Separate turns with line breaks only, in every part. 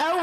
Oh,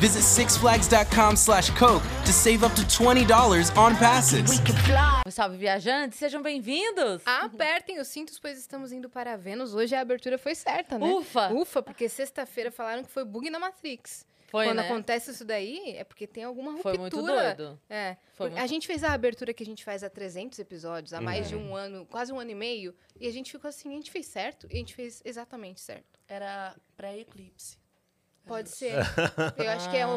Visit sixflags.com/coke to save up to twenty dollars on passes.
We could fly.
Salve, viajantes! Sejam bem-vindos!
Ah, Apertem os cintos, pois estamos indo para Vênus. Hoje a abertura foi certa, né?
Ufa!
Ufa, porque sexta-feira falaram que foi bug na Matrix.
Foi,
Quando
né?
acontece isso daí, é porque tem alguma ruptura.
Foi muito doido.
É.
Foi
Porque A
muito-
gente fez a abertura que a gente faz há 300 episódios, há mais
Uhum.
de um ano, quase um ano e meio, e a gente ficou assim, a gente fez certo, e a gente fez exatamente certo.
Era pré-eclipse.
Pode ser. Eu acho que é
Ah.
o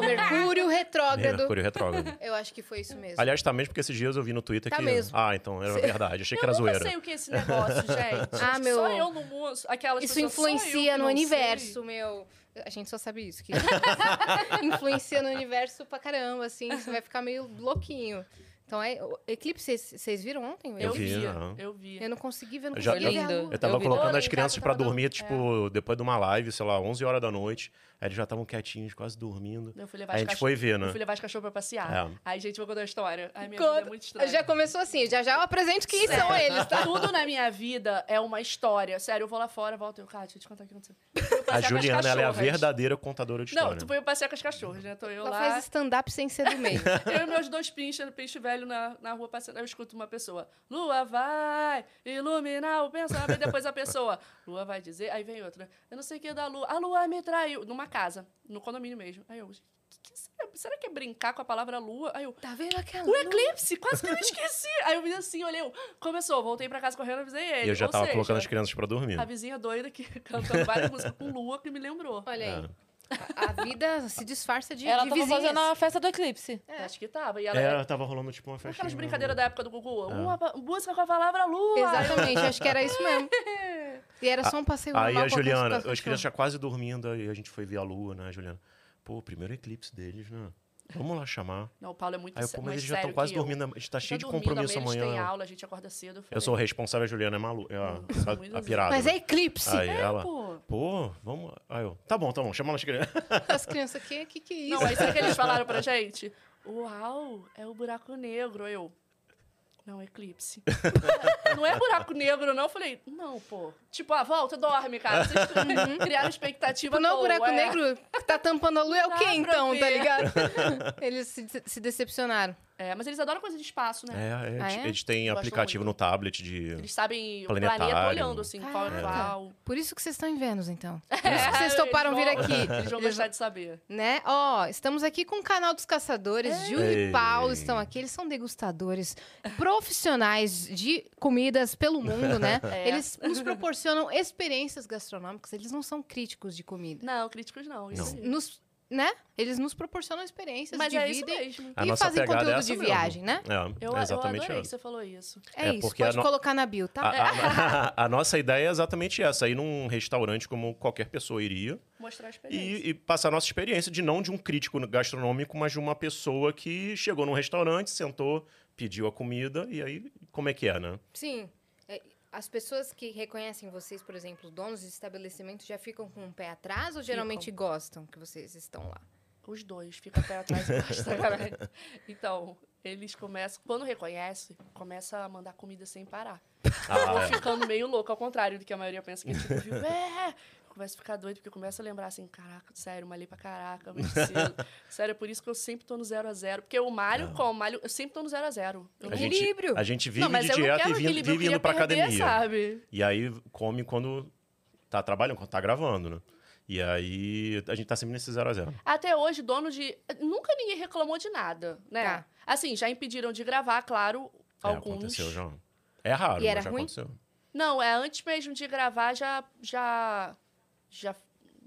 Mercúrio retrógrado.
Mercúrio retrógrado.
Eu acho que foi isso mesmo.
Aliás, tá mesmo porque esses dias eu vi no Twitter
Tá
que.
mesmo.
Ah, então era verdade. Achei que era
eu nunca
zoeira.
sei o que é esse negócio, gente.
Ah,
Acho que
meu-
Só eu não uso. Aquelas
Isso
pessoas, só eu que
influencia no
não
universo,
sei.
meu. A gente só sabe isso. Que... influencia no universo pra caramba, assim. Você vai ficar meio louquinho. Então, é... o Eclipse, vocês- vocês viram ontem? o
Eu
Eclipse?
vi,
vi, aham.
eu vi.
Eu não consegui ver, não
Eu já-
consegui ver a
eu-
lua.
Eu tava
Eu vi.
colocando
Olha,
as
em
crianças
casa
pra
tava é. dando-
dormir, tipo, depois de uma live, sei lá, 11 horas da noite. Aí eles já estavam quietinhos, quase dormindo.
Eu fui levar
Aí a
as
gente
cachor-
foi ver, né?
Eu fui levar os cachorros pra passear.
É.
Aí, gente, vou contar a história. Ai, minha vida é
Conta.
muito estranha.
Já começou assim, já já eu apresento quem são eles, tá?
Tudo na minha vida é uma história. Sério, eu vou lá fora, volto. Eu, cara, deixa eu te contar o que aconteceu. Eu fui passear com
A
as
Juliana, ela é a
cachorras.
verdadeira contadora de
Não,
história.
tu foi passear com as cachorras, né? Tô eu
Ela
lá.
faz stand-up sem ser do meio.
Eu e meus dois pinches, pinche velho na, na rua passando, eu escuto uma pessoa, lua vai iluminar o pensamento, e depois a pessoa, lua vai dizer, aí vem outra, eu não sei o que é da lua, a lua me traiu, numa casa, no condomínio mesmo. Aí eu, "Que- que será- será que é brincar com a palavra lua? Aí eu,
Tá vendo aquela
o
lua?
eclipse, quase que eu esqueci. Aí eu vi assim, olhei, eu, começou, voltei pra casa correndo, avisei ele.
E eu já
Ou
tava
seja,
colocando as crianças pra dormir.
né? A vizinha doida que cantando várias músicas com lua que me lembrou.
Olha aí.
É.
A, a vida se disfarça de,
Ela
de
tava
vizinhas.
fazendo a festa do eclipse.
Acho que tava. E ela,
É, Ah. tava rolando tipo uma
Com
festa.
aquelas brincadeiras da época do Gugu. Uma pa- música com a palavra lua.
Exatamente, acho que era isso mesmo. E era só um passeio
Aí
normal
a
com com
Juliana,
cachorro.
as crianças já quase dormindo, aí a gente foi ver a lua, né, Juliana? Pô, primeiro eclipse deles, né? Vamos lá chamar.
Não, o Paulo é muito
Aí eu,
sé-
pô, mas
mais
eles já
sério
estão quase
que eu.
dormindo, a gente tá
Já
cheio de
dormindo,
compromisso
amanhã. Eles têm
amanhã. né?
aula, a gente acorda cedo.
Eu sou o responsável, a Juliana é maluca. É a,
sou
a-
Hum. muito
a
doida.
pirada.
Mas é eclipse.
Aí ela.
pô.
Pô, vamos. lá. Aí eu, tá bom, tá bom, chama as crianças.
As crianças aqui, que que é isso?
Não, aí sabe o que eles falaram pra gente? Uau, é o buraco negro. Eu. Não, eclipse. não é buraco negro, não. Eu falei, não, pô. Tipo, ah, volta, dorme, cara. Vocês
Uhum.
criaram expectativa.
Tipo, não, o
pô,
buraco
é.
negro que tá tampando a lua é o
Dá
quê,
pra
então, tá
ver.
ligado? Eles se, se decepcionaram.
É, mas eles adoram coisa de espaço, né?
É, eles,
Ah, é?
eles têm
Gosto
aplicativo
muito.
no tablet de.
Eles sabem o
Planetário.
planeta olhando, assim, qual é
Caraca.
qual.
Por isso que vocês estão em Vênus, então. Por isso que vocês toparam vir
Eles vão-
aqui.
Eles vão
Eles-
gostar de saber.
Né? Ó, estamos aqui com o canal dos caçadores.
É.
Gil e
Ei.
Paulo estão aqui. Eles são degustadores profissionais de comidas pelo mundo, né?
É.
Eles nos proporcionam experiências gastronômicas. Eles não são críticos de comida.
Não, críticos não. isso
Não.
sim.
Nos, né? Eles nos proporcionam experiências,
Mas é isso
dividem
mesmo.
A
e
nossa
fazem
pegada é
conteúdo
essa
de
mesmo.
viagem, né?
É,
Eu, eu
exatamente
adorei que
essa.
você falou isso.
É,
É,
isso,
porque a
pode
no-
colocar na bio, tá?
A, a- a nossa ideia é exatamente essa: ir num restaurante como qualquer pessoa iria
Mostrar a experiência.
e, e passar a nossa experiência de não de um crítico gastronômico, mas de uma pessoa que chegou num restaurante, sentou, pediu a comida e aí como é que é, né?
Sim. É, As pessoas que reconhecem vocês, por exemplo, os donos de estabelecimentos, já ficam com o pé atrás ou geralmente gostam que vocês estão lá?
Os dois, fica pé atrás e embaixo, sacanagem. Então, eles começam, quando reconhece, começa a mandar comida sem parar. Eu vou
Ah,
ficando meio louco, ao contrário do que a maioria pensa que tipo, viu, é. Começa a ficar doido, porque começa a lembrar assim, caraca, sério, malhei pra caraca, muito cedo. Sério, é por isso que eu sempre tô no 0 a 0 Porque o Mário, com o Mário, eu sempre tô no 0 a 0 Eu
é.
não-
a, gente,
Equilíbrio.
a gente vive
não, mas
de
eu não
dieta
quero
e vive,
equilíbrio, eu
vive indo
queria
pra
perder,
academia.
sabe?
E aí come quando tá trabalhando, quando tá gravando, né? E aí a gente tá sempre nesse zero a zero.
Até hoje, dono de. Nunca ninguém reclamou de nada, né?
Tá.
Assim, já impediram de gravar, claro,
É,
alguns.
aconteceu já. É raro,
E era
mas já
ruim?
aconteceu.
Não, é antes mesmo de gravar, já. Já. Já,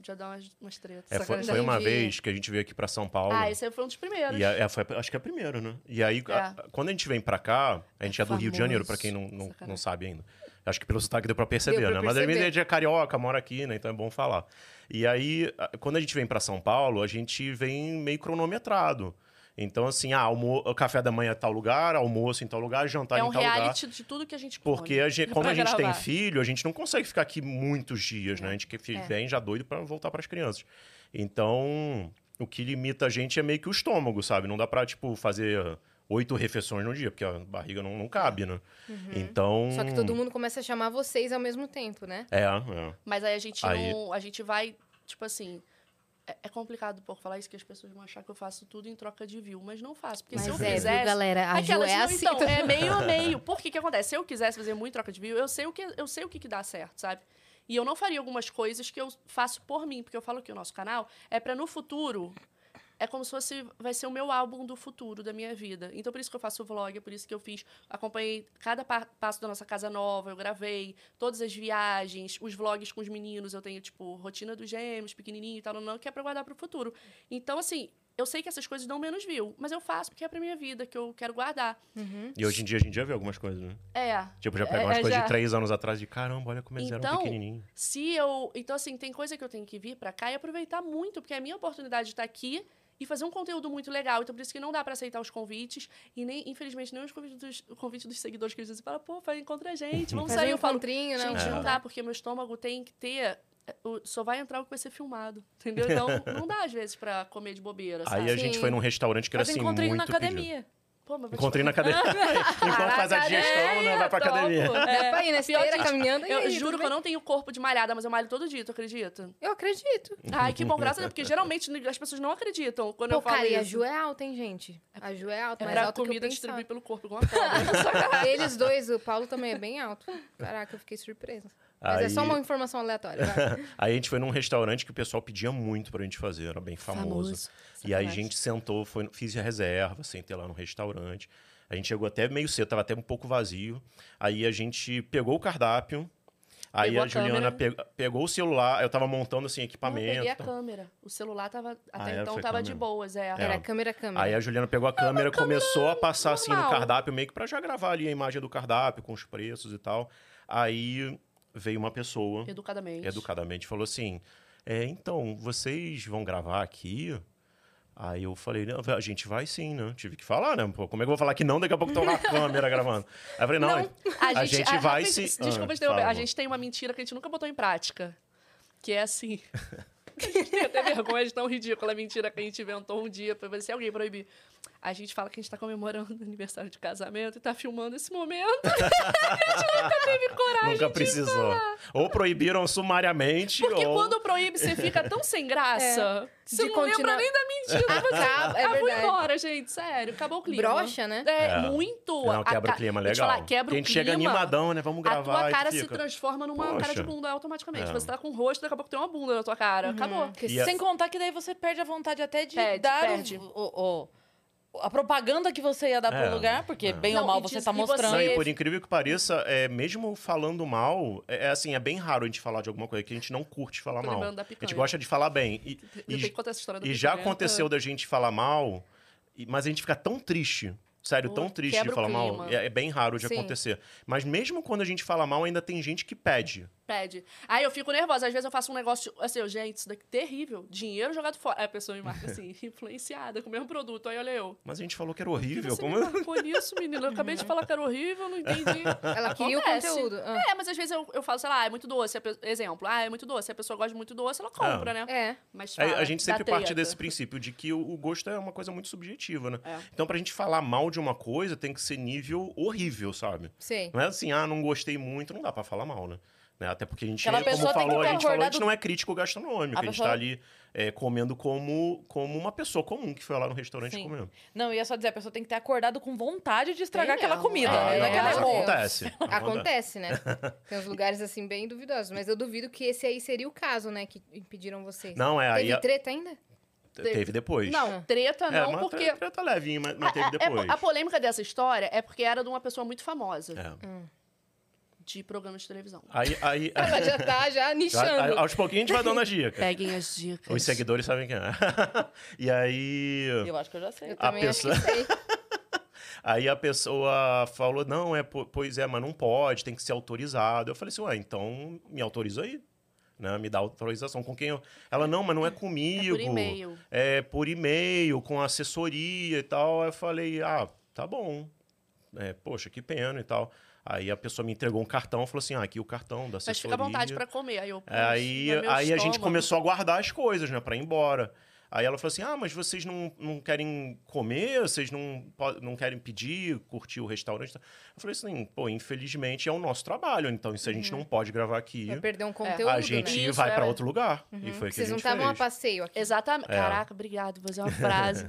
já dá umas, umas tretas.
É, foi,
sacanagem.
foi uma
Entendi.
vez que a gente veio aqui pra São Paulo.
Ah, esse aí foi um dos primeiros.
E a, é, foi, acho que é a primeira, né? E aí,
É.
a- quando a gente vem pra cá, a gente é do Rio de Janeiro,
Famoso.
pra quem não, não,
Sacanagem.
não sabe ainda. Acho que pelo sotaque deu pra perceber,
Deu pra
né? Mas a
perceber.
gente é carioca, mora aqui, né? Então é bom falar. E aí, a- quando a gente vem pra São Paulo, a gente vem meio cronometrado. Então, assim, ah, almo... café da manhã é tal lugar, almoço em tal lugar, jantar
É um
tá em tal lugar.
reality de tudo que a gente come.
Porque a gente, como
Pra
a gente tem
gravar.
filho, a gente não consegue ficar aqui muitos dias, né? A gente que
É.
vem já doido pra voltar pras crianças. Então, o que limita a gente é meio que o estômago, sabe? Não dá pra, tipo, fazer oito refeições no dia, porque a barriga não, não cabe, né? Então.
Só que todo mundo começa a chamar vocês ao mesmo tempo, né?
É, é.
Mas aí a gente
Aí-
não. A gente vai, tipo assim. É, é complicado por falar isso, que as pessoas vão achar que eu faço tudo em troca de view, mas não faço. Porque
Mas
se eu
é, viu,
quisesse.
galera? A Ju
Aquelas
é
não,
assim.
então,
também.
é meio a meio. Por que que acontece? Se eu quisesse fazer muito troca de view, eu sei o que eu sei o que, que dá certo, sabe? E eu não faria algumas coisas que eu faço por mim, porque eu falo que o nosso canal é pra no futuro é como se fosse vai ser o meu álbum do futuro da minha vida. Então por isso que eu faço vlog, é por isso que eu fiz, acompanhei cada pa- passo da nossa casa nova, eu gravei todas as viagens, os vlogs com os meninos, eu tenho tipo rotina dos gêmeos, pequenininho e tal, não, não, que é pra guardar pro futuro. Então assim, eu sei que essas coisas dão menos view, mas eu faço porque é pra minha vida, que eu quero guardar.
E hoje em dia a gente já vê algumas coisas, né?
É.
Tipo, já
É,
pega umas
é,
coisas
já.
de três anos atrás de caramba, olha como eles eram
Então,
pequenininhos.
Se eu. Então, assim, tem coisa que eu tenho que vir pra cá e aproveitar muito, porque é a minha oportunidade de estar aqui e fazer um conteúdo muito legal. Então, por isso que não dá pra aceitar os convites. E nem, infelizmente, nem os convites dos, o convite dos seguidores que eles dizem, fala, pô, faz encontra a gente, vamos
Fazer
sair.
um
Eu falo,
encontrinho, né?
É.
gente, não dá, porque meu estômago tem que ter. é, o- Só vai entrar o que vai ser filmado. Entendeu? Então, não dá, às vezes, pra comer de bobeira. Sabe?
Aí a gente
Sim.
foi num restaurante que era
Mas
assim, muito
encontrei na
pedido.
academia.
Pô, mas vou te é
Encontrei na academia. Enquanto faz a
Caraca,
digestão, né? Vai pra
topo.
academia.
Dá pra ir na
Pior
esteira
que-
caminhando e
Eu
aí,
juro
tudo
que eu
bem.
não tenho corpo de malhada, mas eu malho todo dia, tu acredita?
Eu acredito.
Ai, que bom, graças a Deus, porque geralmente as pessoas não acreditam quando eu
Pô,
falo
cara, e a
isso.
Ju é alta, hein, gente? A Ju é alta,
é
mais
pra
alta que
comida
eu
distribuir
pensava.
pelo corpo, igual uma cobra.
Eles dois, o Paulo também é bem alto. Caraca, eu fiquei surpresa. Mas é só
Aí-
uma informação aleatória. vai.
Aí a gente foi num restaurante que o pessoal pedia muito pra gente fazer, era bem famoso. E aí a gente sentou, foi, fiz a reserva, sentei lá no restaurante. A gente chegou até meio cedo, tava até um pouco vazio. Aí a gente pegou o cardápio. Aí
Pegou
a
a
Juliana
câmera.
pe- pegou o celular, eu tava montando assim
Não, eu
equipamento.
peguei a
tá?
câmera. O celular tava. Até
Ah, é?
então
Foi
tava
câmera.
de boas, é.
Era câmera, câmera.
Aí a Juliana pegou a câmera, começou a passar assim no
normal.
cardápio, meio que pra já gravar ali a imagem do cardápio, com os preços e tal. Aí veio uma pessoa,
Educadamente.
educadamente, falou assim: é, então, vocês vão gravar aqui? Aí eu falei, não, a gente vai sim, né? Tive que falar, né? Pô, como é que eu vou falar que não? Daqui a pouco estão na câmera gravando. Aí eu falei, não, a gente, vai sim.
Desculpa
Ah,
te interromper.
fala,
A gente tem uma mentira que a gente nunca botou em prática. Que é assim. A gente tem até vergonha de tão ridícula a mentira que a gente inventou um dia pra ver se alguém proibir. A gente fala que a gente tá comemorando o aniversário de casamento e tá filmando esse momento.
Nunca precisou. Ou proibiram sumariamente,
Porque
ou...
quando proíbe, você fica tão sem graça. Você
É. De
não
continuar-
lembra nem da mentira.
Acaba, é
ah, vou
verdade.
embora, gente. Sério, acabou o clima.
Brocha, né?
É,
É.
muito.
Não,
A
quebra o
ca-
clima,
Vou
legal.
te falar, quebra o
Porque a gente
clima.
chega animadão, né? Vamos
A
gravar
tua
e
cara se
fica.
transforma numa cara de
Poxa.
bunda automaticamente.
É.
Você tá com o rosto, daqui a pouco tem uma bunda na tua cara.
Uhum.
Acabou.
Porque
E a-
sem-
Sem contar que daí você perde a vontade até de
Perde,
dar o-
perde.
o- o- a propaganda que você ia dar
É,
pro lugar, porque
é.
bem
Não,
ou mal
e
você
diz-
tá
e você-
mostrando.
Não, e
Esse-
por incrível que pareça, é, mesmo falando mal, é, é assim, é bem raro a gente falar de alguma coisa que a gente não curte falar
Tô
mal.
lembrando da
A gente
picanha.
gosta de falar bem. E,
Eu
e-
tenho que contar essa história da
e já
picanha.
aconteceu da gente falar mal, e- mas a gente fica tão triste. Sério,
Pô,
tão triste de
quebra o
falar mal.
clima.
É, é bem raro de
Sim.
acontecer. Mas mesmo quando a gente fala mal, ainda tem gente que pede.
Pede. Aí eu fico nervosa. Às vezes eu faço um negócio assim, eu, gente, isso daqui é terrível. Dinheiro jogado fora. Aí a pessoa me marca assim, influenciada com o mesmo produto. Aí olha eu.
Mas a gente falou que era
"Por que
horrível.
Você
Como...
me marcou nisso, menina. Eu acabei de falar que era horrível, não entendi.
Ela queria o
Acontece.
conteúdo. Ah.
É, mas às vezes eu, eu falo, sei lá, é muito doce. a pe- Exemplo, ah, é muito doce. Se a pessoa gosta de muito doce, ela compra, né?
É.
Mas
A-
fala,
a gente
dá
sempre parte
treta.
desse princípio de que o, o gosto é uma coisa muito subjetiva, né?
É.
Então, pra gente falar mal de uma coisa, tem que ser nível horrível, sabe?
Sei.
Não é assim, ah, não gostei muito, não dá pra falar mal, né? Né? Até porque a gente,
Aquela
como
pessoa tem que
falou, a
ter
gente falou, a
acordado-
gente não é crítico gastronômico,
A
a, gente
pessoa-
tá ali é, comendo como, como uma pessoa comum que foi lá no restaurante
Sim.
comendo.
Não, eu ia só dizer, a pessoa tem que ter acordado com vontade de estragar
Tem
aquela
mesmo.
comida.
Ah,
né?
não,
Daquela
mas
amor.
boa.
acontece.
Acontece, né? Tem uns lugares assim bem duvidosos, mas eu duvido que esse aí seria o caso, né? Que impediram vocês.
Não, é, aí
Teve
a-
treta ainda?
teve depois.
Não, treta
é,
não,
mas
porque.
tre- treta levinha, mas,
Ah,
mas
é-
teve
é
depois.
po- a polêmica dessa história é porque era de uma pessoa muito famosa
É.
de programa de televisão.
Aí, aí,
Ela já tá já
já- aí,
nichando.
aos pouquinhos a gente vai dando as dicas.
Peguem as dicas.
É. Os seguidores sabem quem é. e aí...
Eu acho que eu já sei.
Eu também
a
acho
pessoa-
que sei.
Aí a pessoa falou: não, é, po- pois é, mas não pode, tem que ser autorizado. Eu falei assim: ué, então me autoriza aí. né? Me dá autorização. Com quem eu... Ela, não, mas não é comigo.
e-mail.
É por e-mail, com assessoria e tal. Aí eu falei, ah, tá bom. É, poxa, que pena e tal. Aí a pessoa me entregou um cartão, falou assim, ah, aqui o cartão da
Mas
assessoria.
fica à vontade pra comer. Aí eu pus
É, Aí,
no meu
aí a gente
estômago.
começou a guardar as coisas, né, pra ir embora. Aí ela falou assim: ah, mas vocês não, não querem comer, vocês não, po- não querem pedir, curtir o restaurante. Eu falei assim: pô, infelizmente é o nosso trabalho, então se a gente
Uhum.
não pode gravar aqui,
Vai perder um conteúdo,
É. a
né?
gente
Isso,
vai
é,
pra
é.
outro lugar. E foi o que
Vocês
a
não
gente
estavam a
fez.
passeio aqui.
Exatamente. Caraca, obrigado. Vou fazer uma frase.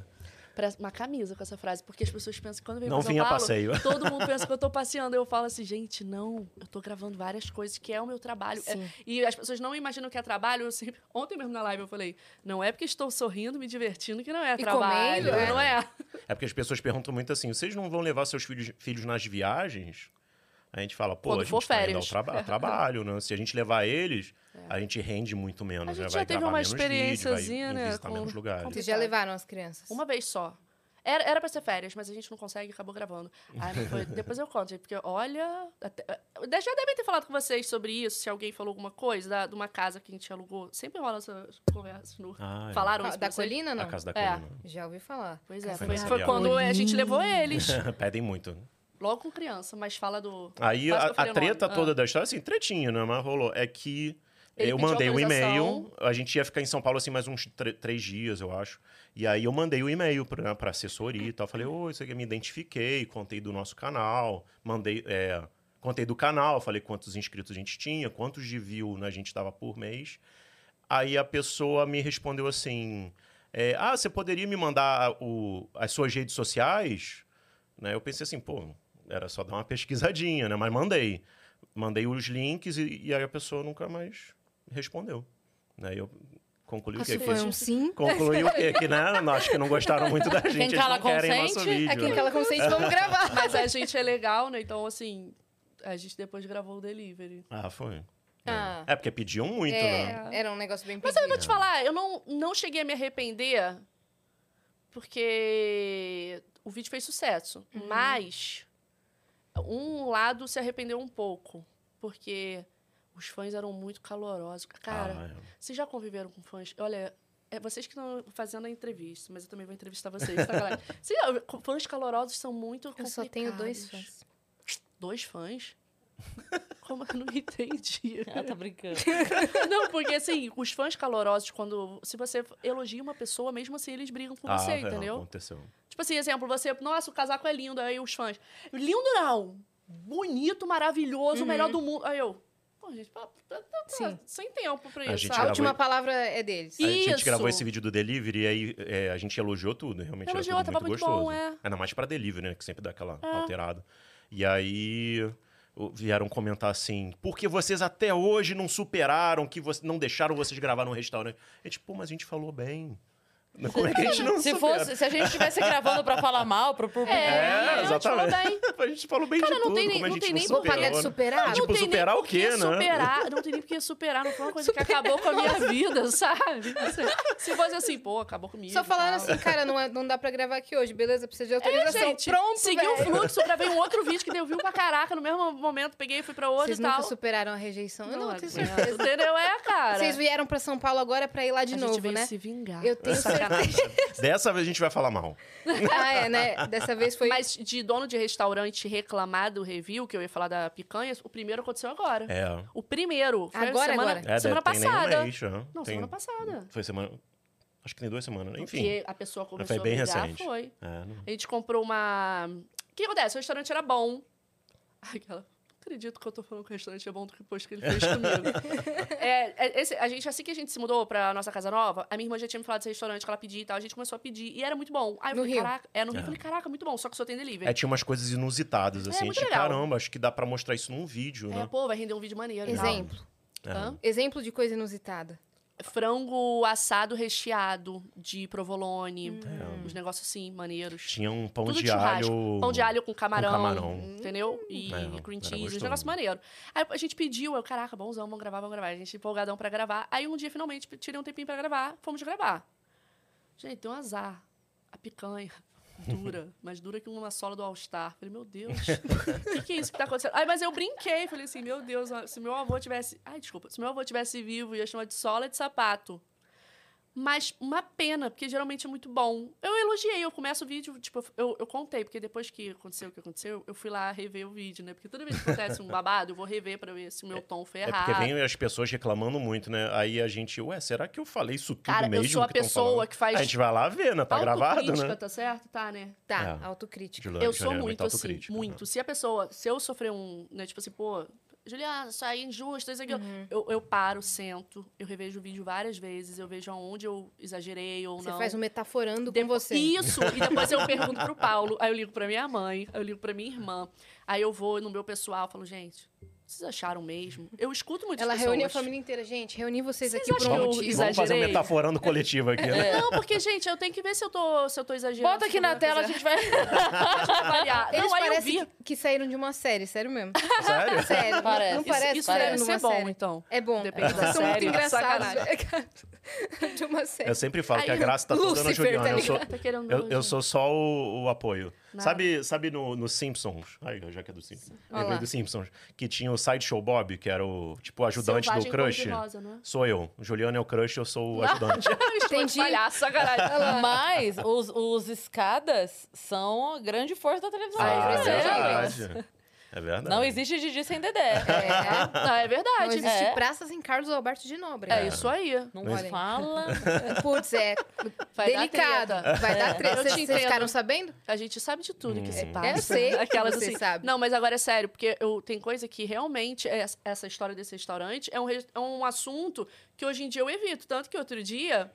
pra- uma camisa com essa frase, porque as pessoas pensam que quando eu venho
Não
pra São
vim a
Paulo,
passeio.
todo mundo pensa que eu tô passeando. Eu falo assim, gente, não, eu tô gravando várias coisas que é o meu trabalho. É-
Sim.
e as pessoas não imaginam que é trabalho. Eu sempre, ontem mesmo na live eu falei, não é porque estou sorrindo, me divertindo, que não é
E
trabalho.
comendo, né?
Não é.
É porque as pessoas perguntam muito assim: vocês não vão levar seus filhos, filhos nas viagens? A gente fala, pô,
Quando
a gente
for
tá indo ao
férias. É.
traba- a trabalho, né? Se a gente levar eles, a gente rende muito menos.
A gente
né?
já
vai
teve
gravar
uma
menos vídeo, vai
experiênciazinha, né,
visitar
com-
menos lugares.
com
Vocês já levaram as crianças?
Uma vez só. Era, era pra ser férias, mas a gente não consegue e acabou gravando. Ai, mas foi- depois eu conto, gente, porque olha. até- eh, já devem ter falado com vocês sobre isso, se alguém falou alguma coisa da- de uma casa que a gente alugou. Sempre rola essas conversas. No...
Ah, é.
Falaram
Fa-
isso
Da
pra vocês?
colina,
A
não?
casa da
É.
colina.
Já ouvi falar.
Pois é,
Casa
foi,
da
foi
Gabriela.
quando a gente levou eles.
Pedem muito.
Logo com criança, mas fala do.
Aí
quase
a,
que eu falei
a
o nome.
treta
Ah.
toda da história, assim, tretinha, né? Mas rolou. É que
Ele
eu
pediu
mandei o e-mail,
autorização.
a gente ia ficar em São Paulo, assim, mais uns tre- três dias, eu acho. E aí eu mandei o e-mail pra, né, pra assessoria e tal. Falei, ô, isso aqui eu me identifiquei, contei do nosso canal, mandei. é, contei do canal, falei quantos inscritos a gente tinha, quantos de view né, a gente tava por mês. Aí a pessoa me respondeu assim: é, Ah, você poderia me mandar o- as suas redes sociais? Né, eu pensei assim, pô, era só dar uma pesquisadinha, né? Mas mandei. Mandei os links e, e aí a pessoa nunca mais respondeu. Né? E eu concluí o
Se
quê?
foi
Que-
um sim,
Concluí o quê? Que né? não, acho que não gostaram muito da gente. eles
cala
não querem
consente,
nosso vídeo.
tá é que
né?
aquela consciente, vamos gravar.
Mas a gente é legal, né? Então, assim, a gente depois gravou o delivery.
Ah, foi. É.
Ah.
É, porque pediam muito, né?
É, era um negócio bem
Mas
pedido.
eu vou te falar, eu não, não cheguei a me arrepender, porque o vídeo fez sucesso.
Uhum.
Mas um lado se arrependeu um pouco, porque os fãs eram muito calorosos. Cara,
Ah, é.
vocês já conviveram com fãs? Olha, é vocês que estão fazendo a entrevista, mas eu também vou entrevistar vocês, tá, galera? Vocês já- fãs calorosos são muito
Eu só tenho dois
complicados.
fãs.
Dois fãs? Como eu não entendi?
Ela tá brincando.
Não, porque assim, os fãs calorosos, quando. Se você elogia uma pessoa, mesmo assim, eles brigam com
Ah,
você,
é,
entendeu?
Aconteceu.
Tipo assim, exemplo, você. Nossa, o casaco é lindo. Aí os fãs. Lindo não! Bonito, maravilhoso, o melhor do mundo. Aí eu. Pô, gente, tá, tá- tá-
Uhum. Sim.
sem tempo pra
A
isso,
gente
sabe?
A
gravou-
última palavra é deles.
E-
Aí A gente
Isso.
gravou esse vídeo do delivery e aí é, a gente elogiou tudo. Realmente
Elogiou,
era tudo
tava
muito
muito bom,
gostoso.
é.
Ainda mais pra delivery, né? Que sempre dá aquela alterada. E aí o- vieram comentar assim, porque vocês até hoje não superaram, que vo- não deixaram vocês gravar no restaurante. É tipo, mas a gente falou bem. Como é que a gente não
Se,
supera?
fosse, se a gente estivesse gravando pra falar mal, pro público. né?
É,
É,
a gente falou
exatamente.
bem.
A gente falou bem
Cara,
de
não
tudo,
tem nem-
como a
não
gente
tem
não
nem
Vou
superou,
pagar de
né?
superar?
Tipo,
Ah, tem nem
superar o
por
quê,
que
né?
Superar, não tem nem porque superar, não foi uma coisa que acabou com a minha vida, sabe? Se fosse assim, pô, acabou comigo.
Só falaram
tal.
assim, cara, não, é- não dá pra gravar aqui hoje, beleza? Precisa de
É,
autorização. Tipo,
gente,
Pronto,
segui o
velho.
fluxo, gravei um outro vídeo que deu view pra caraca no mesmo momento, peguei e fui pra outro
Vocês
e
nunca
tal.
superaram a rejeição? Eu não, tenho
aguento.
certeza.
Entendeu? É, cara.
Vocês vieram pra São Paulo agora pra ir lá de
a gente
novo,
veio
né?
se vingar.
Eu tenho certeza.
Dessa vez a gente vai falar mal.
ah, é, né? Dessa vez foi...
Mas de dono de restaurante reclamar do review, que eu ia falar da picanha, o primeiro aconteceu agora.
É.
O primeiro. Foi
Agora,
semana,
agora.
É,
semana
deve- tem nem um
passada.
mês, né?
Não,
Tem-
semana passada.
Foi semana... Acho que tem duas semanas, né? enfim.
Porque a pessoa começou
foi bem
a brigar,
recente.
foi.
É, não-
A gente comprou uma. O que acontece? O restaurante era bom. Ai, aquela. "Não Acredito que eu tô falando que o restaurante é bom depois que ele fez comigo. É, é, esse- a gente, assim que a gente se mudou pra nossa casa nova, a minha irmã já tinha me falado desse restaurante que ela pedia e tal. A gente começou a pedir e era muito bom. Aí eu
No
falei,
Rio?
caraca. É, no Rio.
É.
Eu falei, caraca, muito bom, só que só tem delivery.
É, tinha umas coisas inusitadas, assim.
É, muito
de
legal.
caramba, acho que dá pra mostrar isso num vídeo,
É,
né? É.
pô, vai render um vídeo maneiro. e tal.
Exemplo.
Hã?
Exemplo de coisa inusitada.
Frango assado recheado de provolone.
Hum.
Uns negócios assim, maneiros.
Tinha um pão
Tudo
de
churrasco.
alho.
Pão de alho com camarão.
camarão.
Entendeu? E
É,
cream
era
cheese,
gostoso.
um negócio maneiro. Aí a gente pediu, eu, caraca, bonzão, vamos gravar, vamos gravar. A gente empolgadão pra gravar. Aí um dia, finalmente, tirei um tempinho pra gravar, fomos gravar. Gente, deu um azar. A picanha dura, mais dura que uma sola do All Star. Falei, meu Deus, o que, que é isso que tá acontecendo? Ai, mas eu brinquei. Falei assim, meu Deus, se meu avô tivesse. Ai, desculpa, se meu avô tivesse vivo, ia chamar de sola de sapato. Mas uma pena, porque geralmente é muito bom. Eu elogiei, eu começo o vídeo, tipo, eu, eu contei, porque depois que aconteceu o que aconteceu, eu fui lá rever o vídeo, né? Porque toda vez que acontece um babado, eu vou rever pra ver se o meu tom foi
É
errado.
porque vem as pessoas reclamando muito, né? Aí a gente, ué, será que eu falei isso tudo
Cara, eu
mesmo?
sou a
que tão
pessoa
falando?
que faz
A gente vai lá ver, né? Tá gravado,
Autocrítica,
né?
tá certo? Tá, né?
Tá,
É.
autocrítica.
Juliana,
Eu sou
Juliana,
muito
muita
assim,
autocrítica, né?
muito. Se a pessoa, se eu sofrer um, né, tipo assim, pô, Juliana, isso aí é injusto, isso aqui.
Uhum.
Eu, eu paro, sento, eu revejo o vídeo várias vezes, eu vejo aonde eu exagerei ou
Você
não.
faz um metaforando
Depo-
com você.
Isso, e depois eu pergunto pro Paulo, aí eu ligo pra minha mãe, aí eu ligo pra minha irmã, aí eu vou no meu pessoal, falo, gente, vocês acharam mesmo? Eu escuto muito
Ela
pessoas.
reúne a família inteira. Gente, reuni vocês
tipo, Vocês
aqui por um
acham que eu
Vamos,
motivo.
vamos fazer um
exagerei. É.
metaforando coletivo aqui, né?
Não, porque, gente, eu tenho que ver se eu tô, se eu tô exagerando.
Bota
se
aqui
eu
na
tô
tela, a
exagerando.
gente vai.
Avaliar.
Eles
Não, aí eu vi.
parecem que, que saíram de uma série, sério mesmo.
Sério?
Sério. não-
Parece.
Não
Isso-
parece
isso
que saíram
deve
de
ser
uma
bom,
né, série.
então.
É bom.
Depende
Vocês
da
são muito
série, né?
engraçados.
sacanagem.
velho. de uma série.
Eu sempre falo
Aí
que a
eu-
graça tá toda na
Lúcifer,
Juliana.
tá
eu, sou,
Tá querendo
eu,
nojo.
eu sou só o, o apoio.
Nada.
Sabe, sabe no, no Simpsons? Ai, já que é do Simpsons. Lembrei
lá.
do Simpsons. Que tinha o Sideshow Bob, que era o tipo ajudante
Selvagem
do crush.
cor-de-rosa, É não é?
Sou eu. O Juliano é o crush, eu sou o ajudante.
Entendi.
Entendi.
Palhaço, sacanagem.
Mas os, os escadas são a grande força da televisão.
Ah, é
brasileira.
verdade. É verdade.
Não existe Didi sem Dedé.
É.
Não, é
Não
verdade.
existe
É.
praça sem Carlos Alberto de Nobre.
É isso aí.
Não
Não existe.
fala.
Putz, é
Vai dar
delicado.
treta. É.
Vai dar
Eu
treta.
te
Vocês vocês
entendo.
ficaram sabendo?
A gente sabe de tudo que se passa.
Eu sei que
Aquelas
Hum. você
assim.
sabe.
Não, mas agora é sério, porque eu, tem coisa que realmente, é- essa história desse restaurante, é um, re- é um assunto que hoje em dia eu evito. Tanto que outro dia.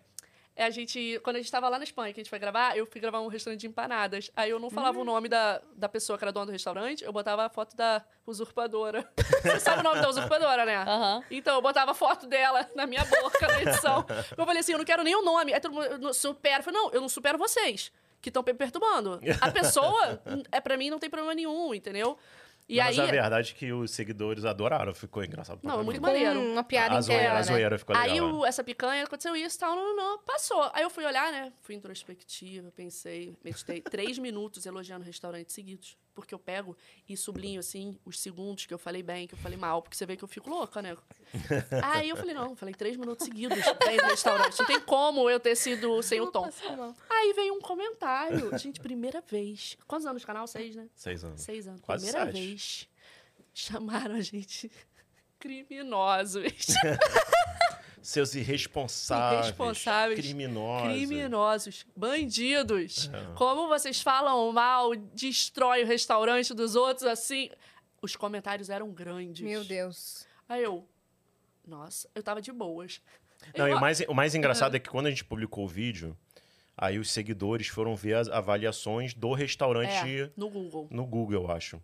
é, A gente, quando a gente tava lá na Espanha, que a gente foi gravar, eu fui gravar um restaurante de empanadas. Aí eu não falava o nome da, da pessoa que era dona do restaurante, eu botava a foto da usurpadora. Você sabe o nome da usurpadora, né?
Aham.
Então eu botava a foto dela na minha boca na edição. Eu falei assim, eu não quero nem o nome. Aí todo mundo eu não supero. Eu falei, não, eu não supero vocês, que estão me perturbando. A pessoa, hum, é pra mim, não tem problema nenhum, entendeu? E
Mas a
aí.
verdade é que os seguidores adoraram, ficou engraçado. pra
Não, é
caramba.
muito
Com
maneiro.
uma piada
a zoeira,
interna,
a
né?
zoeira ficou legal.
Aí
né?
o- essa picanha, aconteceu isso, tal, não, não, não, passou. Aí eu fui olhar, né? Fui introspectiva, pensei, meditei três minutos elogiando restaurantes seguidos. Porque eu pego e sublinho, assim, os segundos que eu falei bem, que eu falei mal, porque você vê que eu fico louca, né? Aí eu falei, não, falei três minutos seguidos, três restaurantes. Não tem como eu ter sido sem o tom.
Tá
Aí veio um comentário. Gente, primeira vez. Quantos anos de canal? Seis, né?
Seis anos.
Seis anos.
Quase
Primeira
sete.
vez chamaram a gente criminosos.
Seus irresponsáveis,
Irresponsáveis,
criminosos.
Criminosos, bandidos.
É.
Como vocês falam mal, destroem o restaurante dos outros assim. Os comentários eram grandes.
Meu Deus.
Aí eu, nossa, eu tava de boas.
Não,
Eu- Ah.
e o mais, o mais engraçado é que quando a gente publicou o vídeo, aí os seguidores foram ver as avaliações do restaurante
é, no Google.
no Google, eu acho.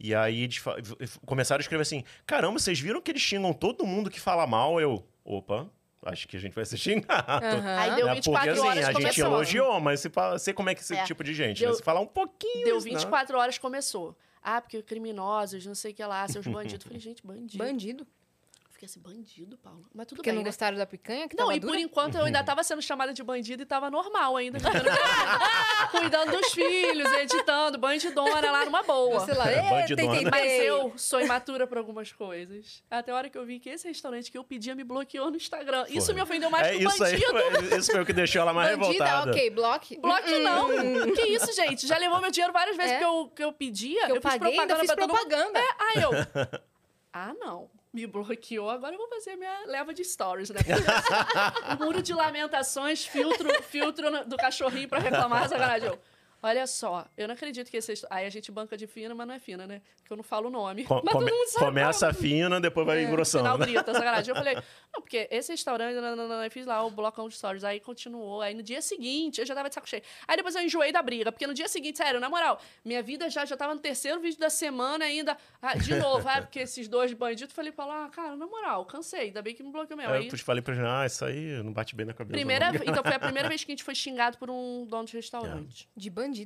E aí eles fa- f- começaram a escrever assim: caramba, vocês viram que eles xingam todo mundo que fala mal? Eu, opa, acho que a gente vai ser xingado.
Aham.
Aí deu
Né?
24
Porque assim,
horas
a gente
começou.
elogiou, mas você fala, sei como é que esse
É.
tipo de gente,
Deu-
né? Se falar um pouquinho.
Deu
né?
24 horas, começou. Ah, porque criminosos, não sei o que lá, seus bandidos. Falei, gente, bandido.
Bandido.
Fiquei assim, bandido, Paulo. Mas tudo
Porque
bem.
não
né?
gostaram da picanha que
Não,
tava
e por
dura?
enquanto eu ainda tava sendo chamada de bandida e tava normal ainda. né? cuidando dos filhos, editando, bandidona lá numa boa.
Sei lá, é,
Bandidona.
tentei,
Mas eu sou imatura pra algumas coisas. Até a hora que eu vi que esse restaurante que eu pedia me bloqueou no Instagram. Isso
Porra.
me ofendeu mais
é,
que o
isso, aí,
bandido.
foi- isso foi o que deixou ela mais
Bandida,
revoltada.
ok, bloque.
Bloco não. que isso, gente? Já levou meu dinheiro várias vezes
Hum. É.
que, eu, que eu pedia.
Que eu,
fiz
paguei
propaganda
ainda fiz
pra todo mundo.
propaganda.
É, Aí eu. Ah, não. Me bloqueou, agora eu vou fazer a minha leva de stories, né? o muro de lamentações, filtro, filtro no- do cachorrinho pra reclamar, sacanagem. Eu, Olha só, eu não acredito que esse. est- Aí a gente banca de fina, mas não é fina, né? Porque eu não falo o nome.
Com-
mas
come-
todo mundo sabe. é o
começa fina, depois vai
no final
engrossando. né?
grita, sacanagem. Eu falei, não, porque esse restaurante, não, não, não, eu fiz lá o blocão de stories, aí continuou. Aí no dia seguinte, eu já tava de saco cheio. Aí depois eu enjoei da briga, porque no dia seguinte, sério, na moral, minha vida já, já tava no terceiro vídeo da semana ainda. Ah, de novo, ah, porque esses dois bandidos, falei pra lá, "Ah, cara, na moral, cansei, ainda bem que me
É,
bloqueou mesmo.
Aí
Aí,
É, eu falei pra gente, ah, isso aí não bate bem na cabeça.
primeira,
não.
então foi a primeira vez que a gente foi xingado por um dono de restaurante.
De bandido.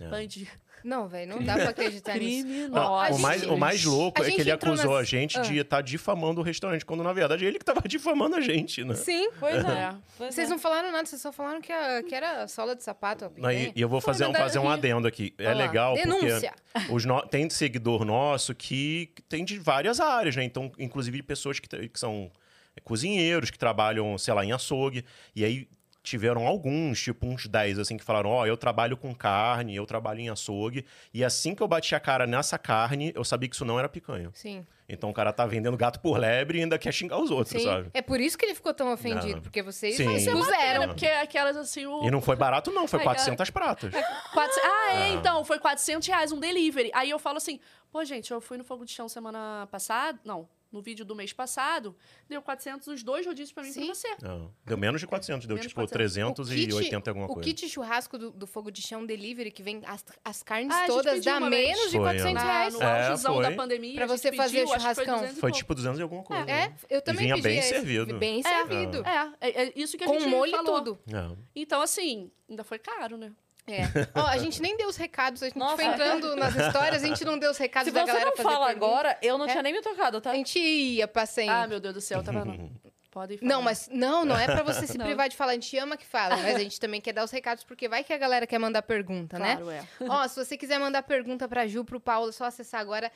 Bandido.
Não, velho, não dá pra acreditar nisso.
É, Não,
Criminoso.
o, mais, o mais louco
a
é que
gente
ele
entrou
acusou
nas- Ah.
a gente de estar difamando o restaurante, quando na verdade ele que estava difamando a gente, né?
Sim.
Pois é.
É.
Pois
Vocês
é.
não falaram nada, vocês só falaram que, a- que era sola de sapato. a
Não,
picanha.
e, e eu vou fazer, um-
Falaram da
fazer um
Rio.
adendo aqui. É
Olha lá,
legal
denúncia.
porque os no- tem seguidor nosso que que tem de várias áreas, né? Então, inclusive de pessoas que, tra- que são é, cozinheiros, que trabalham, sei lá, em açougue. E aí tiveram alguns, tipo uns 10, assim, que falaram, ó, eu trabalho com carne, eu trabalho em açougue. E assim que eu bati a cara nessa carne, eu sabia que isso não era picanha.
Sim,
Então o cara tá vendendo gato por lebre e ainda quer xingar os outros,
sim.
sabe?
É por isso que ele ficou tão ofendido,
Não.
porque vocês
Sim. Isso é
Era
puseram.
porque aquelas assim, o.
E não foi barato não, foi
Ai,
400 pratas.
Quatro- Ah, é, então, foi 400 reais um delivery. Aí eu falo assim, pô, gente, eu fui no Fogo de Chão semana passada, não, no vídeo do mês passado, deu 400 os dois rodízios pra mim e pra
Sim.
você.
Não, Deu menos de 400, deu
Menos
tipo
400.
O
380 e alguma
o
coisa.
kit churrasco do, do fogo de chão delivery, que vem as, as carnes
Ah, a gente
todas,
pediu
dá
uma vez. Ah,
menos de
Foi,
400
ó.
Na,
reais.
no
É,
augesão
foi.
da pandemia,
Pra
a gente
você fazer
pediu,
o
acho que
churrascão.
Foi, 200 e
Foi
pouco.
tipo 200 e alguma coisa.
É, eu também
vinha
pedi
bem
esse.
servido.
Bem servido.
É, é, é isso que a
Com
gente
molho e
falou.
tudo.
É.
Então, assim, ainda foi caro, né?
É. Ó, a gente nem deu os recados, a gente
Nossa.
foi entrando nas histórias, a gente não deu os recados
Se
da
você
galera
não
fazer
fala
pergunta.
agora, eu não
É.
tinha nem me tocado, tá?
A gente ia pra sempre.
Ah, meu Deus do céu, tava não. Podem falar.
Não, mas não, não é pra você se
Não.
privar de falar. A gente ama que fala, mas a gente também quer dar os recados, porque vai que a galera quer mandar pergunta, né?
Claro, é.
Ó, se você quiser mandar pergunta pra Ju, pro Paulo, é só acessar agora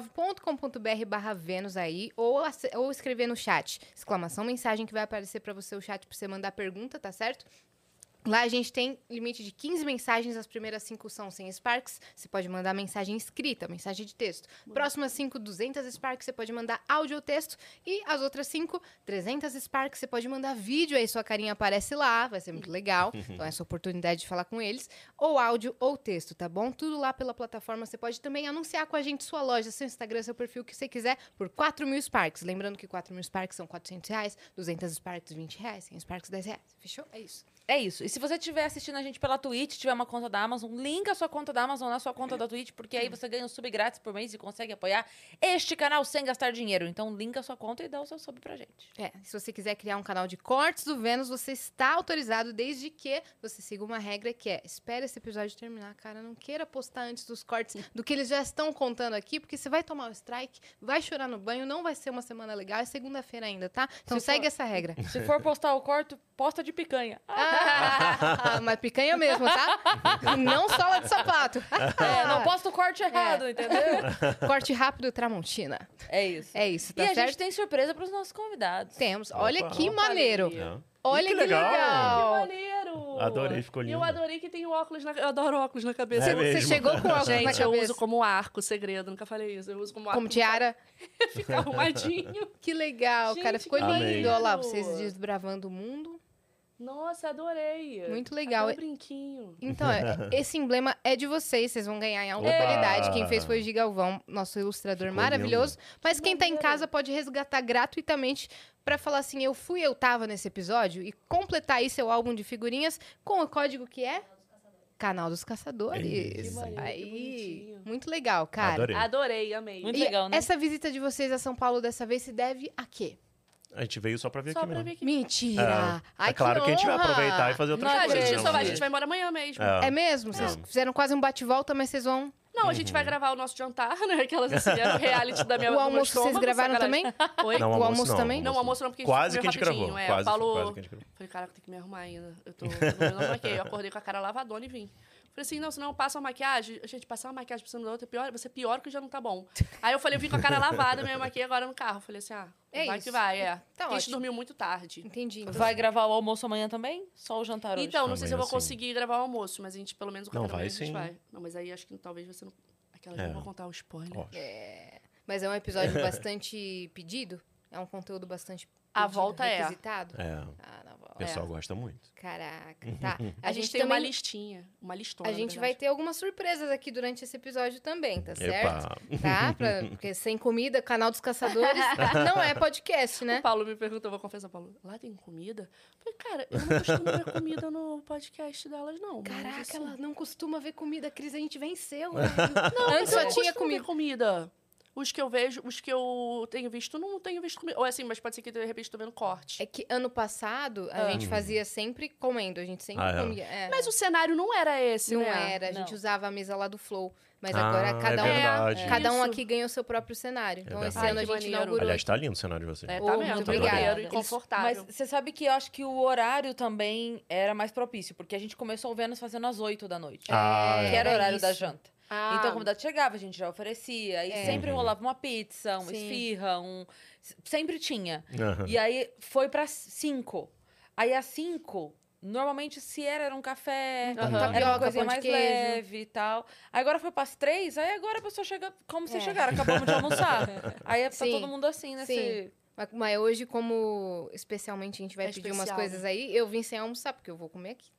nv99.com.br barra Vênus aí, ou, ace- ou escrever no chat, exclamação, mensagem, que vai aparecer pra você o chat pra você mandar pergunta, tá certo? Lá a gente tem limite de 15 mensagens, as primeiras 5 são 100 Sparks, você pode mandar mensagem escrita, mensagem de texto. Próximas 5, 200 Sparks, você pode mandar áudio ou texto. E as outras 5, 300 Sparks, você pode mandar vídeo, aí sua carinha aparece lá, vai ser muito legal. Então é essa oportunidade de falar com eles. Ou áudio ou texto, tá bom? Tudo lá pela plataforma, você pode também anunciar com a gente sua loja, seu Instagram, seu perfil, o que você quiser, por 4 mil Sparks. Lembrando que 4 mil Sparks são 400 reais, 200 Sparks, 20 reais, 100 Sparks, 10 reais. Fechou? É isso.
É isso. E se você estiver assistindo a gente pela Twitch, tiver uma conta da Amazon, linka a sua conta da Amazon na sua conta da Twitch, porque aí você ganha um sub grátis por mês e consegue apoiar este canal sem gastar dinheiro. Então, linka a sua conta e dá o seu sub pra gente.
É, se você quiser criar um canal de cortes do Vênus, você está autorizado desde que você siga uma regra que é: espere esse episódio terminar, cara. Não queira postar antes dos cortes do que eles já estão contando aqui, porque você vai tomar o strike, vai chorar no banho, não vai ser uma semana legal, é segunda-feira ainda, tá? Então
Se
segue
for-
essa regra.
Se for postar o corte, posta de picanha.
Ah, mas picanha mesmo, tá? Não sola de sapato.
É, não posta o corte
É.
errado, entendeu?
Corte rápido, Tramontina.
É isso.
É isso, tá
e a
certo?
gente tem surpresa pros nossos convidados.
Temos. Olha
Opa.
que
Opa,
maneiro.
alegria.
É.
Olha
Que
que
legal.
legal.
Que maneiro!
Adorei, ficou
E
lindo.
Eu adorei que tem o óculos na... Eu adoro óculos na cabeça.
É
Eu-
Você
mesmo.
chegou com óculos na
Gente, eu
cabeça.
uso como arco, segredo, nunca falei isso. Eu uso como arco.
como tiara.
Fica arrumadinho.
Que legal,
Gente,
cara. Ficou
que
lindo. Olha lá,
lindo.
vocês desbravando o mundo.
Nossa, adorei.
Muito legal.
Até o brinquinho.
Então, é- esse emblema é de vocês. Vocês vão ganhar em
Oba!
autoridade. Quem fez foi o Gigalvão, nosso ilustrador
Ficou
maravilhoso. Mas quem tá em casa pode resgatar gratuitamente pra falar assim: eu fui, eu tava nesse episódio. E completar aí seu álbum de figurinhas com o código que é? Canal dos Caçadores.
Isso
aí. Que
Aí.
bonitinho.
Muito legal, cara.
Adorei.
Adorei, amei.
Muito
E
legal, né?
essa visita de vocês a São Paulo dessa vez se deve a quê?
A gente veio só pra ver
Só
aqui
pra
mesmo.
ver que...
Mentira! Ai,
é claro que, a gente vai
honra!
aproveitar e fazer outras
Não, a
coisas.
gente
né?
só vai, a gente vai embora amanhã mesmo.
É.
É mesmo? Vocês
Não.
fizeram quase um bate-volta, mas vocês vão.
Não, a gente
Uhum.
vai gravar o nosso jantar, né? Aquelas assim, era o reality da minha
O
do meu
almoço vocês
estômago,
gravaram
sacanagem. Oi?
Não,
O almoço também?
Não, o almoço não, porque a gente
Quase que a
comeu
gente
rapidinho,
gravou.
é,
quase,
falou-
quase que a gente gravou.
Falei, caraca, tem que me arrumar ainda. Eu tô. Eu não me maquiei. Eu acordei com a cara lavadona e vim. Falei assim, não, senão eu passo a maquiagem. Gente, passar uma maquiagem pra cima da outra é pior, você pior que já não tá bom. Aí eu falei, eu vim com a cara lavada, me maquiei agora no carro. Falei assim, ah,
É
vai
isso.
que vai, é.
Tá
Porque a gente
ótimo.
dormiu muito tarde.
Entendi.
Vai gravar o almoço amanhã também? Só o jantar hoje?
Então, não sei se eu vou
Amanhã, sim.
conseguir gravar o almoço, mas a gente, pelo menos, o
assim. Não,
café da
vai
manhã a gente
sim.
vai. Não, mas aí acho que talvez você não. Aquela
É.
eu não vou contar o spoiler.
Ó,
Mas é um episódio bastante pedido? É um conteúdo bastante.
A
pedido,
volta é.
requisitado?
é,
Ah, na volta. É.
o pessoal gosta muito.
Caraca, tá.
A, gente, tem
também-
uma listinha, uma listona.
A
né? na
gente
verdade.
vai ter algumas surpresas aqui durante esse episódio também, tá certo?
Epa.
Tá? Pra- Porque sem comida, canal dos caçadores, não é podcast, né?
O Paulo me perguntou, eu vou confessar, Paulo, lá tem comida? Eu falei, cara, eu não costumo ver comida no podcast delas, não. mas
Caraca,
assim-
ela não costuma ver comida, Cris. A gente venceu. né?
Não, mas
Antes
eu
só
não
tinha
costumo ver
comida.
comida. Os que eu vejo, os que eu tenho visto, não tenho visto comigo. Ou assim, mas pode ser que de repente tô vendo corte.
É que ano passado a
Ah.
gente fazia sempre comendo, a gente sempre
Ah, é.
comia. é.
Mas o cenário não era esse,
não
né?
era, a gente
Não.
usava a mesa lá do Flow. Mas
Ah,
agora
é
cada um
verdade. É
Cada um
Isso.
aqui ganha o seu próprio cenário. Então,
verdade.
esse
Ai,
ano a
que
gente
maneiro.
inaugurou.
Aliás, tá lindo o cenário de vocês.
um. É,
Ô,
tá
muito
mesmo, tá
obrigada.
maneiro e
Eles-
tá,
confortável.
Mas você sabe que eu acho que o horário também era mais propício, porque a gente começou o Vênus fazendo às 8 da noite.
Ah,
É,
que era o horário da
isso.
janta.
Ah,
Então, o convidado chegava, a gente já oferecia. E
É.
sempre
Uhum.
rolava uma pizza, uma
Sim.
esfirra, um... s- Sempre tinha.
Aham.
E aí, foi pra cinco. Aí, às cinco, normalmente, se era, era um
Uhum.
café...
Aham. É
Era uma
Tapioca,
coisinha
pão de
mais
queijo.
leve e tal. Agora foi pras três, aí agora a pessoa chega como vocês
É.
chegaram, acabamos de almoçar. aí tá
Sim.
todo mundo assim, nesse...
Sim. Mas, mas hoje, como especialmente a gente vai
É
pedir umas
especial,
coisas aí, eu vim sem almoçar, porque eu vou comer aqui.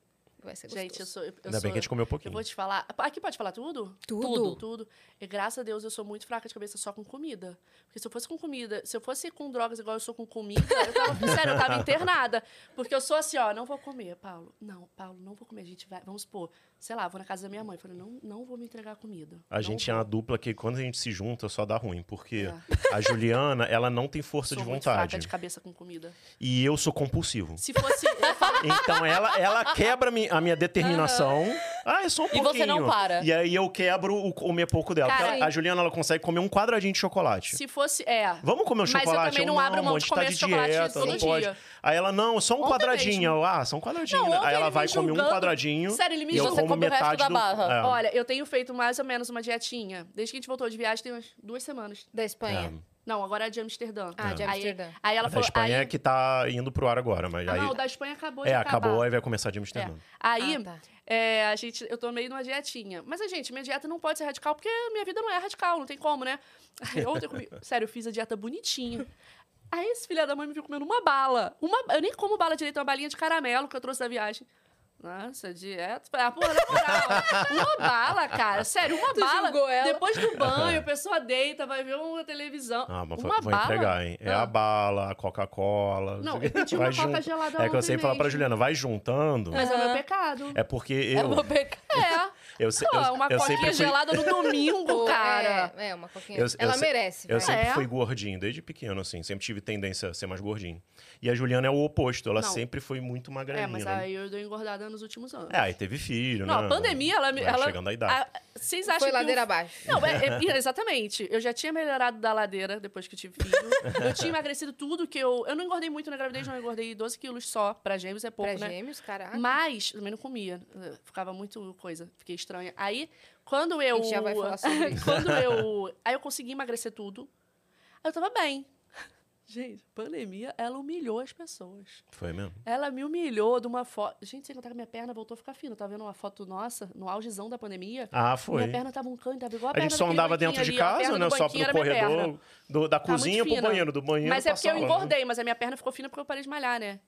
Vai ser gostoso.
Gente, eu sou. Eu, eu
Ainda bem que a gente
sou-
comeu um
eu
pouquinho.
vou te falar. Aqui pode falar tudo?
Tudo.
Tudo. tudo. E graças a Deus eu sou muito fraca de cabeça só com comida. Porque se eu fosse com comida, se eu fosse com drogas igual eu sou com comida, eu tava, sério, eu tava internada. Porque eu sou assim, ó, não vou comer, Paulo. Não, Paulo, não vou comer. A gente vai, vamos supor, sei lá, vou na casa da minha mãe. Falei, não, não vou me entregar a comida.
A
Não
gente é
vou.
uma dupla que quando a gente se junta só dá ruim, porque
É.
a Juliana, ela não tem força
sou
de
muito fraca
vontade.
de cabeça com comida.
E eu sou compulsivo.
Se fosse. eu falo,
Então ela, ela quebra mi- a minha determinação. Ah, é só um
E você
pouquinho.
não para.
E aí eu quebro o comer pouco dela.
Cara,
Porque ela- a Juliana, ela consegue comer um quadradinho de chocolate.
se fosse. É.
Vamos comer um
Mas eu
chocolate?
também não abro mão
a
de
gente
comer
tá de
chocolate
dieta,
todo
não
dia.
pode. Aí ela, não, só um
Ontem
quadradinho.
mesmo.
Eu, Ah, só um quadradinho.
Não,
né?
ontem
Aí ela
ele
vai
me
comer um
julgando.
quadradinho
Sério, ele me
e eu
julgou,
você
como
come o resto
metade
da
do...
barra.
É.
Olha, eu tenho feito mais ou menos uma dietinha. Desde que a gente voltou de viagem, tem umas duas semanas.
Da Espanha.
Não, agora é de Amsterdã.
Ah, de
Aí-
Amsterdã.
Aí, ela
A da
falou.
Espanha
aí-
é que tá indo pro ar agora, mas
Ah,
aí...
não, o da Espanha acabou de
é,
acabar.
acabou, aí vai começar de
É.
Amsterdã.
Aí,
Ah, tá.
é, a gente, eu tô meio numa dietinha. Mas, a gente, minha dieta não pode ser radical, porque minha vida não é radical, não tem como, né? Aí, ontem eu comi... Sério, eu fiz a dieta bonitinha. Aí esse filho da mãe me viu comendo uma bala. Uma... Eu nem como bala direito, uma balinha de caramelo que eu trouxe da viagem. Nossa, dieta. Ah, porra, na moral. uma bala, cara. Sério, uma bala.
julgou ela?
Depois do banho, a pessoa deita, vai ver uma televisão.
Ah, mas vou,
uma
vou
bala.
entregar, hein? É
Ah.
a bala, a Coca-Cola.
Não,
sei
eu
o quê.
pedi uma
Vai
Coca gelada
É que eu
ontem
sempre falo pra
mesmo.
Juliana, vai juntando.
Mas é o meu
Aham.
pecado.
É porque eu...
É uma pecado.
É.
eu, se-
Pô,
eu,
uma
eu
coquinha
sempre fui,
gelada no domingo,
Ou-
cara.
É, é, uma coquinha.
Eu- eu
Ela
se-
merece.
Eu
vai.
sempre
É?
fui gordinho, desde pequeno, assim. Sempre tive tendência a ser mais gordinho. E a Juliana é o oposto, ela
Não.
sempre foi muito
É,
magrelinha.
mas
né?
aí eu dou engordada nos últimos anos.
É, aí teve filho,
Não,
né?
a pandemia, ela... me-
Vai
ela
chegando à idade.
a- vocês acham
Foi
que
ladeira
o-
abaixo.
Não, é- é- exatamente. Eu já tinha melhorado da ladeira depois que tive filho. eu tinha emagrecido tudo que eu... Eu não engordei muito na gravidez, não. Eu engordei 12 quilos só. Pra gêmeos é pouco,
Pra
né?
gêmeos, ah, tá. caraca.
Mas também não comia. eh, Ficava muito coisa. Fiquei estranha. Aí, quando eu.
A gente já vai falar sobre isso.
quando eu. Aí eu consegui emagrecer tudo. Aí eu tava bem. Gente, pandemia, ela humilhou as pessoas.
Foi mesmo?
Ela me humilhou de uma foto. Gente, sem contar que minha perna voltou a ficar fina. Eu Tava vendo uma foto nossa, no augezão da pandemia.
Ah, foi.
Minha perna tava um canto, tava igual a
A
perna
gente só
daquele
andava
banquinho
dentro de
ali, ó, a
casa,
perna
né?
do
Só
banquinho
pro
era minha perna.
corredor, do- da
Tá muito
cozinha pro
fina.
banheiro, do banheiro
Mas é porque eu
passava, né?
engordei, mas a minha perna ficou fina porque eu parei de malhar, né?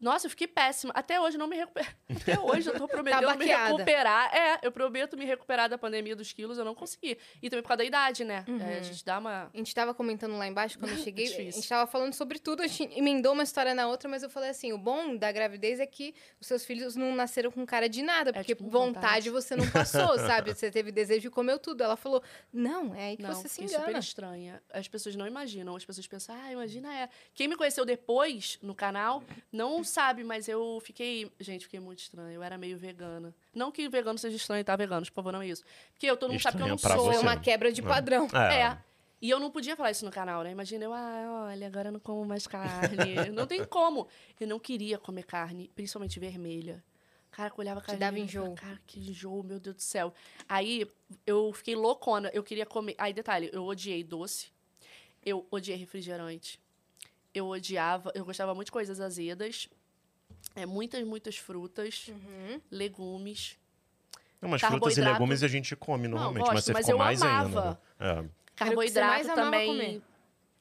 Nossa, eu fiquei péssima. Até hoje não me recupero. Até hoje eu tô prometendo me
baqueada.
recuperar. É, eu prometo me recuperar da pandemia dos quilos, eu não consegui. E também por causa da idade, né? É, a gente dá uma.
A gente tava comentando lá embaixo quando eu cheguei, a
Difícil.
gente tava falando sobre tudo, a gente emendou uma história na outra, mas eu falei assim: o bom da gravidez é que os seus filhos não nasceram com cara de nada, porque
tipo, vontade.
vontade você não passou, sabe? Você teve desejo e comeu tudo. Ela falou: não, é aí que
Não,
você se
fiquei super
engana.
estranha. As pessoas não imaginam. As pessoas pensam, ah, imagina é. Quem me conheceu depois no canal não sabe, mas eu fiquei. Gente, fiquei muito estranha. Eu era meio vegana. Não que vegano seja estranho, tá? Veganos, por favor, não é isso. Porque eu, todo mundo sabe que eu não
Estranha pra
sou.
Foi
você,
uma
né?
quebra de
É.
padrão.
É.
É. E eu não podia falar isso no canal, né? Imagina eu, ah, olha, agora eu não como mais carne. não tem como. Eu não queria comer carne, principalmente vermelha. Cara, que eu olhava a
Te
carne
dava
vermelha e falava,
enjoo.
Cara, que enjoo, meu Deus do céu. Aí eu fiquei loucona, eu queria comer. Aí, detalhe, eu odiei doce, eu odiei refrigerante, eu odiava, eu gostava muito de coisas azedas, é, muitas, muitas frutas,
Uhum.
legumes.
Não, mas frutas e
Carboidrato.
legumes a gente come normalmente,
gosto,
mas você
mas
ficou
eu
mais
amava.
ainda. né?
Era o que você
Carboidrato
mais amava
também.
comer.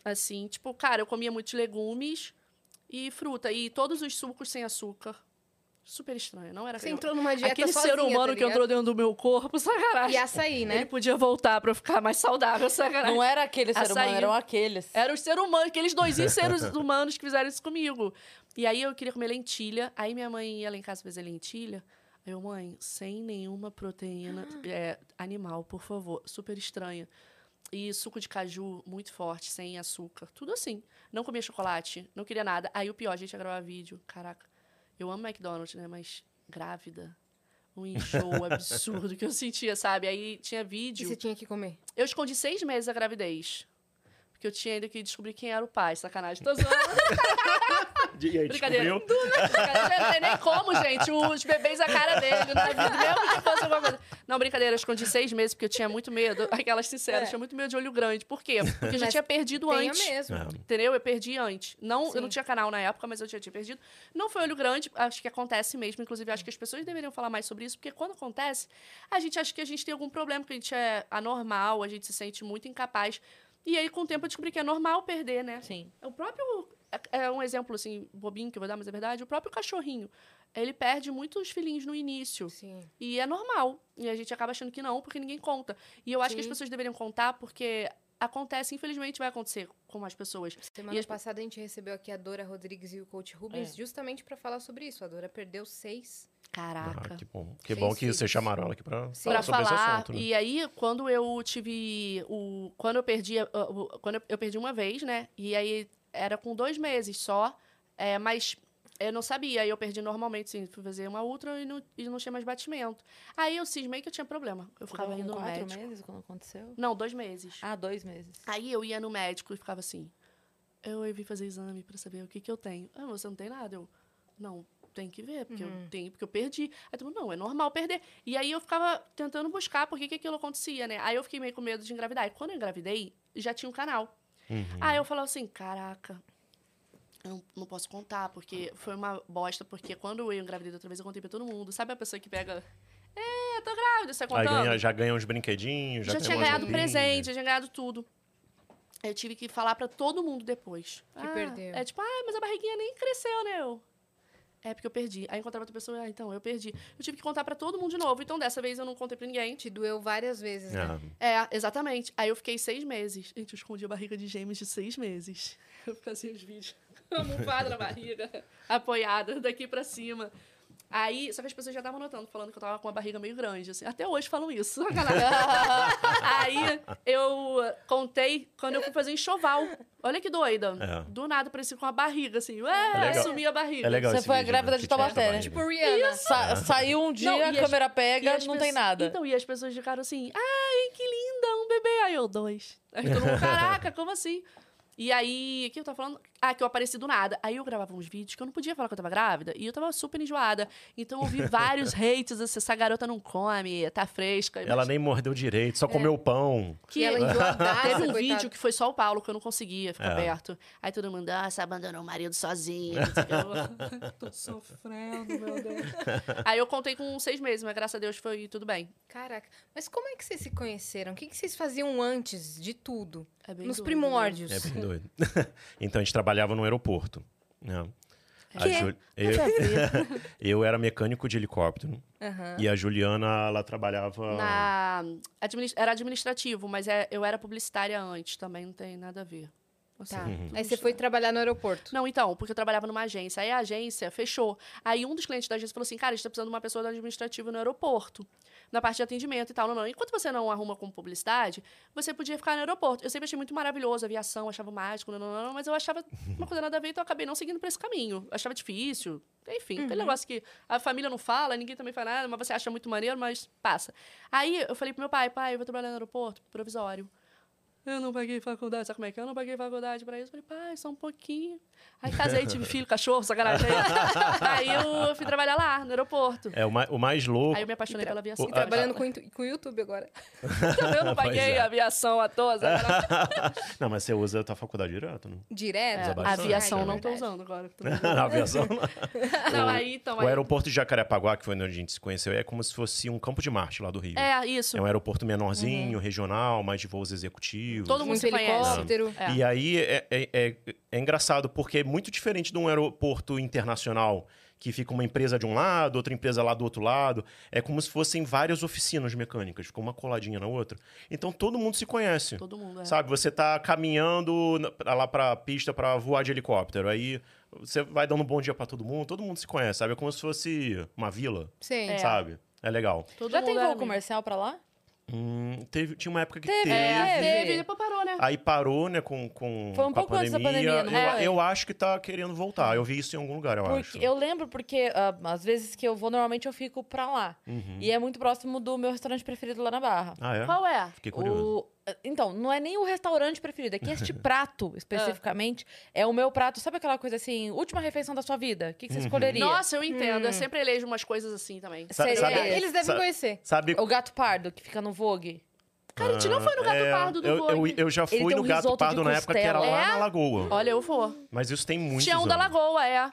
Assim, tipo, cara, eu comia muitos legumes e fruta. E todos os sucos sem açúcar. Super estranho, não era
Você
eu-
entrou numa dieta
Aquele
sozinha,
ser humano
tá
que entrou dentro do meu corpo,
ligado?
sacanagem.
E açaí,
Ele
né?
podia voltar pra eu ficar mais saudável, sacanagem.
Não era aquele ser
Açaí.
humano, eram aqueles.
Era os seres humanos, aqueles doisinhos seres humanos que fizeram isso comigo. E aí eu queria comer lentilha. Aí minha mãe ia lá em casa fazer lentilha. Aí eu, mãe, sem nenhuma proteína é, animal, por favor. Super estranha. E suco de caju muito forte, sem açúcar. Tudo assim. Não comia chocolate, não queria nada. Aí o pior, a gente ia gravar vídeo. Caraca, eu amo McDonald's, né? Mas grávida. Um enjoo absurdo que eu sentia, sabe? Aí tinha
E
vídeo.
você tinha que comer.
Eu escondi seis meses a gravidez. Porque eu tinha ainda que descobrir quem era o pai. Sacanagem. Tô zoando.
E aí,
Brincadeira.
descobriu?
Do nada, eu não sei nem como, gente. Os bebês a cara dele na vida, mesmo que fosse alguma coisa. Não, brincadeira, eu escondi seis meses, porque eu tinha muito medo. Aquelas sinceras,
É.
eu tinha muito medo de olho grande. Por quê? Porque eu já
Mas
tinha
um
perdido
Tenha
antes.
mesmo.
É.
Entendeu? Eu perdi antes. Não,
Sim.
eu não tinha canal na época, mas eu já tinha perdido. Não foi olho grande, acho que acontece mesmo. Inclusive, acho que as pessoas deveriam falar mais sobre isso, porque quando acontece, a gente acha que a gente tem algum problema, que a gente é anormal, a gente se sente muito incapaz. E aí, com o tempo, eu descobri que é normal perder, né?
Sim.
O próprio. é- É um exemplo, assim, bobinho que eu vou dar, mas é verdade. O próprio cachorrinho. Ele perde muitos filhinhos no início.
Sim.
E é normal. E a gente acaba achando que não, porque ninguém conta. E eu acho que as
Sim.
pessoas deveriam contar, porque acontece, infelizmente vai acontecer com as pessoas.
Semana
as-
passada a gente recebeu aqui a Dora Rodrigues e o Coach Rubens
É.
justamente pra falar sobre isso. A Dora perdeu seis.
Caraca.
Ah, que bom. Que
Fez
bom que
filhos.
vocês chamaram ela aqui pra
Sim.
Pra
falar sobre esse
falar.
assunto, né?
E aí, quando eu tive o. Quando eu perdi. a- o- o- Quando eu- eu perdi uma vez, né? E aí era com dois meses só. é, mas eu não sabia. Aí eu perdi normalmente, sim. Fui fazer uma ultra e não, e não tinha mais batimento. Aí eu cismei que eu tinha problema. Eu ficava
Tava
indo no
com quatro
médico.
meses quando aconteceu?
Não, dois meses.
Ah, dois meses.
Aí eu ia no médico e ficava assim. Eu aí vim fazer exame pra saber o que que eu tenho. Ah, você não tem nada? Eu, não, tem que ver, porque eu tenho, porque eu perdi. Aí todo mundo, não, é normal perder. E aí eu ficava tentando buscar por que que aquilo acontecia, né? Aí eu fiquei meio com medo de engravidar. E quando eu engravidei, já tinha um canal. Aí eu falava assim, caraca, eu não, não posso contar, porque foi uma bosta, porque quando eu engravidei da outra vez, eu contei pra todo mundo. Sabe a pessoa que pega... É, tô grávida, você
Aí
contando?
ganha, já ganha uns brinquedinhos, já, é
já
tem
tinha
umas
ganhado
roupinhas.
presente, já tinha ganhado tudo. Eu tive que falar pra todo mundo depois.
Que perdeu.
É tipo, ah, mas a barriguinha nem cresceu, né? Eu, é porque eu perdi. Aí encontrava outra pessoa, ah, então, eu perdi. Eu tive que contar pra todo mundo de novo. Então, dessa vez eu não contei pra ninguém.
Te doeu várias vezes, né?
Ah,
É, exatamente. Aí eu fiquei seis meses. Gente, eu escondi a barriga de gêmeos de seis meses. Eu fazia os vídeos almofada na barriga, apoiada daqui pra cima. Aí, só que as pessoas já estavam notando, falando que eu tava com uma barriga meio grande, assim. Até hoje falam isso. sacanagem. Aí, eu contei quando eu fui fazer um enxoval. Olha que doida.
É.
Do nada, parecia com uma barriga, assim. Ué,
legal.
sumi a barriga.
É legal
Você
esse
foi a
vídeo,
grávida
né?
de
Que te mostra a
É,
Taubaté, né?
barriga.
Tipo Rihanna.
Sa- saiu um dia,
Não, e
a
as-
câmera
E
pega,
as
não tem
pessoas-
nada.
Então, e as pessoas ficaram assim, ai, que linda, um bebê. Aí eu, dois. Aí todo mundo, caraca, como assim? E aí, o que eu tava falando? Ah, que eu apareci do nada. Aí eu gravava uns vídeos que eu não podia falar que eu tava grávida. E eu tava super enjoada. Então eu vi vários hates, assim, essa garota não come, tá fresca.
Ela nem mordeu direito, só
É.
comeu o pão.
Que ela enjoadaça,
Teve um
coitada.
vídeo que foi só o Paulo, que eu não conseguia ficar
É.
perto. Aí todo mundo, ah, você abandonou o marido sozinha. não sei o quê. Eu, Tô sofrendo, meu Deus. Aí eu contei com seis meses, mas graças a Deus foi tudo bem.
Caraca. Mas como é que vocês se conheceram? O que, que vocês faziam antes de tudo?
É bem
Nos
doido, né?
primórdios.
É bem doido. então a gente trabalhava no aeroporto. Né? A
É. Que?
Ju- eu, eu era mecânico de helicóptero.
Aham.
E a Juliana, ela trabalhava.
Ah. Na... adminis- Era administrativo, mas é- eu era publicitária antes também, não tem nada a ver. Assim,
Tá.
tudo
Aí você foi trabalhar no aeroporto.
Não, então, porque eu trabalhava numa agência. Aí a agência fechou. Aí um dos clientes da agência falou assim: cara, a gente tá precisando de uma pessoa do administrativo no aeroporto, na parte de atendimento e tal. Não, não. Enquanto você não arruma com publicidade, você podia ficar no aeroporto. Eu sempre achei muito maravilhoso a aviação, achava mágico, não, não, não, mas eu achava uma coisa nada a ver, então eu acabei não seguindo pra esse caminho. Eu achava difícil. Enfim, aquele negócio que a família não fala, ninguém também fala nada, mas você acha muito maneiro, mas passa. Aí eu falei pro meu pai, pai, eu vou trabalhar no aeroporto, provisório. Eu não paguei faculdade, sabe como é que é? Eu não paguei faculdade pra isso. Eu falei, pai, só um pouquinho. Aí casei, tive filho, cachorro, sacanagem. Aí eu fui trabalhar lá, no aeroporto.
É, o, mais, o mais louco.
Aí eu me apaixonei pela aviação.
o-
E trabalhando com, o intu- com o YouTube agora.
Eu não
Pois
paguei
é.
aviação à toa. sacanagem.
Não, mas você usa a tua faculdade direto, né?
É.
Direto.
Mas
A
bastante,
aviação
né?
não tô
Verdade.
usando agora.
Na aviação.
Não, aí, então,
o
aí-
aeroporto de Jacarepaguá, que foi onde a gente se conheceu, é como se fosse um campo de Marte lá do Rio.
É, isso.
É um aeroporto menorzinho, regional, mais de voos executivos.
Uhum. Todo mundo
Muito
se conhece.
Um helicóptero.
É.
E aí é, é- é- é engraçado, porque é muito diferente de um aeroporto internacional que fica uma empresa de um lado, outra empresa lá do outro lado. É como se fossem várias oficinas mecânicas, fica uma coladinha na outra. Então todo mundo se conhece.
Todo mundo, é.
Sabe, você tá caminhando na- pra lá pra pista pra voar de helicóptero. Aí você vai dando um bom dia pra todo mundo, todo mundo se conhece, sabe? É como se fosse uma vila,
Sim.
É.
sabe? É legal.
Todo
Já tem
mundo era
voo
amigo.
comercial pra lá?
Hum, teve, tinha uma época que
Teve,
teve.
É,
Teve.
teve, depois parou, né?
Aí parou, né, com, com,
Foi um
com a
pouco antes da
pandemia.
pandemia, não
eu,
foi?
eu acho que tá querendo voltar. Eu vi isso em algum lugar, eu
Porque-
acho.
eu lembro porque ah, às vezes que eu vou, normalmente eu fico pra lá. E é muito próximo do meu restaurante preferido lá na Barra.
Uhum. Ah, é?
Qual é?
Fiquei curioso.
O- Então, não é nem o restaurante preferido, é que este prato, especificamente, é o meu prato. Sabe aquela coisa assim, última refeição da sua vida? O que, que
Uhum.
você escolheria?
Nossa, eu entendo. Eu sempre elejo umas coisas assim também.
Sa-
seria
sabe-
Eles devem
sabe-
conhecer.
Sabe
O gato pardo, que fica no Vogue.
Cara, a gente não foi no Gato
É,
Pardo do
eu,
Vogue.
eu, eu já
Ele
fui
tem
no
um
Gato
risoto de
Pardo na época que era
costela.
lá
É?
na Lagoa.
Olha, eu vou.
Mas isso tem muito.
Tinha um da Lagoa, é.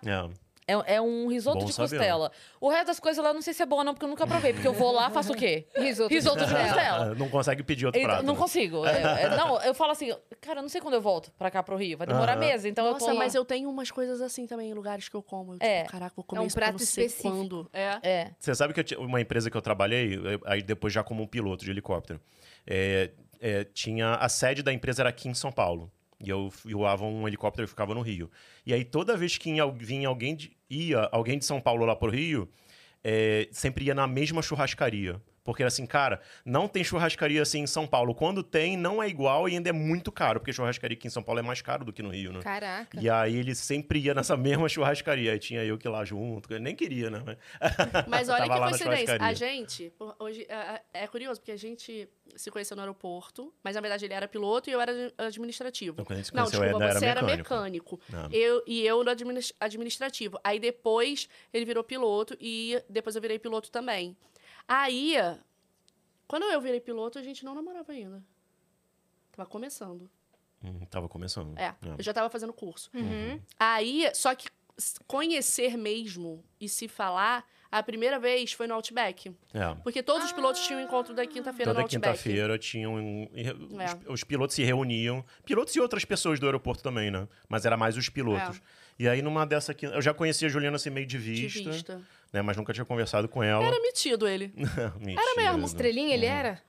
É, é um risoto
Bom
de
saber. né?
costela. O resto das coisas lá eu não sei se é boa ou não, porque eu nunca provei. Porque eu vou lá, faço o quê?
Risoto.
Risoto de costela.
Não consegue pedir outro
Então,
prato.
não
né?
consigo. É- é- não, eu falo assim, cara, eu não sei quando eu volto pra cá pro Rio. Vai demorar
Aham.
meses, então eu tô
Nossa,
lá.
mas eu tenho umas coisas assim também em lugares que eu como. Eu,
É.
tipo, caraca, vou comer
um
isso porque eu
prato
não sei
específico.
quando. É.
É.
Você sabe que eu tinha uma empresa que eu trabalhei, eu- aí depois já como um piloto de helicóptero. é, é, tinha a sede da empresa era aqui em São Paulo. E eu f- eu voava um helicóptero e ficava no Rio. E aí toda vez que ia, vinha alguém de, ia alguém de São Paulo lá pro Rio, é, sempre ia na mesma churrascaria. Porque era assim, cara, não tem churrascaria assim em São Paulo. Quando tem, não é igual e ainda é muito caro, porque churrascaria aqui em São Paulo é mais caro do que no Rio, né?
Caraca.
E aí ele sempre ia nessa mesma churrascaria. Aí tinha eu que ir lá junto, que eu nem queria, né?
Mas olha
Tava
que
lá na
coincidência. A
churrascaria.
gente, pô, hoje, é, é é curioso, porque a gente se conheceu no aeroporto, mas na verdade ele era piloto e eu era administrativo.
Então, quando a gente se
Não,
conheceu,
desculpa,
eu ainda
você
era
era
mecânico.
mecânico.
Ah.
Eu, e eu no adminis- administrativo. Aí depois ele virou piloto e depois eu virei piloto também. Aí, quando eu virei piloto, a gente não namorava ainda. Tava começando.
Hum, tava começando.
É, eu já tava fazendo curso.
Uhum.
Uhum.
Aí, só que s- conhecer mesmo e se falar, a primeira vez foi no Outback.
É.
Porque todos os pilotos tinham encontro da quinta-feira no
Toda
Outback.
quinta-feira tinham. um- e-
É.
Os, os pilotos se reuniam. Pilotos e outras pessoas do aeroporto também, né? Mas era mais os pilotos.
É.
E aí, numa dessa aqui. Eu já conhecia a Juliana assim, meio de
De
vista.
vista.
Né? Mas nunca tinha conversado com ela.
Era metido ele.
Mentira,
mesmo,
né?
Estrelinha ele
Ah,
era?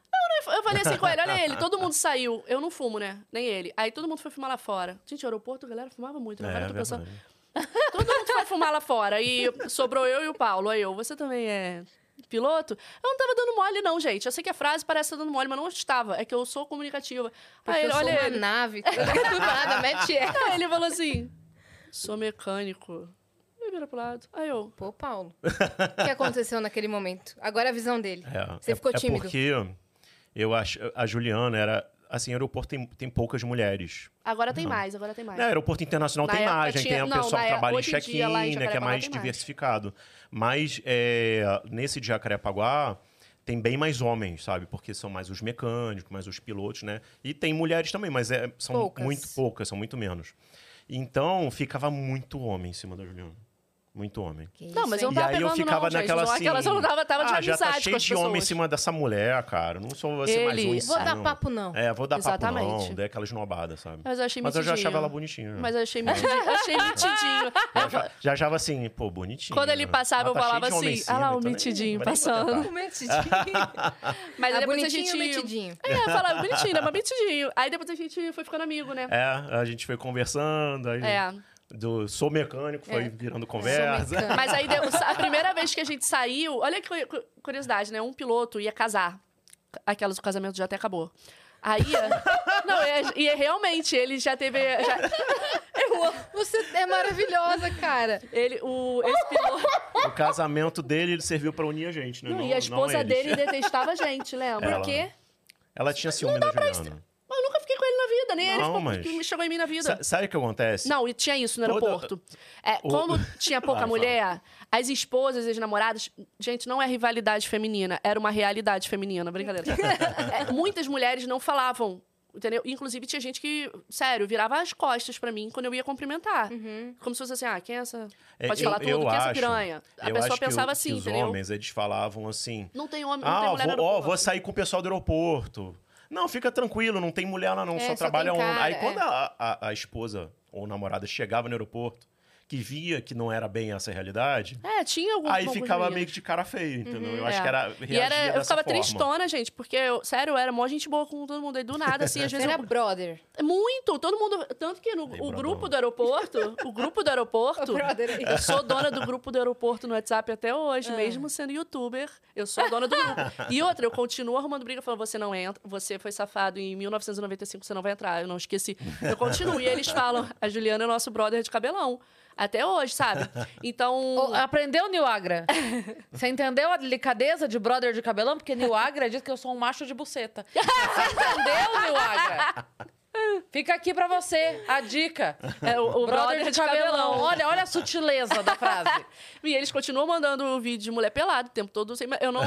Eu falei assim com ele, olha ele, todo mundo saiu. Eu não fumo, né? Nem ele. Aí todo mundo foi fumar lá fora. Gente, o aeroporto, a galera fumava muito, né?
É,
Agora eu tô
verdade.
pensando. Todo mundo foi fumar lá fora. E sobrou eu e o Paulo. Aí eu, você também é piloto? Eu não tava dando mole, não, gente. Eu sei que a frase parece estar dando mole, mas não estava. É que eu sou comunicativa.
Porque
Aí
eu
ele,
sou
olha
uma
ele.
nave. tá Do nada, mete essa.
Aí ele falou assim: sou mecânico. Ele vira pro lado. Aí eu.
Pô, Paulo. O que aconteceu naquele momento? Agora a visão dele.
É,
Você
é-
ficou
é
tímido.
porque eu acho. A Juliana era. Assim, aeroporto tem, tem poucas mulheres.
Agora tem mais, agora tem mais.
É, aeroporto internacional
Na
tem
época
mais, né?
tinha-
tem o
não,
pessoal
na
que
é-
trabalha em
hoje em
check-in,
dia, lá em
né? Que é
Jacarepaguá
mais
tem mais.
diversificado. Mas é, nesse de Jacarepaguá tem bem mais homens, sabe? Porque são mais os mecânicos, mais os pilotos, né? E tem mulheres também, mas é- são
Poucas.
muito poucas, são muito menos. Então ficava muito homem em cima da Juliana. Muito homem.
Que
Não, mas
isso,
eu
hein?
não
e
tava
aí eu
pegando,
ficava
não, gente.
naquela
Não,
assim.
aquelas eu não tava, tava de
ah, já
amizade
tá
com
cheio
as
de homem em
pessoas."
cima dessa mulher, cara. Não sou você mais um
Ele-
em
Vou
cima,
dar
não.
papo, não.
É, vou dar papo
Exatamente.
não, dei aquela esnobada, sabe?
Mas eu achei
Mas eu já
metidinho.
achava ela bonitinha.
Mas eu achei metidinho. eu achei metidinho.
Eu já, já achava assim, pô, bonitinho.
Quando ele passava,
Ela
eu
tá
falava
cheia de homem
assim,
em
ah
cima,
lá, o
então nem-
metidinho
vou nem
passando.
tentar.
Mas
é
é aí
Ah,
depois a
bonitinho,
gente...
metidinho.
É, eu falava bonitinho, né? Mas metidinho. Aí depois a gente foi ficando amigo, né?
É, a gente foi conversando, aí
É.
do sou mecânico foi virando conversa.
mecânico.
Mas aí deu- a primeira vez que a gente saiu... Olha que cu- cu- curiosidade, né? Um piloto ia casar. Aquelas, o casamento já até acabou. Aí... não, e, e realmente, ele já teve... já-
Você é maravilhosa, cara.
ele, o, esse piloto...
o casamento dele ele serviu pra unir a gente, né?
Não, e a esposa
eles.
dele detestava a gente, lembra?
Ela-
Por quê?
Ela tinha ciúme da Juliana.
Mas eu nunca fiquei com ele na vida, nem
Não,
ele ficou,
mas-
chegou em mim na vida.
Sa- Sabe o que acontece?
Não, e tinha isso no
Toda-
aeroporto. É,
O-
Como tinha pouca
Vai,
mulher, as esposas e as namoradas. Gente, não é rivalidade feminina, era uma realidade feminina, brincadeira. É, muitas mulheres não falavam. Entendeu? Inclusive, tinha gente que, sério, virava as costas pra mim quando eu ia cumprimentar. Como se fosse assim, ah, quem é essa?
É,
Pode
eu-
falar tudo,
eu
quem é essa
acho-
piranha? A
eu
pessoa
acho que o-
pensava
que
assim,
os
entendeu?
homens, eles falavam assim...
Não tem homem, não tem
Ah,
mulher
vou,
no
ó,
aeroporto.
vou sair com o pessoal do aeroporto. Não, fica tranquilo, não tem mulher lá não,
É,
só,
só
trabalha
tem
homem.
cara,
Aí
é.
quando a, a- a esposa ou namorada chegava no aeroporto, que via que não era bem essa realidade,
É, tinha algum
aí
alguns
ficava
meninos.
meio que de cara feia, entendeu? eu
é.
acho que era.
E
reagia
era, eu
dessa
ficava
forma.
tristona, gente, porque, eu, sério, eu era mó gente boa com todo mundo. Aí do nada, assim, às
Você
vezes.
era
Eu,
brother.
muito! Todo mundo. Tanto que no,
Aí,
o
brother.
grupo do aeroporto. O grupo do aeroporto.
brother é aí.
Eu sou dona do grupo do aeroporto no WhatsApp até hoje, mesmo sendo youtuber. Eu sou a dona do grupo. E outra, eu continuo arrumando briga, falando: você não entra, você foi safado em 1995, você não vai entrar. Eu não esqueci. Eu continuo. E eles falam: a Juliana é nosso brother de cabelão. Até hoje, sabe? Então.
Ô, Aprendeu New Agra? Você entendeu a delicadeza de brother de cabelão? Porque New Agra diz que eu sou um macho de buceta. Você entendeu, New Agra? Fica aqui pra você a dica.
É, o, o brother, de, cabelão.
Olha, olha a sutileza da frase.
E eles continuam mandando o vídeo de mulher pelada o tempo todo. sem- Eu não.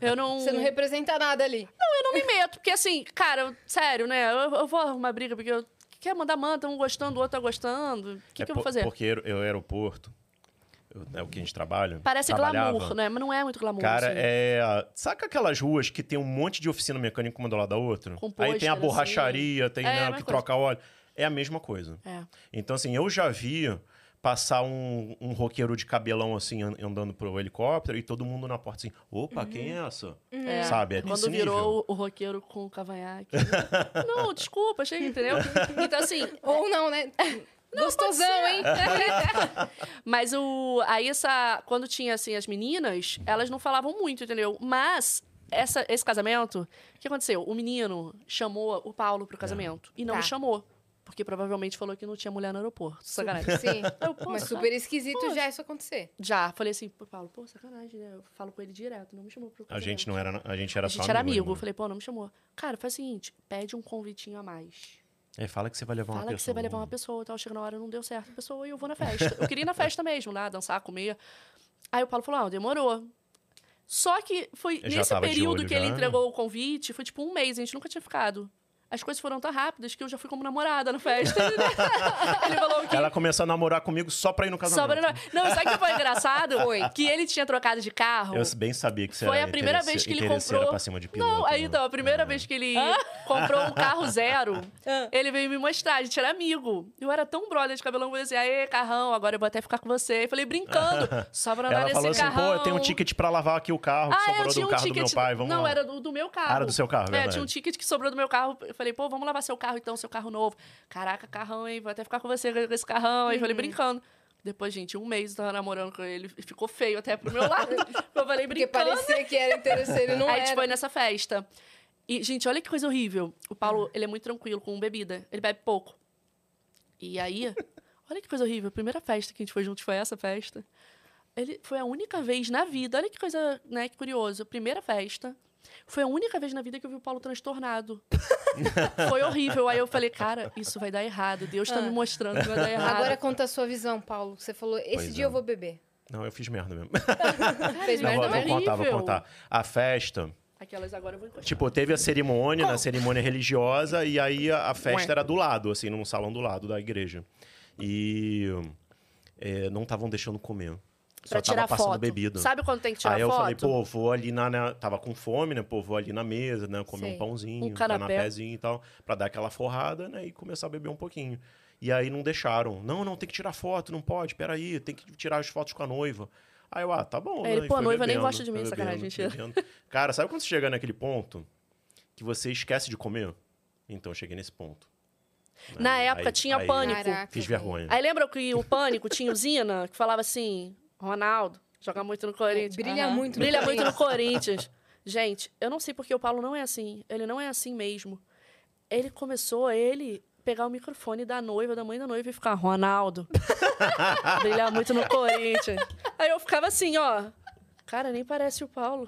Eu não.
Você não representa nada ali.
Não, eu não me meto, porque assim, cara, eu- sério, né? Eu, eu vou arrumar briga, porque eu. Quer mandar manta, um gostando, o outro tá gostando. O que,
É
que eu vou
por-
fazer?
Porque eu, eu aeroporto, eu- é o que a gente trabalha.
Parece
trabalhava.
glamour, né? Mas não é muito glamour.
Cara,
assim.
é. Saca aquelas ruas que tem um monte de oficina mecânica uma do lado da outra?
Com
Aí tem
pôster,
a
assim.
borracharia, tem
É,
né,
a mesma
que
coisa.
troca óleo. É a mesma coisa.
É.
Então, assim, eu já vi passar um, um roqueiro de cabelão, assim, an- andando pro helicóptero e todo mundo na porta, assim, opa, quem é essa?
É.
Sabe? É
Quando
desse nível.
virou o, o roqueiro com o cavanhaque. não, desculpa, chega, entendeu? Então, assim,
Ou não, né? Gostosão, hein?
Mas o. Aí essa. Quando tinha assim as meninas, elas não falavam muito, entendeu? Mas essa, esse casamento, o que aconteceu? O menino chamou o Paulo pro casamento e não
Tá.
me chamou. Porque provavelmente falou que não tinha mulher no aeroporto. Sacanagem.
Sim.
Eu, pô,
Mas
sabe?
super esquisito já isso acontecer.
Já, falei assim pro Paulo, pô, sacanagem, né? Eu falo com ele direto, não me chamou pro
A
casamento.
gente não era. A gente era
A gente
só
era
amigo.
amigo. Eu
irmão.
falei, pô, não me chamou. Cara, faz o seguinte, pede um convitinho a mais.
É, fala que você vai levar uma
Fala
pessoa.
que você vai levar uma pessoa e tal. Chega na hora, não deu certo a pessoa e eu vou na festa. Eu queria ir na festa mesmo, lá, dançar, comer. Aí o Paulo falou, ah, demorou. Só que foi
Eu já
nesse
tava de
período
olho
que ele
já, né?
entregou o convite, foi tipo um mês, a gente nunca tinha ficado. As coisas foram tão rápidas que eu já fui como namorada na festa. né? ele falou que...
Ela começou a namorar comigo só pra ir no
Só
casamento.
pra... Não, sabe o que foi engraçado?
Foi.
Que ele tinha trocado de carro.
Eu bem sabia que você
Foi
era
a primeira vez
interesse-
que ele
interesseira
comprou.
Pra cima de piloto,
Não, aí
né?
então, a primeira vez que ele
Ah.
comprou um carro zero, ele veio me mostrar, a gente era amigo. Eu era tão brother de cabelão, eu falei assim, aê, carrão, agora eu vou até ficar com você. Eu falei, brincando, só pra andar
Ela
nesse
falou assim,
carrão.
pô, eu tenho um ticket pra lavar aqui o carro que
Ah, é, eu
sobrou
tinha
do
um
carro
ticket.
do meu pai, vamos
não,
lá.
era do, do meu carro.
Ah, era do seu carro,
É,
verdade.
tinha um ticket que sobrou do meu carro. Eu falei, pô, vamos lavar seu carro então, seu carro novo. Caraca, carrão, hein? Vou até ficar com você com esse carrão. Aí eu
Uhum.
falei, brincando. Depois, gente, um mês eu tava namorando com ele. e Ficou feio até pro meu lado. eu falei,
Porque
brincando.
parecia que era interesseiro e não
Aí a
era.
gente foi nessa festa. E, gente, olha que coisa horrível. O Paulo,
Ah.
ele é muito tranquilo com bebida. Ele bebe pouco. E aí, olha que coisa horrível. A primeira festa que a gente foi junto foi essa festa. Ele foi a única vez na vida. Olha que coisa, né, que curioso. Primeira festa. Foi a única vez na vida que eu vi o Paulo transtornado. foi horrível. Aí eu falei, cara, isso vai dar errado. Deus tá me
Ah."
mostrando que vai dar errado.
é
Agora conta a sua visão, Paulo. Você falou, esse
Pois
dia
é.
eu vou beber.
Não, eu fiz merda mesmo.
Fez
Não,
merda
vou, vou
é horrível.
contar, vou contar. A festa,
Aquelas agora eu vou encostar.
tipo, teve a cerimônia, na cerimônia religiosa, e aí a, a festa
Ué.
era do lado, assim, num salão do lado da igreja. E é, não estavam deixando comer. Só
pra tirar
tava passando
foto.
bebida.
Sabe quando tem que tirar
aí eu
foto?
falei, pô, vou ali na, na- Tava com fome, né? Pô, vou ali na mesa, né? Comer
Sei.
um pãozinho,
Um
um
canapé.
canapézinho e tal, pra dar aquela forrada, né? E começar a beber um pouquinho. E aí não deixaram. Não, não, tem que tirar foto, não pode, peraí, tem que tirar as fotos com a noiva. Aí eu, ah, tá bom.
Aí
né?
ele,
E
pô, a
fui
noiva nem
bebendo,
gosta de
fui
mim, sacanagem,
bebendo, fui bebendo. Cara, sabe quando você chega naquele ponto que você esquece de comer? Então, eu cheguei nesse ponto.
Na
Aí-
época
aí-
tinha
aí
pânico.
Fiz
velho.
vergonha.
Aí lembra que o Pânico tinha o Zina, que falava assim, Ronaldo, joga muito no Corinthians.
Brilha
Aham.
muito no
Brilha muito no
Corinthians.
Corinthians. Gente, eu não sei porque o Paulo não é assim. Ele não é assim mesmo. Ele começou, ele pegar o microfone da noiva, da mãe da noiva e ficar, Ronaldo, brilha muito no Corinthians. Aí eu ficava assim, ó... Cara, nem parece o Paulo.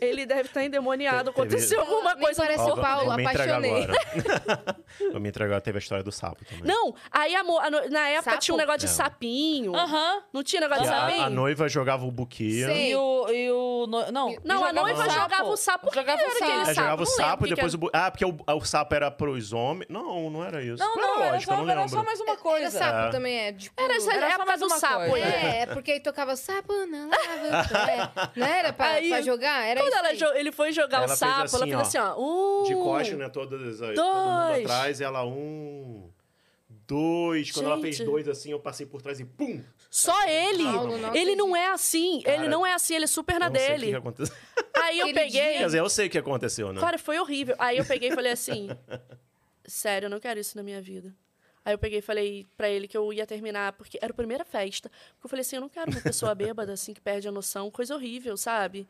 Ele deve estar endemoniado.
Teve-
Aconteceu alguma
Nem
coisa. no
parece o
corpo
Paulo,
vou me entregar
apaixonei.
agora. vou me entregar, teve a história do sapo também.
Não, aí a mo- a no- na época
Sapo?
tinha um negócio de
É.
sapinho.
Aham.
Não tinha negócio
Que
de
a-
sapinho?
a, noiva jogava o buquê.
Sim.
E o. E o no- não, e
Não, a noiva jogava o sapo.
Jogava o
Era aquele
sapo.
Ela
sapo,
jogava o
não
sapo
lembro
e
o que
depois
que
o bu... Ah, porque o, ah, o sapo era pros homens. Não, não era isso.
Não,
Qual
não,
era a
era só,
lógica? Eu não
era
lembro.
só mais uma
Era
coisa.
sapo também, é. Tipo,
Era essa
Era só
época
mais
do
uma
sapo.
coisa.
né?
É, é porque aí tocava sapo, não lava. É. Não era pra,
Aí,
pra jogar? Era
Quando
isso
ela
aí.
jo- ele foi jogar
Ela
o
fez
sapo, ela
assim,
fez
ó. né?"
assim, ó. Uh,
De costa, né? Todas as... Todo mundo
Dois.
atrás, ela um... dois. Quando ela fez
Gente.
dois assim, eu passei por trás e pum!
Só ele.
Paulo, não
ele
acredito.
não é assim.
Cara,
ele não é assim. Ele é super na
eu não sei o que que
dele.
aconteceu.
Aí eu
Aquele
peguei.
Quer dizer, eu sei o que aconteceu, né?
Cara, foi horrível. Aí eu peguei e falei assim: Sério, eu não quero isso na minha vida. Aí eu peguei e falei pra ele que eu ia terminar, porque era a primeira festa. Porque eu falei assim: Eu não quero uma pessoa bêbada, assim, que perde a noção, coisa horrível, sabe?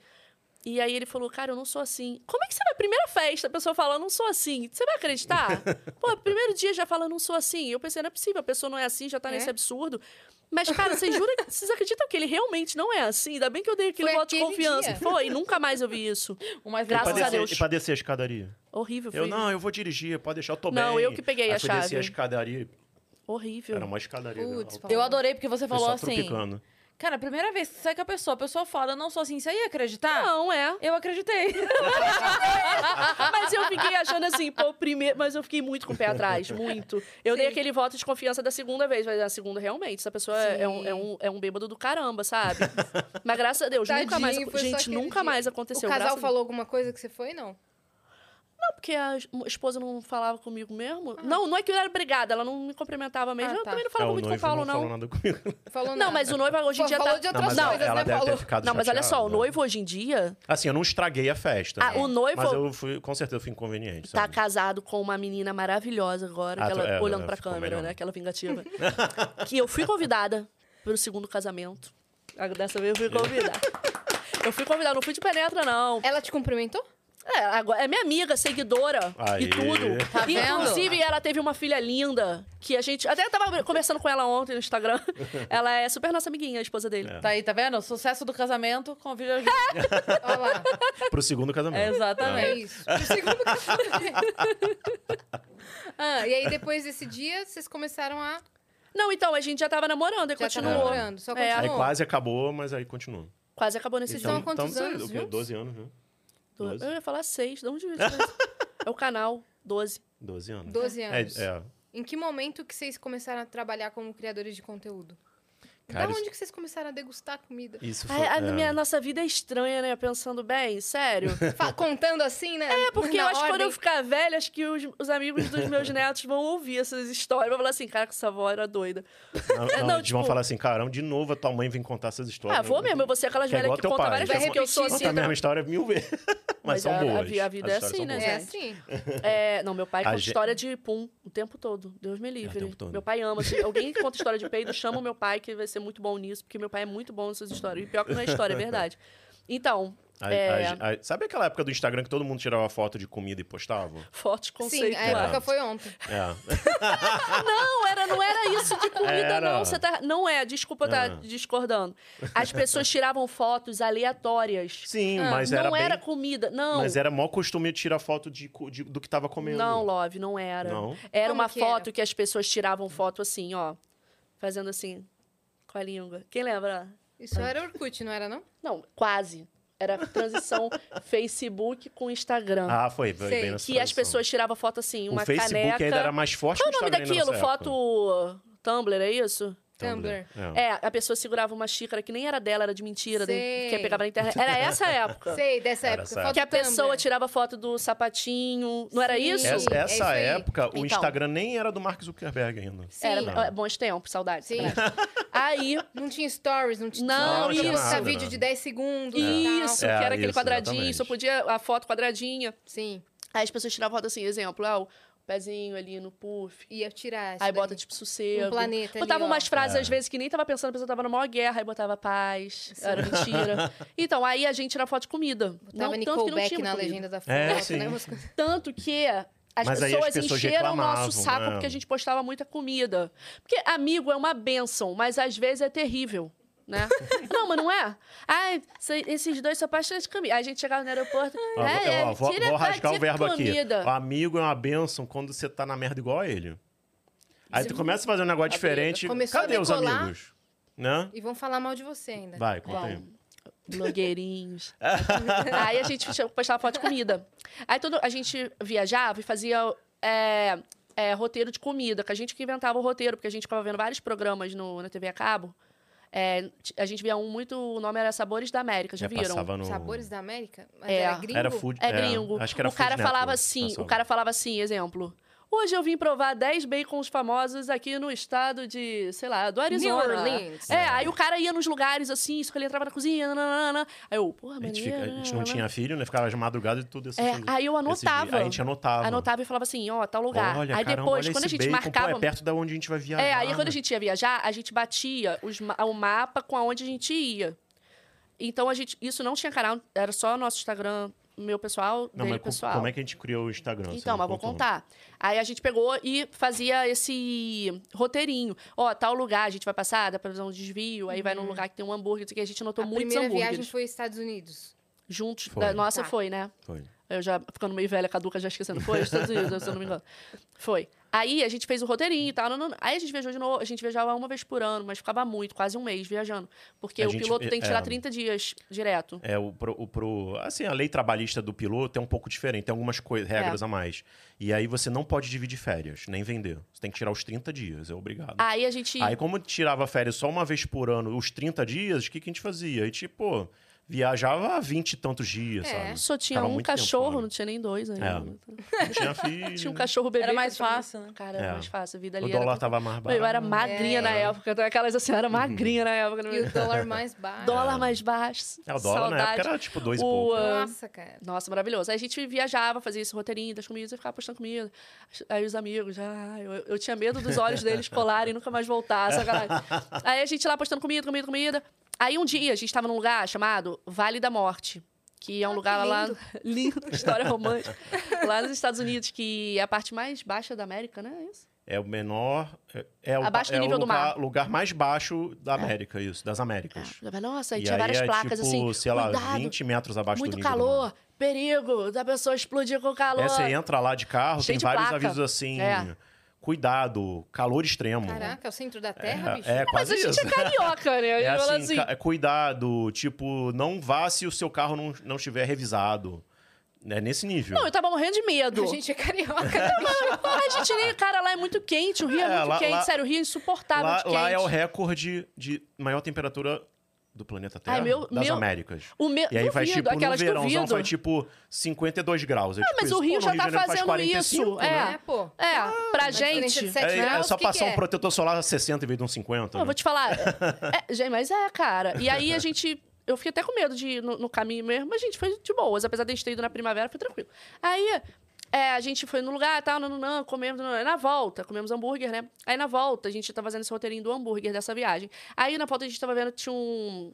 E aí ele falou: Cara, eu não sou assim. Como é que você vai? Primeira festa, a pessoa fala: Eu não sou assim. Você vai acreditar? Pô, primeiro dia já fala: Eu não sou assim. Eu pensei: Não é possível, a pessoa não é assim, já tá
É?
nesse absurdo. Mas, cara, vocês juram, vocês acreditam que ele realmente não é assim? Ainda bem que eu dei aquele
Foi
voto de
aquele
confiança.
dia.
Foi, nunca mais eu vi isso.
O mais
E pra
graças a
descer-
Deus.
E pra descer a escadaria?
Horrível, foi
Eu, não, eu vou dirigir, pode deixar, eu tô bem.
Não, eu que peguei
Aí
a
fui descer
chave.
a escadaria,
horrível.
era uma escadaria.
Putz,
né?
Eu adorei porque você
Foi
falou
só
assim.
tropicando.
Cara, a primeira vez que você sai com a pessoa, a pessoa fala, eu não sou assim, você ia acreditar?
Não, é.
Eu acreditei.
Mas eu fiquei achando assim, pô, primeiro. Mas eu fiquei muito com o pé atrás, muito. Eu dei aquele voto de confiança da segunda vez, mas a segunda realmente. Essa pessoa é um, é, um, é um bêbado do caramba, sabe? Mas graças a Deus, nunca mais.
Tadinho, foi só
Gente,
aquele
nunca
dia.
mais aconteceu.
O casal
graças a-
falou alguma coisa que você foi, não?
Não, porque a es- esposa não falava comigo mesmo. Não, não é que eu era brigada, ela não me cumprimentava mesmo.
Ah,
Eu
tá.
também não
É,
falava
o
muito com o
noivo
Paulo,
não
não.
falou nada comigo.
Falou
Não,
nada.
mas o noivo hoje em dia
Falou
tá.
de
Não,
outras
mas ela,
coisas,
ela
né,
deve
Paulo?
ter ficado
Não, mas olha só,
chateada,
o
né?
noivo hoje em dia
Assim, eu não estraguei a festa.
Ah,
né?
o noivo-
Mas eu fui, com certeza, eu fui inconveniente.
tá
sabe?
casado com uma menina maravilhosa agora,
Ah,
aquela,
tu- é,
olhando
é,
pra
ficou
câmera,
melhor.
né? Aquela vingativa. que eu fui convidada pro segundo casamento. Ah, Dessa vez eu fui convidada. Eu fui convidada, não fui de penetra, não.
Ela te cumprimentou?
É, agora, é minha amiga, seguidora
Aí.
e tudo.
Tá vendo?
Inclusive, ela teve uma filha linda que a gente. Até tava conversando com ela ontem no Instagram. Ela é super nossa amiguinha, a esposa dele.
É.
Tá aí, tá vendo? Sucesso do casamento, convida a gente.
Olha lá.
Pro segundo casamento.
É
Exatamente.
isso. Pro segundo casamento. ah, e aí depois desse dia, vocês começaram a...
Não, então, a gente já tava namorando e
Já tá
continuou.
namorando, só
É.
Aí
continuou.
quase acabou, mas aí continua.
Quase acabou nesse
Vocês estão há
dia.
quantos
sei,
anos
o quê?
juntos?
12 anos, né?
Do-
Então, Doze.
Eu ia falar seis, de onde isso? É o canal 12.
12 anos.
12
É,
anos.
é.
Em que momento que vocês começaram a trabalhar como criadores de conteúdo?
Cara,
da
isso-
onde que vocês começaram a degustar comida?
Isso foi.
Ai, a
é.
minha nossa vida é estranha, né? Pensando bem, sério.
Fa- Contando assim, né?
É porque eu acho que quando eu ficar velha, acho que os, os amigos dos meus netos vão ouvir essas histórias. Vão falar assim, cara, que essa avó era doida.
Não,
É,
não,
não,
eles vão
tipo-
falar assim, caramba, de novo a tua mãe vem contar essas histórias.
Ah, vou mesmo, eu vou ser aquelas
Que é
velhas
igual
que
teu
conta
pai.
várias
Vai
vezes, porque eu sou assim.
Conta a mesma história mil vezes.
Mas
Mas, são
a- a
boas.
vi- a vida
As
é
histórias
assim,
são
né,
boas.
É
gente?
assim.
É, não, meu pai
A
conta
gen-
história de pum o tempo todo. Deus me livre.
tempo todo.
Meu pai ama. Se alguém que conta história de peido, chama o meu pai, que ele vai ser muito bom nisso, porque meu pai é muito bom nessas histórias. E pior que não é história, é verdade. Então,
A-
é,
a- a- sabe aquela época do Instagram que todo mundo tirava foto de comida e postava?
forte
Sim, é
conceito.
a época foi ontem.
É.
Não, era, não era isso de comida,
Era.
não. Você tá, não é, desculpa eu tá
Ah.
discordando. As pessoas tiravam fotos aleatórias.
Sim, mas era
não era
bem...
comida, não.
Mas era mó costume tirar foto de, co- de- do que tava comendo.
Não, Love, não era.
Não?
Era
Como
uma
que
foto
era?
que as pessoas tiravam foto assim, ó. Fazendo assim, com a língua. Quem lembra?
Isso era Orkut, não era não?
Não, quase. Era a transição Facebook com Instagram.
Ah, foi. foi
Sei,
bem nessa
que as
transição.
pessoas tiravam foto assim, uma
o Facebook
caneca.
ainda era mais forte
Qual é o
que
nome
Instagram
daquilo?
nessa época.
Foto Tumblr, é isso?
Tumblr.
É.
É, a pessoa segurava uma xícara que nem era dela, era de mentira,
Sei.
que pegava na internet. Era essa época.
Sei, dessa
Era
época.
essa
Foto
Tá. Que a
Tumblr.
pessoa tirava foto do sapatinho. Não era
Sim.
isso?
É,
Essa,
é
essa
isso aí.
época, o
Então.
Instagram nem era do Mark Zuckerberg ainda.
Sim,
Era ó, bons tempos, saudades.
Sim.
sacanagem. Aí,
não tinha stories, não tinha...
Não,
não tinha
isso.
nada, vídeo de 10 segundos e
isso,
É,
que era aquele
isso,
quadradinho,
exatamente.
só podia a foto quadradinha.
tal. Sim,
Aí as pessoas tiravam foto assim, exemplo, ah, o pezinho ali no puff.
ia tirar essa
Aí bota
daí.
tipo sossego. Tipo,
Um planeta ali,
Botava
ó.
umas frases,
É.
às vezes, que nem tava pensando, a pessoa tava na maior guerra, aí botava paz, era mentira. Então, aí a gente tirava foto de comida.
Tava
não, tanto que
Nicole
não
Beck
tinha
na
comida.
legenda da foto,
É, sim.
né? Umas coisas-
Tanto que as
Mas aí as
pessoas,
pessoas
encheram o nosso
reclamavam,
saco
né?
porque a gente postava muita comida. Porque amigo é uma benção, mas às vezes é terrível. Né? não, mas não é? Ai, se- esses dois só postam de comida. Aí a gente chegava no aeroporto.
Ó,
ai,
vou-
ai,
ó, vou,
tira
vou
foto
rasgar
de
o verbo
tá comida.
aqui. Amigo é uma benção quando você tá na merda igual a ele. Aí tu começa a fazer um negócio diferente.
Começou a
Cadê os
decolar.
amigos? Né?
E vão falar mal de você ainda.
Vai, conta aí.
blogueirinhos. aí a gente postava foto de comida. Aí todo, a gente viajava e fazia é, é, roteiro de comida, que a gente que inventava o roteiro, porque a gente ficava vendo vários programas no, na TV a cabo. É, t- a gente via um muito. O nome era Sabores da América, já
Já
viram?
É, passava no.
Sabores da América? Mas
É.
era gringo?
Era food.
É gringo.
acho que era
o cara
Food
falava
Network,
assim,
pessoal.
o cara falava assim, exemplo. Hoje eu vim provar 10 bacons famosos aqui no estado de, sei lá, do Arizona.
Orleans.
É, aí o cara ia nos lugares assim, isso que ele entrava na cozinha, nananana. Aí eu, porra,
A gente,
maneiro.
fica- a gente não
nananã.
tinha filho, né? Ficava de madrugada e tudo esses-
É, aí eu
esses dias.
anotava.
Aí a gente anotava.
Anotava e falava assim, ó, tal lugar.
Olha,
aí
caramba,
depois,
olha
quando a
esse
gente
bacon, pô,
marcava.
é perto da onde a gente vai viajar.
É, aí quando a
né?
gente ia viajar, a gente batia os ma- o mapa com aonde a gente ia. Então a gente. Isso não tinha canal, era só nosso Instagram, meu pessoal,
Não,
dele
mas co-
pessoal.
como é que a gente criou o Instagram? Você
Então,
não
mas vou
contou. um
contar. Aí a gente pegou e fazia esse roteirinho. Ó, tal lugar a gente vai passar, dá pra fazer um desvio, aí vai num lugar que tem um hambúrguer, não sei o que. A gente anotou
Uhum. a
muitos
primeira
hambúrgueres.
viagem foi Estados Unidos.
Juntos.
Foi.
da- nossa,
Tá.
foi, né?
Foi.
Eu já ficando meio velha, caduca, já esquecendo. Foi, Estados Unidos, né, se eu não me engano. Foi. Aí a gente fez o roteirinho e tal. não, não, não. Aí a gente viajou de novo. A gente viajava uma vez por ano, mas ficava muito, quase um mês viajando. Porque
A
o
gente-
piloto tem que tirar
é.
30 dias direto.
É, o pro, o pro- assim, a lei trabalhista do piloto é um pouco diferente, tem algumas coi-
É.
regras a mais. E aí você não pode dividir férias, nem vender. Você tem que tirar os 30 dias, é obrigado.
Aí a gente.
Aí, como tirava férias só uma vez por ano, os 30 dias, o que, que a gente fazia? Aí, tipo, viajava há 20 e tantos dias,
É.
sabe?
só tinha
ficava
um
muito tempo
cachorro,
fora.
não tinha nem dois ainda.
Não tinha filho.
Tinha um cachorro bebê.
Era
que
mais
eu chamava-
fácil, né?
Cara, era
É.
mais fácil. A vida
O
ali
dólar
era...
tava mais
Pô, Eu era
barato. Uhum.
magrinha
É.
na época. Então, aquelas assim, eu era magrinha na época.
E o dólar mais baixo.
Dólar mais baixo.
É, o dólar
saudade.
na época era tipo dois e
O,
pouco.
ah,
Nossa, cara.
Nossa, maravilhoso. Aí a gente viajava, fazia esse roteirinho das comidas, eu ficava postando comida. Aí os amigos, ah, eu, eu tinha medo dos olhos deles colarem e nunca mais voltar, sacanagem. Aí a gente lá postando comida, comida, comida. Aí um dia a gente tava num lugar chamado Vale da Morte, que é um
Ah,
lugar
que
lá. Lindo, história romântica. lá nos Estados Unidos, que é a parte mais baixa da América, né? É isso?
É o menor. é- É o,
Abaixo do
é o
nível do
lugar,
mar. É.
lugar mais baixo da América, isso, das Américas.
Mas, Nossa, aí
E
tinha várias
é,
placas
tipo,
assim.
sei lá,
cuidado,
20 metros abaixo do
muito
nível do mar.
calor, perigo da pessoa explodir com calor.
É, você entra lá de carro,
Cheio
tem
de
vários
placa.
avisos assim.
É.
Cuidado, calor extremo.
Caraca, é o centro da
é,
terra, bicho?
é
Mas
quase
a gente
isso.
é carioca, né?
É
Eu falo
assim, ca- é cuidado, tipo, não vá se o seu carro não, não estiver revisado. É nesse nível.
Não, eu tava morrendo de medo.
A gente é carioca. né?
A gente nem. Cara, lá é muito quente, o Rio é,
É,
muito
lá-
quente.
lá-
Sério, o Rio é insuportável
lá,
de quente.
lá é o recorde de maior temperatura do planeta Terra,
Ai, meu-
das
meu-
Américas.
O me...
E aí faz
duvido,
tipo, no
aquelas
verãozão
duvido.
faz tipo 52 graus. É, tipo
mas
isso.
o Rio
Pô,
já
no
tá
de Janeiro faz
fazendo
45,
isso,
né?
É.
É, pô.
É, pra
Mas
gente.
47
É, é
graus,
só
o que que
passar
é?
um protetor solar a 60 em vez de um 50.
Não, eu
né?
vou te falar. É, gente, mas é, cara. E aí a gente. Eu fiquei até com medo de ir no, no caminho mesmo, mas, gente, foi de boas. Apesar de a gente ter ido na primavera, foi tranquilo. Aí é, a gente foi no lugar, tal, não, não, não, comemos. não, não. Na volta, comemos hambúrguer, né? Aí na volta, a gente tá fazendo esse roteirinho do hambúrguer dessa viagem. Aí na volta a gente tava vendo que tinha um.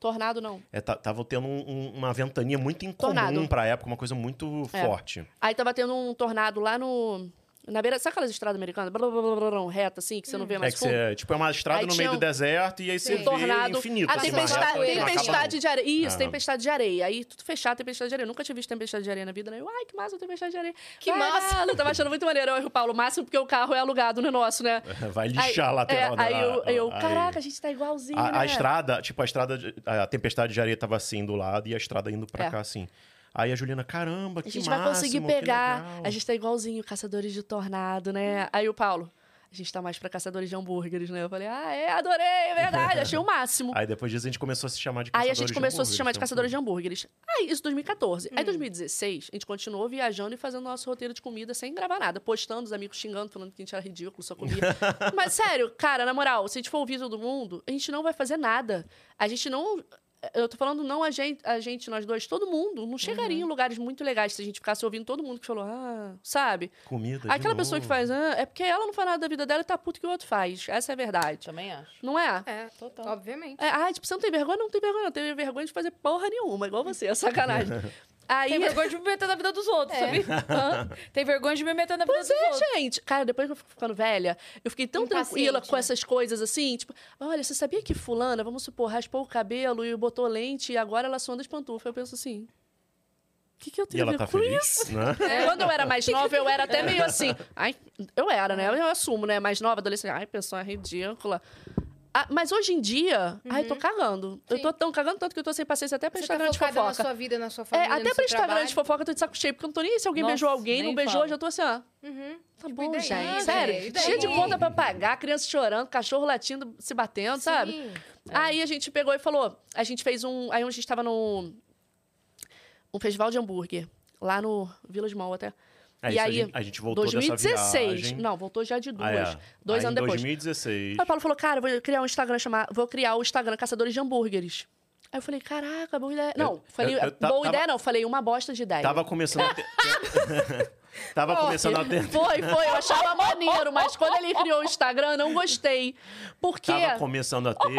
Tornado, não.
É, tá- tava tendo um- um- uma ventania muito incomum
Tornado.
pra época, uma coisa muito
É.
forte.
Aí tava tendo um tornado lá no. Na beira. Sabe aquelas estradas americanas? Blá, blá, blá, blá, blá, reta, assim, que você não vê
É
mais
que
fundo?
você, tipo, é uma estrada
Aí
no
tinha
meio
um-
do deserto e aí você
um
vê
tornado.
infinito.
a
assim, uma
tempestade,
reta que não acaba
tempestade de areia. Isso,
Ah.
tempestade de areia. Aí tudo fechado, tempestade de areia. Eu nunca tinha visto tempestade de areia na vida, né? Eu, ai, que massa, tempestade de areia.
Que
Vai,
massa!
Lalo, tava achando muito maneiro. Eu e o Paulo, máximo porque o carro é alugado, não é nosso, né?
nunca. Vai lixar a lateral né?
é,
da
Aí eu, eu,
a- a-
caraca, a gente tá igualzinho,
a,
né?
a estrada, tipo, a estrada, de- a tempestade de areia tava assim do lado e a estrada indo pra
É.
cá assim. Aí a Juliana, caramba,
A
que
gente vai
máximo,
conseguir
que
pegar.
legal.
A gente tá igualzinho, caçadores de tornado, né? Aí o Paulo, a gente tá mais pra caçadores de hambúrgueres, né? Eu falei, ah, é, adorei, é verdade, achei o máximo.
Aí depois disso a gente começou a se chamar de né? é
Aí
caçadores
a gente começou a se chamar de caçadores de
hambúrgueres,
hambúrgueres. Aí, isso em 2014. Aí, em 2016, a gente continuou viajando e fazendo nosso roteiro de comida sem gravar nada. Postando, os amigos xingando, falando que a gente era ridículo, só comia. Mas, sério, cara, na moral, se a gente for ouvir todo mundo, a gente não vai fazer nada. A gente não... Eu tô falando não a gente, a gente, nós dois, todo mundo. Não chegaria em lugares muito legais se a gente ficasse ouvindo todo mundo que falou, ah, sabe?
então, Comida de
Aquela pessoa que
novo.
faz, ah, é porque ela não faz nada da vida dela e tá puto que o outro faz. Essa é a verdade.
Também acho.
Não é?
É,
Total.
obviamente.
É, ah, tipo, você não tem vergonha? Não tem vergonha, não. Eu tenho vergonha de fazer porra nenhuma, igual você, é sacanagem. Aí, é.
Tem vergonha de me meter na vida dos outros,
É.
sabe? Hã? Tem vergonha de me meter na vida dos
é,
outros.
gente, cara, depois que eu fico ficando velha, eu fiquei tão
Impaciente,
tranquila com
né?
essas coisas assim, tipo, olha, você sabia que fulana, vamos supor, raspou o cabelo e botou lente e agora ela só anda de pantufa. Eu penso assim, o que, que eu
E
tenho a
ela
ver
tá
com isso?
feliz, né?
Quando eu era mais nova, eu era até meio assim. Ai, eu era, né? Eu assumo, né? Mais nova, adolescente. Ai, pessoa ridícula. Ah, mas hoje em dia, ai, tô cagando. Eu tô tão cagando tanto que eu tô sem paciência até pra
Uhum. Você tá
Instagram de
focada na
fofoca.
sua vida, na sua
É,
família,
até
no
pra
seu
Instagram
trabalho.
de fofoca eu tô de saco cheio, porque eu não tô nem aí se alguém
Nossa,
beijou alguém, não
nem
beijou,
fala.
já tô assim, ó. Tá
Tipo,
bom,
e daí,
gente.
né?
Sério,
E daí?
cheio de conta pra pagar, criança chorando, cachorro latindo, se batendo, sabe?
Sim. É.
Aí a gente pegou e falou. A gente fez um. Aí a gente tava num. Um festival de hambúrguer. Lá no Village Mall até.
É,
E
isso, a,
aí,
gente, a gente voltou
2016.
dessa viagem.
Não, voltou já de duas.
Ah, é.
Dois
Aí,
anos depois.
Em 2016.
Aí o Paulo falou, cara, eu vou criar um Instagram, chamar, vou criar o Instagram Caçadores de Hambúrgueres. Aí eu falei, caraca, boa ideia. Não, falei,
eu- eu ta-
boa
tava-
ideia não, falei uma bosta de ideia.
Tava começando a ter... Tava começando a ter...
Foi, foi, eu achava maneiro, mas quando ele criou o Instagram, eu não gostei. Porque
Tava um começando a ter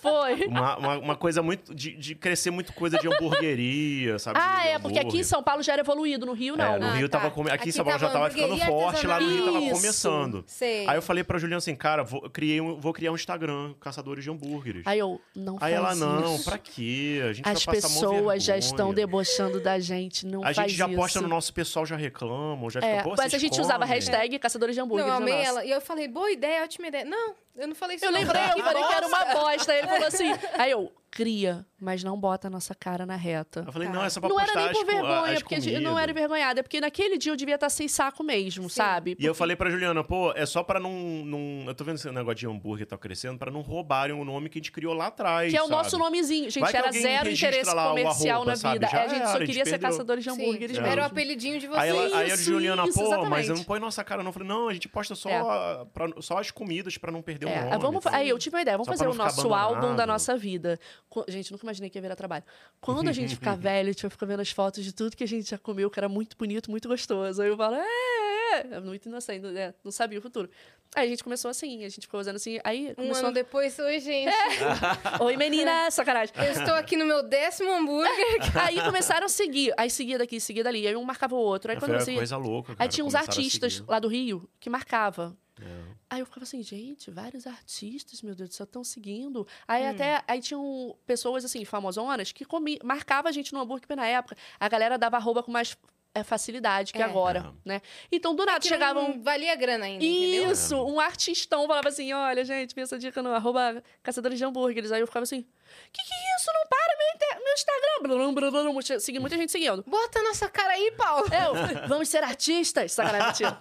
foi.
uma, uma, uma coisa muito... De, de crescer muito coisa de hamburgueria, sabe?
Ah,
De
é, porque aqui em
hambúrguer.
São Paulo já era evoluído, no Rio não.
É, no
Ah,
Rio
tá.
tava come... aqui,
Aqui
em São Paulo já
tava
tava ficando
hamburgueria
forte, lá no Rio tava
artesanal.
começando.
Sei.
Aí eu falei pra Juliana assim, cara, vou, eu criei um- vou criar um Instagram, Caçadores de Hambúrgueres. Aí,
Aí eu, não faz
ela, não,
isso.
pra quê? A gente
As
vai passar mó
pessoas já estão
vergonha.
debochando da gente, não
A
faz
gente já
isso.
posta no nosso pessoal, já reclamam, já
É,
ficam, "Pô,
mas a
vocês
gente usava
comem?"
hashtag Caçadores de
Não,
Hambúrgueres.
eu
no
amei
nosso.
ela. E eu falei, boa ideia, ótima ideia. Não, eu não falei isso.
Eu
não.
lembrei, eu
Que
falei que era
bosta.
uma bosta. Aí ele falou assim. Aí eu, cria, mas não bota a nossa cara na reta.
Eu falei, não, é só pra
Não
postar
era nem
as
por
co-
vergonha,
as
porque eu
comidas.
não era envergonhada. É porque naquele dia eu devia estar sem saco mesmo, sabe?
E eu falei pra Juliana, pô, é só pra não, não... Eu tô vendo esse negócio de hambúrguer tá crescendo, pra não roubarem o nome que a gente criou lá atrás,
Que é o
sabe?
nosso nomezinho. Gente,
Vai que
era
alguém
zero
registra
interesse
lá o
comercial
arroba,
na
sabe?
vida. É,
Já
a gente
era,
só
a gente
queria ser
perdeu. É.
caçadores de
Sim,
hambúrgueres
Era o
mesmo.
apelidinho de vocês.
Aí, ela, aí a
isso,
Juliana,
isso,
pô, mas
exatamente.
eu não põe nossa cara, não. Eu falei, não, a gente posta só, pra- só as comidas pra não perder o
É,
nome.
vamos, fa- aí eu tive uma ideia, vamos
assim, Só pra
fazer
não
o
ficar
nosso álbum da
abandonado.
nossa vida. Qu- Gente, nunca imaginei que ia virar trabalho. Quando a gente ficar velho, a gente vai ficar vendo as fotos de tudo que a gente já comeu, que era muito bonito, muito gostoso. Aí eu falo, é, é, é, muito inocente, né? Não sabia o futuro. Aí a gente começou assim, a gente ficou usando assim, aí
Um
começou...
ano depois, oi, gente.
Oi, menina, sacanagem.
Eu estou aqui no meu décimo hambúrguer.
Aí começaram a seguir, aí seguia daqui, seguia dali, aí um marcava o outro. Aí
Aí
quando
foi uma
você...
É, coisa louca,
Aí
cara,
tinha uns
começaram a
artistas
seguir.
lá do Rio que marcava.
É.
Aí eu ficava assim, gente, vários artistas, meu Deus do céu, estão seguindo. Aí até aí tinham pessoas assim, famosonas, que comi, marcava a gente no hambúrguer porque na época. A galera dava arroba com mais é, facilidade que
É.
agora, né? Então, do nada, chegavam.
Não valia a grana ainda, entendeu?
Isso, um artistão falava assim: olha, gente, vem essa dica no arroba caçadores de hambúrgueres. Aí eu ficava assim: que que é isso? Não para meu, inte- meu Instagram. Blum, blum, blum, blum, seguindo, muita gente seguindo.
Bota a nossa cara aí, Paulo.
É, Eu, vamos ser artistas, sacanagem. mentira.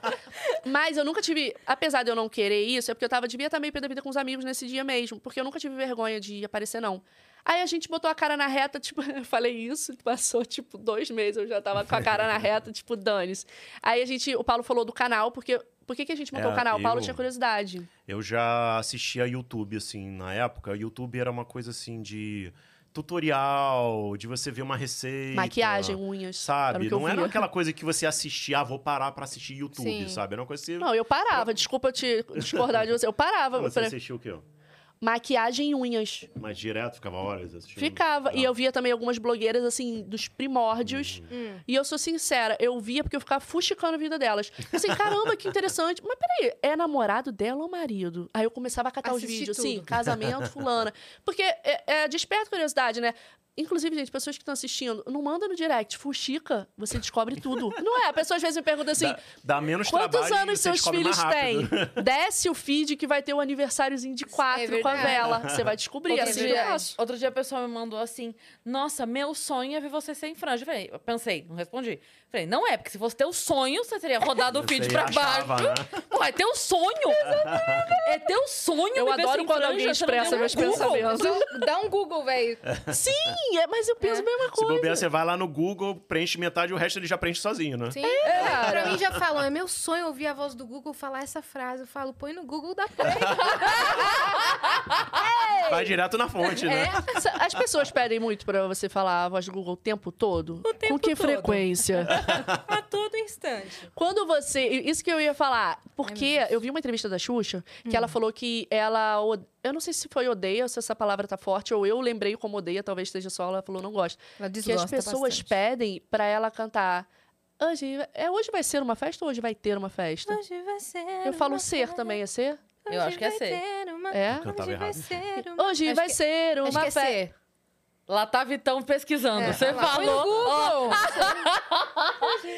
Mas eu nunca tive, apesar de eu não querer isso, é porque eu tava devia estar meio pé da vida com os amigos nesse dia mesmo, porque eu nunca tive vergonha de aparecer, não. Aí a gente botou a cara na reta, tipo, eu falei isso, passou tipo dois meses, eu já tava com a cara na reta, tipo, dane-se. Aí a gente, o Paulo falou do canal, porque. Por que, que a gente montou
É,
o canal? O Paulo
eu-
tinha curiosidade.
Eu já assistia YouTube, assim, na época. YouTube era uma coisa, assim, de tutorial, de você ver uma receita.
Maquiagem, unhas. era o
Sabe?
que eu
não era
via.
aquela coisa que você assistia, ah, vou parar pra assistir YouTube,
Sim.
sabe? Era uma coisa que você...
Não, eu parava, desculpa eu te discordar de você. Eu parava.
você
pra-
assistia o quê?
Maquiagem e unhas.
Mas direto, ficava horas assistindo?
Ficava. E
Ah.
eu via também algumas blogueiras, assim, dos primórdios.
Uhum.
E eu sou sincera, eu via porque eu ficava fuxicando a vida delas. Eu Assim, caramba, que interessante. Mas peraí, é namorado dela ou marido? Aí eu começava a catar os
Assistir
vídeos,
tudo.
assim, casamento, fulana. Porque é, é, desperta curiosidade, né? Inclusive, gente, pessoas que estão assistindo, não manda no direct, fuxica, você descobre tudo. Não é? A pessoa às vezes me pergunta assim,
Dá, dá menos
Quantos
trabalho e
anos
você
seus
descobre mais
filhos têm?
rápido.
Desce o feed que vai ter o aniversáriozinho de quatro com a
É verdade.
vela. Você vai descobrir,
É
assim eu
verdade.
faço.
Outro dia a pessoa me mandou assim: Nossa, meu sonho é ver você sem franja. Eu falei, eu pensei, não respondi. Falei, não é, porque se fosse teu sonho, você teria rodado o vídeo
Você
pra
achava,
baixo.
né?
Pô, é teu sonho! é teu sonho,
Eu
me ver
adoro
sem
quando
franja,
alguém
você não deu
expressa
um
meus
Google.
pensamentos.
Dá- Dá um Google, velho.
Sim, é, mas eu penso a mesma
Se
coisa.
bobear, você vai lá no Google, preenche metade, o resto ele já preenche sozinho, né?
Sim. É, Pra mim já falam, é meu sonho ouvir a voz do Google falar essa frase. Eu falo, põe no Google da play.
Vai direto na fonte, né?
Sa- As pessoas pedem muito pra você falar a voz do Google o tempo todo? Com
tempo
que
todo.
frequência?
A todo instante.
Quando você. Isso que eu ia falar. Porque eu vi uma entrevista da Xuxa que ela falou que ela. o- Eu não sei se foi odeia, ou se essa palavra tá forte, ou eu lembrei como odeia, talvez esteja só, ela falou não gosta.
Ela
que as pessoas pedem pra ela cantar. Hoje, é, hoje vai ser uma festa ou hoje vai ter uma festa?
Hoje vai um ser
eu falo
uma
ser
festa,
também, é ser?
Eu acho que é
hoje vai
ser.
ter uma-
É?
Eu tava
Hoje vai
errado.
ser uma...
Hoje
Acho
vai
que-
ser
acho
uma
que é
festa.
ser.
Lá tá Vitão pesquisando.
É,
Você
olha lá, põe no
falou.
Google.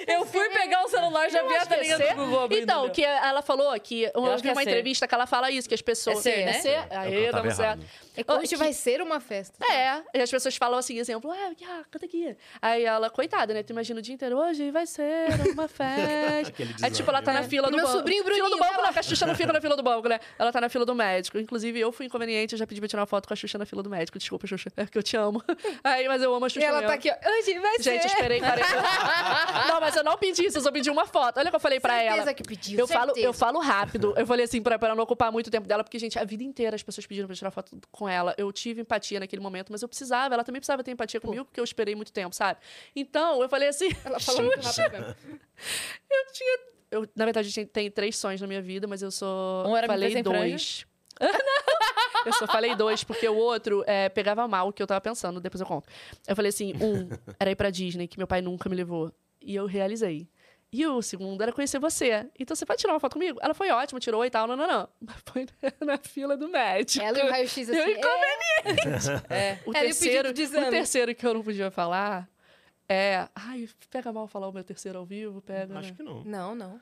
Eu fui pegar o celular e já
Eu
vi a
acho que é
telinha do
ser.
Google abrindo,
Então,
meu.
que ela falou que eu,
acho
vi
que é
uma
ser.
entrevista que ela fala isso, que as pessoas.
É ser, né?
Aê,
Eu tava
damos certo.
errado.
É que hoje
que-
vai ser uma festa.
É, e as pessoas falam assim, exemplo, ah, ah, canta aqui. Aí ela, coitada, né? Tu imagina o dia inteiro, hoje vai ser uma festa.
Aquele
Aí, tipo, ela tá na fila do
Meu
banco.
sobrinho
fila do
Bruninho,
banco,
vai lá.
não, que a Xuxa não fica na fila do banco, né? Ela tá na fila do médico. Inclusive, eu fui inconveniente, eu já pedi pra tirar uma foto com a Xuxa na fila do médico. Desculpa, Xuxa, é que eu te amo. amo. Aí, mas eu amo a Xuxa
E ela
mesmo.
tá aqui, ó. Hoje vai
Gente,
ser.
esperei 40 Não, mas eu não pedi isso, eu só pedi uma foto. Olha o que eu falei pra
Certeza
ela.
que pediu,
eu falo,
certeza.
eu falo rápido. Eu falei assim, pra, pra não ocupar muito o tempo dela, porque, gente, a vida inteira as pessoas pediram pra tirar foto com ela. Eu tive empatia naquele momento, mas eu precisava. Ela também precisava ter empatia comigo, porque eu esperei muito tempo, sabe? Então, eu falei assim.
Ela falou muito rápido. mesmo.
Eu tinha. Eu, na verdade, eu tinha- tenho três sonhos na minha vida, mas eu sou.
Um era me ver
falei
sem
dois. Não. Eu só falei dois, porque o outro é, pegava mal o que eu tava pensando, depois eu conto. Eu falei assim: um era ir pra Disney, que meu pai nunca me levou. E eu realizei. E o segundo era conhecer você. Então você pode tirar uma foto comigo? Ela foi ótima, tirou e tal. Não, não, não. Mas foi na fila do médico.
Ela e o raio-x assim.
Eu
é,
O
Era o pedido
terceiro,
de
o
exame.
terceiro que eu não podia falar é. Ai, pega mal falar o meu terceiro ao vivo, pega. né?
Acho que não.
Não, não.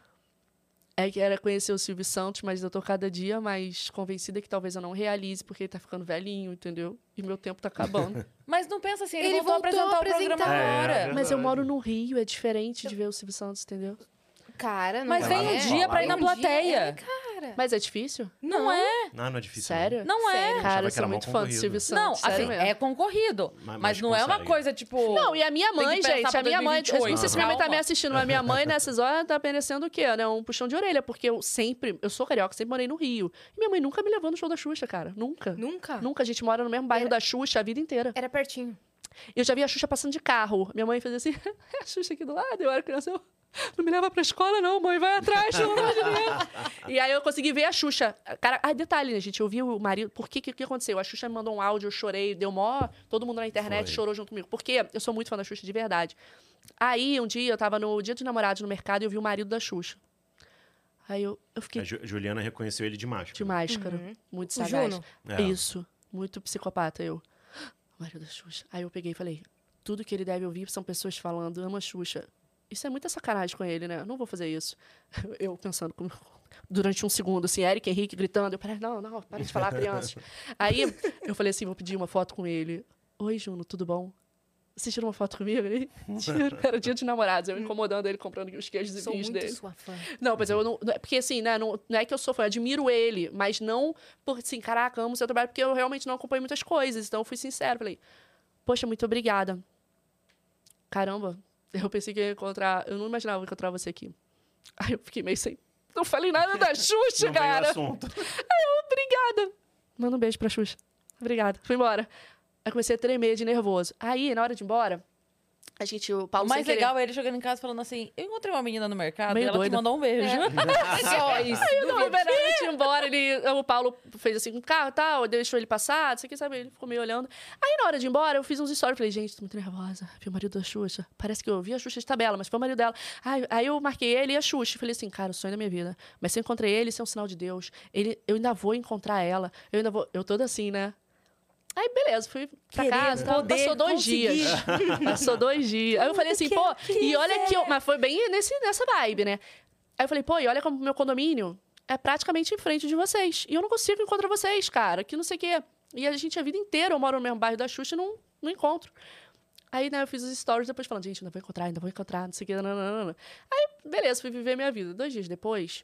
É que era conhecer o Silvio Santos, mas eu tô cada dia mais convencida que talvez eu não realize, porque ele tá ficando velhinho, entendeu? E meu tempo tá acabando.
Mas não pensa assim, ele,
Ele
voltou,
voltou
a apresentar
a
o programa
apresentar.
agora.
É,
mas eu
verdade.
moro no Rio, é diferente de ver o Silvio Santos, entendeu?
Cara, não
Mas
é.
vem um dia pra ir na
Um dia,
plateia.
é, cara.
Mas é difícil?
Não é,
Ah, não é difícil. não.
Sério?
não é.
achava
Cara, eu
que era
sou
mal
muito fã do
concorrido.
Silvio
Não,
Santos.
assim,
sério mesmo.
é concorrido. Mas,
Mas- mas
não é uma
consegue.
coisa, tipo...
Não, e a minha
Tem que
mãe,
pensar
gente,
pra
a minha mãe, eu não sei se minha mãe tá
2028.
me assistindo, mas minha mãe nessas horas tá merecendo o quê, né? Um puxão de orelha, porque eu sempre, eu sou carioca, sempre morei no Rio. E minha mãe nunca me levou no show da Xuxa, cara, nunca. É.
Nunca?
Nunca, a gente mora no mesmo bairro da Xuxa a vida inteira.
Era pertinho.
Eu já via a Xuxa passando de carro. Minha mãe fazia assim, é a Xuxa aqui do lado. Eu era criança, eu... Não me leva pra escola, não, mãe. Vai atrás, pelo amor de Deus. E aí eu consegui ver a Xuxa. Cara, ah, detalhe, né, gente? Eu vi o marido... Por que, que, que aconteceu? A Xuxa me mandou um áudio, eu chorei. Deu mó... Todo mundo na internet
Foi.
chorou junto comigo. Porque eu sou muito fã da Xuxa, de verdade. Aí, um dia, eu tava no dia dos namorados no mercado e eu vi o marido da Xuxa. Aí eu, eu fiquei
A Ju- Juliana reconheceu ele de máscara.
de máscara. Muito
Uhum. O
sagaz.
Juno?
né? É.
Isso. Muito psicopata, eu. Ah, Maria da Xuxa. Aí eu peguei e falei, tudo que ele deve ouvir são pessoas falando, ama a Xuxa. Isso é muita sacanagem com ele, né? Eu não vou fazer isso. Eu pensando como- Durante um segundo, assim, Eric Henrique gritando. Eu parei, não, não, para de falar, crianças. Aí eu falei assim, vou pedir uma foto com ele. Oi, Juno, tudo bom? Você tirou uma foto comigo? Ele, tiro. Era dia de namorados, eu incomodando ele, comprando os queijos e
Hum. Sou
vinhos
muito
dele.
sua fã.
Não,
Uhum.
mas eu não. não é- Porque assim, né? Não, não é que eu sou fã, eu admiro ele, mas não por assim, caraca, amo seu trabalho, porque eu realmente não acompanho muitas coisas. Então eu fui sincero, falei, poxa, muito obrigada. Caramba, eu pensei que eu ia encontrar. Eu não imaginava encontrar você aqui. Aí eu fiquei meio sem. Não falei nada da Xuxa,
Não veio o
cara.
assunto.
Obrigada. Manda um beijo pra Xuxa. Obrigada. Fui embora. Aí comecei a tremer de nervoso. Aí, na hora de ir embora, a gente, o
O
Paulo sem
mais
querer-
legal é ele chegando em casa falando assim: Eu encontrei uma menina no mercado
Meio
e ela
doida.
te mandou um beijo.
Só isso.
Não, o Verão tinha ido embora, ele, o Paulo fez assim com o carro e tal, deixou ele passar, não sei o que, sabe? Ele ficou meio olhando. Aí, na hora de ir embora, eu fiz uns stories, falei, gente, tô muito nervosa, vi o marido da Xuxa. Parece que eu vi a Xuxa de tabela, mas foi o marido dela. Aí, aí eu marquei ele e a Xuxa, e falei assim, cara, o sonho da minha vida. Mas se eu encontrei ele, isso é um sinal de Deus. Ele, eu ainda vou encontrar ela, eu ainda vou... Eu toda assim, né? Aí, beleza, fui pra
Querer,
casa. e tal.
poder,
Passou dois
conseguir.
dias. Passou dois dias. Aí eu falei assim, pô, e olha que eu. Mas foi bem nesse, nessa vibe, né? Aí eu falei, pô, e olha como meu condomínio é praticamente em frente de vocês. E eu não consigo encontrar vocês, cara, que não sei o quê. E a gente, a vida inteira, eu moro no mesmo bairro da Xuxa e não, não encontro. Aí, né, eu fiz os stories depois falando, gente, ainda vou encontrar, ainda vou encontrar, não sei o quê. nananana. Aí, beleza, fui viver minha vida. Dois dias depois,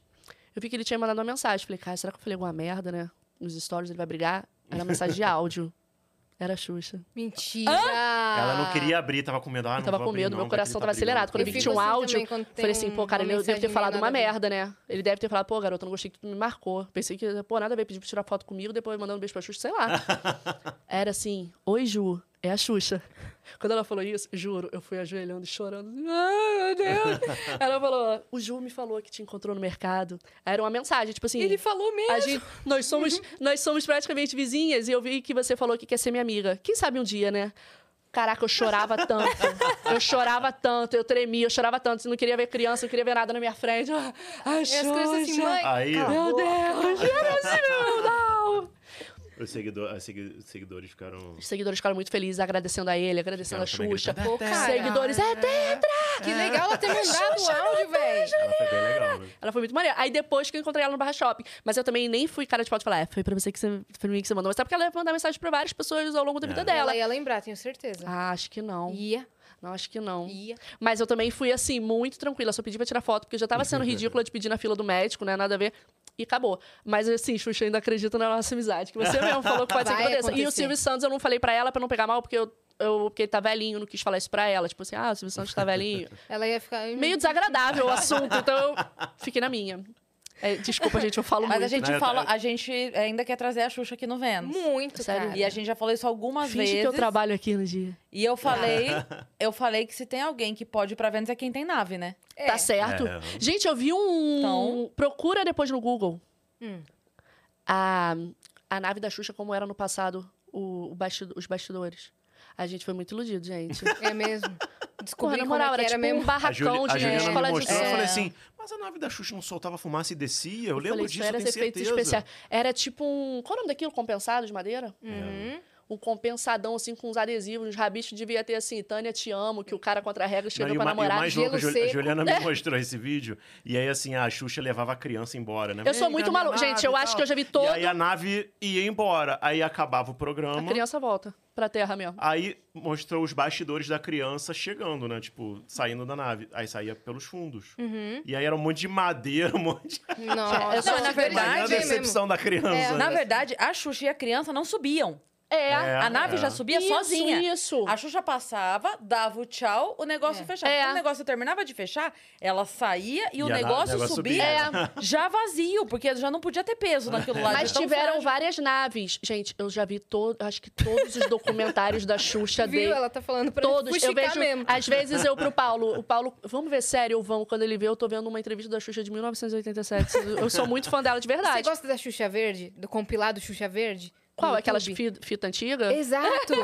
eu vi que ele tinha mandado uma mensagem. Falei, cara, será que eu falei alguma merda, né? Nos stories ele vai brigar? Era uma mensagem de áudio. Era a Xuxa.
é Mentira.
Ela não queria abrir, tava com medo. Ah,
Eu
não
tava
vou
com
abrir,
medo,
não,
meu
vai
coração
que
tava
ele tá
acelerado. Quando eu vi
brigando.
que tinha um
Eu fico assim
áudio,
também quando
falei
tem
assim, pô, cara,
uma
eu devo ter
mensagem
falado
nada
uma
a ver.
merda, né? Ele deve ter falado, pô, garota, não gostei que tu me marcou. Pensei que, pô, nada a ver, pediu pra tirar foto comigo, depois mandando um beijo pra Xuxa, sei lá. Era assim, oi, Ju, é a Xuxa. Quando ela falou isso, juro, eu fui ajoelhando e chorando. assim, Ai, meu Deus. ela falou, o Ju me falou que te encontrou no mercado. Era uma mensagem, tipo assim...
Ele falou mesmo.
A gente- nós, somos,
Uhum.
nós somos praticamente vizinhas e eu vi que você falou que quer ser minha amiga. Quem sabe um dia, né? Caraca, eu chorava tanto. Eu chorava tanto, eu tremia, eu chorava tanto. Eu não queria ver criança, eu não queria ver nada na minha frente. Ah, Ai,
E as crianças assim,
Xuxa.
mãe.
Aí,
cala a
Meu
boca.
Deus, era assim, meu, não. Ah.
Os, seguido- as segui- os seguidores ficaram.
Os seguidores ficaram muito felizes, agradecendo a ele, agradecendo
ficaram
a
também "Tá,
Xuxa.
gritando, "Tetra".
cara.
Seguidores, é tetra!
Ah, Que legal ela ter mandado o áudio, velho.
Ela foi bem legal, né?
Ela foi muito maneira. Aí depois que eu encontrei ela no Barra Shopping. Mas eu também nem fui cara de pau de falar, é, foi pra você que você, foi pra mim que você mandou. Mas sabe porque ela ia mandar mensagem pra várias pessoas ao longo da vida
É.
dela.
Ela ia lembrar, tenho certeza.
Ah, acho que não.
Ia,
Não, acho que não.
ia.
Mas eu também fui, assim, muito tranquila. Só pedi pra tirar foto, porque eu já tava sendo ridícula de pedir na fila do médico, né? Nada a ver. E acabou. Mas assim, Xuxa ainda acredita na nossa amizade, que você mesmo falou que pode ser que
Vai
aconteça. E o
acontecer.
Silvio Santos eu não falei pra ela pra não pegar mal, porque eu, eu- porque ele tá velhinho, não quis falar isso pra ela. Tipo assim, ah, o Silvio Santos tá velhinho.
Ela ia ficar.
Meio desagradável o assunto, então eu fiquei na minha. É, desculpa, gente, eu falo
Mas
muito.
a gente
Não, eu-
fala, a gente ainda quer trazer a Xuxa aqui no Vênus.
Muito,
Sério.
cara.
E a gente já falou isso algumas
Finge
vezes.
que eu trabalho aqui no dia.
E eu falei, eu falei que se tem alguém que pode ir pra Vênus é quem tem nave, né?
É.
Tá certo?
É.
Gente, eu vi um.
Então-
Procura depois no Google.
Hum.
A, a nave da Xuxa, como era no passado, o, o bastido- os bastidores. A gente foi muito iludido, gente.
É mesmo.
Porra,
Descobri
na
como é
moral,
que
era
era
tipo um
mesmo.
A, Juli,
barracão
a
de
Juliana
escola
me
de É.
mostrou, eu
samba.
falei assim, mas a nave da Xuxa não soltava fumaça e descia? Eu, lembro
falei,
disso,
isso era
eu tenho
efeitos
certeza.
especiais. Era tipo um. Qual é o nome daquilo? Compensado de madeira?
Uhum.
Um compensadão, assim, com uns adesivos, uns rabichos. Devia ter assim, Tânia, te amo, que o cara contra a regra
Não,
escreveu
e, o
pra
ma- e o
namorada.
mais louco, a,
gelo
Ju- a
seco.
Juliana me mostrou esse vídeo, e aí assim, a Xuxa levava a criança embora, né?
Eu sou
Vem,
muito
na minha
maluca.
nave
Gente, eu
e
acho
tal.
que eu já vi
E
todo-
aí a nave ia embora, aí acabava o
A
programa,
criança volta pra terra mesmo.
aí mostrou os bastidores da criança chegando, né? Tipo, saindo da nave. Aí saía pelos fundos.
Uhum.
E aí era um monte de madeira, um monte de...
Nossa,
Não, na verdade,
Imagina a
Verdade
decepção da criança,
É,
né?
Na verdade, a Xuxa e a criança não subiam.
É.
a nave
é.
já subia
Isso,
sozinha.
Isso.
A Xuxa passava, dava o tchau, o negócio
É.
fechava.
É.
Quando o negócio terminava de fechar, ela saía e,
E
o
a-
negócio,
o negócio
subia,
subia.
já vazio, porque já não podia ter peso naquilo lá. de
É. Mas
tão
tiveram
frágil.
várias naves. Gente, eu já vi todo, acho que todos os documentários da Xuxa de
Viu? Ela tá falando pra
todos. Eu
fuxicar
vejo,
mesmo.
às vezes eu pro Paulo, o Paulo, vamos ver sério o vão quando ele vê, eu tô vendo uma entrevista da Xuxa de 1987. Eu sou muito fã dela de
Você
verdade.
gosta da Xuxa Verde? Do compilado Xuxa Verde?
Qual
No
aquelas
YouTube?
fi- fita antiga?
Exato!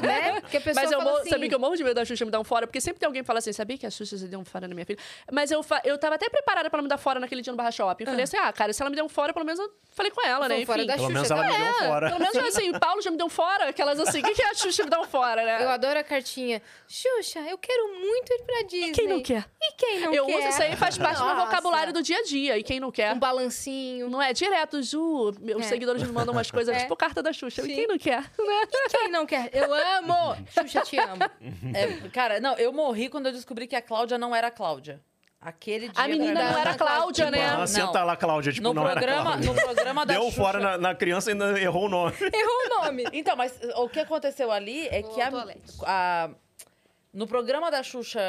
né? Porque a pessoa
Mas eu
fala
morro,
assim...
sabia que eu morro de medo da Xuxa me dar um fora, porque sempre tem alguém que fala assim, sabia que a Xuxa deu um fora na minha filha? Mas eu, fa- eu tava até preparada pra ela me dar fora naquele dia no Barra Shopping. Eu falei assim, ah, cara, se ela me deu um fora, pelo menos eu falei com ela, né?
Vão fora
Enfim.
da
Pelo
Xuxa,
menos
tá
ela me deu um fora.
Pelo menos assim, o Paulo já me deu um fora, aquelas assim, o que, que é a Xuxa me dá um fora, né?
Eu adoro a cartinha. Xuxa, eu quero muito ir pra Disney.
Quem não quer?
E quem não
eu
quer?
uso isso aí, faz parte do meu
Nossa.
vocabulário do dia a dia. E quem não quer?
Um balancinho.
Não é direto, Ju. Meus
É.
seguidores me mandam umas coisas,
É.
tipo carta da Xuxa. E
Sim.
quem não quer? Né?
E quem não quer? Eu amo! Xuxa, te amo.
É, cara, não, eu morri quando eu descobri que a Cláudia não era a Cláudia. Aquele dia.
A menina
pra mim-
não era a Cláudia, né?
Ah, senta lá, Cláudia, tipo,
No
não era
programa,
Cláudia.
no programa da
Deu
Xuxa.
fora na, na criança e ainda errou o nome.
Errou o nome.
Então, mas o que aconteceu ali é
Vou
que a,
ao toalete.
a- no programa da Xuxa,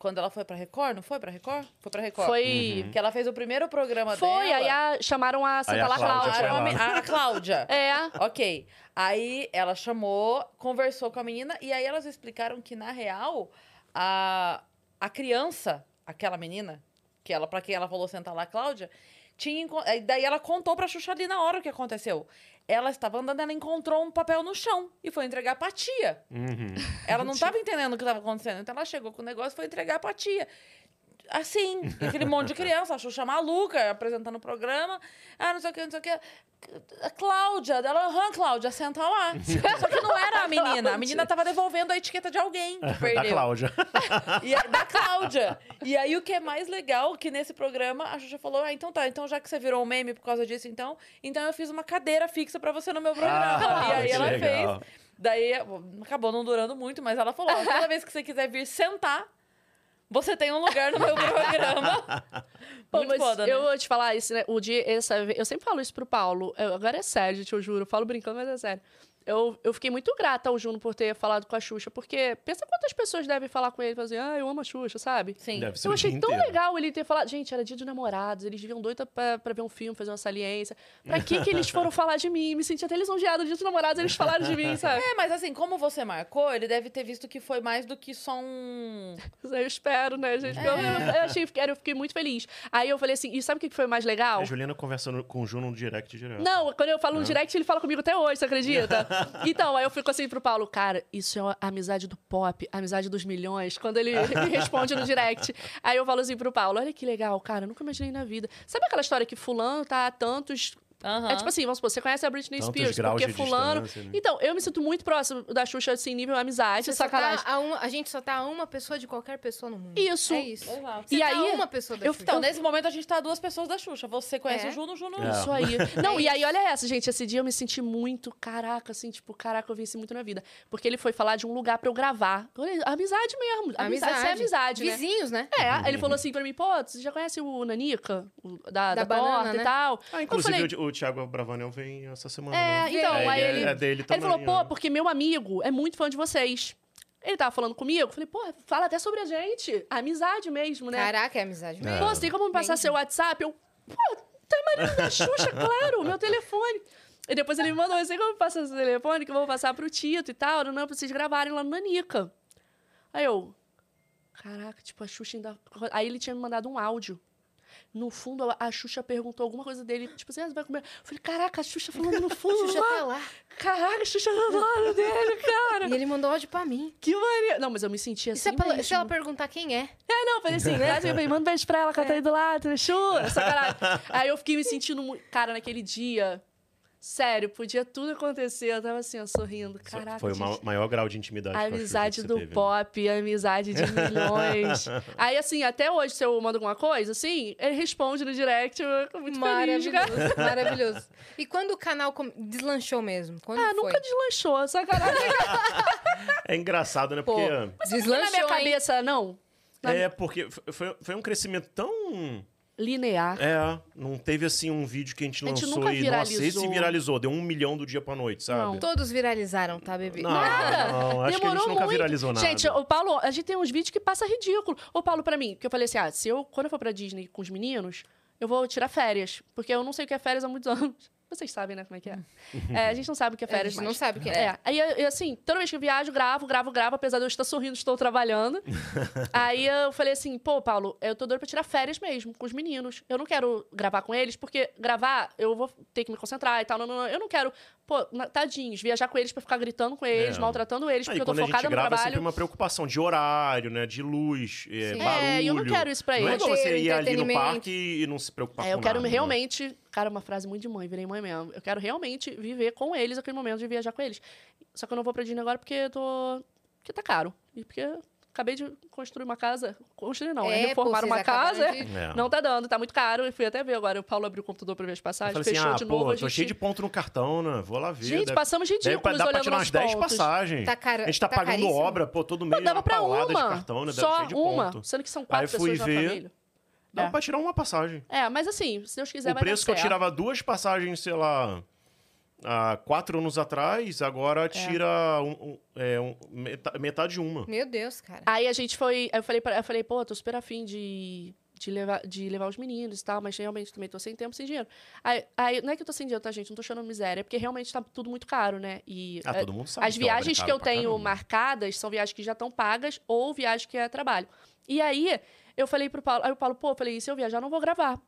quando ela foi pra Record, não foi pra Record? Foi pra Record.
Foi.
Que ela fez o primeiro programa
Foi,
dela.
aí a- chamaram a Santa
Uhum. a
lá
Cláudia
Cláudia.
foi
Chamaram a,
lá.
me- a Cláudia.
É.
Ok. Aí ela chamou, conversou com a menina e aí elas explicaram que, na real, a, a criança, aquela menina, que ela, pra quem ela falou sentar lá, Cláudia, tinha. enco- aí Daí ela contou pra Xuxa ali na hora o que aconteceu. Ela estava andando, ela encontrou um papel no chão e foi entregar pra tia. Ela não estava entendendo o que estava acontecendo. Então ela chegou com o negócio e foi entregar pra tia. Assim, e aquele monte de criança, a Xuxa maluca, apresentando o programa. Ah, não sei o que, não sei o que. A Cláudia, dela, aham, Cláudia, senta lá. Só que não era a menina. A menina tava devolvendo a etiqueta de alguém que
Da
perdeu.
Cláudia.
E a- da Cláudia. E aí o que é mais legal que nesse programa a Xuxa falou: "Ah, então tá, então já que você virou um meme por causa disso, então, então eu fiz uma cadeira fixa pra você no meu programa".
Ah,
e aí
que
ela
legal.
fez. Daí acabou não durando muito, mas ela falou: ó, "Toda vez que você quiser vir sentar, você tem um lugar no meu programa".
Pô,
muito
mas
foda, né?
eu vou te falar isso, né? O dia, essa, ve- eu sempre falo isso pro Paulo. Eu- agora é sério, gente, eu juro. Eu falo brincando, mas é sério. Eu, eu fiquei muito grata ao Juno por ter falado com a Xuxa, porque pensa quantas pessoas devem falar com ele e falar assim, ah, eu amo a Xuxa, sabe?
Sim.
Deve ser
Eu
o
achei
dia
tão
inteiro.
legal ele ter falado. Gente, era dia de namorados, eles vinham doido pra, pra ver um filme, fazer uma saliência. Pra que que eles foram falar de mim? Me senti até lisonjeada, dia de namorados, eles falaram de mim, sabe?
É, mas assim, como você marcou, ele deve ter visto que foi mais do que só um.
Eu espero, né, gente? Eu, eu- eu achei, cara, eu fiquei muito feliz. Aí eu falei assim, e sabe o que que foi mais legal?
A Juliana conversando com o Juno no direct direto.
Não, quando eu falo no direct, ele fala comigo até hoje, você acredita? então, aí eu fico assim pro Paulo, cara, isso é a amizade do pop, a amizade dos milhões, quando ele me responde no direct. Aí eu falo assim pro Paulo, olha que legal, cara, eu nunca imaginei na vida. Sabe aquela história que fulano tá há tantos
Aham.
É tipo assim, vamos supor, você conhece a Britney
Tantos
Spears,
graus
porque
de
fulano.
distância, né?
Então, eu me sinto muito próximo da Xuxa, assim, nível amizade,
Você só
sacanagem.
tá a, uma- a gente só tá a uma pessoa de qualquer pessoa no mundo.
Isso.
É isso.
Exato.
Você
E
tá
aí,
uma pessoa da
eu-
Xuxa.
Então, nesse momento, a gente tá duas pessoas da Xuxa. Você conhece
É.
o Juno, o Juno...
É.
Isso aí. Não,
É
e aí, olha essa, gente. Esse dia eu me senti muito, caraca, assim, tipo, caraca, eu venci muito na vida. Porque ele foi falar de um lugar pra eu gravar. Olha, Amizade mesmo. Amizade. Isso é amizade, né?
Vizinhos, né?
É, aí ele falou assim pra mim, pô, você já conhece o Nanica? O, da,
Da
da,
banana,
torta
né?
e tal.
Ah, inclusive o Ti- o, Thiago Bravanel vem essa semana.
É,
né?
então,
É,
aí
é-
ele.
é dele
Aí ele
também,
falou,
né?
pô, porque meu amigo é muito fã de vocês. Ele tava falando comigo, falei, pô, fala até sobre a gente. Amizade mesmo, né?
Caraca, é amizade mesmo.
Pô, você tem como me passar seu WhatsApp? Eu, pô, tá marido da Xuxa, claro, meu telefone. E depois ele me mandou, você tem como passar seu telefone? Que eu vou passar pro Tito e tal, não, não, pra vocês gravarem lá no Nanica. Aí eu, caraca, tipo, a Xuxa ainda... Aí ele tinha me mandado um áudio. No fundo, a- a Xuxa perguntou alguma coisa dele, tipo assim, ah, você vai comer? Eu falei, caraca, a Xuxa falando no fundo
Xuxa
lá.
tá lá.
Caraca, a Xuxa
tá
falando lá dele, cara.
E ele mandou áudio pra mim.
Que maneiro. Não, mas eu me senti
E
assim
se, ela-
mesmo.
se ela perguntar quem é?
É, não, eu falei assim, né? Eu falei, manda um beijo pra ela, que ela tá aí do lado, chula, sacanagem. Aí eu fiquei me sentindo muito. Cara, naquele dia. Sério, podia tudo acontecer. Eu tava assim, ó, sorrindo.
Só-
Caraca.
Foi o ma-
gente.
maior grau de intimidade.
A
com a Xuxa que
amizade
você
do
teve, né?
pop, a amizade de milhões. aí, assim, até hoje, se eu mando alguma coisa, assim, ele responde no direct. Eu fico muito feliz,
maravilhoso,
cara.
maravilhoso. E quando o canal com- deslanchou mesmo? Quando
Ah,
foi?
nunca deslanchou, sacanagem.
É engraçado, né?
Pô,
Porque.
Não é na minha
deslanchou, hein?
cabeça, não. na-
É, porque f- foi, foi um crescimento tão.
Linear.
É, não teve assim um vídeo que a gente
A gente
lançou
nunca
e. Nossa, esse
viralizou.
viralizou, deu um milhão do dia pra noite, sabe?
Todos viralizaram, tá, bebê?
Não, não, acho que a gente nunca viralizou nada.
Gente, o Paulo, a gente tem uns vídeos que passa ridículo. O Paulo, pra mim, que eu falei assim: ah, se eu, quando eu for pra Disney com os meninos, eu vou tirar férias. Porque eu não sei o que é férias há muitos anos. Vocês sabem, né, como é que é? É, a gente não sabe o que é
A
férias
gente não
mais.
sabe quem é.
É, aí eu- eu, assim, toda vez que eu viajo, gravo, gravo, gravo, apesar de eu estar sorrindo, estou trabalhando. aí eu falei assim, pô, Paulo, eu tô doido pra tirar férias mesmo, com os meninos. Eu não quero gravar com eles, porque gravar, eu vou ter que me concentrar e tal. Não, não, não. Eu não quero, pô, na- tadinhos, viajar com eles pra ficar gritando com eles,
É.
maltratando eles,
Aí,
porque eu tô
quando a gente
focada no
grava, é sempre
trabalho.
uma preocupação de horário, né? De luz, é,
Sim.
barulho.
É, e eu não quero isso pra
Não é
eles.
igual você
Roteiro,
ir ali no
entretenimento.
parque e não se preocupar
É,
com
eu quero
nada, né?
realmente. Cara, uma frase muito de mãe, virei mãe mesmo. Eu quero realmente viver com eles aquele momento de viajar com eles. Só que eu não vou pra Disney agora porque eu tô. Porque tá caro. E porque eu acabei de construir uma casa. Construir não, é,
pô,
reformar
vocês
uma
acabaram
casa.
de-
É.
Não tá dando, tá muito caro. E fui até ver agora. O Paulo abriu o computador pra ver as
Eu
passagens,
falei assim,
fechou
ah,
de novo.
pô,
a
tô
gente...
cheio de ponto no cartão, né? Vou lá ver.
Gente,
deve-
passamos
Deve
ridículos
pra, dá pra
olhando
tirar umas
nos
10
pontos.
passagens.
Tá cara-
a gente tá,
tá
pagando
caríssimo.
obra, pô, todo mês.
Não, dava
uma
pra
paulada
uma.
de cartão, né? Deve
Só
cheio de
uma.
ponto.
Sendo que são quatro
Aí fui
pessoas
ver.
na família.
Dá
É.
pra tirar uma passagem.
É, mas assim, se Deus quiser,
o
vai dar
preço que eu
certo.
tirava duas passagens, sei lá, há quatro anos atrás,
É.
agora tira um- um- é, um- meta- metade de uma.
Meu Deus, cara.
Aí a gente foi. aí Eu falei, pra- eu falei pô, tô super afim de, de, levar, de levar os meninos e tal, mas realmente também tô sem tempo, sem dinheiro. Aí, aí- não é que eu tô sem dinheiro, tá, gente? Não tô achando miséria, é porque realmente tá tudo muito caro, né? E.
Ah,
eh,
todo mundo sabe.
as
que obra é
viagens
caro
que eu
pra
tenho
caramba.
marcadas são viagens que já estão pagas ou viagens que é trabalho. E aí, eu falei pro Paulo, aí o Paulo, pô, eu falei, se eu viajar, eu não vou gravar.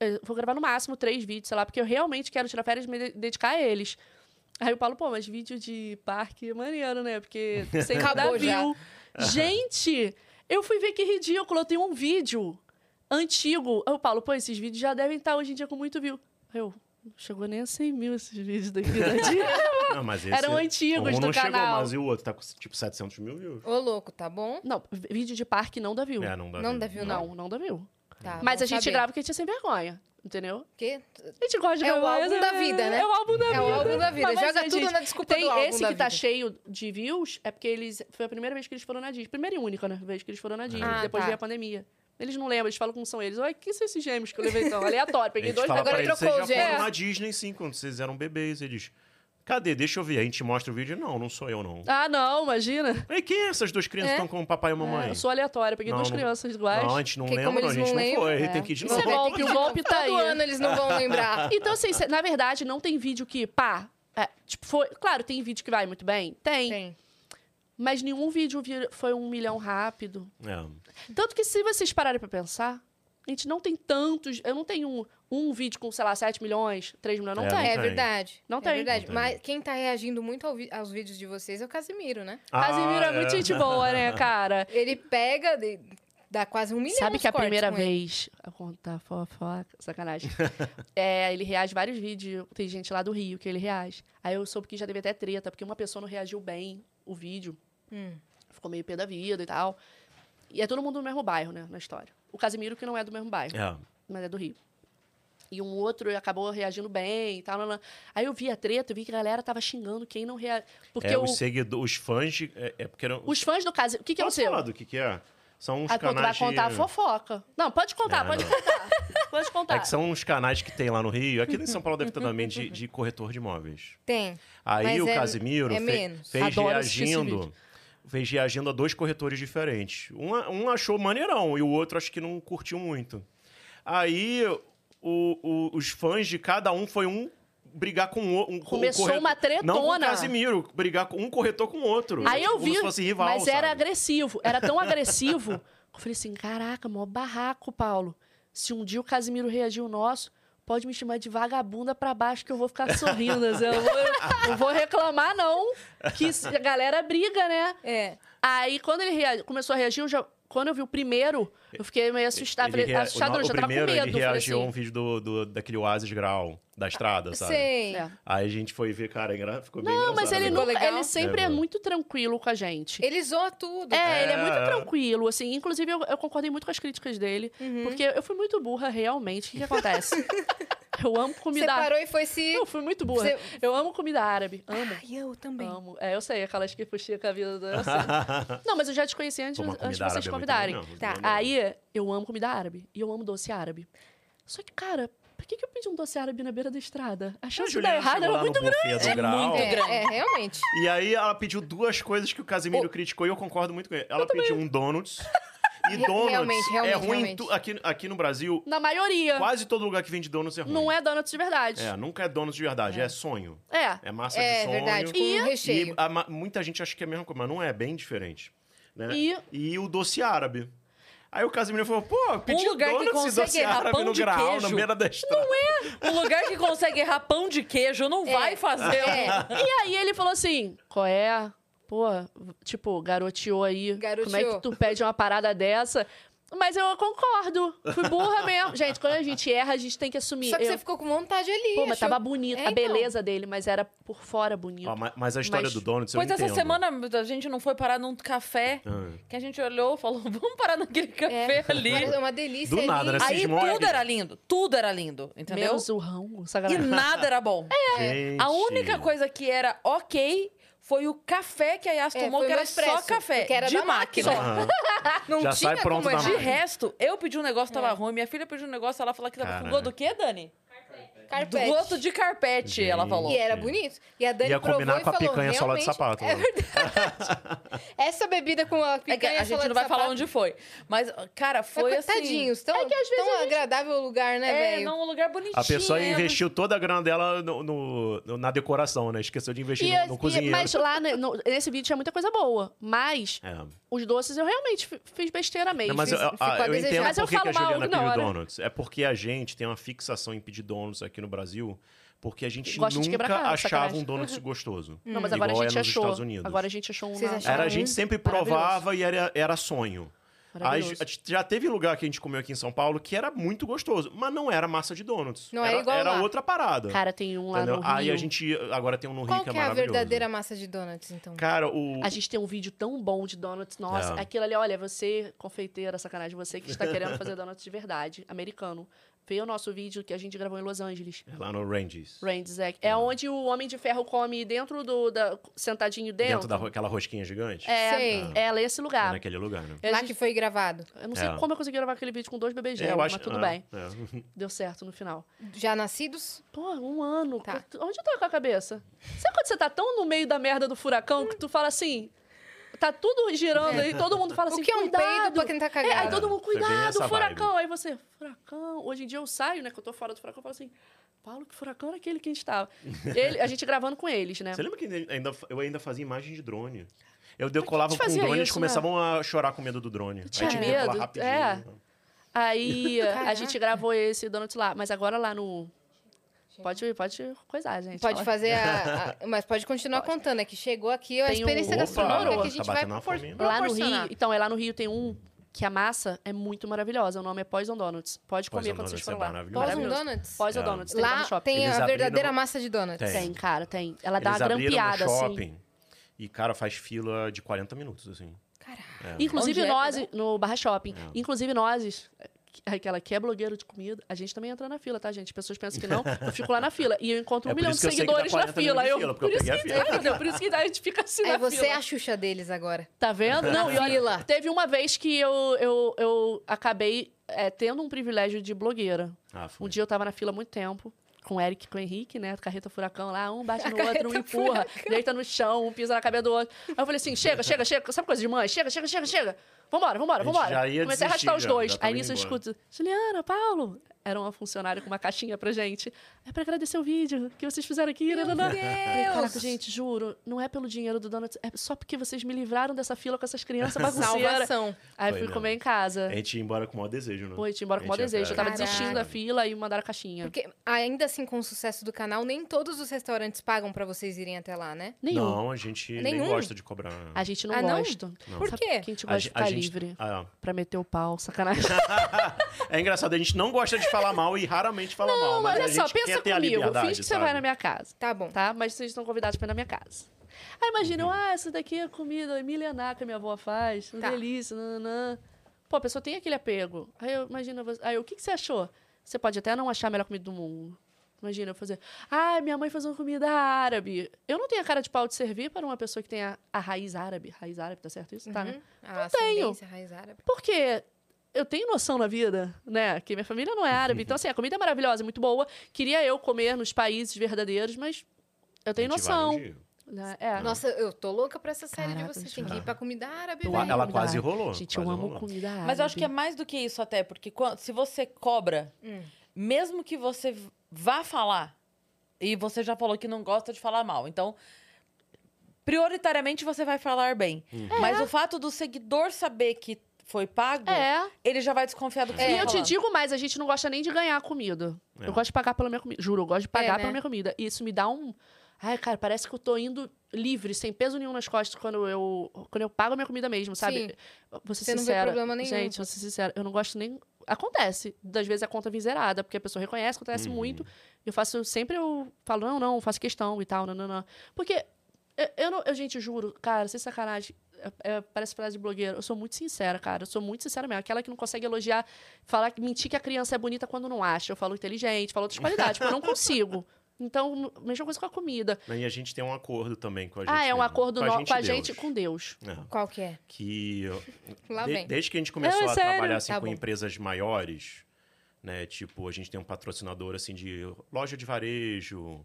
Eu vou gravar no máximo três vídeos, sei lá, porque eu realmente quero tirar férias e me de- dedicar a eles. Aí o Paulo, pô, mas vídeo de parque é maneiro, né? Porque sem dar
Acabou já.
view. Gente, eu fui ver que ridículo. Eu tenho um vídeo antigo. Aí o Paulo, pô, esses vídeos já devem estar hoje em dia com muito view. Aí eu, chegou nem a 100 mil esses vídeos daqui da Disney.
Não, mas esse,
Eram antigos
um
do
não chegou,
canal.
mas e o outro? Tá com tipo 700 mil views.
Ô, louco, tá bom?
Não, v- vídeo de parque não dá view.
É, não dá
Não dá view,
Não, não dá view.
Tá,
Mas
bom
a gente
saber.
grava porque a gente é sem vergonha, entendeu?
Porque
A gente gosta de
É o
gravar,
álbum
mas
da vida, né?
É o álbum da
É
vida.
o álbum da vida.
Mas vai
Joga
ser,
tudo
gente.
na desculpa
Tem
do álbum
esse
da
que tá
vida.
cheio de views, é porque eles... Foi a primeira vez que eles foram na Disney. Primeira e única, né? Vez que eles foram na Disney.
Ah,
depois
tá.
veio a pandemia. Eles não lembram, eles falam como são eles. Olha, que são esses gêmeos que eu levei então? Aleatório,
A
peguei
gente
dois...
fala
agora
pra eles,
trocou
vocês
o
já foram
gêmeo.
na Disney, sim, quando vocês eram bebês. Eles, cadê? Deixa eu ver. Aí A gente mostra o vídeo. Não, não sou eu, não.
Ah, não, imagina.
Ei, quem é essas duas crianças que estão com o papai e a mamãe?
É, Eu sou aleatória, peguei
Não,
duas
é. não-
crianças iguais.
Não, a gente não
Porque como
lembra, não, a
eles
gente
não
não, foi.
lembram,
Tem que ir de
Isso é
novo.
bom. golpe, o golpe tá
Todo
aí.
ano eles não vão
é.
lembrar.
Então, assim, cê- na verdade, não tem vídeo que, pá... é, tipo, foi... Claro, tem vídeo que vai muito bem? Tem.
Tem.
Mas nenhum vídeo vir- foi um milhão rápido.
É.
Tanto que se vocês pararem pra pensar, a gente não tem tantos. Eu não tenho um, um vídeo com, sei lá, 7 milhões, 3 milhões, não
É,
tem.
É
tem.
verdade.
Não
é
tem.
verdade.
Não tem.
Mas quem tá reagindo muito ao vi- aos vídeos de vocês é o Casimiro, né?
Ah,
Casimiro é muito gente boa, né, cara?
Ele pega, de- Dá quase um milhão
Sabe
nos
que é a
cortes
primeira
com ele.
vez. A conta fofoca. Sacanagem. é, ele reage vários vídeos. Tem gente lá do Rio que ele reage. Aí eu soube que já teve até treta, porque uma pessoa não reagiu bem o vídeo.
Hum.
Ficou meio pé da vida e tal. E é todo mundo do mesmo bairro, né? Na história. O Casimiro, que não é do mesmo bairro
É.
mas é do Rio. E um outro acabou reagindo bem e tal. lá, lá. Aí eu vi a treta, eu vi que a galera tava xingando quem não reagiu. Porque
é
o-
os
os,
seguidores, os fãs. de- É, é porque eram.
fãs do caso. O que, que é o
Posso
seu?
falar do que, que é? São uns
Ah, quando vai
canais.
contar a
de-
fofoca. Não, pode contar,
Não,
pode
não.
contar. Pode contar.
É que são uns canais que tem lá no Rio. Aqui em São Paulo deve ter também de, de corretor de imóveis.
Tem.
Aí
Mas
o
é-
Casimiro
é
fe-
menos.
fez
Adoro assistir esse
reagindo.
vídeo.
Fez reagindo a dois corretores diferentes. Um, a- um achou maneirão e o outro acho que não curtiu muito. Aí o- o- os fãs de cada um foi um brigar com o outro. Um, com o
Começou
corretor-
uma tretona.
Não com o Casimiro, brigar com um corretor com o outro.
Aí eu
como
vi,
se fosse rival,
mas era
sabe?
agressivo. Era tão agressivo. Eu falei assim, caraca, mó barraco, Paulo. Se um dia o Casimiro reagir o nosso, pode me chamar de vagabunda pra baixo que eu vou ficar sorrindo. assim, Eu vou, não vou reclamar, não. Que a galera briga, né?
É.
Aí, quando ele rea- começou a reagir, eu já... quando eu vi o primeiro, eu fiquei meio assustada.
Ele
Falei,
rea-
assustada,
o,
não, eu
o
já tava com
primeiro,
medo.
ele
falei
reagiu a
assim,
um vídeo do, do- daquele Oasis Grau, da estrada, sabe?
Sei.
É.
Aí a gente foi ver, cara, é engra... ficou bem
Não, mas
engraçado,
ele,
né?
Ficou
nunca,
legal?
ele sempre
É,
é,
mano.
muito tranquilo com a gente.
Ele zoa tudo.
É, ele é muito
É.
tranquilo, assim. Inclusive, eu, eu concordei muito com as críticas dele, porque eu fui muito burra, realmente. O que, que acontece? eu amo
Você
comida árabe.
parou e foi se...
Eu fui muito burra.
Você-
Eu amo comida árabe. Amo.
Ai, eu também.
Amo. É, eu sei, aquelas que puxam a camisa da. eu sei. Não, mas eu já te conheci antes,
Pô, mas
antes de
comida
vocês
árabe
convidarem.
é muito bom, não.
Tá.
Não, não.
Aí, eu amo comida árabe. E eu amo doce árabe. Só que, cara, por que, que eu pedi um doce árabe na beira da estrada? A
A
chance de dar
Juliana
errado
É,
era
chegou lá no
muito grande.
buffet do Grau.
É, é, realmente.
E aí ela pediu duas coisas que o Casimiro criticou e eu concordo muito com ele. Ela pediu um donuts. E
Re-
donuts
realmente,
é
realmente,
ruim. em
realmente.
tu- aqui, aqui no Brasil,
Na maioria,
quase todo lugar que vende donuts é ruim.
não é donuts de verdade.
É, nunca é donuts de verdade, é, sonho.
É.
É massa de
É
sonho.
verdade, com
E-
E
recheio.
a ma- muita gente acha que é a mesma coisa, mas não é, é bem diferente. né?
E-
o doce árabe. Aí o Casimiro falou, pô, pedi
lugar que
donuts e doce
consegue errar
árabe
pão
no
de
grau, na
queijo.
beira da estrada.
Um lugar que consegue errar pão de queijo não vai fazer.
É.
E aí ele falou assim: qual é? Pô, tipo, garoteou aí.
Garoteou.
Como é que tu pede uma parada dessa? Mas eu concordo. Fui burra mesmo. Gente, quando a gente erra, a gente tem que assumir.
Só que
eu...
você ficou com vontade ali.
Pô, mas
achou-
tava bonito.
É,
a
então.
beleza dele, mas era por fora bonito.
Ó, ma- mas a história
Mas-
do donuts eu
Pois essa
entendo.
semana a gente não foi parar num café
Ah.
que a gente olhou e falou: vamos parar naquele café
É.
ali.
É uma delícia
Do
ali.
nada, né?
Aí
cismou,
tudo
é-
era lindo, tudo era lindo, entendeu?
um
Menos o ramo, essa
E
galera.
nada era bom.
é,
Gente.
É, A única coisa que era ok foi o café que a Yas
É,
tomou,
foi
que
um
era só
expresso,
café.
porque era
de
da máquina.
máquina.
Aham.
Não
Já
tinha
sai
como
pronto da
errar.
De
máquina.
resto, eu pedi um negócio,
É.
tava ruim. Minha filha pediu um negócio, ela falou que tava com
Caraca.
gosto do quê, Dani? Do
Carpete.
gosto de carpete, ela falou.
E é, era bonito. E a Dani
Ia
provou
combinar
e
com a
falou,
picanha sola de
"Realmente,
sapato,
É
né?"
verdade. Essa bebida com a
É que
picanha
a gente
sola
não
de
vai falar
sapato,
onde foi. Mas, cara, foi
mas,
assim...
Tadinhos, tão, tão agradável o lugar, né,
É,
velho?
não, um lugar bonitinho.
A pessoa
né?
investiu toda a grana dela no- no- no- na decoração, né? Esqueceu de investir
E
no,
as-
no
e-
cozinheiro.
mas lá né, no- nesse vídeo tinha muita coisa boa. Mas
É.
os doces eu realmente fi- fiz besteira mesmo.
Não, mas eu,
fiz-
eu-
ficou
ah,
a
eu
desejar.
entendo
Mas eu
por que que a
falo mal
Juliana
na
pediu
hora.
donuts. É porque a gente tem uma fixação em pedir donuts aqui no Brasil, porque a gente
Gosta de
nunca
quebrar cara,
achava
sacanagem.
um donut gostoso.
Não, mas agora
Igual
a gente
é nos
achou.
Estados Unidos.
Agora a gente achou um.
Vocês
na-
acharam?
Era a gente sempre provava e era, era sonho. Aí,
Maravilhoso.
já teve lugar que a gente comeu aqui em São Paulo que era muito gostoso, mas não era massa de donuts.
Não era igual lá.
outra parada.
é Cara, tem um lá
entendeu?
no Rio.
Aí a gente agora tem um no Rio
Qual que
que é
é a
maravilhoso.
verdadeira massa de donuts, então?
Cara, o
A gente tem um vídeo tão bom de donuts. Nossa,
É.
aquilo ali, olha, você, confeiteira, sacanagem, você que está querendo fazer donuts de verdade, americano. Vê o nosso vídeo que a gente gravou em Los Angeles.
é lá no Ranges.
Randy Zack.
Hum.
É onde o Homem de Ferro come dentro do. da- sentadinho dentro.
Dentro daquela rosquinha gigante.
É,
Sei.
é lá esse
É
lugar.
naquele lugar, né?
E a
Lá
gente-
que foi gravado.
Eu não sei
É.
como eu consegui gravar aquele vídeo com dois bebês gêmeos, mas tudo
é,
bem.
Ah.
é.
Deu certo no final.
Já nascidos?
Pô, um ano.
Tá.
co- Onde tá com a cabeça? Sabe quando você tá tão no meio da merda do furacão que tu fala assim. Tá tudo girando aí, todo mundo fala assim.
o que é um
cuidado.
peido pra quem tá
É, aí
cagado?
todo mundo,
Foi bem
cuidado,
essa
furacão. Aí você, furacão. Hoje em dia eu saio, né? Que eu tô fora do furacão, eu falo assim, Paulo, que furacão era aquele que a gente tava. Ele- a gente gravando com eles, né?
Você lembra que ainda, eu ainda fazia imagem de drone? Eu decolava
gente
com o
fazia
drone, eles
isso, né?
começavam a chorar com medo do drone. Aí
tinha
tinha que decolar
medo?
rapidinho.
É. Aí a
Caraca.
gente gravou esse Donut lá, mas agora lá no. Pode, pode coisar, gente.
Pode
Fala.
fazer a, a- Mas pode continuar contando, é que chegou aqui a
Tem um-
experiência
Opa,
gastronômica que a
tá
gente vai
batendo uma
propor...
fome.
Lá no
proporcionar.
Rio, então, é lá no Rio tem um que a massa é muito maravilhosa. O nome é Poison Donuts. Pode comer
Poison
quando vocês
Donuts
forem
é
lá.
maravilhoso.
Poison
Maravilhoso.
Donuts?
Poison
É.
Donuts. Tem lá
Lá
no shopping.
tem
Eles
a
abriram-
verdadeira massa de donuts.
Tem.
Tem, cara, tem. Ela dá
Eles
uma
abriram no
grampeada, assim.
shopping e, cara, faz fila de 40 minutos, assim.
Inclusive
Onde é,
nós, no Barra Shopping.
É.
Inclusive nós, aquela que é blogueiro de comida, a gente também entra na fila, tá, gente? As pessoas pensam que não, eu fico lá na fila. E eu encontro um
É por
milhão de
isso que eu sei que dá
seguidores na
40 minutos
fila.
de
Eu,
fila, porque
por,
eu
isso
peguei
que,
a fila.
Ai, meu Deus, por isso que daí a gente fica assim
Aí
na
você
fila.
é a Xuxa deles agora.
Tá vendo? Não, e olha,
Fila.
teve uma vez que eu, eu, eu acabei é, tendo um privilégio de blogueira.
Ah,
Um
foi.
dia eu tava na fila há muito tempo, com o Eric e com o Henrique, né? Carreta furacão lá, um bate no
carreta
outro, um empurra, deita no chão, um pisa na cabeça do outro. Aí eu falei assim: chega, chega, chega, sabe coisa de mãe? Chega, chega, chega, chega. Vambora, vambora,
A gente
vambora.
já ia
Comecei a
desistir,
arrastar os
já,
dois.
já tava
Aí
indo
nisso eu
embora.
escuto, Juliana, Paulo. Era uma funcionária com uma caixinha pra gente. É pra agradecer o vídeo que vocês fizeram aqui. Meu
Deus!
Caraca, gente, juro, não é pelo dinheiro do Donald, é só porque vocês me livraram dessa fila com essas crianças bagunceiras.
Salvação.
Aí
Foi
fui
mesmo.
comer em casa.
A gente ia embora com o maior desejo, né?
Pô, eu tinha embora com o
A
maior
gente ia-
desejo. Eu tava
Caraca.
desistindo da fila e me mandaram a caixinha.
Porque, ainda assim, com o sucesso do canal, nem todos os restaurantes pagam pra vocês irem até lá, né?
Nenhum.
Não, a gente
Nenhum?
nem gosta de cobrar.
A gente não
Ah, não?
gosta.
Por
Sabe
quê?
Quem te
A
gosta
ge-
de
a
ficar
gente-
livre
Ah, não.
pra meter o pau, sacanagem.
é engraçado, a gente não gosta de falar mal e raramente fala mal.
Não,
Mas a
olha
gente
só,
quer
pensa
ter a
comigo.
liberdade,
Finge que você
sabe?
vai na minha casa.
Tá bom.
tá? Mas vocês estão convidados para ir na minha casa. Aí
Uhum.
imaginam, ah, essa daqui é comida milenar que a minha avó faz, uma
Tá.
delícia, nananã. Pô, a pessoa tem aquele apego. Aí eu imagino, você- aí eu, o que, que você achou? Você pode até não achar a melhor comida do mundo. Imagina eu fazer, ah, minha mãe faz uma comida árabe. Eu não tenho a cara de pau de servir para uma pessoa que tem a, a raiz árabe. Raiz árabe, tá certo isso? Tá,
Uhum.
né?
A
tenho.
ascendência, raiz árabe.
Porque eu tenho noção na vida, né? Que minha família não é árabe. Então, assim, a comida é maravilhosa, muito boa. Queria eu comer nos países verdadeiros, mas eu tenho
A gente vai um
noção.
dia.
né? É.
Nossa, eu tô louca pra essa série
Caraca,
de vocês.
gente,
Tem que ir pra comida árabe,
Eu
Ela-
amo
velho.
Ela
comida
quase
árabe.
rolou.
Gente,
quase
eu amo
rolou.
comida árabe.
Mas eu acho que é mais do que isso até, porque quan- se você cobra,
Hum.
mesmo que você v- vá falar, e você já falou que não gosta de falar mal, então prioritariamente você vai falar bem. Mas o fato do seguidor saber que foi pago,
É.
ele já vai desconfiar do que você
E
tá
eu te
falando.
digo mais, a gente não gosta nem de ganhar comida.
É.
Eu gosto de pagar pela minha comida. Juro, eu gosto de
É,
pagar
né?
pela minha comida. E isso me dá um... Ai, cara, parece que eu tô indo livre, sem peso nenhum nas costas quando eu, quando eu pago a minha comida mesmo, sabe?
Sim.
Vou ser
Você não vê
sincera.
problema nenhum.
Gente, vou ser sincera. Eu não gosto nem... Acontece. Das vezes a conta vem zerada, porque a pessoa reconhece, acontece
Uhum.
muito. Eu faço... Sempre eu falo, não, não, faço questão e tal, não, não, não. Porque eu, eu não... Eu, gente, juro, cara, sem sacanagem. é- é- parece frase de blogueiro. Eu sou muito sincera, cara. Eu sou muito sincera mesmo. Aquela que não consegue elogiar, falar, que- mentir que a criança é bonita quando não acha. Eu falo inteligente, falo outras qualidades, porque eu não consigo. Então, mesma coisa com a comida.
E a gente tem um acordo também com a gente.
Ah, é um
mesmo.
acordo
com
no- com a
Deus.
gente com Deus.
É.
Qual que é?
Que
Lá
de-
vem.
desde que a gente começou
Não, é
a
sério.
trabalhar assim,
Tá
com
bom.
empresas maiores, né? Tipo, a gente tem um patrocinador assim de loja de varejo,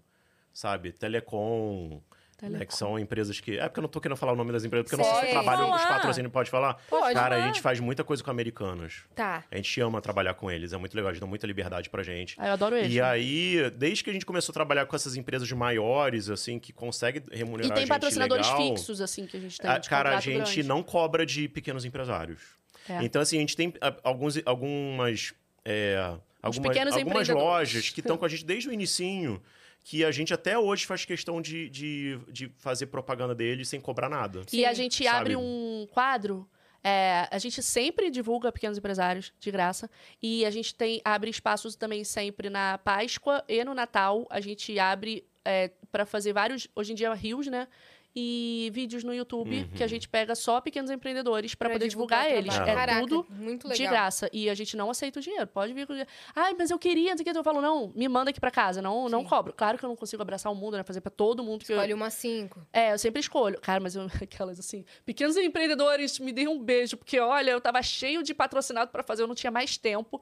sabe, telecom, Né, que são empresas que. É porque eu não tô querendo falar o nome das empresas, porque eu não sei se
Sei.
trabalho os
Falar.
patrocínios, pode falar?
Pode
Cara,
falar.
a gente faz muita coisa com americanos.
Tá.
A gente ama trabalhar com eles, é muito legal, eles dão muita liberdade pra gente.
Ah, eu adoro eles.
E aí, desde que a gente começou a trabalhar com essas empresas maiores, assim, que consegue remunerar
E
a
tem
gente
patrocinadores
legal,
fixos, assim, que a gente tem.
a-
de
Ah, cara, a
contrato
gente
grande.
não cobra de pequenos empresários.
É.
Então, assim, a gente tem a, alguns, algumas, é, algumas,
pequenos empreendedores.
algumas lojas que estão com a gente desde o inicinho, que a gente até hoje faz questão de, de, de fazer propaganda deles sem cobrar nada.
E a gente
Sabe?
abre um quadro. é, a gente sempre divulga pequenos empresários de graça. E a gente tem, abre espaços também sempre na Páscoa e no Natal. A gente abre é, para fazer vários, hoje em dia, rios, né? E vídeos no YouTube
Uhum.
que a gente pega só pequenos empreendedores para
Pra
poder divulgar,
o
eles.
trabalho.
É
Caraca,
tudo
muito
de
legal.
graça. E a gente não aceita o dinheiro. Pode vir com dinheiro. Ai, mas eu queria, não sei o que. Eu falo, não, me manda aqui para casa. Não, não
Sim.
cobro. Claro que eu não consigo abraçar o mundo, né? Fazer para todo mundo. que eu-
Escolhe um. uma cinco.
é, eu sempre escolho. Cara, mas eu, aquelas assim, pequenos empreendedores, me deem um beijo, porque olha, eu tava cheio de patrocinado pra fazer, eu não tinha mais tempo.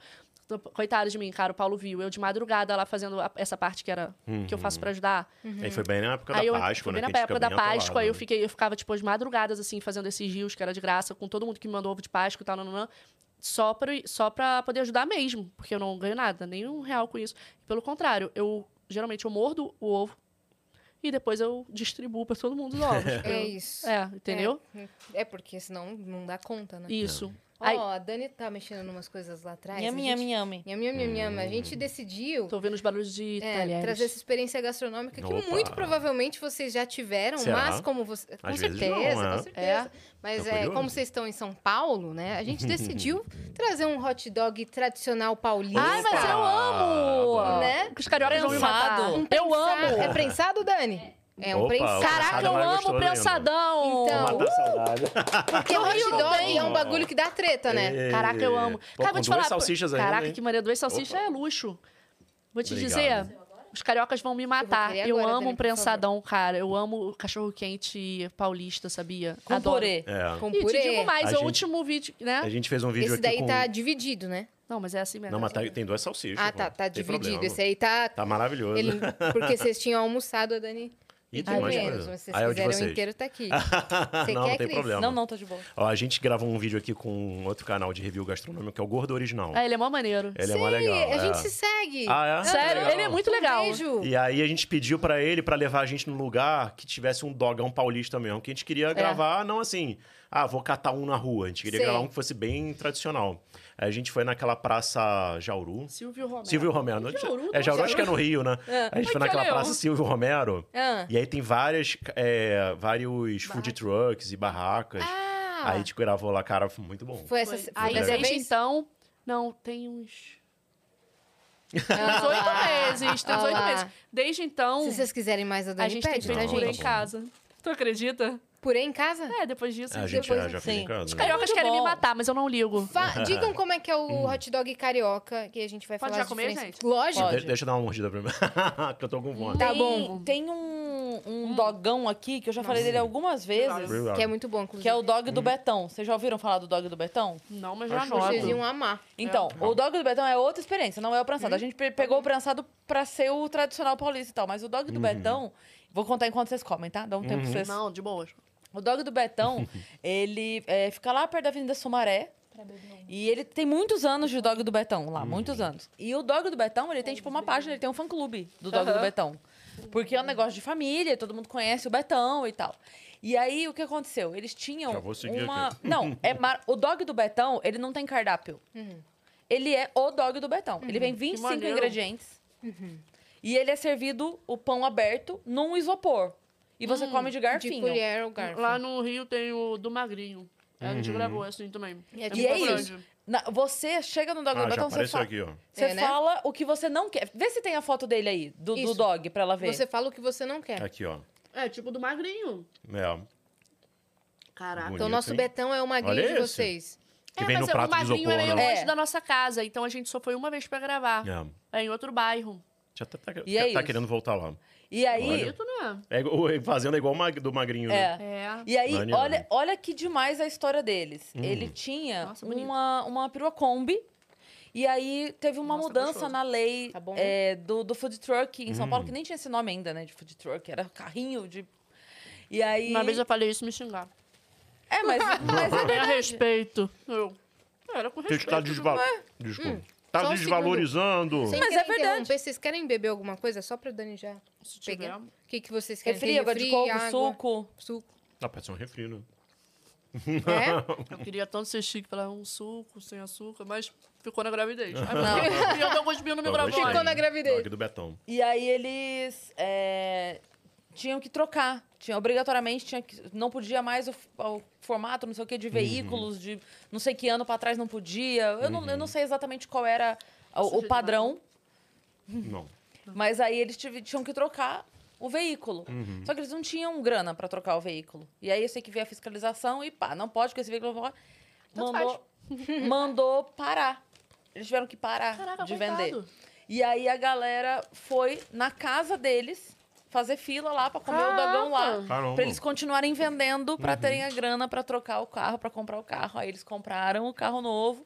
Tô- Coitado de mim, cara, o Paulo viu. Eu de madrugada lá fazendo a- essa parte que era que eu faço pra ajudar.
Aí foi bem na época
aí
da
eu
Páscoa,
fui
né?
bem
que
na
a gente
época
fica
da
bem
Páscoa,
atolado,
aí eu
né?
fiquei, eu ficava tipo as madrugadas assim fazendo esses rios que era de graça com todo mundo que me mandou ovo de Páscoa e tal, nananã. Só pra, só pra poder ajudar mesmo, porque eu não ganho nada, nenhum real com isso. Pelo contrário, eu geralmente eu mordo o ovo e depois eu distribuo pra todo mundo os ovos.
É
Eu-
isso.
é, entendeu?
É, porque senão não dá conta, né?
Isso. Ai.
Ó, a Dani tá mexendo em umas coisas lá atrás.
Nhami,
a
nhami,
gente...
nhami.
Nham, nham, nham, nham. A gente decidiu
Tô vendo os barulhos de
é,
talheres.
trazer essa experiência gastronômica que
Opa.
muito provavelmente vocês já tiveram,
Será?
mas como você. Com
Às vezes
certeza,
não, né?
com certeza. Mas
Tô
é,
curioso.
como vocês estão em São Paulo, né? A gente decidiu trazer um hot dog tradicional paulista.
Ai, mas eu amo!
Né?
Os cariocas vão me matar.
Prensado.
Um
Eu
prensa-
amo!
É prensado, Dani? É, um
Opa,
prensado.
Caraca,
Prensado é
eu
mais
amo
gostoso
o
ainda.
prensadão!
Então,
Matar a saudade.
porque o hot dog é um bagulho que dá treta, né?
É.
Caraca, eu amo.
Pô,
Cara,
com
vou te
duas
falar.
salsichas né? ainda,
Caraca,
hein?
que maneira. Duas salsichas é luxo. Vou te
Obrigado.
dizer. Os cariocas vão me matar.
querer
Eu,
agora,
amo
Dani,
um
por favor.
prensadão, cara. Eu amo cachorro quente paulista, sabia?
Com
Adoro.
purê.
É.
Com
E te
purê.
digo mais,
A
é o
gente-
último vídeo, né?
A gente fez um vídeo
Esse
aqui
daí
com...
tá dividido, né?
Não, mas é assim mesmo.
Não, mas tá- tem duas salsichas.
Ah,
pô.
tá, tá
Tem
dividido.
problema.
Esse aí tá.
Tá maravilhoso.
Ele... Porque vocês tinham almoçado, a Dani.
Ih, tem
Mais
mais
menos,
coisa.
mas se vocês
Ah, é o de
quiserem
vocês. Ah.
o inteiro, tá aqui.
não,
quer,
não tem
Cris?
problema.
Não, não, tô de boa.
Ó, a gente gravou um vídeo aqui com outro canal de review gastronômico, que é o Gordo Original.
Ah, ele é mó maneiro.
Ele é mó legal.
Ih, a
é.
gente se segue.
Ah, é?
Sério,
Legal.
ele é muito legal.
Um beijo.
E aí a gente pediu pra ele pra levar a gente num lugar que tivesse um dogão paulista mesmo, que a gente queria gravar, não assim, ah, vou catar um na rua. A gente queria
É. Sei.
gravar um que fosse bem tradicional. Aí a gente foi naquela praça Jauru.
Silvio Romero.
Silvio Romero.
Jauru?
É, Jauru acho que é no Rio, né? A
Ai,
gente foi
que
naquela
legal.
praça Silvio Romero.
Ah.
E aí tem várias, é, vários food trucks e barracas.
Ah,
Aí a gente gravou lá, cara, foi muito bom.
foi essa,
Foi.
foi
Aí
dessa
desde
vez?
então. Não, tem uns.
Ah,
Uns oito meses. Tem uns
Ah
oito
lá.
meses. Desde então,
Se vocês quiserem mais da Dani,
a gente tem
pede,
feito
tá,
Não,
purê em
gente?
bom.
casa. Tu acredita?
Purê em casa?
É, depois disso.
a gente
depois-
já, já fez
sim.
em casa. né?
Cariocas
Muito
querem me
bom.
matar, mas eu não ligo.
Fa- digam como é que é o
Hum.
hot dog carioca, que a gente vai
Pode
falar
já
as
comer,
diferenças.
gente?
Lógico.
De- deixa eu dar uma mordida primeiro, que eu tô com fome.
Tá
Tem-
bom.
Tem um,
Hum.
um dogão aqui que eu já falei dele algumas vezes,
Que é muito bom, inclusive.
que é o dog do Betão. Vocês já ouviram falar do dog do Betão?
Não, mas já
Acho
não.
Vocês iam amar.
Então, o dog do Betão é outra experiência, não é o prensado. A gente pe- pegou o prensado pra ser o tradicional paulista e tal, mas o dog do Betão, vou contar enquanto vocês comem, tá? Dá um tempo pra vocês.
Não, de boas.
O dog do Betão, ele é, fica lá perto da Avenida Sumaré. E ele tem muitos anos de dog do Betão
Uhum.
lá, muitos anos. E o dog do Betão, ele tem tipo uma página, ele tem um fã-clube do dog do Betão. Porque é um negócio de família, todo mundo conhece o Betão e tal. E aí o que aconteceu? Eles tinham
Já vou seguir
uma
aqui.
Não, é mar- o dog do Betão, ele não tem cardápio. Ele é o dog do Betão. Ele vem 25
maneiro.
ingredientes. E ele é servido o pão aberto num isopor. E você come Hum, de garfinho.
De colher ou garfo.
Lá no Rio tem o do Magrinho. A
Uhum.
gente gravou assim também.
E é
É
tipo
E é
muito
isso.
grande.
Na- você chega no dog do
Ah, já
Betão, você,
apareceu
fa
aqui, ó.
você
É, né?
fala o que você não quer. Vê se tem a foto dele aí, do, do
Isso.
dog, pra ela ver.
Você fala o que você não quer.
Aqui, ó.
É, tipo do Magrinho.
É.
Caraca.
Então, o nosso
Bonito, hein?
Betão é o magrinho
Olha
de
esse.
vocês.
Que vem
é,
no
mas
prato
o
de
Magrinho
isopor,
é meio
né?
longe
É.
da nossa casa, então a gente só foi uma vez pra gravar.
É.
É em outro bairro.
Já tá, tá-
E é
tá
isso.
querendo voltar lá.
E aí,
Bonito, né?
É, igual- o- fazendo igual o mag- do magrinho, né?
é.
É.
E aí,
Maneiro.
olha, olha que demais a história deles.
Hum.
Ele tinha
Nossa, bonito.
uma, uma perua Kombi. E aí teve uma
Nossa,
mudança
gostoso.
na lei
Tá bom,
é, do, do food truck em São
Hum.
Paulo, que nem tinha esse nome ainda, né? De food truck, era carrinho de. E aí.
Uma vez eu falei isso e me xingaram.
É, mas, mas é
Tenha
verdade.
respeito. Eu. Era com
Tem
respeito.
que tá desval... Desculpa. tá
só um
desvalorizando.
Sem
Mas
querer
é verdade.
interromper, Vocês querem beber alguma coisa? Só pra Dani já
Se tiver.
pegar. O que, que vocês querem?
Refri, É água de coco,
água,
suco.
Suco.
Ah, pode ser um refri, né?
É?
Eu queria tanto ser chique pra um suco, sem açúcar, mas ficou na gravidez. Ai, não. E eu tô cuspindo no
Talvez
microfone.
Ficou na
tenha.
gravidez.
Dog do Betão.
E aí eles é, tinham que trocar. Tinha, obrigatoriamente tinha que. Não podia mais o, f- o formato, não sei o que, de veículos, de não sei que ano pra trás não podia. Eu, não, eu não sei exatamente qual era o- o,
Sujeito
padrão,
Não.
mas aí eles tive- tinham que trocar o veículo. Só que eles não tinham grana pra trocar o veículo. E aí eu sei que veio a fiscalização e pá, não pode com esse veículo. não pode.
Tanto
Mandou, mandou parar. Eles tiveram que parar
Caraca,
de
coitado.
vender. E aí a galera foi na casa deles fazer fila lá pra comer
Caraca!
o dogão lá.
Caramba. Uhum.
Pra eles continuarem vendendo pra terem a grana pra trocar o carro, pra comprar o carro. Aí eles compraram o carro novo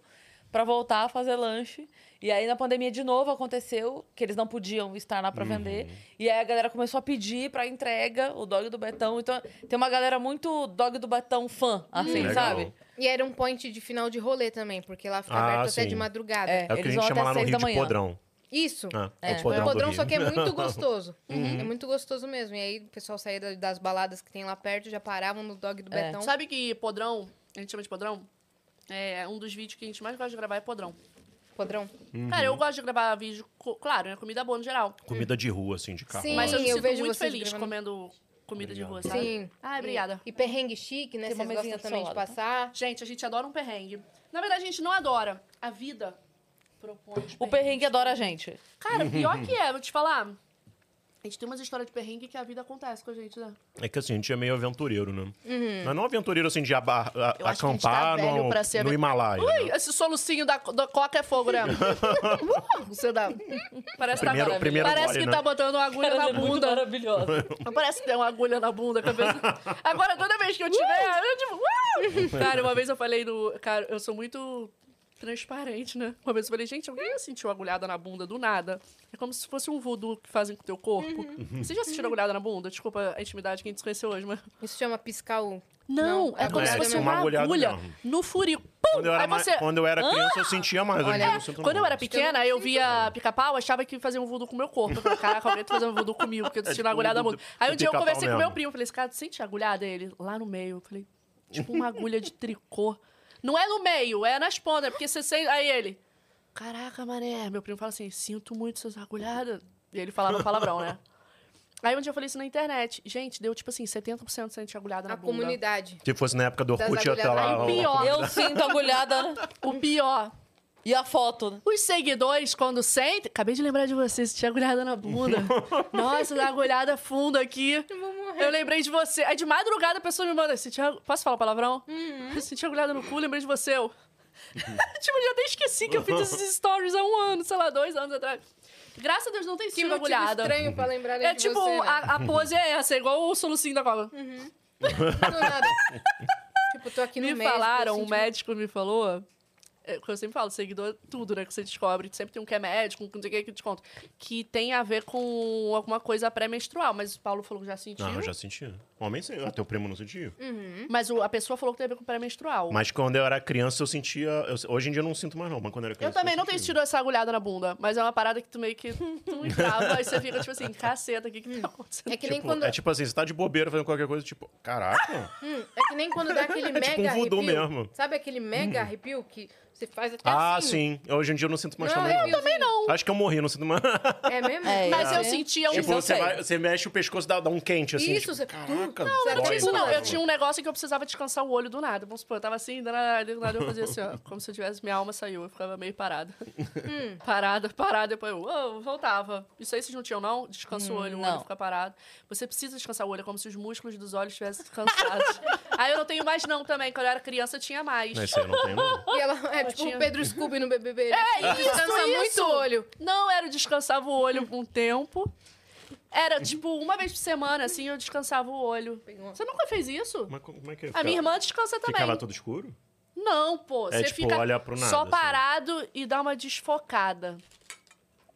pra voltar a fazer lanche. E aí na pandemia de novo aconteceu que eles não podiam estar lá
Uhum.
pra vender. E aí a galera começou a pedir pra entrega o dog do Betão. Então tem uma galera muito dog do Betão fã, assim,
Uhum. Legal.
sabe?
E era um point de final de rolê também, porque lá fica
Ah,
aberto até
sim.
de madrugada.
É.
É o que a
Eles
gente
vão
chama
até
lá no
seis
Rio
da
de
manhã.
podrão.
Isso.
Ah, é. o
O
podrão, do
podrão
Rio.
só que é muito gostoso.
Uhum.
É muito gostoso mesmo. E aí o pessoal saía da-
É.
Então,
das baladas que tem lá perto, já paravam no dog do Betão.
Sabe que podrão, a gente chama de podrão? É, um dos vídeos que a gente mais gosta de gravar é podrão.
Podrão?
Hum.
Cara, eu gosto de gravar vídeo, co- claro, né? Comida boa no geral.
Comida de rua, assim, de carro.
Sim.
Mas eu me
eu
sinto
vejo
muito
vocês
feliz
gravando.
comendo comida de rua, sabe?
Sim.
Ai, obrigada.
E, e perrengue chique, né?
Tem uma
Vocês
mesinha
gostam
do
também
seu
de
lado,
passar.
Gente, a gente adora um perrengue. Na verdade, a gente não adora. A vida propõe. os
O
perrengues.
perrengue adora a gente.
Cara, pior que é, vou te falar. A gente tem umas histórias de perrengue que a vida acontece com a gente, né?
É que assim, a gente é meio aventureiro, né? Mas não aventureiro assim de aba- a-
Uhum. Eu acho que a gente tá
acampar
velho
no,
pra ser
no
ave-
Himalaia.
Ui, uh,
né?
esse solucinho da, da coca é fogo, né? Uh, Você dá. Parece, que tá-
Primeiro- primeiro
parece
gole,
que
né?
tá botando uma agulha
é
na bunda.
maravilhosa.
Parece que tem uma agulha na bunda. Cabeça. Agora, toda vez que eu tiver, eu tipo... "Uh!" Cara, uma vez eu falei no... Cara, eu sou muito transparente, né? Uma vez eu falei, gente, alguém já sentiu agulhada na bunda do nada? É como se fosse um voodoo que fazem com o teu corpo.
Uhum.
Vocês já sentiram agulhada na bunda? Desculpa a intimidade que a gente se conheceu hoje, mas...
Isso chama piscar o...
Não,
Não,
é,
é
como se
agulhada
fosse
mesmo.
uma
Uma
agulha,
agulhada mesmo.
no furico.
Quando eu era,
Aí
mais-
você... Ah!
quando eu era criança, eu sentia mais. Hoje em dia eu
Olha,
não sinto
Quando eu
mais.
era pequena, eu via pica-pau, achava que fazia um voodoo com o meu corpo. Eu falei, caraca, alguém tá fazendo voodoo comigo, porque eu tô sentindo
tipo
a agulhada
o do-
muito. Aí um
do
dia eu
pica-pau
conversei com
mesmo.
meu primo, falei, esse cara, tu sente a agulhada? Ele, lá no meio. Eu falei, tipo uma agulha de tricô. Não é no meio, é nas pontas, porque você sente... Aí ele, caraca, mané. Meu primo fala assim, sinto muito essas agulhadas. E ele falava palavrão, né? Aí um dia eu falei isso na internet. Gente, deu tipo assim, 70% sente agulhada na
A
bunda.
comunidade.
Se fosse na época do
Das
Orkut, ia estar
agulhadas.
lá.
Aí,
ó,
pior,
Eu sinto agulhada né?
o pior...
e a foto. né?
Os seguidores, quando sentem. Acabei de lembrar de você, você tinha agulhada na bunda. Nossa, dá agulhada funda aqui. Eu lembrei de você. Aí de madrugada a pessoa me manda. Senti agu- Posso falar palavrão?
Uhum.
Eu senti agulhada no cu, lembrei de você. Eu... tipo, eu já até esqueci que eu fiz esses stories há um ano, sei lá, dois anos atrás. Graças a Deus não tem
Que
sido
um motivo
agulhada.
estranho pra lembrar
É
de
tipo,
você, né?
a, a pose é essa, é igual o solucinho da cobra.
Do nada. tipo, tô aqui no
me
México,
falaram,
assim,
um médico me falou. é, que Eu sempre falo, seguidor, tudo, né? Que você descobre. Sempre tem um que é médico, um que não sei o que, que te conta. Que tem a ver com alguma coisa pré-menstrual. Mas o Paulo falou que já sentiu.
Não, eu já sentia. Homem, sim. Ah, teu primo não sentia.
Uhum. Mas o- a pessoa falou que tem a ver com pré-menstrual.
Mas quando eu era criança, eu sentia. eu- hoje em dia eu não sinto mais, não. Mas quando eu era
Eu
criança.
também não tenho
sentia.
sentido essa agulhada na bunda. Mas é uma parada que tu meio que... Tu entrava, aí você fica tipo assim, caceta, o que que tá
tipo,
acontecendo?
É que nem
Tipo,
quando...
É tipo assim, você tá de bobeira fazendo qualquer coisa, tipo, caraca.
Hum, é que nem quando dá aquele mega
um voodoo
arrepio.
mesmo. Hum.
Sabe aquele mega arrepio que você faz até
ah,
assim?
sim. Hoje em dia eu não sinto mais
Não,
também.
eu
não.
também
É não.
Acho que eu morri, não sinto mais.
É mesmo?
É,
Mas eu
é.
sentia um...
tipo,
eu
você,
sei.
vai- você mexe o pescoço, dá, dá um quente, assim.
Isso,
tipo,
você-
Caraca,
Não, não
dói,
era disso, não.
mano.
Eu tinha um negócio que eu precisava descansar o olho do nada. Vamos supor, eu tava assim, do nada, do nada eu fazia assim, ó. Como se eu tivesse, minha alma saiu. Eu ficava meio parada. Hum. Parada, parada. Depois eu "Uou", voltava. Isso aí vocês não tinham, não? Descansa o olho, o olho
não.
fica parado. Você precisa descansar o olho, é como se os músculos dos olhos estivessem cansados. aí eu não tenho mais, não, também. Quando eu era criança, eu tinha mais.
Não, isso aí eu não tem, não.
Ah.
E ela é tipo
tinha-
o Pedro Scooby no BBB. É,
isso,
Descansa muito
isso.
o olho.
Não, era eu descansava o olho por um tempo. Era, tipo, uma vez por semana, assim, eu descansava o olho. Você nunca fez isso?
Mas como como é que é?
A minha irmã descansa também.
Fica lá todo escuro?
Não, pô. você
tipo,
fica
olha pro nada,
só
assim.
parado e dá uma desfocada.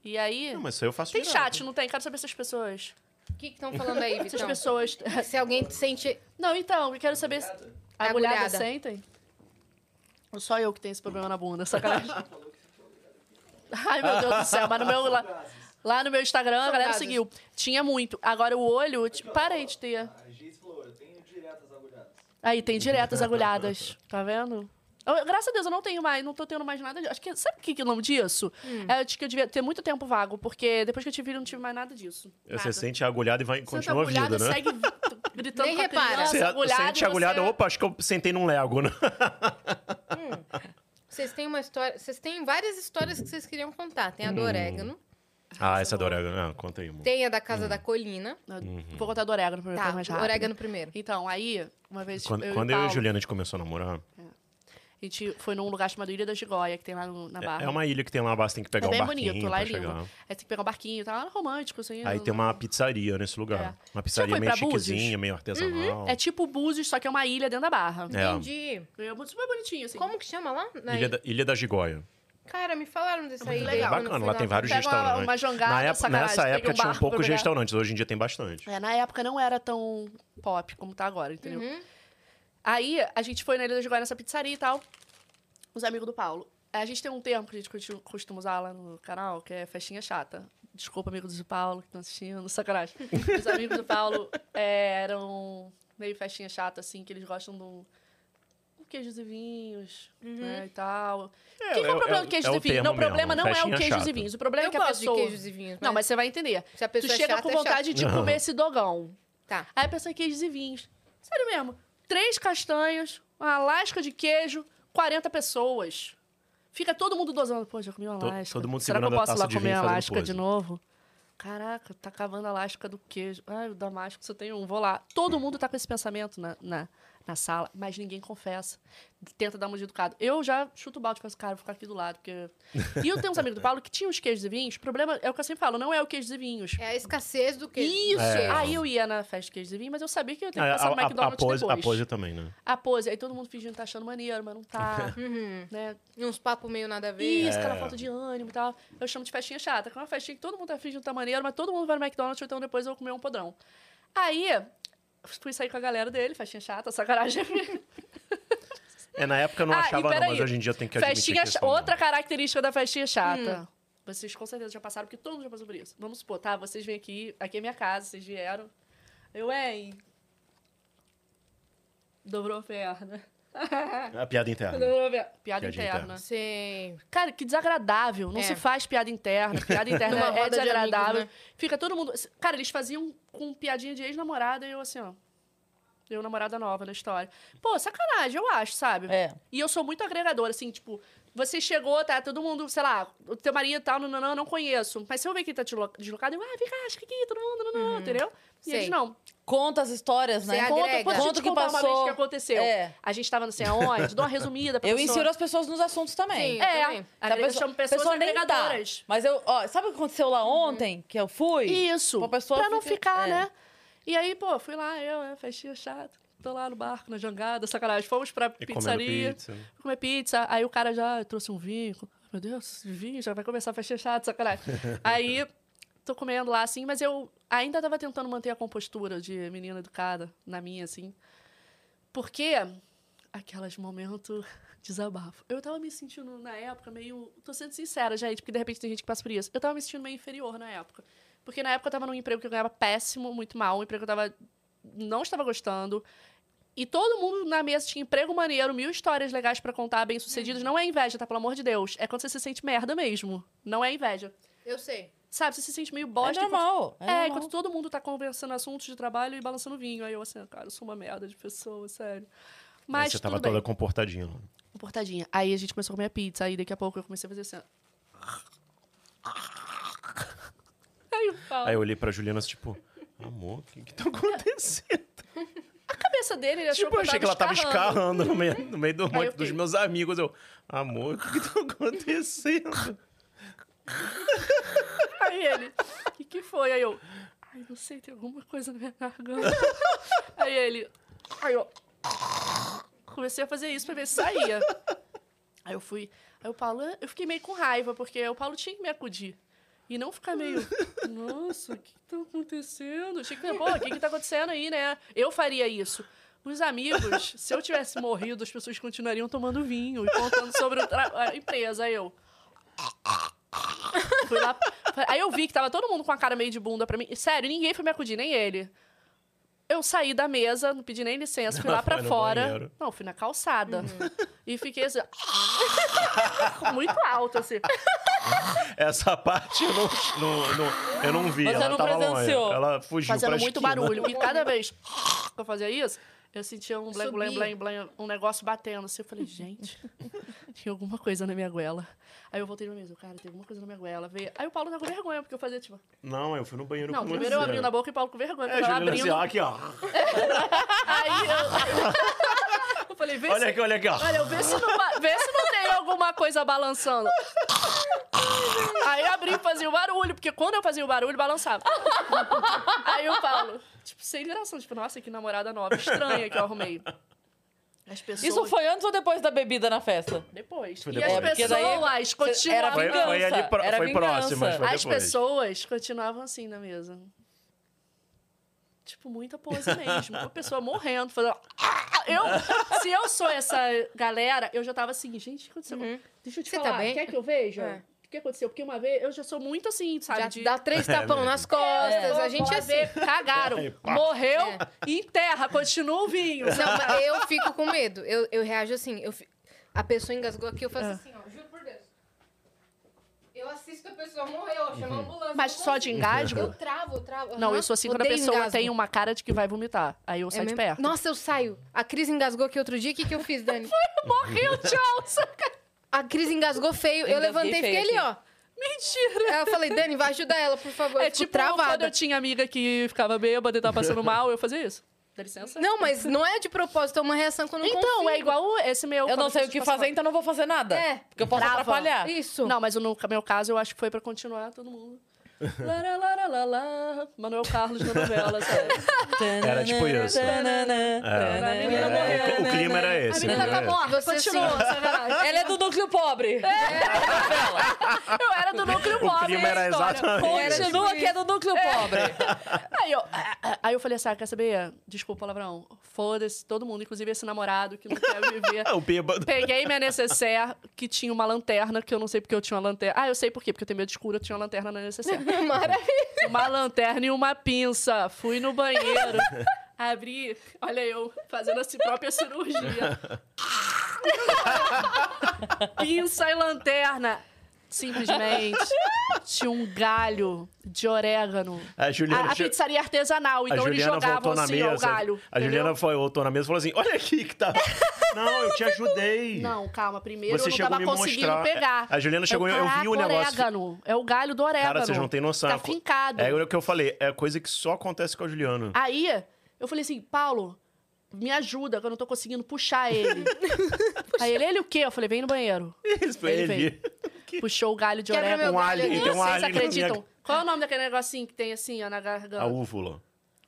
E aí...
Não, mas isso aí eu faço
Tem
direto.
chat, não tem? Quero saber se as pessoas...
O que estão falando aí,
Se as
Vitão?
pessoas...
Se alguém sente...
Não, então, eu quero saber se... A
Agulhada.
agulhada sentem? Ou só eu que tenho esse problema na bunda? Sacanagem. Ai, meu Deus do céu. Mas no meu... Lá, lá no meu Instagram, a galera
Saudades.
seguiu. Tinha muito. Agora o olho... eu, Tipo, parei de ter.
A Giz falou, eu tenho diretas agulhadas.
Aí, tem direto as agulhadas. Tá vendo? Eu- graças a Deus, eu não tenho mais, não tô tendo mais nada. de- Acho que, sabe o que, que é o nome disso?
Hum.
É, eu acho que eu devia ter muito tempo vago, porque depois que eu tive filho, eu não tive mais nada disso. Nada.
É, Você sente a agulhada e vai,
Senta
continua a vida,
agulhada,
né?
segue vi- gritando
Nem
com a
repara.
criança,
Você
agulhada,
sente a
e
agulhada,
você- é-
opa, acho que eu sentei num Lego, né?
Vocês têm uma história... Vocês têm várias histórias que vocês queriam contar. Tem a
Hum.
do orégano.
Ah, essa é do orégano. Ah, conta aí, amor.
Tem a da Casa
Hum.
da Colina.
Não,
Uhum.
Vou contar do orégano primeiro,
Tá,
pra mais
o
rápido.
orégano primeiro.
É.
Então, aí, uma vez
Quando
eu,
quando
e o
eu e a
Paulo,
Juliana a gente começou a namorar,
a gente foi num lugar chamado Ilha da Gigóia, que tem lá no- na Barra.
é uma ilha que tem lá abaixo, tem que
É
pegar um
bem
barquinho
bonito, lá
pra
é lindo.
chegar.
Aí você tem que pegar um barquinho, tá lá romântico, assim.
Aí
no-
tem uma pizzaria nesse
É.
lugar. Uma
foi
pizzaria meio
pra Búzios?
chiquezinha, meio artesanal.
É tipo Búzios, só que é uma ilha dentro da Barra.
É.
Entendi.
É muito- super bonitinho, assim.
Como que chama lá? Na
Ilha da, Ilha da Gigóia.
Cara, me falaram dessa ilha. aí
legal.
quando eu
Bacana,
fui
lá tem vários
Pega uma-
restaurantes.
uma jangada,
Na época,
sacanagem,
nessa
pega um
época tinha
barco
um
pra
poucos
pegar.
restaurantes, hoje em dia tem bastante.
É, na época não era tão pop como tá agora, entendeu?
Uhum.
Aí a gente foi na Ilha da Gigóia nessa pizzaria e tal. Os amigos do Paulo. A gente tem um termo que a gente continu- costuma usar lá no canal, que é festinha chata. Desculpa, amigos do Paulo que estão assistindo, sacanagem. Os amigos do Paulo é, eram meio festinha chata, assim, que eles gostam de um- queijos e vinhos,
Uhum.
né, e tal.
É,
Quem que é o problema do queijos
é
e
o
vinhos?
termo
Não, o problema
mesmo,
não é o
festinha
queijos
chata.
e vinhos. O problema é
Eu
que a
gosto de
pessoa...
queijos e né? vinhos.
Não, mas você vai entender.
Se a
Tu
pessoa é
chega
chata,
com
é chata.
vontade de
Não.
comer esse dogão.
Tá.
Aí a pessoa queijos e vinhos. Sério mesmo. Três castanhas, uma lasca de queijo, 40 pessoas. Fica todo mundo dosando. Pô, já comi uma
To-
lasca.
todo mundo
Será que eu
segurando a
posso
taça
lá
de
comer
vinho
a
e fazendo
lasca
pose.
de novo? Cavando. Caraca, tá cavando a lasca do queijo. Ai, o Damasco, só tem um, vou lá. Todo mundo tá com esse pensamento na, na, na sala, mas ninguém confessa. Tenta dar uma de educado. Eu já chuto o balde com esse cara, vou ficar aqui do lado. Porque... E eu tenho uns amigos do Paulo que tinham os queijos e vinhos. O problema é o que eu sempre falo, não é o queijos e vinhos.
É a escassez do queijo.
Isso!
É.
Aí eu ia na festa de queijos e vinhos, mas eu sabia que eu ia ter é que
Ah,
passar no
a, a- a
McDonald's
pose, a
depois.
pose também, né?
A pose. Aí todo mundo fingindo que tá achando maneiro, mas não tá.
Uhum.
né?
E uns papos meio nada a
É.
ver.
Isso, aquela falta de ânimo e tal. Eu chamo de festinha chata, que é uma festinha que todo mundo tá fingindo que tá maneiro, mas todo mundo vai no McDonald's, então depois eu vou comer um podrão. Aí, fui sair com a galera dele, festinha chata, sacanagem.
É, na época eu não
Ah, e
achava não,
peraí.
mas hoje em dia tem que admitir
festinha
que um
cha- Outra característica da festinha chata. Hum. Vocês com certeza já passaram, porque todo mundo já passou por isso. Vamos supor, tá? Vocês vêm aqui, aqui é minha casa, vocês vieram. Eu, hein? Dobrou a perna.
A É, piada interna.
Dobrou a perna. Piada
Piada
interna.
interna.
Sim.
Cara, que desagradável. Não
É.
se faz piada interna. Piada interna
Numa
é
roda de
desagradável.
né?
amigos,
Fica todo mundo. Cara, eles faziam com piadinha de ex-namorada e eu assim, ó. Eu, namorada nova na história. Pô, sacanagem, eu acho, sabe?
É.
E eu sou muito agregadora, assim, tipo, você chegou, tá? Todo mundo, sei lá, o teu marido e tal, não, não, não, não conheço. Mas se eu ver que ele tá deslo- deslocado, eu, ah, vem cá, acho que aqui, todo mundo, não,
Uhum.
não, não, entendeu? E
Sei.
eles não.
Conta as histórias,
Você
né?
agrega.
Conta, pô, deixa eu
Conta
te
o que
contar uma vez
passou.
que aconteceu.
É.
A gente tava não sei aonde, dou uma resumida pra
Eu
pessoa.
insiro as pessoas nos assuntos também.
Sim.
É,
também.
agrega-
A
eu chamo pessoas
pessoa nem tá.
agregadoras. Uhum.
Mas eu, ó, sabe o que aconteceu lá ontem? Que eu fui?
Isso.
Pra pessoa
pra não
fica-
ficar,
é.
né? E aí, pô, fui lá, eu, né? Festinha chata. Tô lá no barco, na jangada, sacanagem. Fomos pra
E comendo
pizzaria.
pizza.
Fui comer pizza. Aí o cara já trouxe um vinho. Meu Deus, esse vinho, já vai começar a festinha chata, sacanagem. aí, tô comendo lá, assim, mas eu ainda tava tentando manter a compostura de menina educada na minha, assim. Porque aquelas momento desabafo. Eu tava me sentindo na época meio, tô sendo sincera, gente, porque de repente tem gente que passa por isso. Eu tava me sentindo meio inferior na época. Porque na época eu tava num emprego que eu ganhava péssimo, muito mal, um emprego que eu tava não estava gostando. E todo mundo na mesa tinha emprego maneiro, mil histórias legais pra contar, bem-sucedidos.
Uhum.
Não é inveja, tá? Pelo amor de Deus. É quando você se sente merda mesmo. Não é inveja.
Eu sei.
Sabe, você se sente meio
É
bosta. enquanto-
normal. É,
é,
normal.
enquanto todo mundo tá conversando assuntos de trabalho e balançando vinho. Aí eu assim, cara, eu sou uma merda de pessoa, sério. Mas
Aí você tava
tudo bem.
toda comportadinha. né?
Comportadinha. Aí a gente começou a comer pizza. Aí daqui a pouco eu comecei a fazer assim, ó. Aí o Paulo,
Aí eu olhei pra Juliana, assim, tipo, amor, o que que tá acontecendo?
a cabeça dele, ele achou
Tipo,
que
eu
eu
achei que ela tava
escarrando.
escarrando no meio, no meio do monte
eu
dos
fiquei-
meus amigos. Eu, amor, o que que tá acontecendo?
Aí ele, o que, que foi? Aí eu, ai, não sei, tem alguma coisa na minha garganta. Aí ele, aí eu, comecei a fazer isso pra ver se saía. Aí eu fui, aí o Paulo, eu fiquei meio com raiva, porque o Paulo tinha que me acudir. E não ficar meio, nossa, o que que tá acontecendo? Tinha que, pô, o que que tá acontecendo aí, né? Eu faria isso. Os amigos, se eu tivesse morrido, as pessoas continuariam tomando vinho e contando sobre o tra- a empresa. Aí eu, Fui lá. Aí eu vi que tava todo mundo com a cara meio de bunda pra mim. E, Sério, ninguém foi me acudir, nem ele. Eu saí da mesa, não pedi nem licença, fui lá pra
Foi no
fora.
banheiro. Uhum.
Não, fui na calçada. E fiquei assim. muito alto, assim.
Essa parte eu não, não- não- eu não vi.
Você
ela
não
tava
presenciou.
longe. Ela fugiu pra
Fazendo muito
esquina.
barulho. E cada vez que eu fazia isso, eu sentia um blém, blém,
Subia.
blém, blém, um negócio batendo. Assim, eu falei, gente, tinha alguma coisa na minha goela. Aí eu voltei na mesa, cara, tem alguma coisa na minha goela. Veio. Aí o Paulo tá com vergonha, porque eu fazia tipo.
Não, eu fui no banheiro
Não,
com
primeiro eu
você.
abrindo a boca e o Paulo com vergonha.
assim? É,
porque eu tava
Juliana, assim,
abrindo.
ó, aqui, ó.
Aí eu, eu falei, vê
Olha
se.
aqui, olha aqui, ó.
Olha, eu vê se, não, ba- vê se não tem alguma coisa balançando. Aí eu abri e fazia o barulho, porque quando eu fazia o barulho, balançava. Aí o Paulo, tipo, sem graça, tipo, nossa, que namorada nova, estranha que eu arrumei. As pessoas.
Isso foi antes ou depois da bebida na festa?
depois.
Foi
E
depois.
as
É, porque
pessoas
daí era
continuavam.
Foi,
vingança,
foi ali pro-
era
foi
vingança.
próximo, mas foi
As
depois.
pessoas continuavam assim na mesa. Tipo, muita pose mesmo. Uma pessoa morrendo, fazendo. Ah! Eu, se eu sou essa galera, eu já tava assim, gente, o que aconteceu? Deixa eu te
Você tá
falar.
bem?
Quer que eu veja?
É.
O que aconteceu? Porque uma vez eu já sou muito assim, sabe?
Já
de-
dá três tapão nas costas.
É.
A gente é assim, cagaram.
Morreu
É.
em terra, continua o vinho.
Não, mas eu fico com medo. Eu, eu reajo assim. Eu fi- A pessoa engasgou aqui, eu faço assim, ó. Juro por Deus. Eu assisto a pessoa morrer, ó. Chamar a ambulância.
Mas
eu
só de engasgo?
Eu travo, eu travo.
Não,
aham.
eu sou assim quando a
Odeio
pessoa
engasgo.
tem uma cara de que vai vomitar. Aí eu
É
saio de
mesmo?
perto.
Nossa, eu saio. A Cris engasgou aqui outro dia. O que, que eu fiz, Dani?
Morreu, tchau! saca-
A Cris engasgou feio.
Eu
Eu,
engasguei
levantei e fiquei
feio
ali, ó.
Mentira!
Aí Eu falei, Dani, vai ajudar ela, por favor.
É
Eu fico
tipo quando
travada.
eu tinha amiga que ficava bêbada e tava passando mal, eu fazia isso. Dá licença?
Não, mas não é de propósito, é uma reação que eu não
então,
consigo.
é igual o- esse meu.
Eu não
quando
sei
eu
o que
faço
fazer, então não vou fazer nada.
É.
Porque eu posso
Trava.
atrapalhar.
Isso.
Não, mas no meu caso, eu acho que foi pra continuar todo mundo. Lara, lara, lá, lá. Manuel Carlos na novela, sabe?
Era tipo isso.
A menina morreu.
O clima era esse.
A menina
né?
tá morta,
Você
continua,
sim.
sacanagem.
Ela é do núcleo pobre.
É, Eu era do núcleo
O
pobre.
clima
é a
era
história.
exatamente.
Continua que é do núcleo pobre.
Aí eu, ah, ah, aí eu falei assim, ah, quer saber? Desculpa, palavrão. Foda-se todo mundo, inclusive esse namorado que não quer me ver.
É, O bêbado.
Peguei minha necessaire, que tinha uma lanterna, que eu não sei porque eu tinha uma lanterna. Ah, eu sei por quê, porque eu tenho medo de escuro, eu tinha uma lanterna na necessaire. Uma lanterna e uma pinça. Fui no banheiro. Abri, olha eu, fazendo a si própria cirurgia. pinça e lanterna. Simplesmente tinha um galho de orégano.
A Juliana
A, a
che-
pizzaria artesanal,
a
então eles
Juliana
jogavam
voltou na
assim, ó, o
mesa.
galho.
a
entendeu?
Juliana foi, voltou na mesa e falou assim: Olha aqui que tá. Não, eu te ajudei.
Não, calma, primeiro
Você
eu não
chegou
tava
a me
conseguindo
mostrar. É,
pegar.
A Juliana chegou,
é
eu vi o negócio.
orégano. É o galho do orégano.
Cara, vocês não têm noção.
Tá fincado. Ah,
É o que eu falei, é coisa que só acontece com a Juliana.
Aí, eu falei assim, Paulo, me ajuda, que eu não tô conseguindo puxar ele. Aí ele, ele o quê? Eu falei, vem no banheiro.
Isso, foi
ele
ele.
Puxou o galho de
Quebra meu
orégano.
Um
galho
alien,
aqui.
tem um
Vocês
alien na
acreditam?
minha-
Qual é o nome daquele negocinho que tem assim, ó, na garganta?
A úvula.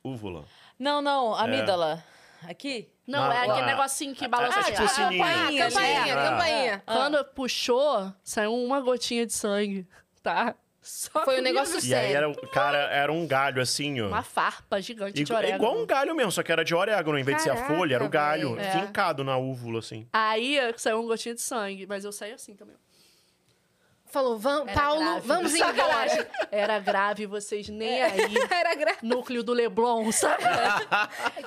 Úvula.
Não, não, amígdala. Aqui?
Não,
Na-
é aquele
na-
negocinho que balança.
Ah,
assim,
tipo
ó.
assim, sininho.
Campainha,
Ah,
campainha,
é.
campainha.
Ah. Quando puxou, saiu uma gotinha de sangue, tá? Só
Foi um
que
negócio
E aí
sério.
era, o- cara, era um galho assim, ó.
Uma farpa gigante de
Igu-
orégano.
igual um galho mesmo, só que era de orégano. Em vez de ser a
Caraca,
folha, era o galho.
velho.
É.
Fincado na úvula, assim.
Aí saiu um gotinho de sangue, mas eu saí assim também.
um-
Falou, "Vam- Paulo,
grave.
vamos É. embora.
Sacanagem. Era grave, vocês nem aí.
Era grave.
Núcleo do Leblon, sabe?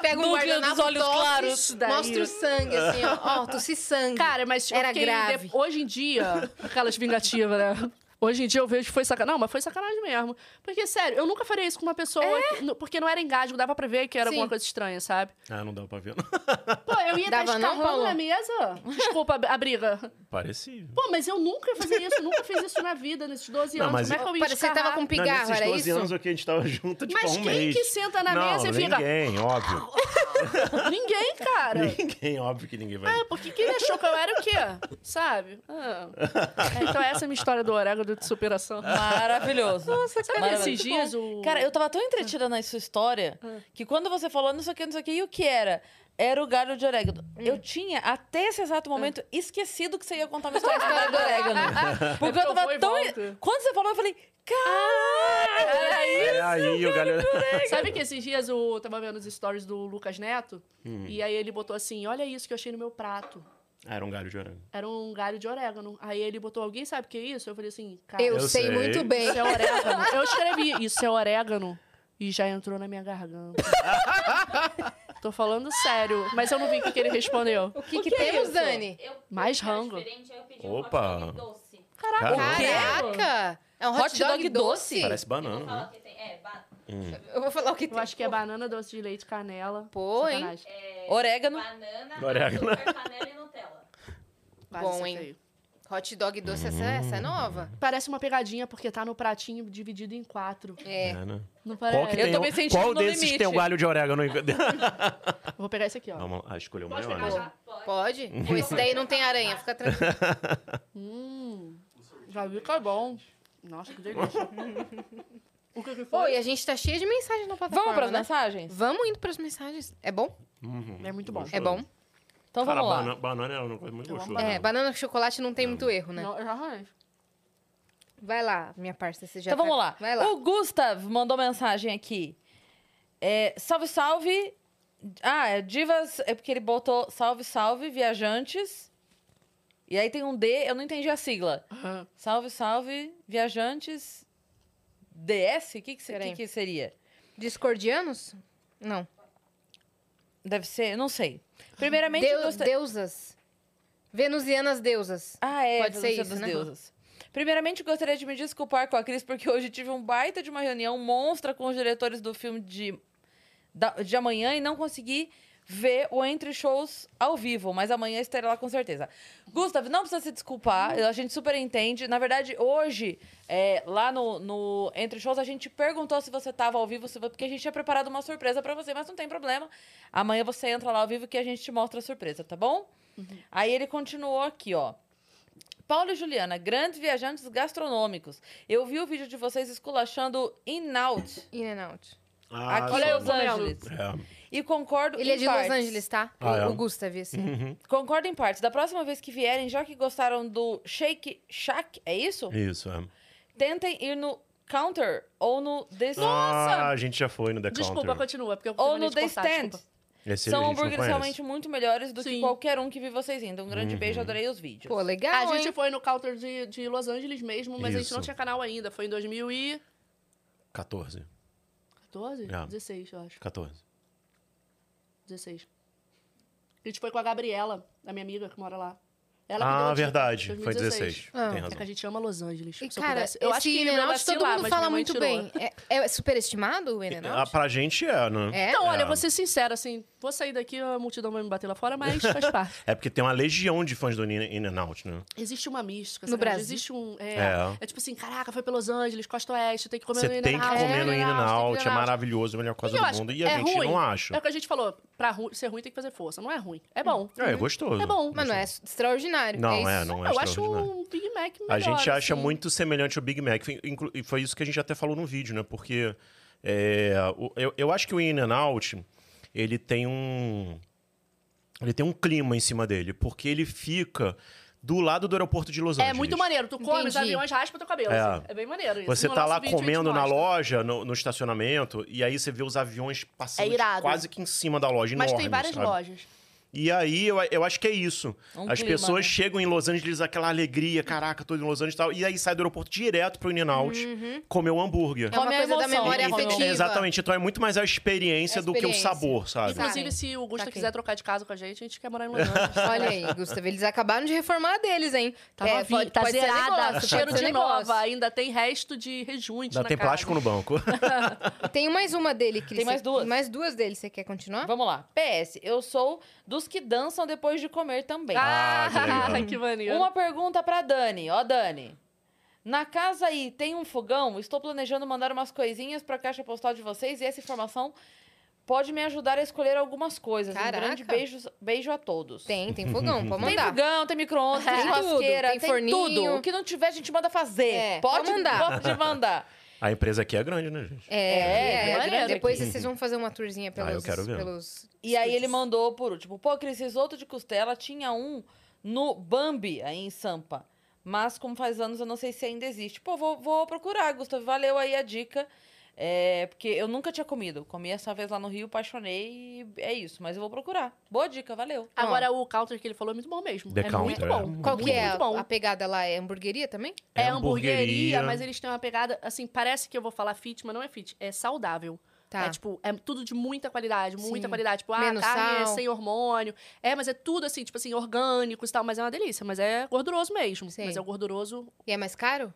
Pega um
Núcleo
guardanapo,
dos olhos
tosse,
claros.
mostra o sangue, assim, ó. Ó, tossi sangue.
Cara, mas eu
Era
fiquei-
grave.
de- Hoje em dia, aquelas vingativas, né? Hoje em dia eu vejo que foi sacanagem. Não, mas foi sacanagem mesmo. Porque, sério, eu nunca faria isso com uma pessoa. que- no- Porque não era engasgo, dava pra ver que
É.
era
Sim.
alguma coisa estranha, sabe?
Ah, não dá pra ver, não.
Pô, eu ia estar
Dava, não
escalpando
rolou.
na mesa. Desculpa a a briga.
Parecia.
Pô, mas eu nunca ia fazer isso, nunca fiz isso na vida, nesses 12
Não,
anos.
mas-
Como é que eu ia
Parecia que tava
escarrar?
com
Não,
pigarro,
nesses
era
12
isso?
anos aqui a gente tava junto, tipo,
Mas
há um
quem
mês.
que senta na
não,
mesa e fica-
ninguém, óbvio.
um
Ninguém, cara.
ninguém, óbvio que ninguém vai...
É, porque que ele achou que eu era o quê? Sabe? Ah. É, Então essa é a minha história do orégano de superação.
Maravilhoso. Nossa,
Sabe esses dias o...
Cara, eu tava tão entretida na sua história que quando você falou não sei o que, não sei o que, e o que era? Era o galho de orégano. Eu tinha, até esse exato momento, esquecido que você ia contar uma história do galho de orégano. Porque
É porque
eu
eu vou e
tava tão.
volto.
Quando você falou, eu falei, cara! Era isso!
É aí, o galho...
Sabe que esses dias eu tava vendo os stories do Lucas Neto? E aí ele botou assim, olha isso que eu achei no meu prato.
Ah, era um galho de orégano.
Era um galho de orégano. Aí ele botou, alguém sabe o que é isso? Eu falei assim, cara,
Eu,
Eu
sei,
sei.
muito bem.
isso é orégano. Eu escrevi, isso é orégano. E já entrou na minha garganta. Tô falando sério. Mas eu não vi o que, que ele respondeu.
O que, que, temos, Dani?
Eu pedi
Mais
um negócio
rango.
diferente, aí eu pedi
Opa.
Um hot dog doce.
Caraca.
Caraca! É um hot,
Hot
dog,
dog
doce?
Parece
Eu vou falar
banana,
o
né?
que tem. É, ba-
Eu vou falar o que
Eu acho que é banana, doce de leite, canela.
Pô, hein?
Sacanagem.
Orégano.
banana,
Orégano.
açúcar, canela e Nutella.
Quase
Bom,
acertei.
hein? Hot dog doce, essa, essa é nova?
Parece uma pegadinha, porque tá no pratinho dividido em quatro.
É.
É, né?
Não
Qual,
parece?
que
Eu
tem
tô
um-
me sentindo
Qual
no
desses
limite.
tem um galho de orégano? é?
Eu Vou pegar esse aqui, ó.
Vamos lá, ah, escolheu
Posso
maior,
pegar
né?
já?
Pode? Pô, esse daí não tem aranha, fica tranquilo.
Já vi que é bom. Nossa, que delícia. o que que
Pô,
foi?
e a gente tá cheia de mensagens na plataforma,
Vamos pras
né?
mensagens?
Vamos indo pras mensagens. É bom?
Hum,
É muito bom.
É bom?
Então
Cara,
vamos lá.
bana- banana era uma coisa muito
Eu amo
gostosa.
É,
né?
banana com chocolate não tem muito erro, né?
Não, eu já arranjo.
Vai lá, minha parça, você já
Então
tá-
vamos lá.
Vai lá.
O Gustav mandou mensagem aqui. É, salve, salve. Ah, é divas. É porque ele botou salve, salve, viajantes. E aí tem um D, eu não entendi a sigla.
Aham.
Salve, salve, viajantes DS? O que, que, se-
Peraí.
que que seria?
Discordianos? Não.
Deve ser, eu não sei. Primeiramente, eu
Deu-
gostaria-
Deusas. Venusianas deusas.
Ah, é.
Pode ser
Violência
isso,
dos
né?
Deuses. Primeiramente, gostaria de me desculpar com a Cris, porque hoje tive um baita de uma reunião monstra com os diretores do filme de, da- de amanhã e não consegui ver o Entre Shows ao vivo, mas amanhã estarei lá com certeza. Gustavo, não precisa se desculpar,
Uhum.
a gente super entende. Na verdade, hoje, é, lá no, no Entre Shows, a gente perguntou se você estava ao vivo, se vo- porque a gente tinha preparado uma surpresa para você, mas não tem problema. Amanhã você entra lá ao vivo que a gente te mostra a surpresa, tá bom?
Uhum.
Aí ele continuou aqui, ó. Paulo e Juliana, grandes viajantes gastronômicos. Eu vi o vídeo de vocês esculachando In-Out
In and out.
Ah,
aqui
olha
em
eu
Los
comendo.
Angeles.
É.
E concordo
Ele
em
é de
partes.
Los Angeles, tá?
Ah, é?
o, o Gustav, assim.
Concordo em partes. Da próxima vez que vierem, já que gostaram do Shake Shack, é isso?
Isso, é.
Tentem ir no Counter ou no The
Ah, a gente já foi no The
Desculpa,
Counter.
continua, porque eu
ou
terminei
no
de
The
cortar,
Stand.
desculpa.
Esse
São
a gente não
hambúrgueres
conhece. Uhum.
realmente muito melhores do que
Sim.
qualquer um que vi vocês indo. Um grande beijo, adorei os vídeos.
Pô, legal,
A gente
hein?
foi no counter de, de Los Angeles mesmo, mas a gente
Isso.
não tinha canal ainda. Foi em 2014,
14. É.
16, eu acho.
14.
16. A gente foi com a Gabriela, a minha amiga que mora lá. Ela me deu a
ah,
dica,
verdade. Foi
2016.
16. Tem
É que a
razão.
gente ama Los Angeles.
E,
se eu,
cara,
pudesse- eu acho
esse
que
In
meu
and
lado
Out todo
lá,
mundo
mas
fala
minha mãe
muito
tirou.
bem. É, é superestimado o In and
Ah,
out?
pra gente é, né?
É?
Então, olha,
É.
vou ser sincera, assim, vou sair daqui, a multidão vai me bater lá fora, mas faz parte.
É porque tem uma legião de fãs do In and Out, né?
Existe uma mística,
No
sabe?
Brasil?
Existe um. É,
É.
é tipo assim, caraca, foi pra Los Angeles, Costa Oeste, tem que comer
Você
no In-N-Out,
tem que
tem
comer no In
In-N-Out, tem
and Out,
que ir
é
no In-N-out.
maravilhoso, a melhor
E
coisa
eu
do
acho-
mundo. E a
é
gente
ruim.
não acha.
É o que a gente falou, pra ru- ser ruim tem que fazer força. Não é ruim, é bom.
É, é gostoso.
É bom.
Mas não é extraordinário.
Não,
isso.
é, não é
eu acho
extraordinário.
um Big Mac melhor.
A gente acha
assim.
muito semelhante ao Big Mac. Foi- inclu- E foi isso que a gente até falou no vídeo, né? Porque é, o- eu, eu acho que o In and Out, ele tem um. Ele tem um clima em cima dele, porque ele fica do lado do aeroporto de Los
É
Angeles.
muito maneiro. Tu come, os
Entendi.
aviões raspam teu cabelo.
É.
assim. É. bem maneiro isso.
Você
No
tá
nosso
lá
vídeo a gente
comendo na
mostra.
loja, no, no estacionamento, e aí você vê os aviões
É
passando
irado.
quase que em cima da loja,
Mas
enorme,
tem várias
sabe?
lojas.
E aí, eu, eu acho que é isso.
Um
As
clima,
pessoas
né?
chegam em Los Angeles, aquela alegria, caraca, tô em Los Angeles e tal. E aí sai do aeroporto direto pro In-N-Out, comer um hambúrguer.
É uma
Come a
coisa da
emoção,
memória
né?
afetiva.
Exatamente, então é muito mais a experiência,
É a
do que o
experiência.
sabor, sabe?
Exato.
Inclusive, se o Gusta
Saquei.
quiser trocar de casa com a gente, a gente quer morar em Los Angeles.
Olha aí, Gustavo, eles acabaram de reformar a deles, hein? É,
Tá novinha,
pode-
tá
pode ser
zerada,
negócio,
cheiro
pode ser
de
negócio.
nova, ainda tem resto de rejunte
Ainda
na
tem
casa.
plástico no banco.
Tem mais uma dele, Cris.
Tem mais
Você-
duas.
Tem mais duas dele, você quer continuar?
Vamos lá. PS, eu sou dos que dançam depois de comer também.
Ah, que
Ah,
legal.
que maneiro.
Uma pergunta pra Dani. Ó, Dani. Na casa aí tem um fogão? Estou planejando mandar umas coisinhas pra caixa postal de vocês e essa informação pode me ajudar a escolher algumas coisas.
Caraca.
Um grande beijo, beijo a todos.
Tem, tem fogão, pode
Tem
mandar.
fogão, tem micro-ondas, tem
Tem tudo,
churrasqueira,
tem
tem,
forninho.
tudo. O que não tiver, a gente manda fazer.
É,
pode,
pode mandar.
Pode mandar.
a empresa aqui é grande, né, gente?
É,
É,
é,
é maneiro
depois vocês vão fazer uma tourzinha pelos...
Ah, eu quero ver.
pelos
E aí ele
estúdios.
mandou por último. Pô, Cris, risoto de costela tinha um no Bambi, aí em Sampa. Mas como faz anos, eu não sei se ainda existe. Pô, vou, vou procurar, Gustavo. Valeu aí a dica. É, porque eu nunca tinha comido. Comi essa vez lá no Rio, apaixonei e é isso. Mas eu vou procurar. Boa dica, valeu.
Agora, o counter que ele falou é muito bom mesmo.
The
é
counter, é.
Ah. muito bom.
Qual que
muito,
é
Muito
a, a
bom.
pegada lá? É hamburgueria também?
É
É
hamburgueria,
hamburgueria.
mas eles têm uma pegada, assim, parece que eu vou falar fit, mas não é fit, é saudável.
Tá.
É tipo, é tudo de muita qualidade, muita
Sim.
qualidade. Tipo, ah,
Menos
carne
sal.
é sem hormônio. É, mas é tudo assim, tipo assim, orgânico e tal, mas é uma delícia, mas é gorduroso mesmo.
Sim.
Mas é o gorduroso,
E é mais caro?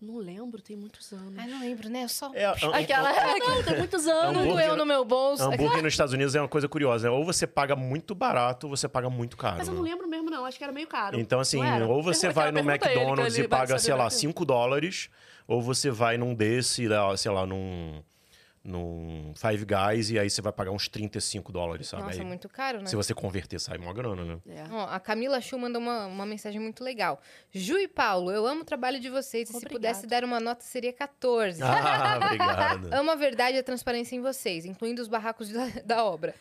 não lembro, tem muitos anos.
Ah, não lembro, né? Eu só...
É, a- a-
Aquela, não, tem muitos anos.
Não doeu
É um hambúrguer-
no meu bolso.
hambúrguer nos Estados Unidos é uma coisa curiosa. né? Ou você paga muito barato, ou você paga muito caro.
Mas eu
né?
não lembro mesmo, não. Acho que era meio caro.
Então, assim,
Não era?
ou você
Eu
vai
quero
no
perguntar ele, que
McDonald's
ele
e
vai
paga,
saber
sei lá,
melhor.
5 dólares, ou você vai num desse, lá, sei lá, num, num Five Guys, e aí você vai pagar uns 35 dólares, sabe?
Nossa,
Aí,
muito caro, né?
Se você converter, sai uma grana, né?
É.
Ó, a Camila Chu mandou uma, uma mensagem muito legal. Ju e Paulo, eu amo o trabalho de vocês. E se
Obrigada.
pudesse dar uma nota, seria 14.
Ah, obrigado.
Amo a verdade e a transparência em vocês, incluindo os barracos da, da obra.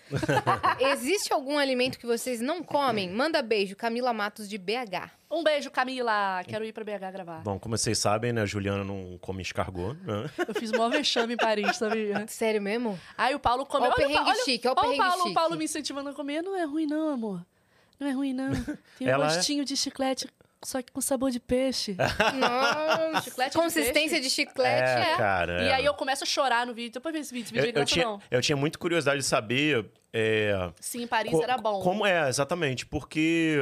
Existe algum alimento que vocês não comem? Manda beijo, Camila Matos de BH.
Um beijo, Camila. Quero ir pra BH gravar.
Bom, como vocês sabem, né, a Juliana não come escargot, né?
Eu fiz o maior vexame em Paris, sabia?
Sério mesmo?
Aí o Paulo comeu.
Ó o
Olha,
perrengue
olha,
chique, ó o
olha
perrengue
Paulo, o Paulo
chique.
me incentivando a comer. Não é ruim, não, amor.
Não é ruim, não. Tem um
Ela é-
gostinho de chiclete, só que com sabor de peixe.
Nossa,
Chiclete de
consistência de chiclete é.
cara.
E
é.
aí eu começo a chorar no vídeo. Depois ver esse vídeo, esse
eu,
vídeo é
eu
graça,
tinha,
não.
eu tinha muita curiosidade de saber. é,
Sim, em Paris
co-
era bom.
Como é, exatamente, porque.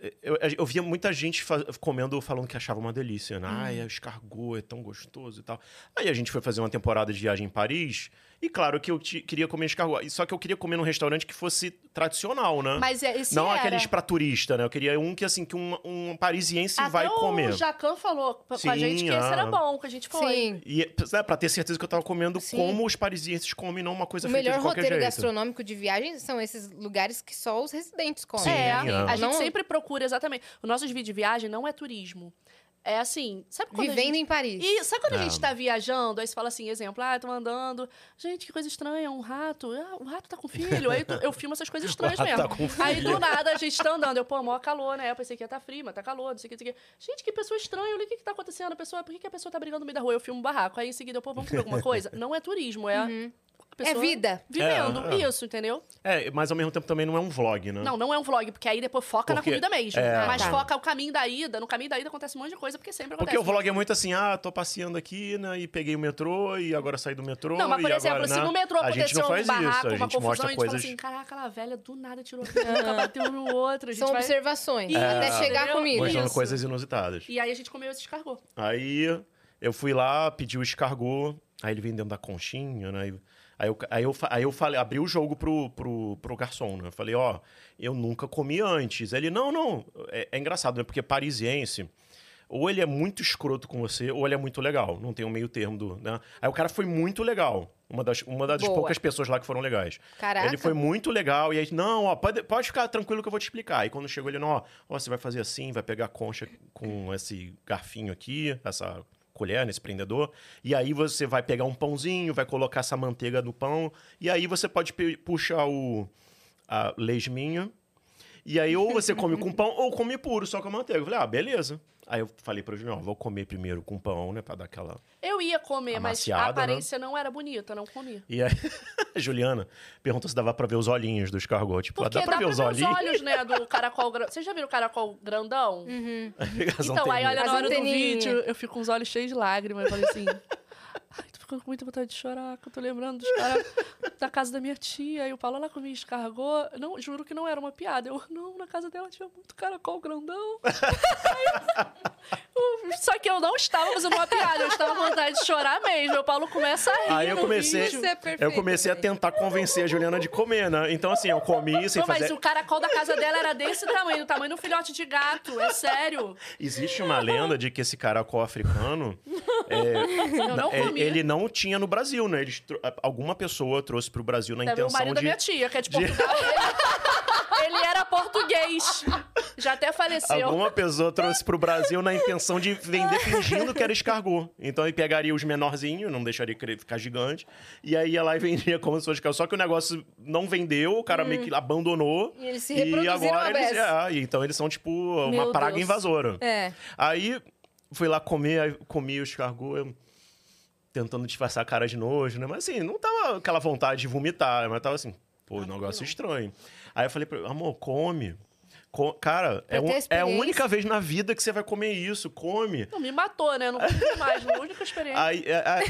eh, Eu, eu via muita gente fa- comendo, falando que achava uma delícia, né? Ai,
Uhum.
escargot, é tão gostoso e tal. Aí a gente foi fazer uma temporada de viagem em Paris, e claro que eu ti- queria comer escargot. E Só que eu queria comer num restaurante que fosse tradicional, né?
Mas é- esse
Não
era.
aqueles pra turista, né? Eu queria um que, assim, que um, um parisiense
Até
vai
o
comer.
Jacan falou pra, com a
Sim,
gente que esse
ah.
era bom, que a gente foi.
Sim.
E né, pra ter certeza que eu tava comendo
Sim.
como os parisienses comem, não uma coisa
O
feita
melhor
de qualquer
roteiro
jeito.
gastronômico de viagem são esses lugares que só os residentes comem.
Sim,
né?
é.
Assim,
A
A gente
não
sempre procura, exatamente. Os nossos vídeos de viagem não é turismo. É assim, sabe quando a
Vivendo
gente-
em Paris.
E sabe quando a
Ah.
gente tá viajando, aí você fala assim, exemplo, ah, tô andando, gente, que coisa estranha, um rato, ah, o rato tá com filho, aí tu- eu filmo essas coisas estranhas
rato
mesmo.
tá com
Aí
filho.
do nada a gente tá andando, eu, pô, mó calor, né, eu pensei que ia tá frio, mas tá calor, não sei o que, não sei o que. Gente, que pessoa estranha, olha o que que tá acontecendo, a pessoa, por que que a pessoa tá brigando no meio da rua, eu filmo um barraco, aí em seguida eu, pô, vamos comer alguma coisa? Não é turismo, é... a
É
pessoa
vida.
Vivendo,
É, é.
isso, entendeu?
É, mas ao mesmo tempo também não é um vlog, né?
Não, não é um vlog, porque aí depois foca
Porque-
na comida mesmo.
é.
Mas
Tá.
foca o caminho da ida. No caminho da ida acontece um monte de coisa, porque sempre
Porque o
acontece.
vlog é muito assim, ah, tô passeando aqui, né, e peguei o metrô, e agora saí do metrô,
Não, mas por
e
exemplo,
agora,
se
né,
no metrô
a gente
aconteceu
não
um
faz isso,
barraco,
a
uma
gente
confusão,
mostra
a gente
coisas...
fala assim, caraca, ela velha do nada tirou a peruca, bateu um no outro, a gente
São
vai...
observações.
Isso,
Até chegar à
entendeu?
comida.
Pois
mostrando
isso.
coisas inusitadas.
E aí a gente comeu esse escargot.
Aí eu fui lá, pedi o escargot, aí ele vem dentro da conchinha, né? e- Aí eu, aí eu, fa- aí eu falei, abri o jogo pro, pro, pro garçom, né? Eu falei, ó, eu nunca comi antes. Ele, não, não. É, é engraçado, né? Porque parisiense, ou ele é muito escroto com você, ou ele é muito legal. Não tem um meio termo do. Né? Aí o cara foi muito legal. Uma das, uma das
Boa.
poucas pessoas lá que foram legais.
Caraca.
Ele foi muito legal. E aí, não, ó, pode, pode ficar tranquilo que eu vou te explicar. E quando chegou, ele, não, ó, ó, você vai fazer assim, vai pegar a concha com esse garfinho aqui, essa colher, nesse prendedor. E aí você vai pegar um pãozinho, vai colocar essa manteiga no pão. E aí você pode pe- puxar o. a lesminha. E aí, ou você come com pão, ou come puro, só com a manteiga. Eu falei, ah, beleza. Aí eu falei pra Julião, vou comer primeiro com pão, né, pra dar aquela...
Eu ia comer, mas a
Amaciada, né?
aparência não era bonita, não comi.
E aí, a Juliana perguntou se dava pra ver os olhinhos do escargot. Tipo, ah,
Porque
dá pra ver os olhinhos?
olhos, né, do caracol grandão. Vocês já viram o caracol grandão?
As
Então, aí
anteninhas.
olha,
As
na hora do
anteninhas.
vídeo, eu fico com os olhos cheios de lágrimas. Eu falei assim... Ai, tô ficando com muita vontade de chorar, que eu tô lembrando dos caras da casa da minha tia. E o Paulo lá comigo escargou. Não, juro que não era uma piada. Eu, não, na casa dela tinha muito caracol grandão. Aí, só que eu não estava fazendo uma piada, eu estava com vontade de chorar mesmo. O Paulo começa a rir.
Aí eu
no
comecei,
vídeo.
Isso é perfeito,
eu comecei a
né?
tentar convencer a Juliana de comer, né? Então, assim, eu comi sem
Pô, mas
fazer...
o caracol da casa dela era desse tamanho, do tamanho de um filhote de gato, é sério.
Existe uma lenda de que esse caracol africano,
Eu não
é,
comi.
ele não tinha no Brasil, né? Eles tro- Alguma pessoa trouxe pro Brasil na
Também o
intenção
marido da
de...
minha tia, que é de Portugal. Ele, ele era português. Já até faleceu.
Alguma pessoa trouxe pro Brasil na intenção de vender fingindo que era escargot. Então ele pegaria os menorzinhos, não deixaria cre- ficar gigante, e aí ia lá e vendia como se fosse escargot. Só que o negócio não vendeu, o cara meio que abandonou.
Hum. E eles se reproduziram à
agora eles,
beça.
é, Então eles são tipo uma
Meu
praga
Deus.
invasora.
É.
Aí fui lá comer, aí comi o escargot, eu tentando disfarçar a cara de nojo, né? Mas assim, não tava aquela vontade de vomitar, mas tava assim, pô, negócio estranho. Aí eu falei pra ele, amor, come. Co- cara, é,
Pra ter
um- é a
experiência.
única vez na vida que você vai comer isso, come.
Não, me matou, né? Eu Não comi mais, não única experiência.
Aí, é- é-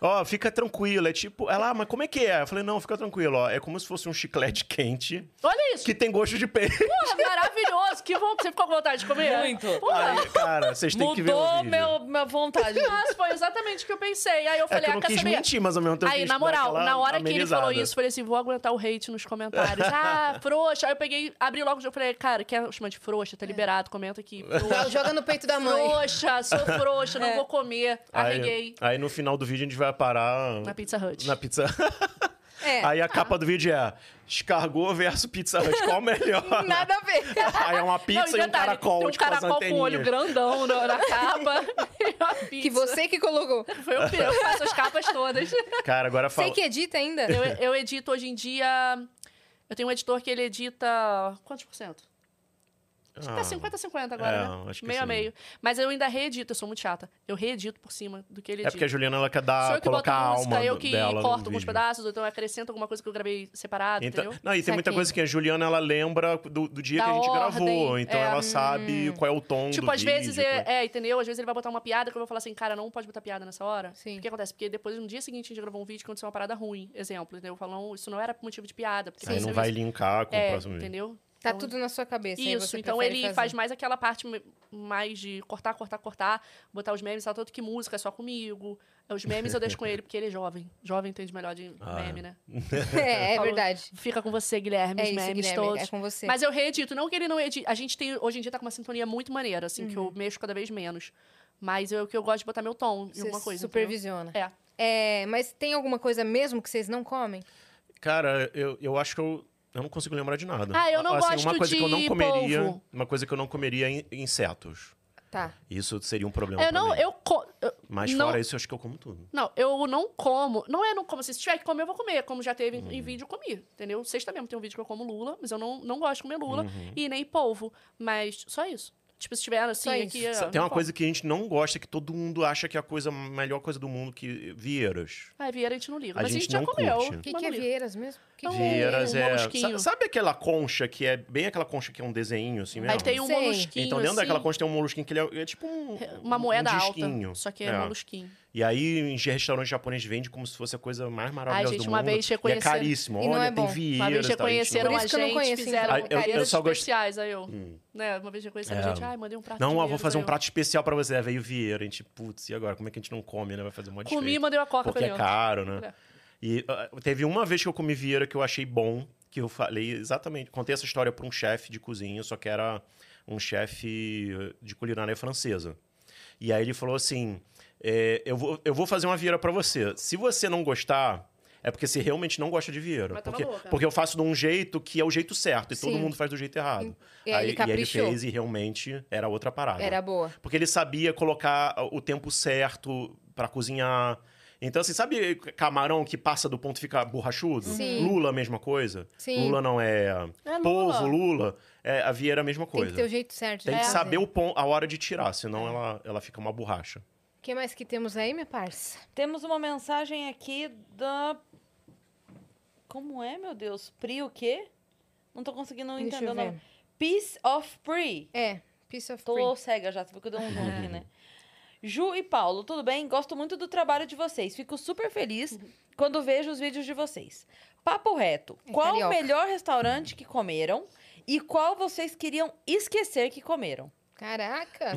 ó, fica tranquilo. É tipo, ela, ah, mas como é que é? Eu falei, não, fica tranquilo, ó. É como se fosse um chiclete quente
Olha isso,
que tem gosto de peixe.
porra, maravilhoso. Que bom que você ficou com vontade de comer.
Muito.
Porra,
Aí, cara, vocês têm que ver o
Mudou
vídeo.
meu, minha vontade.
nossa, foi exatamente o que eu pensei. Aí eu
É
falei,
que eu não
ah, quer
quis
saber?
mentir, mas ao mesmo tempo eu
Aí,
quis
na
dar
moral,
aquela
na hora que ele falou
amenizada.
isso, eu falei assim, vou aguentar o hate nos comentários. Ah, frouxa. Aí eu peguei, abri logo o jogo e falei, cara, quer chamar de frouxa? Tá liberado, comenta aqui.
Joga- Joga no peito da mãe.
Frouxa, sou frouxa, não vou comer.
Aí,
Arreguei
aí no final do vídeo a gente vai parar
na Pizza tá. Hut.
na pizza.
É.
Aí a capa do vídeo é escargot versus pizza hut. Qual o melhor?
Nada a ver.
Aí é
Não,
uma pizza
e
e, um
detalhe,
caracol.
tem um
tipo, as
caracol com o olho
anteninhas.
grandão na, na capa. e uma pizza.
Que você que colocou.
Foi eu que eu faço as capas todas.
Cara, agora fala.
Sei que edita ainda.
Eu, eu edito hoje em dia... Eu tenho um editor que ele edita... Quantos por cento? Acho que tá
Ah.
50-50 agora,
É,
né?
acho que
meio a
sim.
meio. Mas eu ainda reedito, eu sou muito chata. Eu reedito por cima do que ele
É porque
edita.
a Juliana ela quer dar,
Sou eu que boto
colocar a
música,
alma
eu que
dela no
corto alguns
vídeo.
pedaços, ou então eu acrescento alguma coisa que eu gravei separado,
Então-
entendeu?
não, e tem muita
Saquei.
coisa que a Juliana ela lembra do, do dia
Da
que a gente
ordem,
gravou, então
é,
ela sabe qual é o tom do
Tipo, às
vídeo,
vezes,
qual-
é, é, entendeu? Às vezes ele vai botar uma piada que eu vou falar assim, cara, não pode botar piada nessa hora.
Sim.
O que acontece? Porque depois, no dia seguinte, a gente gravou um vídeo que aconteceu uma parada ruim, exemplo, entendeu? Falam, isso não era motivo de piada. Porque
Aí não
aconteceu
vai
isso.
linkar com o
é,
próximo vídeo.
entendeu?
Tá
Então,
tudo na sua cabeça. aí
Isso,
você
então
prefere
ele
fazer.
faz mais aquela parte me- mais de cortar, cortar, cortar, botar os memes, tal, tanto que música é só comigo. Os memes eu deixo com ele, porque ele é jovem. Jovem entende melhor de
Ah.
meme, né?
é, é
Falou.
verdade.
Fica com você, Guilherme,
É
os
isso,
memes
Guilherme,
todos.
é com você.
Mas eu reedito, não que ele não edite. A gente tem, hoje em dia tá com uma sintonia muito maneira, assim, que eu
Uhum.
mexo cada vez menos. Mas eu que eu gosto de botar meu tom em
Você
alguma coisa. entendeu?
supervisiona.
É.
É, mas tem alguma coisa mesmo que vocês não comem?
Cara, eu, eu acho que eu, eu não consigo lembrar de nada.
Ah, eu não
assim,
gosto
uma coisa que eu não
de
comeria,
polvo.
Uma coisa que eu não comeria é in- insetos.
Tá.
Isso seria um problema
Eu
pra
É, não,
mim.
eu, co- eu-
Mas
não-
fora isso, eu acho que eu como tudo.
Não, eu não como. Não é não como. assim, Se tiver que comer, eu vou comer. Como já teve em-
Uhum.
em vídeo, eu comi. Entendeu? Sexta mesmo tem um vídeo que eu como lula, mas eu não, não gosto de comer lula
Uhum.
e nem polvo. Mas só isso. Tipo, se tiver assim,
Só
aqui.
isso.
eu
Tem
não
uma
como.
coisa que a gente não gosta, que todo mundo acha que é a coisa, a melhor coisa do mundo, que vieiras.
Ah, vieira a gente não liga.
A
mas a
gente
gente já
não
comeu.
curte.
mas
O que,
não
que é
liga.
vieiras mesmo? Que
Não,
que
Vieiras
um
é...
molusquinho.
Sa- Sabe aquela concha que é bem aquela concha que é um desenho, assim mesmo?
Aí tem um
Sei.
molusquinho.
Então, dentro
assim,
daquela concha tem um molusquinho que ele é, é tipo um,
Uma
um
moeda
disquinho.
alta. Só que é, molusquinho.
E aí, em restaurante japonês vende como se fosse a coisa mais maravilhosa
gente,
do
uma
mundo.
vez
e é
reconheceram-
caríssimo.
E não
Olha,
é
tem
bom.
vieiras.
Uma vez
tá? A gente
reconheceram
não-
Por
a
isso que eu não
gente,
conheço,
fizeram
então. Ah, eu- eu
carinhas
só gosto-
especiais, aí eu. Né, uma vez reconheceram a gente, ai, mandei um prato de
Não, eu vou
vieiras",
fazer um
aí eu.
prato especial pra você. Aí veio vieira. A gente, putz, e agora? Como é que a gente não come, né? Vai fazer um monte de
Comi e
desfeito.
mandei uma coca
Porque
pra
é
ele.
caro,
É.
né? E ah, teve uma vez que eu comi vieira que eu achei bom, que eu falei exatamente. Contei essa história pra um chefe de cozinha, só que era um chefe eh, de culinária francesa. E aí ele falou assim: é, eu, vou, eu vou fazer uma vieira pra você. Se você não gostar. É porque você realmente não gosta de vieira.
Mas tava
Porque,
louca.
porque eu faço de um jeito que é o jeito certo e todo
Sim.
mundo faz do jeito errado.
E aí ele caprichou.
fez e realmente era outra parada.
Era boa.
Porque ele sabia colocar o tempo certo pra cozinhar. Então, assim, sabe camarão que passa do ponto e fica borrachudo?
Sim.
Lula, a mesma coisa.
Sim.
Lula não é...
É
Polvo,
Lula.
Lula. É, a vieira é a mesma
Tem
coisa.
que ter o jeito certo.
Tem
de
que
fazer.
saber o pon... a hora de tirar, senão ela, ela fica uma borracha.
O que mais que temos aí, minha parça?
Temos uma mensagem aqui da. Como é, meu Deus? Pri o quê? Não tô conseguindo
Deixa
entender
eu
o nome.
ver.
Peace of Pri.
É, piece of
Tô
free.
cega já, tu viu que eu dei um zoom aqui, né? Ju e Paulo, tudo bem? Gosto muito do trabalho de vocês. Fico super feliz quando vejo os vídeos de vocês. Papo reto.
É
qual
carioca.
o melhor restaurante que comeram e qual vocês queriam esquecer que comeram?
Caraca!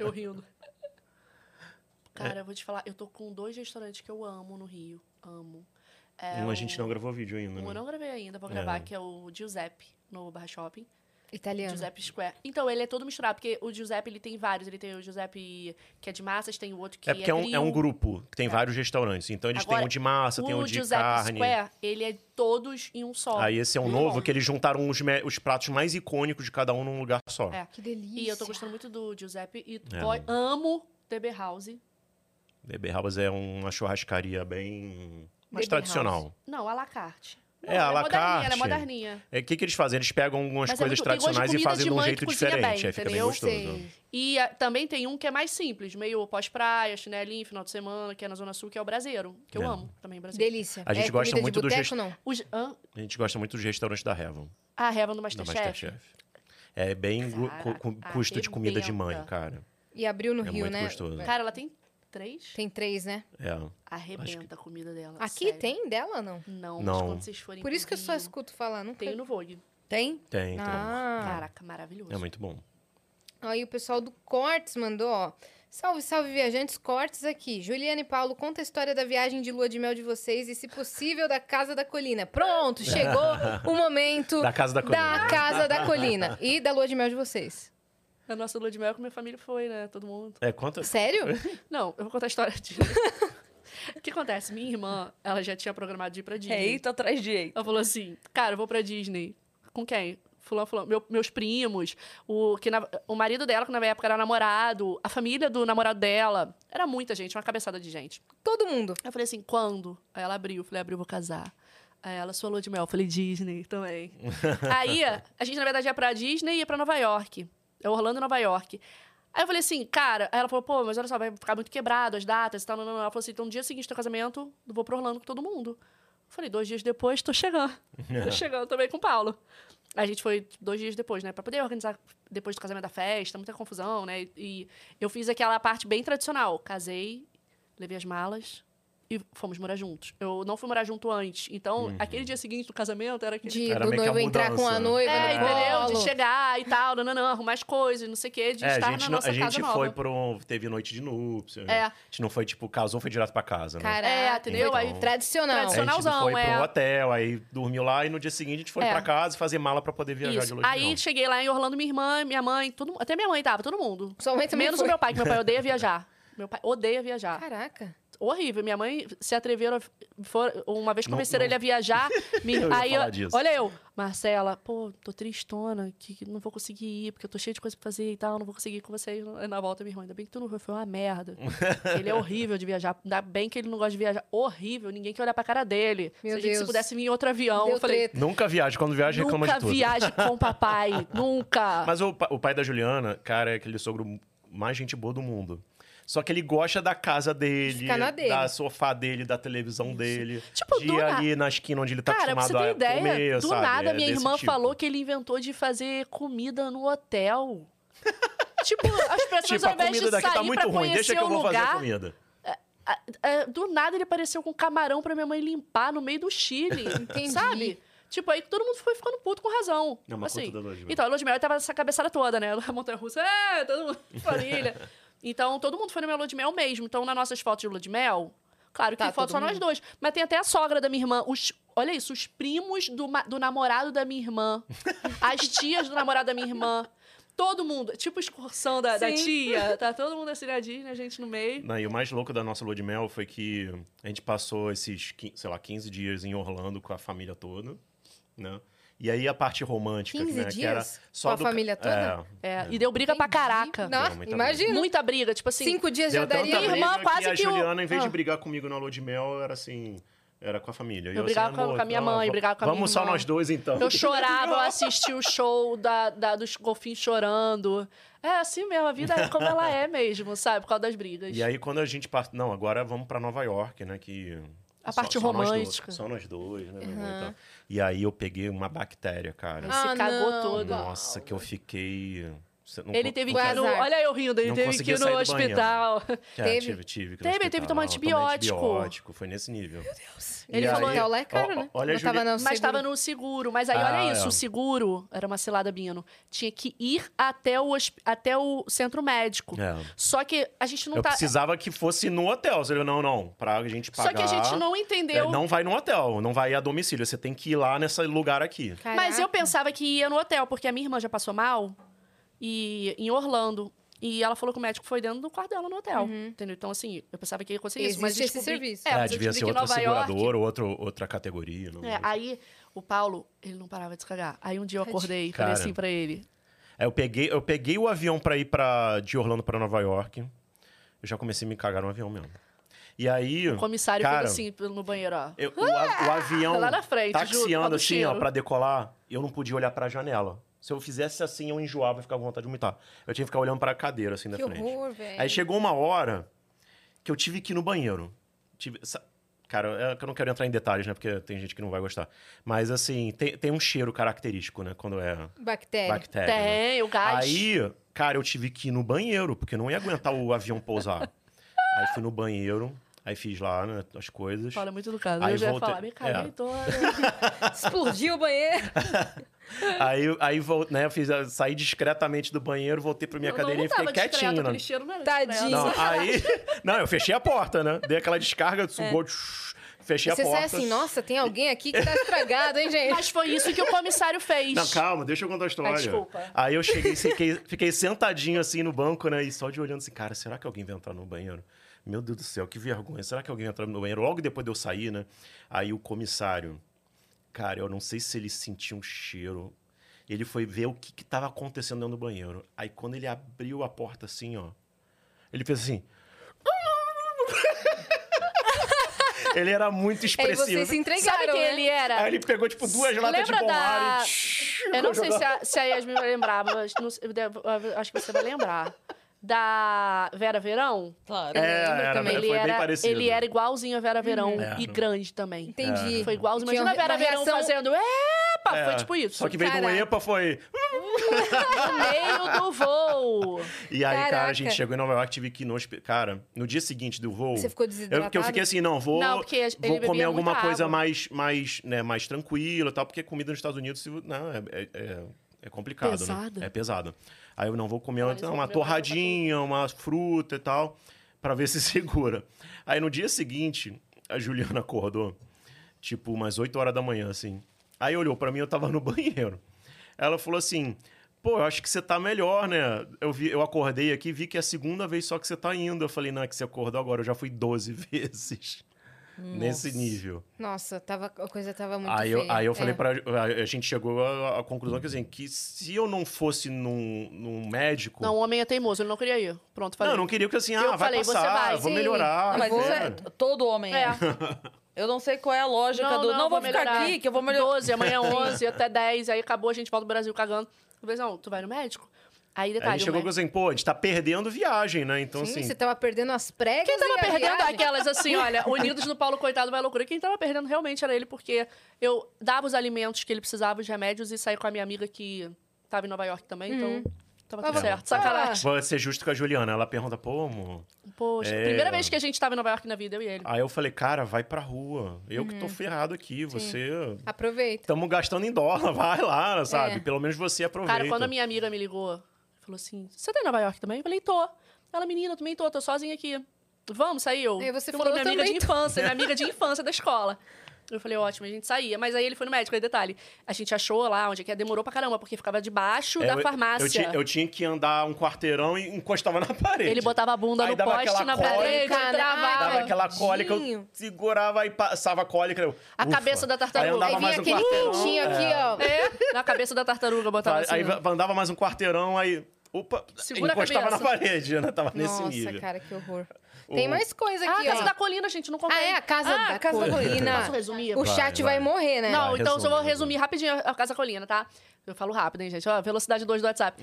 Eu rindo. Cara, eu vou te falar, eu tô com dois restaurantes que eu amo no Rio. Amo. É
Um, a
o-
gente não gravou vídeo ainda,
Um eu
né?
não gravei ainda, vou
É.
gravar, que é o Giuseppe, no Barra Shopping.
Italiano.
Giuseppe Square. Então, ele é todo misturado, porque o Giuseppe, ele tem vários. Ele tem o Giuseppe que é de massas, tem o outro que é
É porque é um, é
grill.
um grupo que tem vários restaurantes. Então, eles têm
Agora,
um de massa, tem um
O
de
Giuseppe
carne.
Square, ele é todos em um só.
Aí esse é um
Muito
novo
bom.
que eles juntaram os, me- os pratos mais icônicos de cada um num lugar só.
É.
Que delícia.
E eu tô gostando muito do Giuseppe. E
É.
go- amo The Beer House.
Beber Rabas é uma churrascaria bem mais
Beber
tradicional.
Não, à la carte. Não,
É, à
ela
la
moderninha, Ela é
carte.
moderninha.
É, O que, que eles fazem? Eles pegam algumas
Mas é
coisas
muito- tem gosto de
tradicionais e
comida
fazem
de
de um
mãe
jeito
que cozinha
diferente.
bem,
aí fica bem
entendeu?
gostoso.
Sei.
E ah, também tem um que é mais simples, meio pós-praia, chinelinho, final de semana, que é na Zona Sul, que é o Braseiro. Que eu
É.
amo também, Braseiro.
Delícia.
A gente
é
gosta
comida
muito
de
do
boteco,
gesto-
não?
Os, hã?
A gente gosta muito dos restaurantes da Heaven,
a Reva no
da
Masterchef.
Masterchef. É bem gu- cu- cu-
Caraca,
custo de comida de mãe,
ah, arrebenta.
cara.
E abriu no
É
Rio,
muito
né?
gostoso.
Cara, ela tem três?
Tem três, né?
É.
Arrebenta a comida dela.
Aqui
sério.
tem dela, não?
Não, mas
Não.
quando vocês forem
Por
pro
isso que eu só
Rio,
escuto falar, nunca...
Tem no Vogue.
Tem?
Tem, então.
Ah,
Caraca, maravilhoso.
É muito bom.
Tá.
aí o pessoal do Cortes mandou, ó. Salve, salve, viajantes. Cortes aqui. Juliana e Paulo, conta a história da viagem de lua de mel de vocês e, se possível, da Casa da Colina. Pronto, chegou o momento
Da Casa da Colina.
da Casa da Colina e da lua de mel de vocês.
A nossa lua de mel com minha família foi, né? Todo mundo.
É, conta...
Sério?
Não, eu vou contar a história de... o que acontece? Minha irmã, ela já tinha programado de ir pra Disney.
Direito atrás de eita.
Ela falou assim, cara, eu vou pra Disney. Com quem? Fulano, fulano. Meu- meus primos, o, que na- o marido dela, que na época era namorado, a família do namorado dela. Era muita gente, uma cabeçada de gente.
Todo mundo.
Eu falei assim, quando? Aí ela abriu. Eu falei, abriu, vou casar. Aí ela, sua lua de mel. Eu falei, Disney também. Aí, a gente, na verdade, ia pra Disney e ia pra Nova York. É Orlando e Nova York. Aí eu falei assim, cara... Aí ela falou, pô, mas olha só, vai ficar muito quebrado as datas e tal. Não, não, não. Ela falou assim, então, no dia seguinte do teu casamento, eu vou pro Orlando com todo mundo. Eu falei, dois dias depois, tô chegando. tô chegando também com o Paulo. A gente foi dois dias depois, né? Pra poder organizar depois do casamento da festa, muita confusão, né? E eu fiz aquela parte bem tradicional. Casei, levei as malas e fomos morar juntos. Eu não fui morar junto antes. Então, aquele dia seguinte do casamento era aquele...
De,
Era
do
meio que a
noivo entrar com a
mudança, né?
noiva
É,
no
entendeu?
colo.
De chegar e tal, não, não, não, arrumar as coisas, não sei o quê, de
É, a
estar
gente,
tá na
não,
nossa
a gente
casa
foi
nova.
para um. Teve noite de núpcias.
É.
né? A gente não foi, tipo, casou, foi direto pra casa, né?
Caraca.
É, entendeu? Aí,
Então,
Tradicional.
Aí a gente
tradicionalzão,
foi
é.
pro hotel, aí dormiu lá e no dia seguinte a gente foi
É.
pra casa fazer mala pra poder viajar de
isso.
lua de
Aí
mel.
cheguei lá em Orlando, minha irmã, minha mãe, todo, mu- até minha mãe tava, todo mundo.
Sua mãe também
Menos
foi.
o meu pai, que meu pai odeia viajar. Meu pai odeia viajar.
Caraca.
Horrível. Minha mãe se atreveram. a- for- uma vez
Não-
convenceram
não-
ele a viajar. me-
Eu ia
aí,
falar
ó,
disso.
olha eu, Marcela, pô, tô tristona, que que não vou conseguir ir, porque eu tô cheia de coisa pra fazer e tal, não vou conseguir ir com vocês Aí na volta, minha irmã. Ainda bem que tu não foi, foi uma merda. ele é horrível de viajar. Ainda bem que ele não gosta de viajar. Horrível, ninguém quer olhar pra cara dele.
Meu
se a gente se
Deus.
pudesse vir em outro avião,
Deu
eu falei.
treta.
Nunca viaja, quando viaja reclama
Nunca
é de tudo.
viaje com o papai. Nunca.
Mas o, pa- o pai da Juliana, cara, é aquele sogro mais gente boa do mundo. Só que ele gosta da casa dele,
ficar na dele.
da sofá dele, da televisão dele.
Tipo,
de
do
ir
na-
ali na esquina onde ele tá
Cara, pra
acostumado
você ter
a
ideia,
comer,
do
sabe?
nada
É
minha
desse
irmã
tipo.
falou que ele inventou de fazer comida no hotel. tipo, as pessoas
Tipo,
ao
a
invés
comida
de
daqui
sair
tá
pra
muito ruim,
conhecer
deixa que
o
eu vou fazer a
lugar,
comida.
a- a- é, do nada ele apareceu com um camarão pra minha mãe limpar no meio do Chile,
Entendi.
sabe? Tipo, aí todo mundo foi ficando puto com razão.
Não, mas
assim,
É conta da Lua de Mel.
Então, a Lua de Mel tava essa cabeçada toda, né? A montanha russa, é, todo mundo, família. então, todo mundo foi na minha Lua de Mel mesmo. Então, nas nossas fotos de Lua de Mel, claro que
Tá
tem foto
todo
só nós
mundo.
dois. Mas tem até a sogra da minha irmã. Os, olha isso, os primos do, ma- do namorado da minha irmã. as tias do namorado da minha irmã. Todo mundo, tipo excursão da, da
Sim.
tia. Tá todo mundo assim na Disney, a gente no meio.
Não, e o mais louco da nossa lua de mel foi que a gente passou esses, qui- sei lá, 15 dias em Orlando com a família toda, né? E aí a parte romântica,
15
né? que era
dias?
só
Com a
do-
família toda?
É.
É, E deu briga pra caraca.
Não,
Deu muita
imagina.
Muita briga, tipo assim.
Cinco dias
Deu
já
tanta
daria.
Minha
briga
irmã quase
né, que a
que o-
Juliana, em vez
Ah.
de brigar comigo na lua de mel, era assim, era com a família. E
Eu brigava
assim,
com a-
amor,
com a minha
então,
mãe,
va-
brigava com a minha
Vamos só
irmã.
nós dois, então.
Eu chorava, eu assistia o show da, da- dos golfinhos chorando. É assim mesmo, a vida é como ela é mesmo, sabe? Por causa das brigas.
E aí quando a gente passa, não, agora vamos pra Nova York, né, que
A parte
nós dois-
romântica.
só nós dois, né? meu irmão, então. E aí eu peguei uma bactéria, cara.
Ele se
Ah,
cagou
não.
todo.
Nossa, que eu fiquei. Cê não
Ele
con-
teve
não
que ir
quero-
no.
azar.
Olha eu rindo, ele
Não
teve que
conseguia
ir no
sair do banheiro.
hospital.
É,
Teve?
tive, tive. que
Teve, teve
no
que
hospital,
tomar
tomei
antibiótico.
antibiótico, Foi nesse nível.
Ele
E
falou-
aí-
Hotel lá é caro,
ó, ó,
né?
Olha,
Não tava
Juliana,
no
Mas estava
seguro.
no seguro. Mas aí,
Ah,
olha isso,
é.
o seguro, era uma cilada, Bino, tinha que ir até o, hosp- até o centro médico.
É.
Só que a gente não
eu
tá...
precisava que fosse no hotel. Você falou, não, não, pra gente pagar...
Só que a gente não entendeu...
É, não vai no hotel, não vai a domicílio. Você tem que ir lá nesse lugar aqui.
Mas
Caraca.
eu pensava que ia no hotel, porque a minha irmã já passou mal e em Orlando. E ela falou que o médico foi dentro do quarto dela no hotel. Entendeu? Então, assim, eu pensava que ia conseguir isso. Mas eu
Uhum. Existe esse
descobri-
serviço.
É, mas eu
devia
descobri
ser
que em
outra
Nova York-
seguradora, outro, outra categoria. não-
É, aí o Paulo, ele não parava de se cagar. Aí um dia eu acordei e falei
Cara.
assim pra ele.
Aí É, eu peguei, eu peguei o avião para ir para de Orlando para Nova York. Eu já comecei a me cagar no avião mesmo. E aí,
O comissário
cara,
foi assim no banheiro, ó.
eu- o, a- o avião
Ah, Lá na frente, um juro, ó,
taxiando
do
assim, ó,
cheiro.
para decolar, eu não podia olhar para a janela. Se eu fizesse assim, eu enjoava e ficava com vontade de vomitar. Eu tinha que ficar olhando para a cadeira assim da
Que
frente.
horror, velho.
Aí chegou uma hora que eu tive que ir no banheiro. Tive- sa- Cara, é que eu não quero entrar em detalhes, né? Porque tem gente que não vai gostar. Mas, assim, tem, tem um cheiro característico, né? Quando é
Bactéria.
bactéria. né?
Tem, o gás.
Aí, cara, eu tive que ir no banheiro, porque eu não ia aguentar o avião pousar. aí fui no banheiro, aí fiz lá né, as coisas.
Fala é muito educado.
Aí
eu já ia
voltei-
falar, me então, caguei
é.
toda.
Explodiu o banheiro.
Aí, aí vol- né, fiz, a- saí discretamente do banheiro, voltei pra minha
Eu não-
cadeirinha e
não
fiquei
tava discreto,
quietinho. né?
aquele cheiro não era
Tadinho.
discreto.
Não, aí. Não, eu fechei a porta, né? Dei aquela descarga, sugou, tsh, fechei
É. Você
a porta.
sai assim, nossa, tem alguém aqui que tá estragado, hein, gente?
Mas foi isso que o comissário fez.
Não, calma, deixa eu contar a história.
Ah, desculpa.
Aí eu cheguei, fiquei, fiquei sentadinho assim no banco, né? E só de olhando assim, cara, será que alguém vai entrar no banheiro? Meu Deus do céu, que vergonha. Será que alguém vai entrar no banheiro? Logo depois de eu sair, né? Aí o comissário, cara, eu não sei se ele sentiu um cheiro. Ele foi ver o que, que tava acontecendo dentro do banheiro. Aí quando ele abriu a porta assim, ó, ele fez assim. Ele era muito
Aí
expressivo.
vocês se entregaram,
Sabe quem
né?
ele era?
Aí ele pegou, tipo, duas
S-
latas de
lembra
bom
da-
ar e...
Eu não sei se a, se a Yasmin vai lembrar, mas não sei- eu devo- eu acho que você vai lembrar. Da Vera Verão?
Claro.
É, era,
também.
ele,
foi bem
era,
parecido.
ele era igualzinho a
Uhum.
Vera Verão
É,
e
não-
grande também. É.
Entendi.
Foi igualzinho.
Tinha
Imagina a
uma-
Vera
uma
Verão
reação-
fazendo epa!
É,
Foi tipo isso.
Só que veio do
Caraca.
EPA, foi... "Hum".
No meio do voo.
E aí, cara,
Caraca.
a gente chegou em Nova York, tive que ir no hospital. Cara, no dia seguinte do voo.
Você ficou
Eu,
desidratado?
porque eu fiquei assim, não, vou,
Não, porque ele
vou
bebia
comer
muita
alguma coisa
água.
mais, mais, né, mais tranquila e tal, porque comida nos Estados Unidos, se- não, é, é- é- é complicado,
Pesada.
né? É pesado. Aí eu não vou comer
Olha,
não,
você
uma
comeu mais
torradinha, uma fruta e tal, pra ver se segura. Aí no dia seguinte, a Juliana acordou, tipo, umas 8 horas da manhã, assim. Aí olhou pra mim, eu tava no banheiro. Ela falou assim: pô, eu acho que você tá melhor, né? Eu, vi, eu acordei aqui e vi que é a segunda vez só que você tá indo. Eu falei: não, é que você acordou agora, eu já fui 12 vezes. Nesse nível.
Nossa, tava, a coisa tava muito
Aí eu,
feia.
aí eu falei
É.
pra. A, a gente chegou à, à conclusão que, assim, que se eu não fosse num, num médico.
Não, o homem é teimoso, ele não queria ir. Pronto,
Não,
falei.
eu não queria que assim, ah,
Eu
vai
falei, você
passar,
vai,
vou
sim.
melhorar.
Não,
Mas
né?
isso é todo homem.
É.
Eu não sei qual é a lógica do. Não, vou, ficar
melhorar.
aqui, que eu vou melhorar.
12, amanhã 11, até 10, aí acabou, a gente volta pro Brasil cagando. Eu falei, não, tu vai no médico? Aí
Aí a
detalhe, né?
gente
o
chegou
médico...
com assim, pô, a gente tá perdendo viagem, né? Então,
Sim,
assim.
você tava perdendo as pregas
Quem tava
e a
perdendo
viagem.
aquelas assim, olha, unidos no Paulo Coitado vai à loucura. Quem tava perdendo realmente era ele, porque eu dava os alimentos que ele precisava, os remédios, e saí com a minha amiga que tava em Nova York também, então tava tudo
Mas vou-
certo. Sacanagem.
Vou ser justo com a Juliana. Ela pergunta, pô, amor.
Poxa,
É.
primeira vez que a gente tava em Nova York na vida, eu e ele.
Aí eu falei, cara, vai pra rua. Eu que
Uhum.
tô ferrado aqui. Você.
Aproveita.
Tamo gastando em dólar, vai lá, sabe?
É.
Pelo menos você aproveita.
Cara, quando a minha amiga me ligou, falou assim: Você tá em Nova York também? Eu falei: Tô. Ela, menina, eu também tô, tô sozinha aqui. Vamos, sair eu.
Aí você
Tu
falou,
minha amiga de
"Também tô."
infância, minha amiga de infância da escola. Eu falei, ótimo, a gente saía. Mas aí ele foi no médico, aí detalhe. A gente achou lá onde é que é, demorou pra caramba, porque ficava debaixo
É, eu-
da farmácia.
Eu, tinha, eu tinha que andar um quarteirão e encostava na parede.
Ele botava a bunda
Aí
no
dava
poste,
aquela
na
cólica,
parede,
Caraca,
Dava
travava.
Ai,
aquela cólica, eu
tadinho.
segurava e passava a cólica. eu,
A
ufa.
cabeça da tartaruga.
Aí
Tava
Aí andava
vinha
mais um
aquele
quarteirão.
quentinho
é.
aqui, ó.
É, na cabeça da tartaruga botava assim.
Aí andava mais um quarteirão, aí. Opa,
Segura a
encostava na
cabeça.
parede, né? Tava nesse nível.
Nossa, cara, que horror. Tem
O-
mais coisa
Ah, a
aqui,
casa
ó.
da colina, gente, não contei.
Ah, é, a casa
Ah,
da
a casa da
colina.
Posso resumir?
O chat
vai.
vai, morrer, né?
Não,
Vai,
então eu só vou
resume,
resumir rapidinho a Casa Colina, tá? Eu falo rápido, hein, gente? Ó, velocidade 2 do WhatsApp.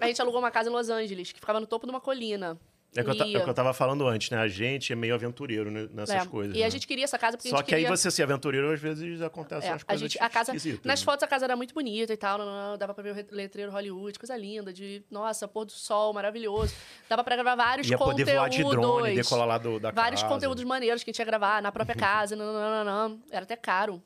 a gente alugou uma casa em Los Angeles, que ficava no topo de uma colina.
É o que, eu ta-
E-
é o que eu tava falando antes, né? A gente é meio aventureiro né,
é,
nessas coisas.
E a
né?
gente queria essa casa porque a
Só
gente
que aí
queria...
você ser aventureiro, às vezes
É,
acontecem umas
a
coisas
gente, a casa,
esquisitas,
nas
né?
fotos a casa era muito bonita e tal, não, não, não, dava pra ver o re- letreiro Hollywood, coisa linda, de, nossa, pôr do sol, maravilhoso. Dava pra gravar vários
Ia
conteúdos.
poder voar de drone, decolar lá do, da
vários
casa. Uhum.
conteúdos maneiros que a gente ia gravar na própria casa, nananana, era até caro.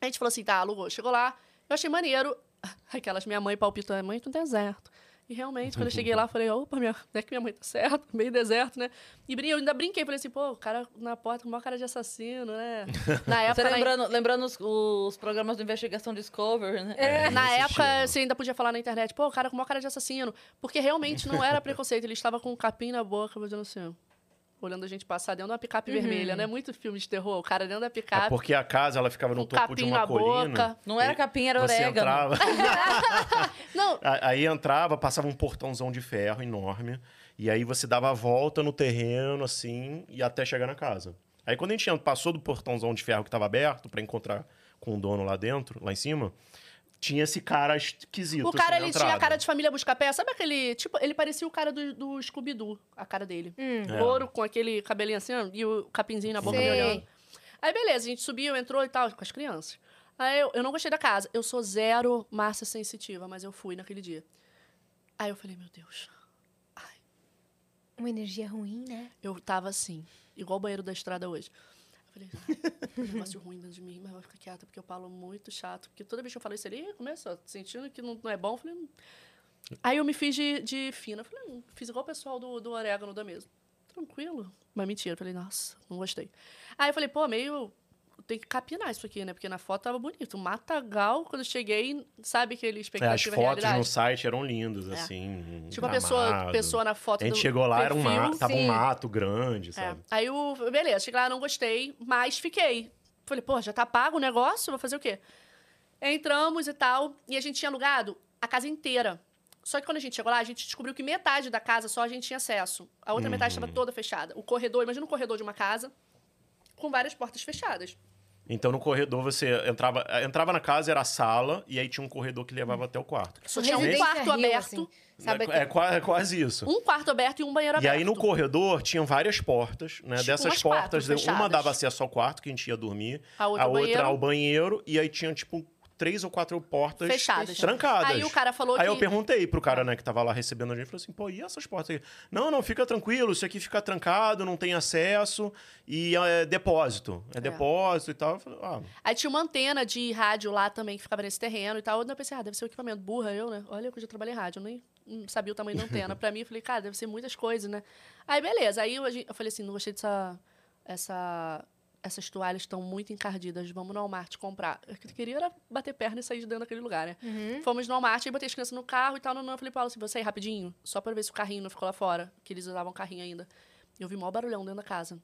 A gente falou assim, tá, alugou. Chegou lá, eu achei maneiro. Aquelas minha mãe palpitando, mãe, tu tá deserto. E realmente, quando eu cheguei lá, eu falei, opa, minha, não é que minha mãe tá certa, meio deserto, né? E brin- eu ainda brinquei, falei assim, pô, o cara na porta com o maior cara de assassino, né? Na
Você
época, na,
lembrando, lembrando os, os programas do Investigação Discovery, né?
É,
na
nesse
época, assim,
estilo.
você ainda podia falar na internet, pô, o cara com o maior cara de assassino. Porque realmente não era preconceito, ele estava com um capim na boca, fazendo assim, olhando a gente passar dentro de uma picape vermelha, né? Muito filme de terror, o cara dentro da
Uhum. É
picape,
porque a casa ela ficava
com
no
um
topo de
capim
uma
na
colina.
boca.
Não era capim, era
Você
orégano.
entrava.
Não,
A- Aí entrava, passava um portãozão de ferro enorme. E aí você dava a volta no terreno, assim, e até chegar na casa. Aí quando a gente passou do portãozão de ferro que estava aberto pra encontrar com o dono lá dentro, lá em cima, tinha esse cara esquisito.
o cara,
assim, na
ele tinha a
entrada.
cara de família buscar pé. Sabe aquele, tipo, ele parecia o cara do, do Scooby-Doo, a cara dele.
Hum.
Louro, com aquele cabelinho assim, ó, e o capinzinho na boca, me
Sei.
olhando. Aí, beleza, a gente subiu, entrou e tal, com as crianças. Aí, eu, eu não gostei da casa. Eu sou zero massa sensitiva, mas eu fui naquele dia. Aí, eu falei, meu Deus.
Uma energia ruim, né?
Eu tava assim, igual o banheiro da estrada hoje. Eu falei, tem um negócio ruim dentro de mim, mas eu vou ficar quieta, porque eu falo muito chato. Porque toda vez que eu falo isso ali, "Ih, começa sentindo que não, não é bom. Eu falei, "Hum." Aí eu me fiz de, de fina. Eu Falei, "Hum", fiz igual o pessoal do, do orégano da mesa. Tranquilo. Mas mentira. Eu falei, nossa, não gostei. Aí eu falei, pô, meio. Tem que capinar isso aqui, né? Porque na foto tava bonito. Matagal, quando eu cheguei, sabe aquele
É, as
expectativa e
fotos
né, realidade?
no site eram lindas, assim.
Tipo, a
gramado.
pessoa, pessoa na foto
A gente
do
chegou lá, era um
perfil.
mato, tava um
sim.
mato grande,
É.
sabe?
Aí o. Beleza, cheguei lá, não gostei, mas fiquei. Falei, pô, já tá pago o negócio? Vou fazer o quê? Entramos e tal, e a gente tinha alugado a casa inteira. Só que quando a gente chegou lá, a gente descobriu que metade
Uhum.
da casa só a gente tinha acesso. A outra metade estava toda fechada. O corredor, imagina um corredor de uma casa. com várias portas fechadas.
Então, no corredor, você entrava, entrava na casa, era a sala, e aí tinha um corredor que levava até o quarto.
Só tinha um
Residência
quarto
Rio,
aberto.
assim. Sabe
é, é qua- é quase isso.
Um quarto aberto e um banheiro
E
aberto.
aí no corredor tinham várias portas, né?
Tipo,
Dessas
umas
portas,
quatro
uma
fechadas.
dava acesso ao quarto que a gente ia dormir,
A outra ao banheiro.
ao banheiro, e aí tinha tipo três ou quatro portas
Fechadas.
trancadas.
Aí o cara falou
Aí
que- Ah.
eu perguntei pro cara, né, que tava lá recebendo a gente, falou assim: "Pô, e essas portas aqui? Não, não, fica tranquilo, isso aqui fica trancado, não tem acesso e é depósito. É, depósito e tal". Eu falei: "Ah,
Aí tinha uma antena de rádio lá também que ficava nesse terreno e tal. Eu pensei, ah, deve ser o equipamento. Burra eu, né? Olha, eu já trabalhei em rádio, eu nem hum, sabia o tamanho da antena. pra mim, eu falei, cara, deve ser muitas coisas, né? Aí, beleza. Aí eu, a gente- eu falei assim, não gostei dessa... Essa, essas toalhas estão muito encardidas, vamos no Walmart comprar. O que eu queria era bater perna e sair de dentro daquele lugar, né? Fomos no Walmart, aí botei as crianças no carro e tal. Não, não, eu falei, Paulo, se você sair rapidinho, só pra ver se o carrinho não ficou lá fora, que eles usavam carrinho ainda. Eu vi maior barulhão dentro da casa.